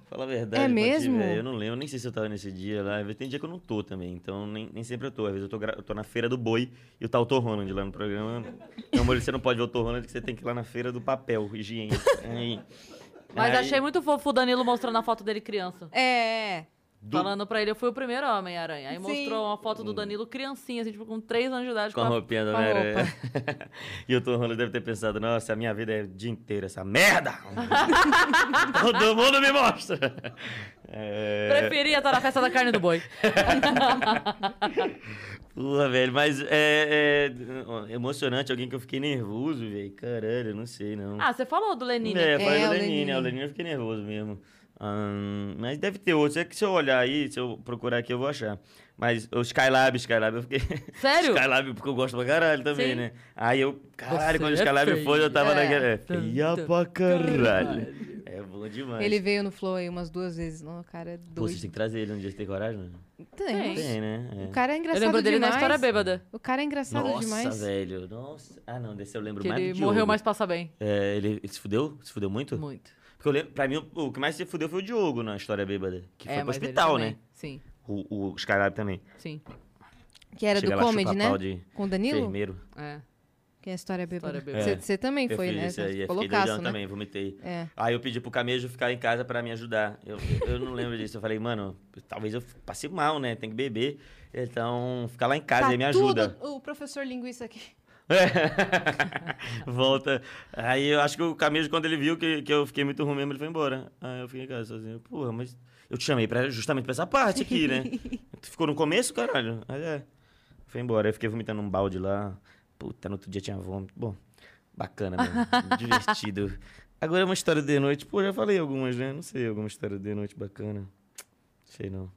Fala a verdade,
É
Pati,
mesmo?
velho, eu não lembro, nem sei se eu tava nesse dia lá. Tem dia que eu não tô também, então nem, nem sempre eu tô. Às vezes eu tô, gra- eu tô na feira do boi e tá o Tom Ronald lá no programa. Meu amor, você não pode ver o Tom Ronald, que você tem que ir lá na feira do papel, higiene. Aí-
Mas
aí-
achei muito fofo o Danilo mostrando a foto dele criança.
É.
Do- Hum.
Falando pra ele, eu fui o primeiro Homem-Aranha. Aí
Sim.
mostrou uma foto do Danilo criancinha, assim, tipo, com 3 anos de idade.
Com a roupinha do
com a
Homem-Aranha. e o Tom Holland deve ter pensado, nossa, a minha vida é o dia inteiro essa merda! Todo mundo me mostra! É...
Preferia estar na festa da carne do boi.
Porra, velho, mas é, é emocionante, alguém que eu fiquei nervoso, velho. Caralho, eu não sei, não.
ah, você falou do Lenine.
É,
aqui.
falei
É,
do
o
Lenine,
Lenine.
é, o Lenine eu fiquei nervoso mesmo. Ahn, mas deve ter outros. É que se eu olhar aí, se eu procurar aqui, eu vou achar. Mas o Skylab, Skylab, eu fiquei.
Sério?
Skylab, porque eu gosto pra caralho também,
Sim.
né? Aí eu. Caralho,
Você
quando o
é
Skylab
feia.
foi, eu tava
É.
naquela. É,
Tum,
feia
tum,
pra caralho.
caralho.
É bom demais.
Ele veio no Flow aí umas duas vezes. Não, o cara é
Pô, vocês
doido.
têm que trazer ele um dia, você tem coragem? né?
Tem.
Tem.
Tem, né?
O
É.
cara é
Eu
engraçado
lembro dele
demais.
na história bêbada.
O cara é engraçado
Nossa,
demais.
velho. Nossa. Ah, não, desse eu lembro
Que
mais do
ele
Diogo.
morreu, mas passa bem.
É, ele, ele se fudeu? Se fudeu muito?
Muito.
Porque eu lembro, pra mim, o, o que mais se fudeu foi o Diogo na história bêbada. Que foi
é,
pro
mas ele
hospital,
também.
né?
Sim,
O, o Skylab também.
sim.
Que era
Chega
do
lá,
comedy,
chupa
né?
pau de
Com o Danilo?
enfermeiro.
É.
Que é a história bêbada.
História bêbada.
Você- Você também
Eu
foi,
fiz
né?
isso aí,
Você
eu
ficou
fiquei doidão
loucaço, né?
também, vomitei.
É.
Aí eu pedi pro Camejo ficar em casa pra me ajudar. Eu, eu não lembro disso. Eu falei, mano, talvez eu passei mal, né? Tem que beber. Então, fica lá em casa
Tá
aí, me ajuda.
tudo o professor linguiça aqui.
É. Volta. Aí eu acho que o Camejo, quando ele viu que, que eu fiquei muito ruim mesmo, ele foi embora. Aí eu fiquei em casa sozinho. Porra, mas eu te chamei pra, justamente pra essa parte aqui, né? tu ficou no começo, caralho? Aí é. Foi embora. Aí eu fiquei vomitando um balde lá. Puta, no outro dia tinha vômito. Bom, bacana mesmo. Divertido. Agora é uma história de noite. Pô, já falei algumas, né? Não sei, alguma história de noite bacana. Sei não.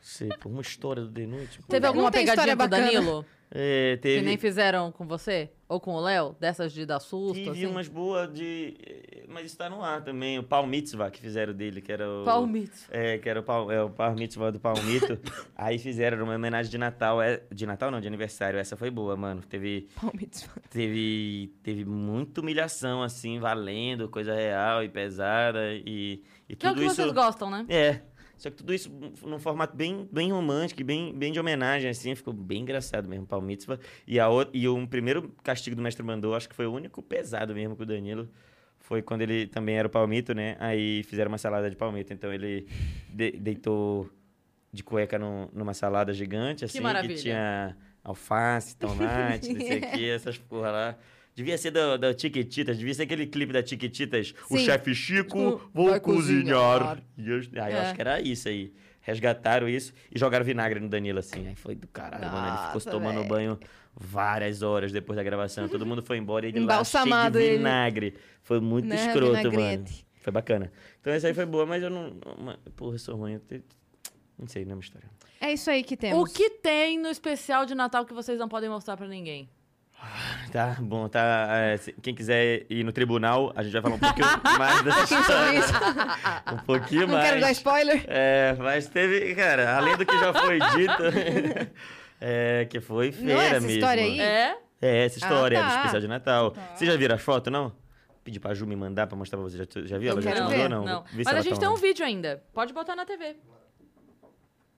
sei, pô, uma história do de noite. pô.
Teve alguma
tem história
pegadinha com o
bacana.
Danilo?
É,
Que
teve.
nem fizeram com você? Ou com o Léo? Dessas de dar susto,
Tive
assim?
umas boas de. eh, Mas está no ar também. O Pau Mitzvah que fizeram dele, que era o.
Palmito.
É, que era o Pau, é, o Pau Mitzvah do Palmito. Aí fizeram uma homenagem de Natal. é- De Natal não, de aniversário. Essa foi boa, mano. Teve,
Palmeiras.
teve, teve muita humilhação, assim, valendo, coisa real e pesada. E, e
Que é o
tudo
que
isso.
vocês gostam, né?
É. Só que tudo isso num formato bem, bem romântico, e bem, bem de homenagem, assim. Ficou bem engraçado mesmo, Pau Mitzvah. E, a outra, e um primeiro castigo do mestre mandou, acho que foi o único pesado mesmo que o Danilo. Foi quando ele também era o palmito, né? Aí fizeram uma salada de palmito. Então ele de- deitou de cueca num- numa salada gigante, assim, que,
maravilha.
tinha alface, tomate, não sei o quê, essas porra lá. Devia ser da, da Chiquititas, devia ser aquele clipe da Chiquititas. O
Sim.
chefe Chico,
Chico
vou
vai cozinhar.
cozinhar. E eu, aí eu
É.
acho que era isso aí. Resgataram isso e jogaram vinagre no Danilo, assim. Aí foi do caralho, mano. Ele ficou
Nossa,
se tomando
véi.
banho várias horas depois da gravação. Todo mundo foi embora e ele lá cheio
Embalsamado
de
ele.
vinagre. Foi muito
Né,
escroto, mano.
vinagrete.
Foi bacana. Então essa aí foi boa, mas eu não... não- mas- Porra, eu sou ruim. Eu te- Não sei, não é uma história.
É isso aí que temos.
O que tem no especial de Natal que vocês não podem mostrar pra ninguém?
Tá bom, tá. é, se- quem quiser ir no tribunal, a gente vai falar um pouquinho mais dessa história. um pouquinho
Não
mais.
quero dar spoiler.
É, mas teve, cara, além do que já foi dito, é, que foi
Não é
feira
essa
mesmo.
história aí?
É?
É, essa
Ah,
história do
tá.
especial de Natal. Vocês já viram as fotos, não? Pedi pra Ju me mandar pra mostrar pra vocês. Já, já viu?
Eu
Ela já te
quero
mandou
ver.
ou não? Vê se
Mas
ela
a gente
tá
tem um
online.
vídeo ainda. Pode botar na TV.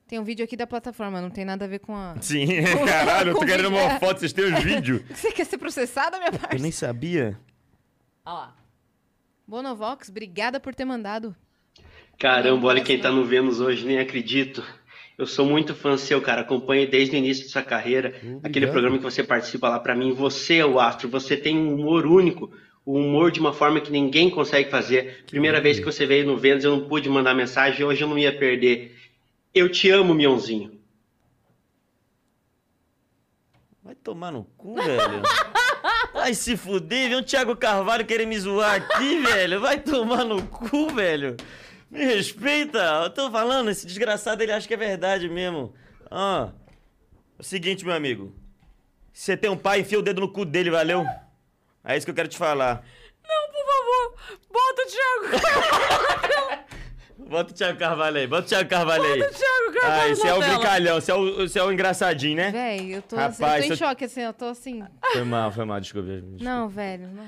Tem um vídeo aqui da plataforma, não tem nada a ver com a.
Sim, caralho, eu tô
Com
querendo
vídeo,
uma
é.
foto, vocês têm um vídeo.
Você quer ser processada, minha
Eu
parte?
nem sabia.
Olha lá.
Bonovox, obrigada por ter mandado.
Caramba, olha quem tá no Vênus hoje, nem acredito. Eu sou muito fã seu, cara. Acompanho desde o início de sua carreira. Aquele programa que você participa lá, pra mim, você é o astro. Você tem um humor único. O humor de uma forma que ninguém consegue fazer. Primeira vez que você veio no Vênus, eu não pude mandar mensagem. Hoje eu não ia perder. Eu te amo, Mionzinho.
Vai tomar no cu, velho. Vai se fuder, vem o Thiago Carvalho querer me zoar aqui, velho. Vai tomar no cu, velho. Me respeita. Eu tô falando, esse desgraçado ele acha que é verdade mesmo. Ah, é o seguinte, meu amigo. Se Você tem um pai, enfia o dedo no cu dele, valeu? É isso que eu quero te falar.
Não, por favor. Bota o Thiago.
Bota o Thiago Carvalho aí, bota o Thiago Carvalho aí.
Bota o Thiago Carvalho
Ah, esse é o
na tela.
brincalhão, esse é o, esse é o engraçadinho, né?
Véi, eu tô,
Rapaz,
eu tô em
eu-
choque, assim, eu tô assim.
Foi mal, foi mal, desculpa. desculpa.
Não, velho, não.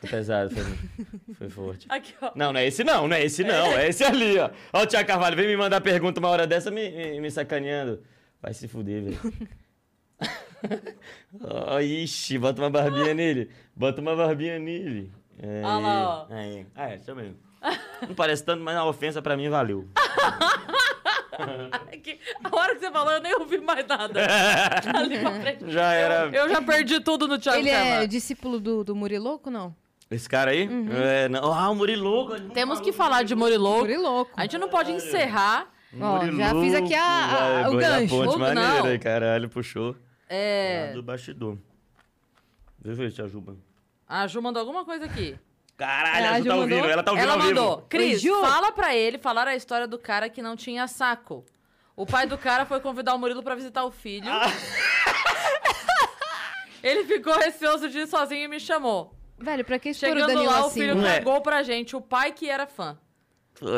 Foi pesado, foi, foi forte.
Aqui, ó.
Não, não é esse não, não é esse não, é esse ali, ó. Ó o Thiago Carvalho, vem me mandar pergunta uma hora dessa me, me, me sacaneando. Vai se fuder, velho. Ó, ixi, bota uma barbinha nele. Bota uma barbinha nele. Aí,
Ó lá, ó.
Aí. Ah, é, deixa eu ver. Não parece tanto, mas a ofensa pra mim valeu.
Aqui. A hora que você falou, eu nem ouvi mais nada. Ali pra frente.
Já era.
Eu já perdi tudo no Thiago
Ele é
Carvalho.
discípulo do, do Muriloco, não?
Esse cara aí?
Uhum.
É, não. Ah, o Muriloco.
Temos que falar de Moriloco.
Muriloco.
A gente não pode encerrar.
Ó, já fiz aqui a- a-
Vai,
o
foi na
gancho.
Ponte
Ou não.
maneira aí, caralho, puxou. Lá
É...
do bastidor. Deixa eu ver se ajuda.
A Ju mandou alguma coisa aqui.
Caralho,
É, a
a Ju
Ju
tá
mandou?
ouvindo, ela tá ouvindo
Ela
ao vivo.
mandou. Cris,
Ju.
fala pra ele falar a história do cara que não tinha saco. O pai do cara foi convidar o Murilo pra visitar o filho.
Ah.
Ele ficou receoso de ir sozinho e me chamou.
Velho, pra que expor o
Chegando
Danilo
lá, o
assim?
filho
Não é.
cagou pra gente. O pai que era fã.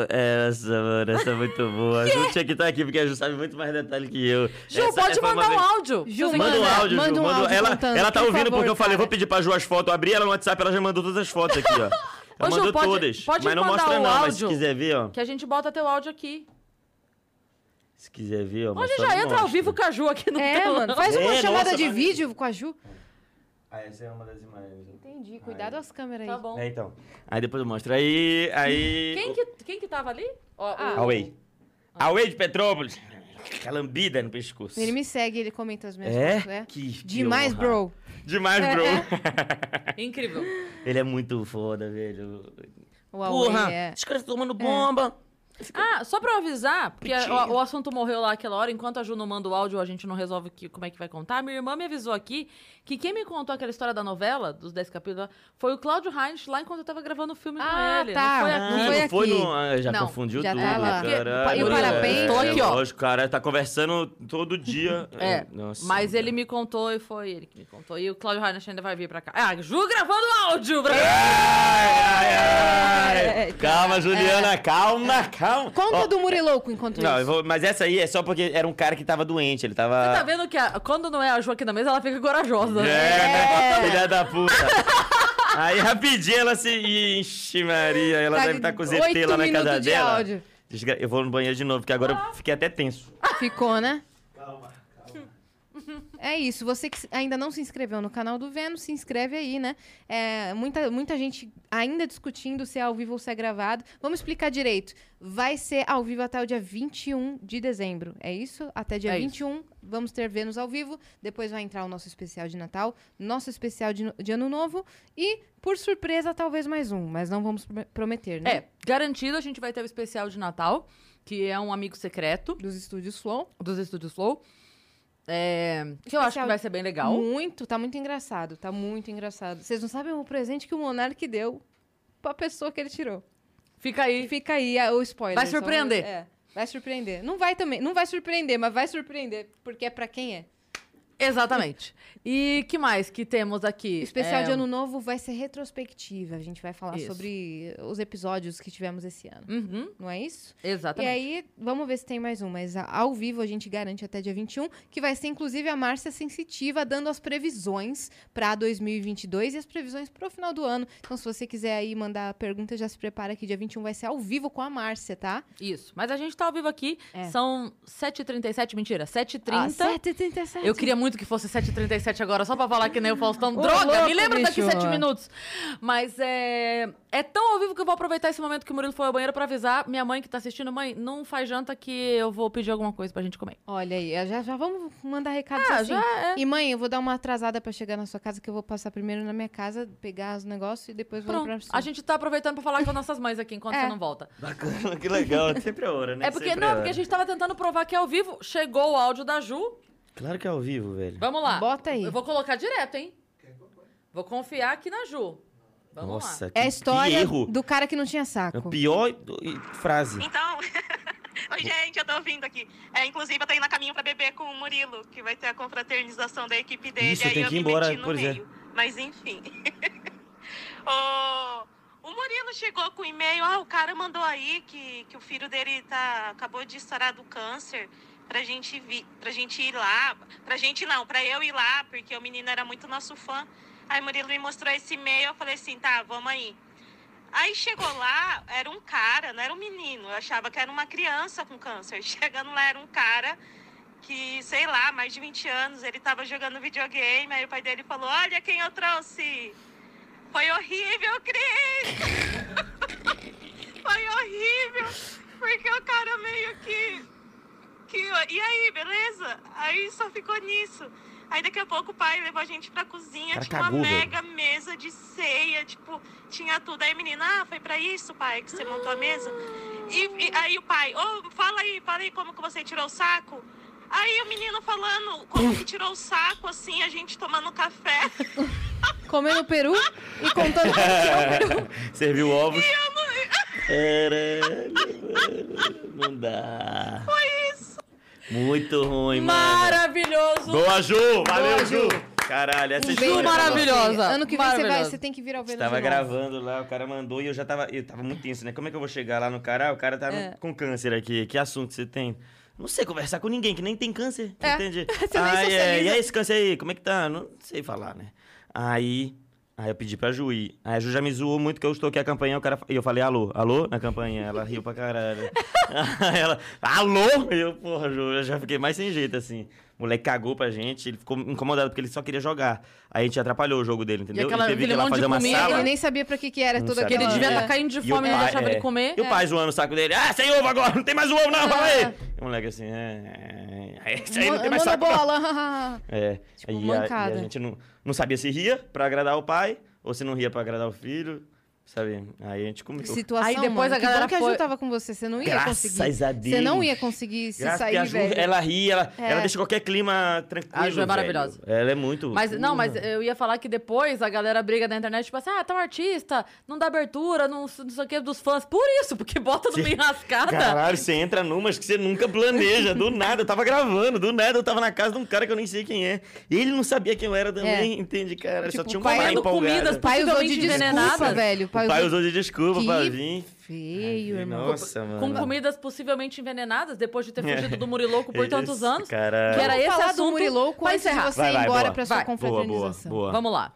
Essa, mano, essa é muito boa. A Ju tinha que estar aqui, porque a Ju sabe muito mais detalhe que eu.
Ju,
Essa-
pode
foi uma
mandar um
vez-
áudio.
Ju,
Se você
Manda um
quiser.
áudio,
manda
Ju.
um
manda-
áudio
ela,
contando,
ela tá
por
ouvindo
favor,
porque eu falei,
cara.
vou pedir pra Ju as fotos. Eu abri ela no WhatsApp, ela já mandou todas as fotos aqui, ó. Ela
Ô, Ju,
mandou
pode-
todas.
pode
mas não
mandar
mostra
o
não, mas se
áudio.
quiser ver, ó.
Que a gente bota teu áudio aqui.
Se quiser ver, ó.
Hoje
mas só
já
não
entra ao
mostra.
vivo com a Ju aqui no
É,
telão.
mano, faz uma
É,
chamada
nossa,
de
mano.
vídeo com a Ju.
Ah, essa é uma das imagens.
Então.
Entendi, cuidado as câmeras aí.
Tá bom.
É, então. Aí depois eu mostro. Aí. aí...
Quem que, quem que tava ali? Ó, o-
Ah.
Away. Away de Petrópolis. Calambida no pescoço.
Ele me segue, ele comenta as minhas
É?
fotos, é?
Que, que
Demais,
honra.
bro.
Demais,
É,
bro.
Incrível.
Ele é muito foda, velho.
O
Porra,
Huawei é.
os caras estão tomando bomba.
Ah, só pra eu avisar, porque a-
Pitinho.
o, o assunto morreu lá aquela hora, enquanto a Ju não manda o áudio, a gente não resolve que- como é que vai contar. Minha irmã me avisou aqui que quem me contou aquela história da novela, dos 10 capítulos, foi o Cláudio Heinrich lá enquanto eu tava gravando o filme
Ah,
com ele.
tá.
Não foi
Ah,
aqui.
Não foi
não foi
aqui.
no... ah, já
Não,
confundiu
já
tudo,
tá lá.
Porque-
caralho.
e o parabéns- Tô aqui, ó.
Lógico, cara, tá conversando todo dia.
É,
Nossa,
mas
cara.
ele me contou e foi ele que me contou. E o Cláudio Heinrich ainda vai vir pra cá. Ah, Ju gravando o áudio!
É!
Pra...
Ai, ai,
É, é,
ai. Calma, Juliana, calma, calma.
Conta
Ó,
do Muriloco enquanto
Não, eu
isso.
vou- mas essa aí é só porque era um cara que tava doente, ele tava...
Você tá vendo que a- quando não é a Ju aqui na mesa, ela fica corajosa.
É, né? Filha da puta. Aí rapidinho ela se. Ixi, Maria, ela
Tá
deve estar com o
oito
ZT lá na
minutos
casa
de
dela.
áudio.
Desgra- Eu vou no banheiro de novo, porque agora eu fiquei até tenso.
Ficou, né? É isso, você que ainda não se inscreveu no canal do Vênus, se inscreve aí, né? É, muita, muita gente ainda discutindo se é ao vivo ou se é gravado. Vamos explicar direito. Vai ser ao vivo até o dia 21 de dezembro, é isso? Até dia
É isso.
21 vamos ter Vênus ao vivo. Depois vai entrar o nosso especial de Natal, nosso especial de, no- de Ano Novo e, por surpresa, talvez mais um. Mas não vamos pr- prometer, né?
É, garantido a gente vai ter o especial de Natal, que é um amigo secreto
Dos estúdios Flow.
dos estúdios Flow. É, que eu acho que vai ser bem legal.
Muito, tá muito engraçado, tá muito engraçado. Vocês não sabem o presente que o Monark deu pra pessoa que ele tirou.
Fica
E
aí.
fica aí ah, o spoiler.
Vai
só-
surpreender.
é, vai surpreender. Não vai também, não vai surpreender, mas vai surpreender, porque é pra quem é.
Exatamente. E que mais que temos aqui?
O especial
É,
de Ano Novo vai ser retrospectiva, a gente vai falar
Isso.
sobre os episódios que tivemos esse ano.
Uhum,
Não é isso? E
exatamente.
aí, vamos ver se tem mais um, mas a- ao vivo a gente garante até dia 21, que vai ser inclusive a Márcia Sensitiva dando as previsões para 2022 e as previsões para o final do ano. Então, se você quiser aí mandar pergunta, já se prepara que dia 21 vai ser ao vivo com a Márcia, tá?
Isso. Mas a gente tá ao vivo aqui.
É.
São 7h37, mentira, 7h30.
Ah, 7h37.
Eu queria muito que fosse 7h37 agora, só pra falar que nem o Faustão.
Ô,
Droga,
louco,
me lembra daqui
bicho.
7 minutos. Mas é... é tão ao vivo que eu vou aproveitar esse momento que o Murilo foi ao banheiro pra avisar minha mãe que tá assistindo. Mãe, não faz janta que eu vou pedir alguma coisa pra gente comer.
Olha aí, já, já vamos mandar recados
Ah,
assim.
já é.
E mãe, eu vou dar uma atrasada para chegar na sua casa, que eu vou passar primeiro na minha casa, pegar os negócios e depois vou pra
Pronto. A gente tá aproveitando pra falar com as nossas mães aqui enquanto
É.
você não volta.
Bacana, que legal. Sempre a hora, né?
É porque,
Sempre
não,
a
é porque a
hora.
gente tava tentando provar que é ao vivo. Chegou o áudio da Ju.
Claro que é ao vivo, velho.
Vamos lá.
Bota aí.
Eu vou colocar direto, hein? Vou confiar aqui na Ju. Vamos
Nossa,
lá.
que,
É a
que
história
erro.
do cara que não tinha
É a
saco.
pior do- e- frase.
Então, Oi, gente, eu tô ouvindo aqui. É, inclusive, eu tô indo a caminho pra beber com o Murilo, que vai ter a confraternização da equipe dele.
Isso, eu
aí
tenho que ir
me
embora,
meti no
pois é.
meio. Mas enfim. o, o Murilo chegou com o e-mail, ah, o cara mandou aí que, que o filho dele tá, acabou de estourar do câncer. Pra gente, vi, pra gente ir lá. Pra gente não, pra eu ir lá, porque o menino era muito nosso fã. Aí Murilo me mostrou esse e-mail, eu falei assim, tá, vamos aí. Aí chegou lá, era um cara, não era um menino. Eu achava que era uma criança com câncer. Chegando lá, era um cara que, sei lá, mais de 20 anos, ele tava jogando videogame. Aí o pai dele falou: Olha quem eu trouxe! Foi horrível, Cris! Foi horrível! Porque o cara meio que. que e aí, beleza? Aí só ficou nisso. Aí daqui a pouco o pai levou a gente pra cozinha,
Cara,
tinha
cagou,
uma
velho.
mega mesa de ceia, tipo, tinha tudo. Aí a menina, ah, foi pra isso, pai, que você montou a mesa? E, e aí o pai, ô, fala aí, fala aí como que você tirou o saco. Aí o menino falando como que tirou o saco, assim, a gente tomando café.
Comendo peru e contando que tirou o peru.
Serviu ovos.
E eu não...
Caralho, mano. Não dá.
Foi isso.
Muito ruim, mano.
Maravilhoso!
Boa, Ju! Valeu,
Boa,
Ju! Caralho, essa
Um
história. tá
beijo pra
maravilhosa.
você. Ano que vem você vai,
Maravilhosa.
você tem que vir ao
Eu
Vênus
Tava
de novo.
gravando lá, o cara mandou e eu já tava. Eu tava muito tenso, né? Como é que eu vou chegar lá no cara? Ah, o cara tá no-
É.
com câncer aqui. Que assunto você tem? Não sei conversar com ninguém que nem tem câncer.
É.
Entendi.
Você nem
ah, é,
socializa.
e aí esse câncer aí? Como é que tá? Não sei falar, né? Aí. Aí eu pedi pra Ju ir. Aí a Ju já me zoou muito que eu estou aqui a campanha. O cara, e eu falei, alô, alô, na campanha. Ela riu pra caralho. Aí ela, alô? E eu, porra, Ju, eu já fiquei mais sem jeito, assim. O moleque cagou pra gente, ele ficou incomodado porque ele só queria jogar. Aí a gente atrapalhou o jogo dele, entendeu?
aquela-
ele teve que ir
aquele
lá
monte de
fazer uma
comida,
sala.
Ele nem sabia pra que que era
Não
toda
sabe.
Porque
aquela...
ele devia estar
É.
caindo de
E o
fome, não
pai-
deixava
é.
ele comer.
E o pai zoando o saco dele. Ah, sem ovo agora, não tem mais ovo não, fala aí. E o moleque assim, é... é, Esse aí não tem mais
Manda
saco não.
bola!
É,
Tipo,
e, a, e a
mancada.
gente não, não sabia se ria pra agradar o pai ou se não ria pra agradar o filho, sabe? Aí a gente comeu.
Situação,
Aí depois
mano.
a
Que bom
galera
que a
foi-
Ju tava com você, você não ia
Graças
conseguir.
a Deus.
Você não ia conseguir se
Graças
sair,
que a Ju,
velho.
ela ri, ela,
É.
ela deixa qualquer clima tranquilo,
A Ju é
velho.
maravilhosa.
Ela é muito...
Mas não, mas eu ia falar que depois a galera briga na internet, tipo assim, ah, tá um artista, não dá abertura, não, não sei o que dos fãs. Por isso, porque bota no meio rascada.
Caralho, você entra numas que você nunca planeja. Do nada, eu tava gravando, do nada eu tava na casa de um cara que eu nem sei quem é. Ele não sabia quem eu era também, entende, cara? Só
Tipo,
tinha um
pai
pai
comendo
empolgado.
tá comidas
O pai usou de
possivelmente
desculpa,
envenenadas.
velho. O
O pai usou de desculpa
Que
pra vir.
Feio, irmão.
Nossa, mano.
Com comidas possivelmente envenenadas, depois de ter
É.
fugido do Muriloco por tantos
Isso,
anos.
Caralho.
que era
Vamos
esse
falar do
assunto
Muriloco
pra
antes de
encerrar.
você
Vai,
ir
vai,
embora
boa.
pra sua
Vai.
Boa, boa,
confraternização.
boa.
Vamos lá.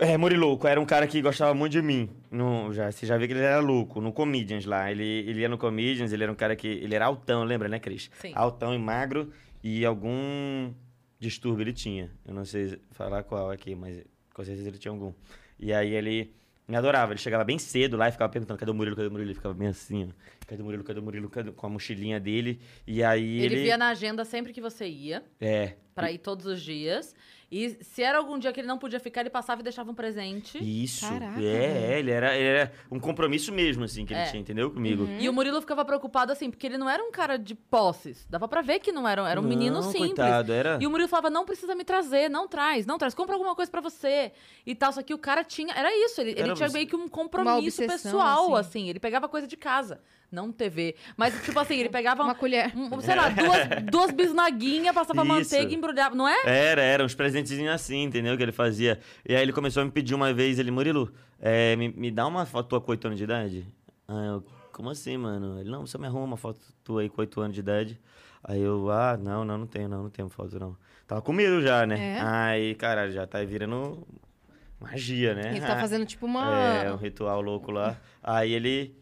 É, Murilouco era um cara que gostava muito de mim. No, já, você já vê que ele era louco, no Comedians lá. Ele, ele ia no Comedians, ele era um cara que. Ele era altão, lembra, né, Cris?
Sim.
Altão e magro. E algum distúrbio ele tinha. Eu não sei falar qual aqui, mas com certeza ele tinha algum. E aí ele me adorava. Ele chegava bem cedo lá e ficava perguntando: cadê o Murilo? Cadê o Murilo? Ele ficava bem assim, ó. Cadê o Murilo? Cadê o Murilo? Cadê? Com a mochilinha dele. E aí
Ele
ele.
via na agenda sempre que você ia,
É.
pra ir todos os dias. E se era algum dia que ele não podia ficar, ele passava e deixava um presente.
Isso.
Caraca,
é, é, ele era, ele era um compromisso mesmo, assim, que
É.
ele tinha, entendeu? Comigo.
E o Murilo ficava preocupado assim, porque ele não era um cara de posses. Dava pra ver que não era, era um menino
Não,
simples.
Coitado, era.
E o Murilo falava: não precisa me trazer, não traz, não traz, compra alguma coisa pra você. E tal, só que o cara tinha. Era isso, ele, ele
Era
tinha
obs-
meio que um
Uma
compromisso
obsessão,
pessoal,
assim.
assim. Ele pegava coisa de casa, não TV. Mas, tipo assim, ele pegava,
Uma colher.
um- um, sei lá, duas, duas bisnaguinhas, passava
Isso.
manteiga e embrulhava, não é?
Era, era, uns presentezinhos assim, entendeu? Que ele fazia. E aí ele começou a me pedir uma vez, ele, Murilo, é, me, me dá uma foto tua com 8 anos de idade? Aí eu, como assim, mano? Ele, não, você me arruma uma foto tua aí com 8 anos de idade. Aí eu, ah, não, não, não tenho, não, não tenho foto, não. Tava com medo já, né?
É?
Aí, caralho, já tá virando magia, né?
Ele tá fazendo tipo
É, um
uma...
ritual louco lá. Aí ele,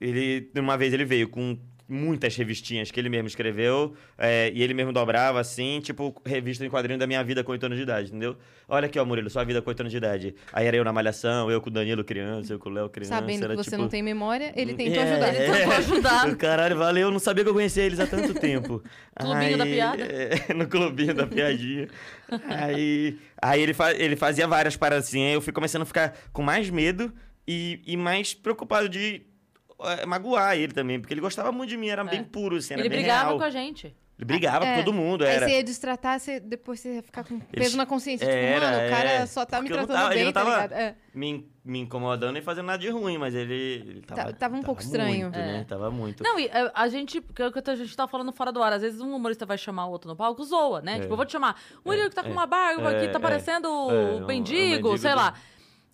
ele, uma vez ele veio com muitas revistinhas que ele mesmo escreveu, é, e ele mesmo dobrava assim, tipo, revista em quadrinho da minha vida com 8 anos de idade, entendeu? Olha aqui, ó, Murilo, sua vida com 8 anos de idade. Aí era eu na malhação, eu com o Danilo criança, eu com o Léo criança.
Sabendo
era,
que você
tipo,
não tem memória, ele tentou
é,
ajudar.
Ele tentou ajudar.
Caralho, valeu. Eu não sabia que eu conhecia eles há tanto tempo.
Clubinho da piada.
é, no clubinho da piadinha. aí aí ele, fa- ele fazia várias paradas assim. Aí eu fui começando a ficar com mais medo e, e mais preocupado de eh, magoar ele também. Porque ele gostava muito de mim, era
É.
bem puro, assim, era
Ele
bem
brigava
real.
com a gente.
Ele brigava
É.
com todo mundo,
Aí
era.
você ia destratar, você, depois você ia ficar com peso
Eles-
na consciência.
Era,
tipo, mano, o cara
é.
só tá me
Porque eu não
tratando
tava-
bem,
ele não
tá
tava-
ligado? É.
Me, me incomodando e fazendo nada de ruim, mas ele, ele tava,
Tá- tava um pouco estranho.
Muito, né? Tava muito.
Não, e é, a gente, que é o que a gente tava falando fora do ar, às vezes um humorista vai chamar o outro no palco, zoa, né? Tipo, eu vou te chamar, o Murilo que tá com uma barba
é,
aqui, tá
é,
parecendo
é,
o mendigo,
um- um mendigo
sei
do-
lá.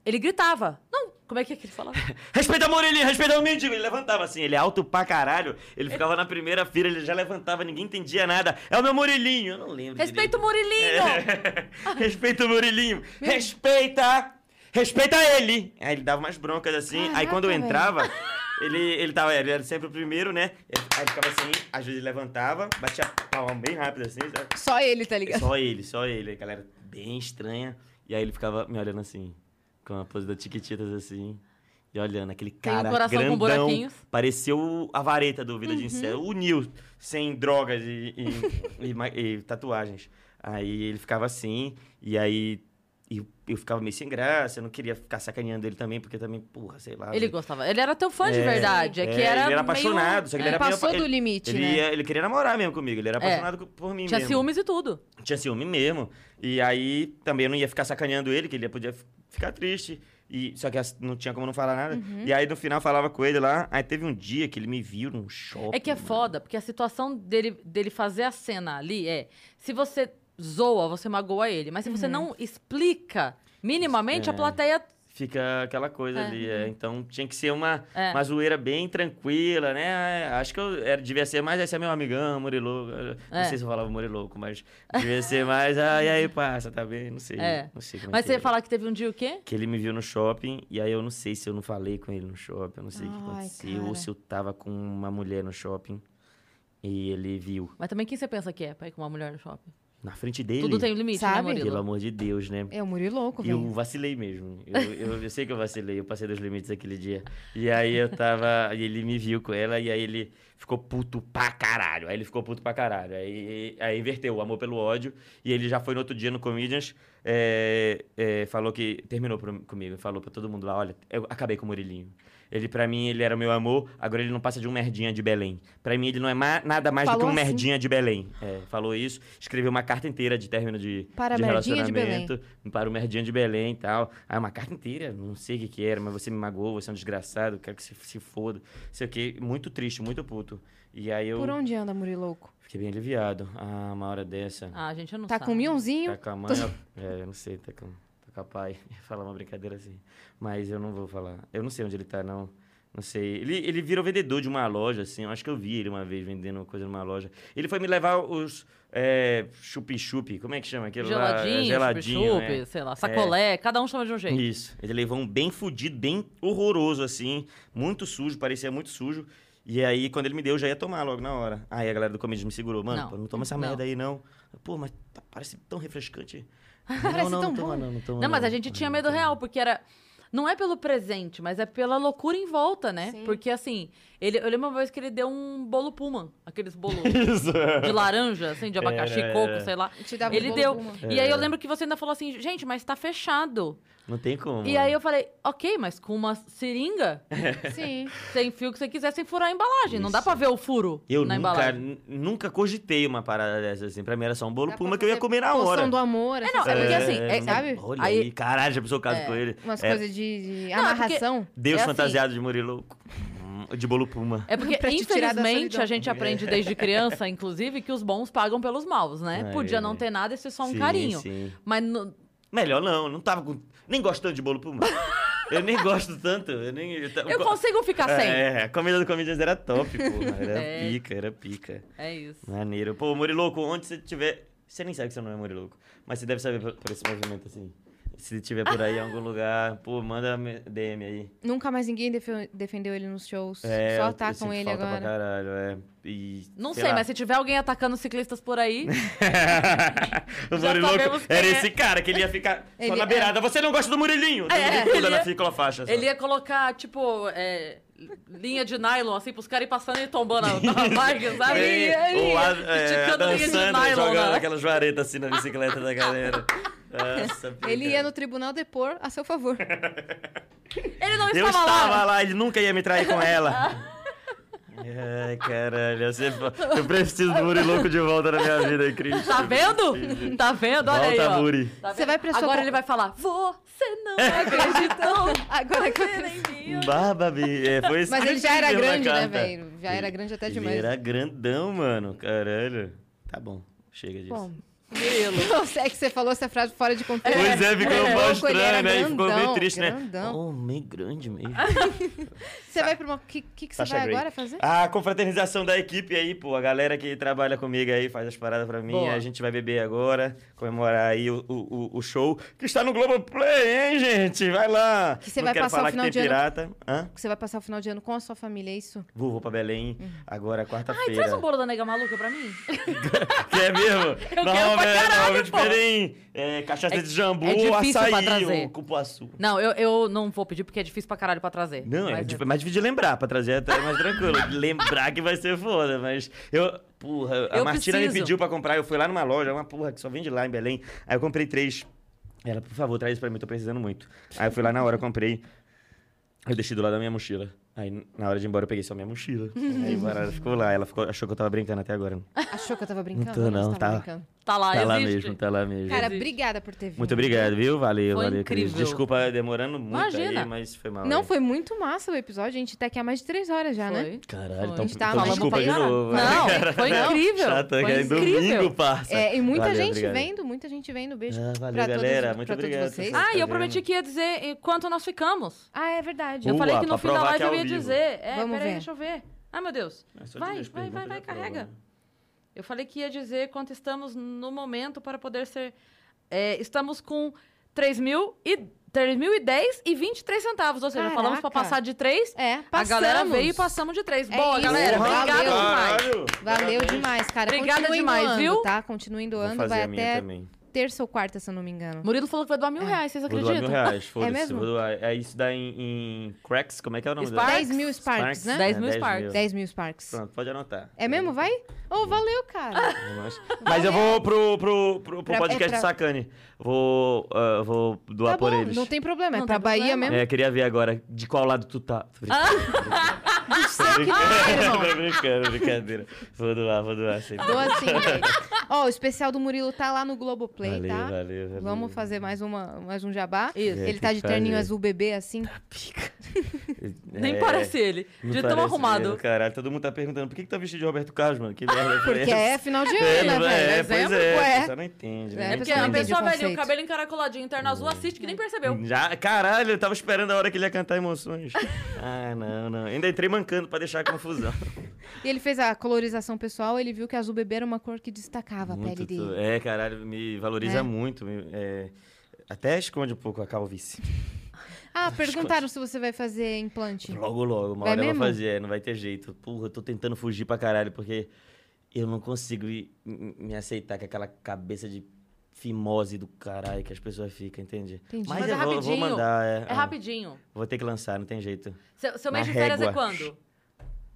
Ele gritava, não, Como é que é que ele falava?
Respeita a Morelia, respeita o Mítico. Ele levantava assim, ele é alto pra caralho. Ele ficava na primeira fila, ele já levantava, ninguém entendia nada. É o meu Murilinho, eu não lembro.
Respeita o
direito.
Murilinho!
É. Respeita o Murilinho. Respeita! Respeita ele! Aí ele dava umas broncas assim. aí
Caraca,
quando eu
velho.
entrava, ele, ele, tava, ele era sempre o primeiro, né? Aí ele ficava assim, às vezes ele levantava, batia a palma bem rápido assim. sabe?
Só ele, tá ligado?
Só ele, só ele. A galera bem estranha. E aí ele ficava me olhando assim, com a pose da Tiquititas assim. E olhando, aquele
Tem um
cara
coração com
grandão,
buraquinhos. Uhum.
pareceu a vareta do Vida de Inseto, o Nil, sem drogas e, e- e ma- e tatuagens. Aí ele ficava assim, e aí eu, eu ficava meio sem graça, eu não queria ficar sacaneando ele também, porque também, porra, sei lá.
Ele gostava. Ele era teu fã de
É,
verdade. É que
é,
era.
ele era
meio- É,
apaixonado, só que ele
Ele
era meio
passou
apa-
do limite,
Ele,
né?
ia- ele queria namorar mesmo comigo, ele era apaixonado co- por mim
Tinha
assim mesmo.
ciúmes e tudo.
Tinha ciúme mesmo. E aí também eu não ia ficar sacaneando ele, que ele podia f- ficar triste. E, só que as- não tinha como não falar nada.
Uhum.
E aí no final eu falava com ele lá. Aí teve um dia que ele me viu num shopping.
É que é foda, porque a situação dele, dele fazer a cena ali é. Se você zoa, você magoa ele. Mas se você não explica minimamente, a
Uhum. É.
plateia.
Fica aquela coisa ali. é. Então tinha que ser uma,
Uhum. É.
uma zoeira bem tranquila, né? É, Acho que eu era, devia ser mais. Esse é meu amigão, Muriloco. Não
É.
sei se eu falava Muriloco, mas devia ser mais. Ah, e aí, passa, tá bem? Não sei.
É.
Não sei como é
Mas
que
você ia
era.
falar que teve um dia o quê?
que ele me viu no shopping e aí eu não sei se eu não falei com ele no shopping, eu não sei o que
Ai,
aconteceu,
cara.
ou se eu tava com uma mulher no shopping e ele viu
Mas também quem você pensa que é pra ir com uma mulher no shopping?
na frente dele.
Tudo tem limite, né,
Sabe?
Murilo?
Pelo amor de Deus, né?
É o Murilo louco,
Eu
velho.
vacilei mesmo. Eu, eu, eu sei que eu vacilei, eu passei dos limites aquele dia. E aí eu tava. e Ele me viu com ela e aí ele ficou puto pra caralho. Aí ele ficou puto pra caralho. Aí, aí inverteu o amor pelo ódio. E ele já foi no outro dia no Comedians. é, é, falou que. Terminou pro- comigo, falou pra todo mundo lá: olha, eu acabei com o Murilinho. Ele, pra mim, ele era o meu amor, agora ele não passa de um merdinha de Belém. Pra mim, ele não é ma- nada mais do
Falou
que um
assim?
merdinha de Belém. É, falou isso, escreveu uma carta inteira de término de,
Para
de
a merdinha de Belém.
relacionamento para o Merdinha um de Belém e tal. Ah, uma carta inteira, não sei o que que era, mas você me magoou, você é um desgraçado, quero que você se foda, sei o que. Muito triste, muito puto. E aí eu
Por onde anda Murilo louco?
fiquei bem aliviado. Ah, uma hora dessa.
Ah, gente, eu não
Tá
sabe.
com um mionzinho?
Tá com a mãe. ó. É, eu não sei, tá com, tá com a pai. Eu ia falar uma brincadeira assim. Mas eu não vou falar. Eu não sei onde ele tá, não. Não sei. Ele, ele virou vendedor de uma loja, assim. Eu acho que eu vi ele uma vez vendendo coisa numa loja. Ele foi me levar os é, chup-chup. Como é que chama aquilo lá?
Geladinho,
Geladinho,
chup-chup,
é.
sei lá, sacolé, cada um chama de um jeito.
Isso. Ele levou um bem fudido, bem horroroso, assim. Muito sujo, parecia muito sujo. E aí, quando ele me deu, eu já ia tomar logo na hora. Aí a galera do comedy me segurou. Mano,
Não.
pô, não toma essa
Não.
merda aí, não. Pô, mas tá- parece tão refrescante.
Parece
não, não,
tão
não toma,
bom.
não, não toma.
Não, mas a gente tinha medo real, porque era. Não é pelo presente, mas é pela loucura em volta, né?
Sim.
Porque assim, ele, eu lembro uma vez que ele deu um bolo Puma, aqueles bolos
Isso.
de laranja, assim, de abacaxi,
Era, é.
coco,
era.
sei lá.
Te dava um
ele
bolo
deu.
Puma.
E aí eu lembro que você ainda falou assim, gente, mas tá fechado.
Não tem como.
E aí eu falei, ok, mas com uma seringa,
Sim.
sem fio que você quiser, sem furar a embalagem. Não dá pra ver o furo
Eu
na
nunca,
embalagem.
n- nunca cogitei uma parada dessa, assim. Pra mim era só um bolo
Dá pra
puma que eu ia
fazer
comer na
Poção
hora.
do amor,
não,
essas
é porque
coisas.
assim, é-
sabe?
Olha
Aí-
aí, caralho, já pensou o caso com ele.
Umas
É,
coisas de, de
Não, é porque-
amarração.
Deus
É assim.
fantasiado de Murilo. Hum, De bolo puma.
É porque,
Pra te tirar da
infelizmente, a
solidão.
gente aprende desde criança, inclusive, que os bons pagam pelos maus, né?
É.
Podia não ter nada e ser só um
Sim,
carinho.
sim.
Mas no-
Melhor não, não tava com. Nem gostando de bolo puma. eu nem gosto tanto. Eu nem. Eu, ta-
eu consigo ficar sem. É,
É, a comida do Comedians era top, porra. Era
É.
pica, era pica.
isso.
Maneiro. Pô, Muriloco, onde você tiver. Você nem sabe que você não é Muriloco, mas você deve saber por, por esse movimento assim. Se tiver por aí em algum lugar, pô, manda me- DM aí.
Nunca mais ninguém defe- defendeu ele nos shows.
É, eu-
Só
eu
tá
atacam
sinto
ele
falta Pra
agora.
caralho, é. E,
Não sei, mas se tiver alguém atacando ciclistas por aí,
o
Já
Muriloco
sabemos quem
era
é.
esse cara que ele ia ficar
Ele-
só na beirada. Você não gosta do Murilinho? Todo
É,
mundo
ele
pula na
ia-
ciclofaixa. só.
ele ia colocar, tipo, é, linha de nylon, assim, pros caras ir passando e tombando na- na bike, sabe?
Bem, ou a, é,
Esticando
Adam
linha de
Sandler
nylon,
jogando
né?
aquelas varetas assim na bicicleta da galera. Nossa, pica.
Ele ia no tribunal depor a seu favor.
Ele não
Eu
estava,
estava
lá.
lá, ele nunca ia me trair com ela. Ai, caralho, eu, sempre- eu preciso do Muri Louco de volta na minha vida, Cris.
Tá vendo? Tá vendo? Olha aí,
Volta,
ó.
Muri.
Tá
Você
vendo?
vai pra sua
Agora
con-
ele vai falar, você não acreditou.
Agora que eu
você nem viu.
Barba, bi- é, foi isso
Mas
que
ele
eu
já era
escrevi na
grande, né,
carta.
velho? Já era grande até
Ele
demais.
era grandão, mano, caralho. Tá bom, chega disso.
Bom,
Murilo.
Não sei que você falou essa frase fora de contexto.
Pois é, ficou um pouco
Ele era
estranho, né? E Ficou meio
grandão,
triste, né?
grandão.
Oh, meio grande mesmo.
Você vai pra uma... O que, que, que você
Sasha
vai
Grey.
agora fazer?
Ah, confraternização da equipe aí, pô. A galera que trabalha comigo aí faz as paradas pra mim.
Boa.
A gente vai beber agora, comemorar aí o, o, o- o show que está no Globoplay, hein, gente? Vai lá.
Que você
Não
vai
quero
passar o
falar
final
que tem
de ano-
pirata. Hã?
Que você vai passar o final de ano com a sua família, é isso?
Vou, vou pra Belém agora,
Uhum. Ai, traz
quarta-feira.
um bolo da nega maluca pra mim.
Quer mesmo?
quero pra
velho,
caralho,
normalmente
pô.
Belém, é, cachaça
É-
de jambu,
é difícil pra
açaí,
trazer.
o cupuaçu.
Não, eu, eu não vou pedir porque é difícil pra caralho pra trazer.
Não, é,
Mas
tipo, é mais difícil de lembrar, pra trazer é até mais tranquilo. lembrar que vai ser foda, mas eu. Porra, a
Eu
Martina me
preciso.
pediu pra comprar, eu fui lá numa loja, uma porra que só vende lá em Belém. Aí eu comprei três. Ela, por favor, traz isso pra mim, tô precisando muito. Aí eu fui lá na hora, comprei. Eu deixei do lado da minha mochila. Aí, na hora de ir embora, eu peguei só minha mochila. Aí ela ficou lá, ela ficou- achou que eu tava brincando até agora.
Achou que eu tava brincando?
tô, não,
Você
tá.
tava brincando.
Tá lá,
tá lá
Ah, existe.
mesmo, tá lá mesmo.
Cara,
Existe.
obrigada por ter vindo.
muito obrigado, viu? Valeu,
Foi
valeu, Cris.
incrível.
Desculpa demorando muito
Imagina.
aí, mas foi mal. é.
Não,
aí.
foi muito massa o episódio. A gente tá aqui há mais de três horas já, né?
Foi.
Caralho,
Foi.
então,
A
gente tá
então
falando
desculpa
pra
de
caralho.
novo.
Não,
cara.
foi incrível,
Chata,
foi
cara, é
incrível.
domingo, parça.
É, e muita
Valeu,
gente
obrigado.
vendo, muita gente vendo. Beijo
Ah, valeu,
pra,
galera.
todos,
Muito
pra
obrigado.
todos vocês.
Ah,
Ah, e eu
Tá
prometi
vendo?
que ia dizer eh, quanto nós ficamos.
Ah, é verdade.
Eu
Boa,
falei que no
pra
fim da
provar
live
que é
eu
ao
ia
vivo.
dizer. É,
Vamos
peraí,
ver.
deixa eu ver. Ai, meu Deus.
É, só
Vai,
duas
vai, vai,
perguntas,
vai,
já prova,
carrega.
né?
Eu falei que ia dizer quanto estamos no momento para poder ser. é, estamos com 3.010 e, 3.010 e 23 centavos. Ou seja,
Caraca.
falamos para passar de 3.
É,
A
passamos.
galera veio e passamos de 3.
É
Boa,
isso.
galera.
Porra,
Obrigado
valeu.
demais.
Caralho,
Valeu
parabéns.
demais, cara.
Obrigada
Continue
demais,
doando,
viu?
tá? Continue
Vou
doando.
fazer
Vai
a minha
até
também.
terça ou quarta, se eu não me engano.
Murilo falou que vai doar
É.
mil reais, vocês
Vou doar mil
acreditam?
reais, foda-se.
mesmo?
Vou doar. É isso daí em, em cracks, como é que é o nome
Sparks?
dela?
10 mil Sparks, né?
10
É,
mil Sparks.
10 mil Sparks.
Pronto, pode anotar.
É mesmo? Vai? Ô, valeu, cara.
Mas- Mas eu vou pro, pro, pro, pro
Pra- é
podcast
pra-
Sacane. Vou, ah, vou doar
tá
por
bom,
eles.
não tem problema.
Não
é pra
tem
Bahia
problema.
mesmo.
É, queria ver agora de qual lado tu tá. Tô brincando. Tô brincando, tô brincando, brincadeira. Vou doar, vou doar. sim.
Doa sim, gente. assim, né? Ó, o especial do Murilo tá lá no Globoplay,
Valeu,
tá?
valeu, valeu.
Vamos fazer mais, uma, mais um jabá.
Isso.
Ele tá de
É, tem que fazer. Tá
terninho azul bebê, assim.
Nem
É,
parece ele.
não
De tão
parece
arrumado.
mesmo, caralho, todo mundo tá perguntando por que, que tá vestido de Roberto Carlos, mano? Que merda foi
Porque
essa?
é final de
É,
ano, né,
não
velho?
é, pois
Dezembro,
é.
ué.
A pessoa não entende, né?
É,
É
Não
porque a
entendi
entende.
pessoa
o
velha, o
conceito.
cabelo encaracoladinho, interna azul, assiste que nem percebeu.
Já, caralho, eu tava esperando a hora que ele ia cantar emoções. ah, não, não. Ainda entrei mancando pra deixar a confusão.
E ele fez a colorização pessoal, ele viu que azul bebê era uma cor que destacava a pele
Muito
dele.
tu- É, caralho, me valoriza
É.
muito. me- é, até esconde um pouco a calvície.
Ah, perguntaram se você vai fazer implante.
Logo, logo, uma
Vai
hora eu
mesmo?
vou fazer, não vai ter jeito. Porra, eu tô tentando fugir pra caralho, porque eu não consigo ir- m- me aceitar com aquela cabeça de fimose do caralho que as pessoas ficam, entende?
Entendi.
Mas,
Mas
eu
é
vou, vou
rapidinho.
mandar, é.
É
Ah,
rapidinho.
Vou ter que lançar, não tem jeito.
Seu, seu
Na
mês de férias é
régua.
quando?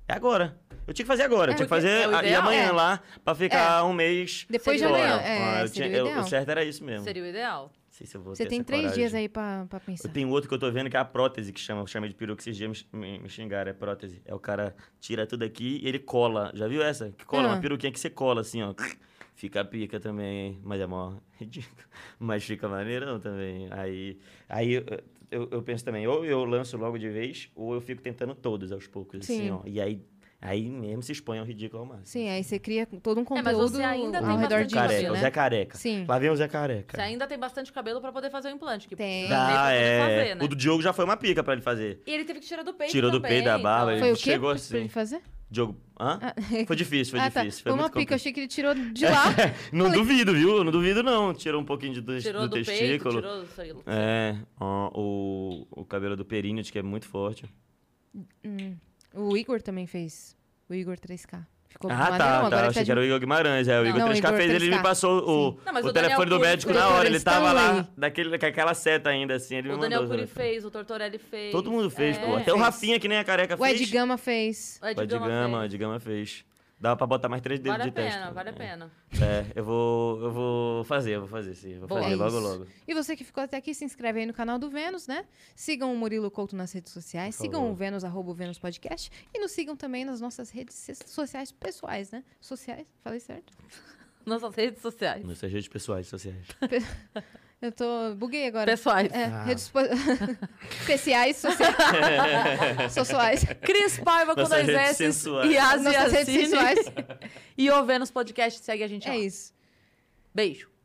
É agora. Eu tinha que fazer agora,
É,
eu tinha que
porque
fazer
é o
a- e
ideal.
amanhã
É.
lá, pra ficar um mês.
Depois
Seria
de
o
amanhã.
ideal.
Ah,
É,
eu
seria
tinha-
o
eu-
ideal.
o certo era isso mesmo.
Seria o ideal.
Não sei se eu vou
Você
ter
tem
essa
três
coragem.
dias aí pra, pra pensar.
Eu tenho outro que eu tô vendo que é a prótese que chama. Eu chamei de peruca esses dias me, me, me xingaram, é prótese. É o cara tira tudo aqui e ele cola. Já viu essa? Que cola,
Ah.
uma peruquinha que você cola assim, ó. Fica pica também, hein? mas é mó ridículo. Mas fica maneirão também. Aí, aí eu, eu- eu penso também, ou eu lanço logo de vez, ou eu fico tentando todos aos poucos,
Sim.
assim, ó. E aí, aí mesmo se expõe ao ridículo ao máximo.
Sim, aí você cria todo um
É,
conteúdo
mas você ainda
ao
tem
redor
bastante
disso,
careca, o
né?
Zé Careca.
Sim.
Lá vem o Zé Careca.
Você ainda tem bastante cabelo pra poder fazer o implante. Que
Tem.
precisa ter pra
Ah,
poder
é.
fazer, né?
O do Diogo já foi uma pica pra ele fazer.
E ele teve que tirar do peito
Tirou do
também,
peito, da barba,
então.
Foi o quê?
Chegou
pra,
assim.
pra ele fazer?
Diogo. Hã? Foi difícil, foi
ah, tá.
difícil. Foi,
uma
muito
pica, eu
complicado.
achei que ele tirou de lá.
Não duvido, viu? Não duvido, não. Tirou um pouquinho de- do,
Tirou
do
do peito,
testículo.
tirou do sei lá.
É, ó, o, o cabelo do Períneo, que é muito forte.
O Igor também fez. O Igor 3K. Ficou
ah,
maneirão,
tá, tá.
agora ele tá
Achei
de...
que era o Igor Guimarães. É, o Igor
Não, o
3K
Igor
fez, ele
3K,
me passou o,
Não, mas
o
o Daniel
telefone do
Cury
médico
fez.
na hora. Ele
Eles estão
tava
aí.
lá, daquele, com aquela seta ainda, assim. Ele me
O
mandou.
Daniel Cury
sabe?
fez, o Tortorelli fez.
Todo mundo fez,
É.
pô. Até o
Fez.
Rafinha, que nem a careca,
O
fez.
Ed Gama fez.
O Ed
O Ed
Gama
Gama, o
fez.
Ed Gama fez. Dava pra botar mais três dedos
assim. Vale a
de teste.
pena, vale a pena.
É, eu vou, eu vou fazer, eu vou fazer, sim. Vou
Boa.
fazer
É
logo,
isso.
logo.
E você que ficou até aqui, se inscreve aí no canal do Vênus, né? Sigam o Murilo Couto nas redes sociais,
Por
sigam
favor.
o Vênus, arroba o Vênus Podcast. E nos sigam também nas nossas redes sociais pessoais, né? Sociais, falei certo?
Nossas redes sociais.
Nas suas redes pessoais, sociais.
Eu tô. buguei agora.
Pessoais.
É,
Ah.
redes po- especiais, sociais. sociais.
Cris Paiva com
Nossas
dois
redes
S
sensuais.
e Asi né?
Nossas redes
Yassine.
sociais.
E o Vênus Podcast segue a gente lá.
É isso.
Beijo.